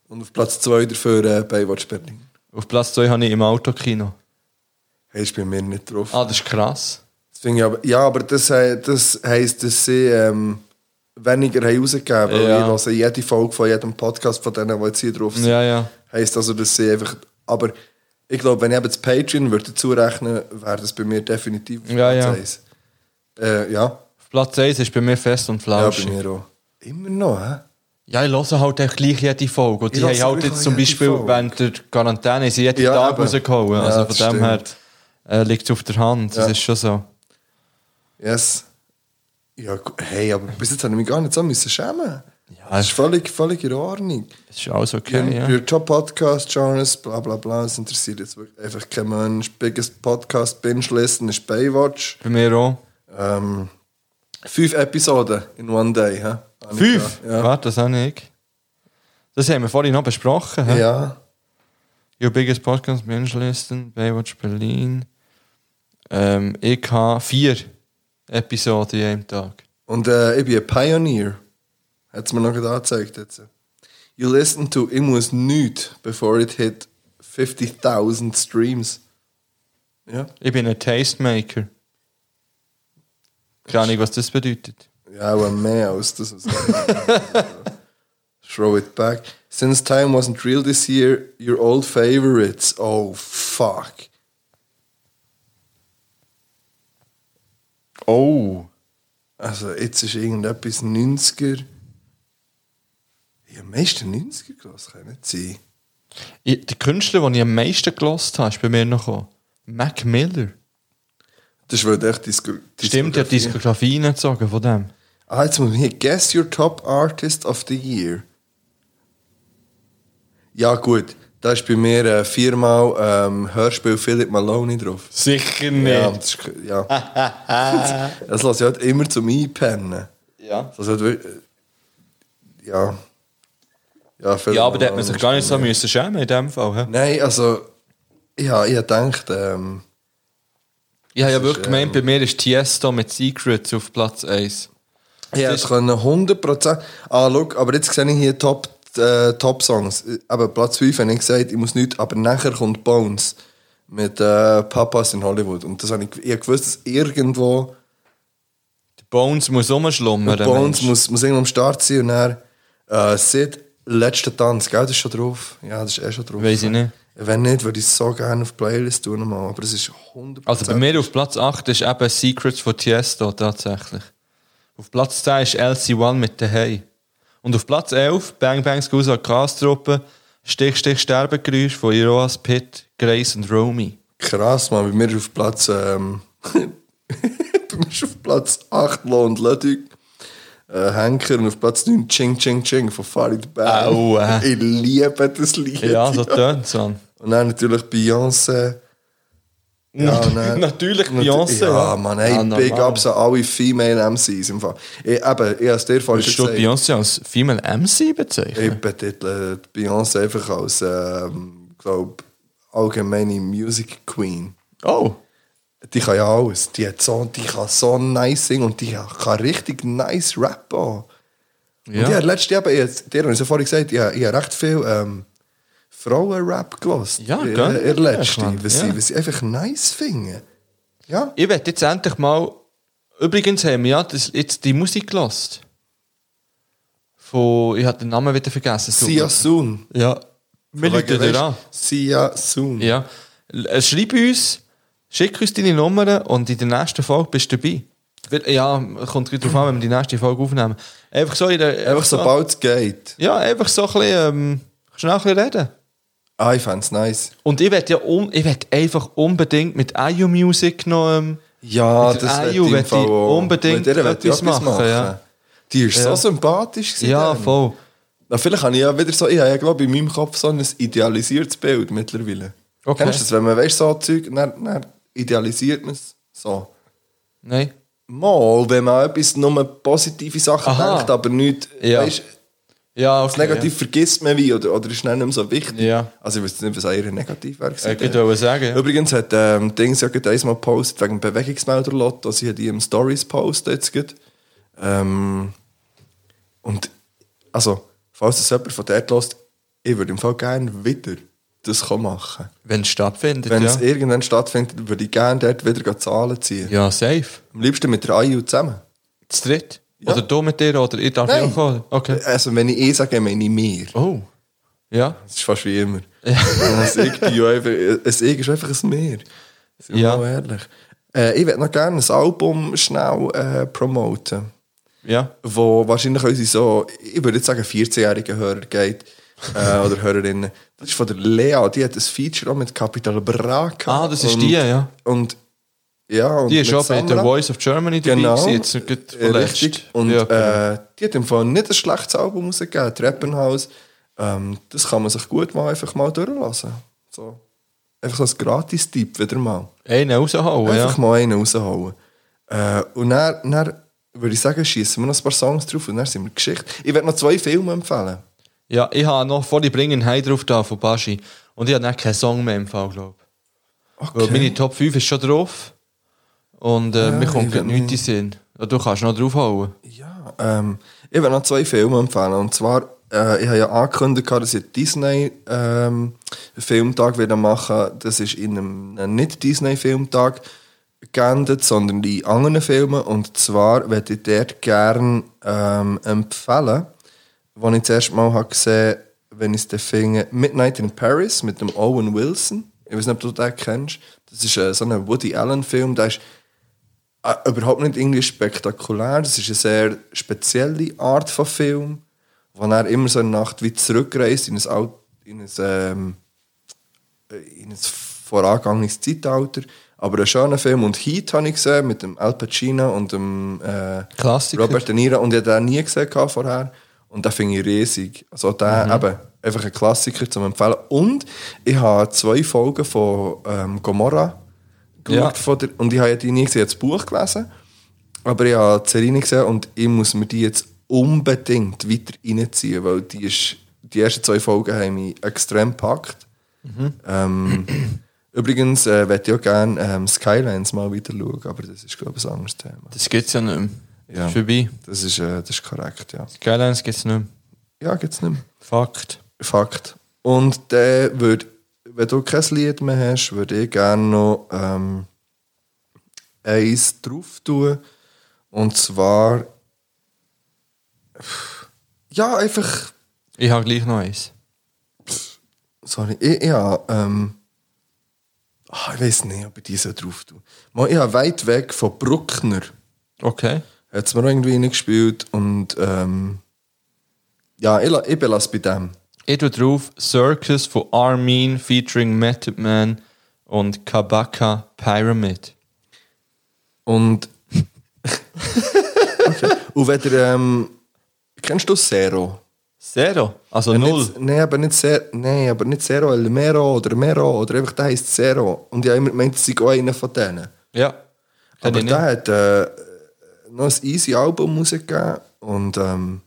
[SPEAKER 4] Und auf Platz 2 dafür äh, Baywatch Berlin.
[SPEAKER 3] Auf Platz 2 habe ich im Autokino.
[SPEAKER 4] Hey, ist bei mir nicht drauf.
[SPEAKER 3] Ah, das ist krass.
[SPEAKER 4] Das finde ich aber, ja, aber das, he- das heisst, dass sie ähm, weniger haben rausgegeben haben.
[SPEAKER 3] Ja.
[SPEAKER 4] Ja. Ich höre jede Folge von jedem Podcast von denen, die jetzt hier drauf sind.
[SPEAKER 3] Ja, ja.
[SPEAKER 4] Heisst also, dass sie einfach... Aber ich glaube, wenn ich eben das Patreon würde zurechnen würde, wäre das bei mir definitiv auf
[SPEAKER 3] Ja,
[SPEAKER 4] Platz
[SPEAKER 3] ja.
[SPEAKER 4] eins. Äh, ja.
[SPEAKER 3] Auf Platz 1 ist bei mir fest und
[SPEAKER 4] Ja,
[SPEAKER 3] flauschig.
[SPEAKER 4] bei mir auch. Immer noch, hä?
[SPEAKER 3] Ja, ich höre halt auch gleich jede Folge. Und
[SPEAKER 4] Ich
[SPEAKER 3] die haben
[SPEAKER 4] höre
[SPEAKER 3] halt
[SPEAKER 4] wirklich
[SPEAKER 3] jetzt zum
[SPEAKER 4] jede
[SPEAKER 3] Beispiel
[SPEAKER 4] Folge.
[SPEAKER 3] während der Quarantäne sie jeden
[SPEAKER 4] Ja,
[SPEAKER 3] Tag
[SPEAKER 4] eben.
[SPEAKER 3] rausgehauen.
[SPEAKER 4] Ja,
[SPEAKER 3] also von dem
[SPEAKER 4] das
[SPEAKER 3] her äh, liegt es auf der Hand. Das
[SPEAKER 4] Ja.
[SPEAKER 3] ist schon so.
[SPEAKER 4] Yes. Ja, gu- hey, aber bis jetzt habe ich mich gar nicht so müssen schämen. Ja, das
[SPEAKER 3] ich-
[SPEAKER 4] ist völlig, völlig in Ordnung.
[SPEAKER 3] Das ist alles okay.
[SPEAKER 4] Okay,
[SPEAKER 3] Ja.
[SPEAKER 4] Your Top Podcast Genres, bla bla bla, es interessiert jetzt wirklich einfach kein Mensch. Biggest Podcast Binge Listen ist Baywatch.
[SPEAKER 3] Bei mir auch.
[SPEAKER 4] Ähm, fünf Episoden in one day, hä? Habe ich
[SPEAKER 3] Fünf?
[SPEAKER 4] da. Ja.
[SPEAKER 3] Warte, das habe ich. Das haben wir vorhin noch besprochen. hä?
[SPEAKER 4] ja.
[SPEAKER 3] Your biggest podcast, Menschlisten, Baywatch Berlin. Ähm, ich habe vier Episoden in einem Tag.
[SPEAKER 4] Und äh, ich bin ein Pioneer. Hat es mir noch gerade angezeigt jetzt. You listen to Ich muss nichts, before it hit 50.000 Streams. Ja.
[SPEAKER 3] Ich bin ein Tastemaker. Keine Ahnung, was das bedeutet.
[SPEAKER 4] Ja, aber mehr als das. was- Throw it back. Since time wasn't real this year, your old favorites. Oh, fuck.
[SPEAKER 3] Oh.
[SPEAKER 4] Also, jetzt ist irgendetwas 90er. Ja, am meisten 90er gelassen, kann nicht sein.
[SPEAKER 3] Ich, der Künstler, den ich am meisten gelost habe, ist bei mir noch gekommen. Mac Miller.
[SPEAKER 4] Das wird echt Disco.
[SPEAKER 3] Stimmt, der hat
[SPEAKER 4] Disco.
[SPEAKER 3] Diskografie reingezogen von dem.
[SPEAKER 4] Ah, jetzt muss ich hier. Guess your top artist of the year. Ja, gut. Da ist bei mir äh, viermal ähm, Hörspiel Philip Maloney drauf.
[SPEAKER 3] Sicher
[SPEAKER 4] Ja, das ist, ja. das lasse ich halt immer zum Einpennen.
[SPEAKER 3] Ja,
[SPEAKER 4] Das hat wirklich, äh, ja. Ja,
[SPEAKER 3] ja aber da hat man sich gar nicht so müssen schämen in dem Fall. hä?
[SPEAKER 4] Nein, also, ja, ich dachte, ähm,
[SPEAKER 3] Ich habe ja
[SPEAKER 4] Das
[SPEAKER 3] wirklich
[SPEAKER 4] ist,
[SPEAKER 3] gemeint, bei
[SPEAKER 4] ähm,
[SPEAKER 3] mir ist Tiesto mit Secrets auf Platz 1.
[SPEAKER 4] ich hätte
[SPEAKER 3] ist-
[SPEAKER 4] können 100%. Ah, schau, aber jetzt sehe ich hier Top, äh, Top Songs. Aber Platz 5 habe ich gesagt, ich muss nicht, aber nachher kommt Bones mit äh, Papas in Hollywood. Und das habe ich, ich habe gewusst, dass irgendwo.
[SPEAKER 3] Bones muss rumschlummern.
[SPEAKER 4] Und bei uns muss, muss irgendwo am Start sein und dann äh, Sid, letzter Tanz, gell, das ist schon drauf. Ja, das ist eh schon drauf.
[SPEAKER 3] Weiss ich nicht.
[SPEAKER 4] Wenn nicht, würde ich es so gerne auf die Playlist tun, nochmal, aber es ist 100%.
[SPEAKER 3] Also bei mir auf Platz 8 ist eben Secrets von Tiesto tatsächlich. Auf Platz 10 ist LC1 mit The Hey. Und auf Platz 11 Bang Bangs Goose Kastruppe, Stich Stich Sterbegeräusch von Iroas Pitt, Grace und Romy.
[SPEAKER 4] Krass, man, bei mir ist auf Platz. Ähm, bei mir ist auf Platz 8 Lo und Ludwig. Äh, Henker und auf Platz 9 Ching Ching Ching von Farid Bang.
[SPEAKER 3] Au, äh.
[SPEAKER 4] Ich liebe das Lied.
[SPEAKER 3] Ja, eh, so tönt es an.
[SPEAKER 4] Und dann natürlich Beyoncé. Ja, und dann-
[SPEAKER 3] Natürlich
[SPEAKER 4] Natu-
[SPEAKER 3] Beyoncé.
[SPEAKER 4] Ja, Mann, hey,
[SPEAKER 3] Ah,
[SPEAKER 4] Big
[SPEAKER 3] normal.
[SPEAKER 4] Ups an alle Female MCs im Fall. Ich, eben, ich habe es dir vorhin
[SPEAKER 3] Würdest du
[SPEAKER 4] schon gesagt.
[SPEAKER 3] Beyoncé als Female MC bezeichnen?
[SPEAKER 4] Ich betitle die Beyoncé einfach als, ähm, glaub, allgemeine Music Queen.
[SPEAKER 3] Oh.
[SPEAKER 4] Die kann ja alles. Die, hat so, die kann so nice singen und die kann richtig nice rappen. Ja. Und ich
[SPEAKER 3] Ja.
[SPEAKER 4] habe letztes Jahr, eben, ich- dir habe ich es ja vorhin gesagt, ich habe, ich habe recht viel ähm, Frauen-Rap gehört.
[SPEAKER 3] Ja,
[SPEAKER 4] in,
[SPEAKER 3] gell?
[SPEAKER 4] in letzter,
[SPEAKER 3] Ja, klar.
[SPEAKER 4] was,
[SPEAKER 3] Ja.
[SPEAKER 4] sie, was sie einfach nice finden. Ja.
[SPEAKER 3] Ich werde jetzt endlich mal. Übrigens haben wir ja das, jetzt die Musik gelost. Von. Ich habe den Namen wieder vergessen.
[SPEAKER 4] See you soon.
[SPEAKER 3] Ja. Wir rufen dir an.
[SPEAKER 4] See ya soon.
[SPEAKER 3] Ja. L- äh, Schreib uns, schick uns deine Nummern und in der nächsten Folge bist du dabei. Weil- Ja, kommt gut drauf an, wenn wir die nächste Folge aufnehmen. Einfach so in der.
[SPEAKER 4] Einfach sobald es geht.
[SPEAKER 3] Ja, einfach so ein bisschen. Ähm, schnell ein bisschen reden.
[SPEAKER 4] Ah, ich fände nice.
[SPEAKER 3] Und ich werde ja un ich werd einfach unbedingt mit IU Music noch. Ähm,
[SPEAKER 4] Ja,
[SPEAKER 3] Mit der IU will ich unbedingt
[SPEAKER 4] mit der will ich
[SPEAKER 3] etwas machen, ja.
[SPEAKER 4] Die ist
[SPEAKER 3] Ja.
[SPEAKER 4] so sympathisch. gewesen,
[SPEAKER 3] ja,
[SPEAKER 4] dann.
[SPEAKER 3] voll.
[SPEAKER 4] Na, vielleicht habe ich ja wieder so, ich habe ja, glaube ich, in meinem Kopf so ein idealisiertes Bild mittlerweile.
[SPEAKER 3] Okay.
[SPEAKER 4] Kennst du das, wenn man weiss, so Zeug, dann, dann idealisiert man es so.
[SPEAKER 3] Nein.
[SPEAKER 4] Mal, wenn man an etwas nur positive Sachen
[SPEAKER 3] Aha.
[SPEAKER 4] denkt, aber nicht,
[SPEAKER 3] Ja.
[SPEAKER 4] weißt,
[SPEAKER 3] Ja,
[SPEAKER 4] das Negativ vergisst man wie oder, oder ist dann nicht mehr so wichtig.
[SPEAKER 3] Ja. Äh,
[SPEAKER 4] Also ich weiß nicht, was auch eher negativ wäre.
[SPEAKER 3] Ja.
[SPEAKER 4] gewesen.
[SPEAKER 3] Ich würde sagen, ja.
[SPEAKER 4] Übrigens hat ähm, Dings ja gerade einmal gepostet wegen dem Bewegungsmelder-Lotto. Sie hat die im Stories gepostet jetzt gerade. Ähm, und also, falls das jemand von dort lässt, ich würde im Fall gerne wieder das kann machen.
[SPEAKER 3] wenn es stattfindet.
[SPEAKER 4] Wenn
[SPEAKER 3] ja.
[SPEAKER 4] es irgendwann stattfindet, würde ich gerne dort wieder gehen Zahlen ziehen.
[SPEAKER 3] ja, safe.
[SPEAKER 4] Am liebsten mit der IU zusammen.
[SPEAKER 3] Zu dritt? Oder du mit dir oder ich darf
[SPEAKER 4] Nein.
[SPEAKER 3] auch kommen? Okay.
[SPEAKER 4] Also, wenn ich eh sage, meine ich mir.
[SPEAKER 3] Oh. Ja.
[SPEAKER 4] Das ist fast wie immer. Also, ich bin ja einfach, ein Ich ist einfach ein Meer. Sind wir
[SPEAKER 3] Ja.
[SPEAKER 4] mal ehrlich. Äh, ich würde noch gerne ein Album schnell äh, promoten,
[SPEAKER 3] Ja.
[SPEAKER 4] wo wahrscheinlich unsere so, ich würde jetzt sagen, 14-jährigen Hörer geht. Äh, oder Hörerinnen. Das ist von der Lea, die hat ein Feature auch mit Capital Bra gehabt.
[SPEAKER 3] Ah, das ist die, ja.
[SPEAKER 4] Und ja, und
[SPEAKER 3] Die ist
[SPEAKER 4] mit
[SPEAKER 3] auch bei The
[SPEAKER 4] Samra.
[SPEAKER 3] Voice of Germany dabei
[SPEAKER 4] Genau.
[SPEAKER 3] gewesen, jetzt gerade
[SPEAKER 4] Äh,
[SPEAKER 3] vorletzt.
[SPEAKER 4] richtig. Und
[SPEAKER 3] ja, genau.
[SPEAKER 4] äh, die hat im Fall nicht ein schlechtes Album rausgegeben, Treppenhaus. Ähm, das kann man sich gut mal einfach mal durchlassen. So. Einfach so ein Gratis-Tipp wieder mal.
[SPEAKER 3] Einen raushauen, nou, ja.
[SPEAKER 4] Einfach mal einen raushauen. Äh, und dann, dann würde ich sagen, schießen wir noch ein paar Songs drauf und dann sind wir Geschichte. Ich werde noch zwei Filme empfehlen.
[SPEAKER 3] Ja, ich habe noch volle Bringen Hei drauf da von Baschi. Und ich habe dann keinen Song mehr im Fall, glaube ich. Weil meine Top 5 ist schon drauf. Und äh, mir kommt
[SPEAKER 4] ich
[SPEAKER 3] gerade
[SPEAKER 4] will
[SPEAKER 3] nichts in den Sinn. Ja, Du kannst noch draufhauen.
[SPEAKER 4] Ja, ähm, ich werde noch zwei Filme empfehlen. Und zwar, äh, ich habe ja angekündigt, dass ich Disney-Filmtag Filmtag wieder machen Das ist in einem, einem Nicht-Disney-Filmtag geendet, sondern in anderen Filmen. Und zwar würde ich dort gerne ähm, empfehlen, was ich zuerst mal habe gesehen habe, wenn ich es dann finde, Midnight in Paris mit dem Owen Wilson. Ich weiß nicht, ob du den kennst. Das ist äh, so ein Woody Allen-Film, der ist äh, überhaupt nicht irgendwie spektakulär. Das ist eine sehr spezielle Art von Film, wo er immer so eine Nacht wie zurückreist in ein, Alt, in ein, ähm, äh, in ein vorangegangenes Zeitalter. Aber ein schöner Film. Und Heat habe ich gesehen mit dem Al Pacino und dem äh,
[SPEAKER 3] Klassiker.
[SPEAKER 4] Robert De Niro. Und ich habe den nie gesehen gehabt vorher. Und den finde ich riesig. Also der
[SPEAKER 3] Mhm.
[SPEAKER 4] eben, einfach ein Klassiker zum Empfehlen. Und ich habe zwei Folgen von ähm, Gomorra
[SPEAKER 3] Ja.
[SPEAKER 4] geschaut. Von der, und ich habe ja die nie gesehen, ich habe das Buch gelesen. Aber ich habe die Serie gesehen und ich muss mir die jetzt unbedingt weiter reinziehen, weil die, ist, die ersten zwei Folgen haben mich extrem gepackt. Ähm, übrigens äh, möchte ich auch gerne ähm, Skylines mal wieder schauen, aber das ist, glaube ich, ein anderes Thema.
[SPEAKER 3] Das gibt es ja nicht mehr.
[SPEAKER 4] Ja.
[SPEAKER 3] Das ist vorbei.
[SPEAKER 4] Das ist, äh, das ist korrekt, ja.
[SPEAKER 3] Skylines gibt es nicht mehr.
[SPEAKER 4] Ja, gibt's nicht mehr.
[SPEAKER 3] Fakt.
[SPEAKER 4] Fakt. Und der würde, wenn du kein Lied mehr hast, würde ich gerne noch ähm, eins drauf tun. Und zwar. Ja, einfach.
[SPEAKER 3] Ich habe gleich noch eins.
[SPEAKER 4] Sorry, ich, ich habe. Ähm, ah, ich weiß nicht, ob ich diese drauf tue. Mal, Ich habe weit weg von Bruckner.
[SPEAKER 3] Okay.
[SPEAKER 4] Hat es mir irgendwie reingespielt. Und. Ähm, ja, ich, la- ich belasse bei dem.
[SPEAKER 3] Ich tue drauf Circus von Armin featuring Method Man und Kabaka Pyramid.
[SPEAKER 4] Und. okay. Und wenn ihr, ähm, Kennst du Zero?
[SPEAKER 3] Zero. Also null.
[SPEAKER 4] Nicht, nein, aber nicht Zero. Nein, aber nicht Zero, El Mero oder Mero oder einfach der heisst Zero. Und ich habe immer gemeint, es sei auch einer von denen.
[SPEAKER 3] Ja. Kenn
[SPEAKER 4] aber
[SPEAKER 3] ich nicht.
[SPEAKER 4] der hat äh, noch ein easy Album rausgegeben. Und ähm,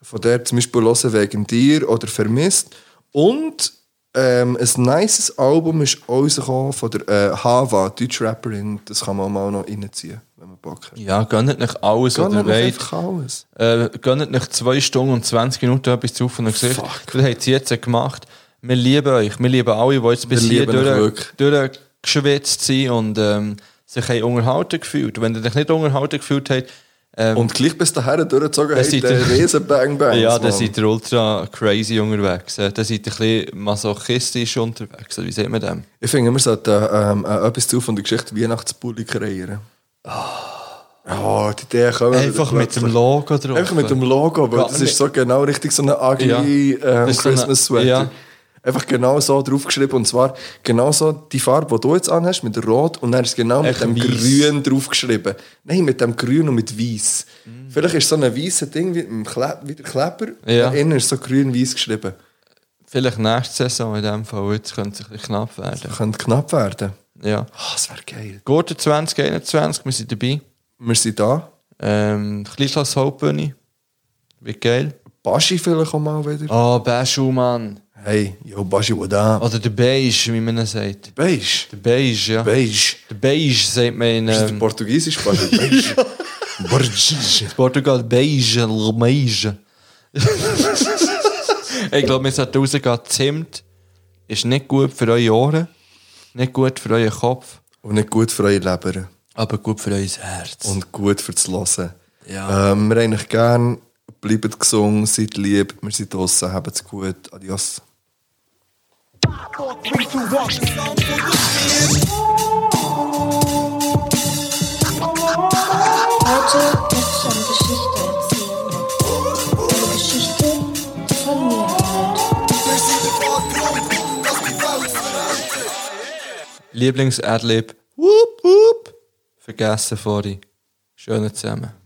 [SPEAKER 4] von der zum Beispiel hören wegen dir oder vermisst. Und ähm, ein nices Album ist rausgekommen von der äh, Hava, deutsche Rapperin. Das kann man auch mal noch reinziehen, wenn man Bock hat.
[SPEAKER 3] Ja, gönnt nicht alles
[SPEAKER 4] Gönnt
[SPEAKER 3] oder
[SPEAKER 4] euch
[SPEAKER 3] weit.
[SPEAKER 4] einfach alles.
[SPEAKER 3] Äh, gönnt nicht zwei Stunden und 20 Minuten etwas zu von Gesicht.
[SPEAKER 4] Fuck.
[SPEAKER 3] Das haben sie jetzt gemacht. Wir lieben euch. Wir lieben alle, die jetzt bis
[SPEAKER 4] Wir
[SPEAKER 3] hier
[SPEAKER 4] lieben euch wirklich.
[SPEAKER 3] durch, durchgeschwitzt sind und ähm, sich haben unterhalten gefühlt. Wenn ihr euch nicht unterhalten gefühlt habt, ähm,
[SPEAKER 4] Und gleich bis dahin durchgezogen
[SPEAKER 3] Das
[SPEAKER 4] hat
[SPEAKER 3] seid
[SPEAKER 4] der
[SPEAKER 3] ihr-
[SPEAKER 4] riesen Bang Bang.
[SPEAKER 3] ja, dann seid ihr ultra crazy unterwegs. Äh, Dann seid ihr ein bisschen masochistisch unterwegs. Oder Wie sieht man dem?
[SPEAKER 4] Ich finde, wir sollten ähm, äh, etwas zu von der Geschichte Weihnachtsbulli kreieren. Oh, die Idee kommen.
[SPEAKER 3] Ah. Einfach
[SPEAKER 4] wieder
[SPEAKER 3] mit dem
[SPEAKER 4] plötzlich.
[SPEAKER 3] Logo drauf.
[SPEAKER 4] Einfach mit dem Logo, weil
[SPEAKER 3] Ja,
[SPEAKER 4] das
[SPEAKER 3] mit-
[SPEAKER 4] ist so genau richtig so eine ugly
[SPEAKER 3] Ja.
[SPEAKER 4] ähm,
[SPEAKER 3] Das ist so eine-
[SPEAKER 4] Christmas Sweater.
[SPEAKER 3] ja.
[SPEAKER 4] einfach genau so draufgeschrieben. Und zwar genau so die Farbe, die du jetzt anhast, mit Rot. Und dann ist es genau mit
[SPEAKER 3] Echt
[SPEAKER 4] dem
[SPEAKER 3] weiss.
[SPEAKER 4] Grün draufgeschrieben. Nein, mit dem Grün und mit Weiß. Vielleicht ist so ein weißes Ding wie, ein Kle wie der Kleber.
[SPEAKER 3] Ja.
[SPEAKER 4] Und innen ist so grün-weiß geschrieben.
[SPEAKER 3] Vielleicht nächste Saison in dem Fall. Jetzt könnte es ein bisschen knapp werden.
[SPEAKER 4] Könnte knapp werden.
[SPEAKER 3] Ja.
[SPEAKER 4] Ah, das wäre geil.
[SPEAKER 3] Gurten 2021, wir sind dabei.
[SPEAKER 4] Wir sind da.
[SPEAKER 3] Ähm, Kleinschloss Hauptbühne. Wie geil.
[SPEAKER 4] Baschi vielleicht auch mal wieder.
[SPEAKER 3] Oh, Beschu, Mann.
[SPEAKER 4] Hey, yo, Baschi, what up?
[SPEAKER 3] Oder der Beige, wie man ihn sagt.
[SPEAKER 4] Beige.
[SPEAKER 3] Der Beige, ja.
[SPEAKER 4] Beige.
[SPEAKER 3] Der Beige sagt man in
[SPEAKER 4] Ist das
[SPEAKER 3] ähm,
[SPEAKER 4] portugiesisch Baschi? Beige. Borges.
[SPEAKER 3] Portugal. Beige, Beige. ich glaube, wir sollten rausgehen. Zimt ist nicht gut für eure Ohren, nicht gut für euren Kopf,
[SPEAKER 4] Und nicht gut für eure Leber.
[SPEAKER 3] aber gut für euer Herz.
[SPEAKER 4] Und gut fürs Hören.
[SPEAKER 3] Ja.
[SPEAKER 4] Ähm, wir haben euch gern. Bleibt gesund, seid lieb. Wir sind draußen, habt's gut. Adios.
[SPEAKER 2] Heute wird schon Geschichte erzählen. Eine Geschichte, die von mir handelt.
[SPEAKER 3] Lieblings-Adlib. Wup, wup. Vergessen vorhin. Schönen zusammen.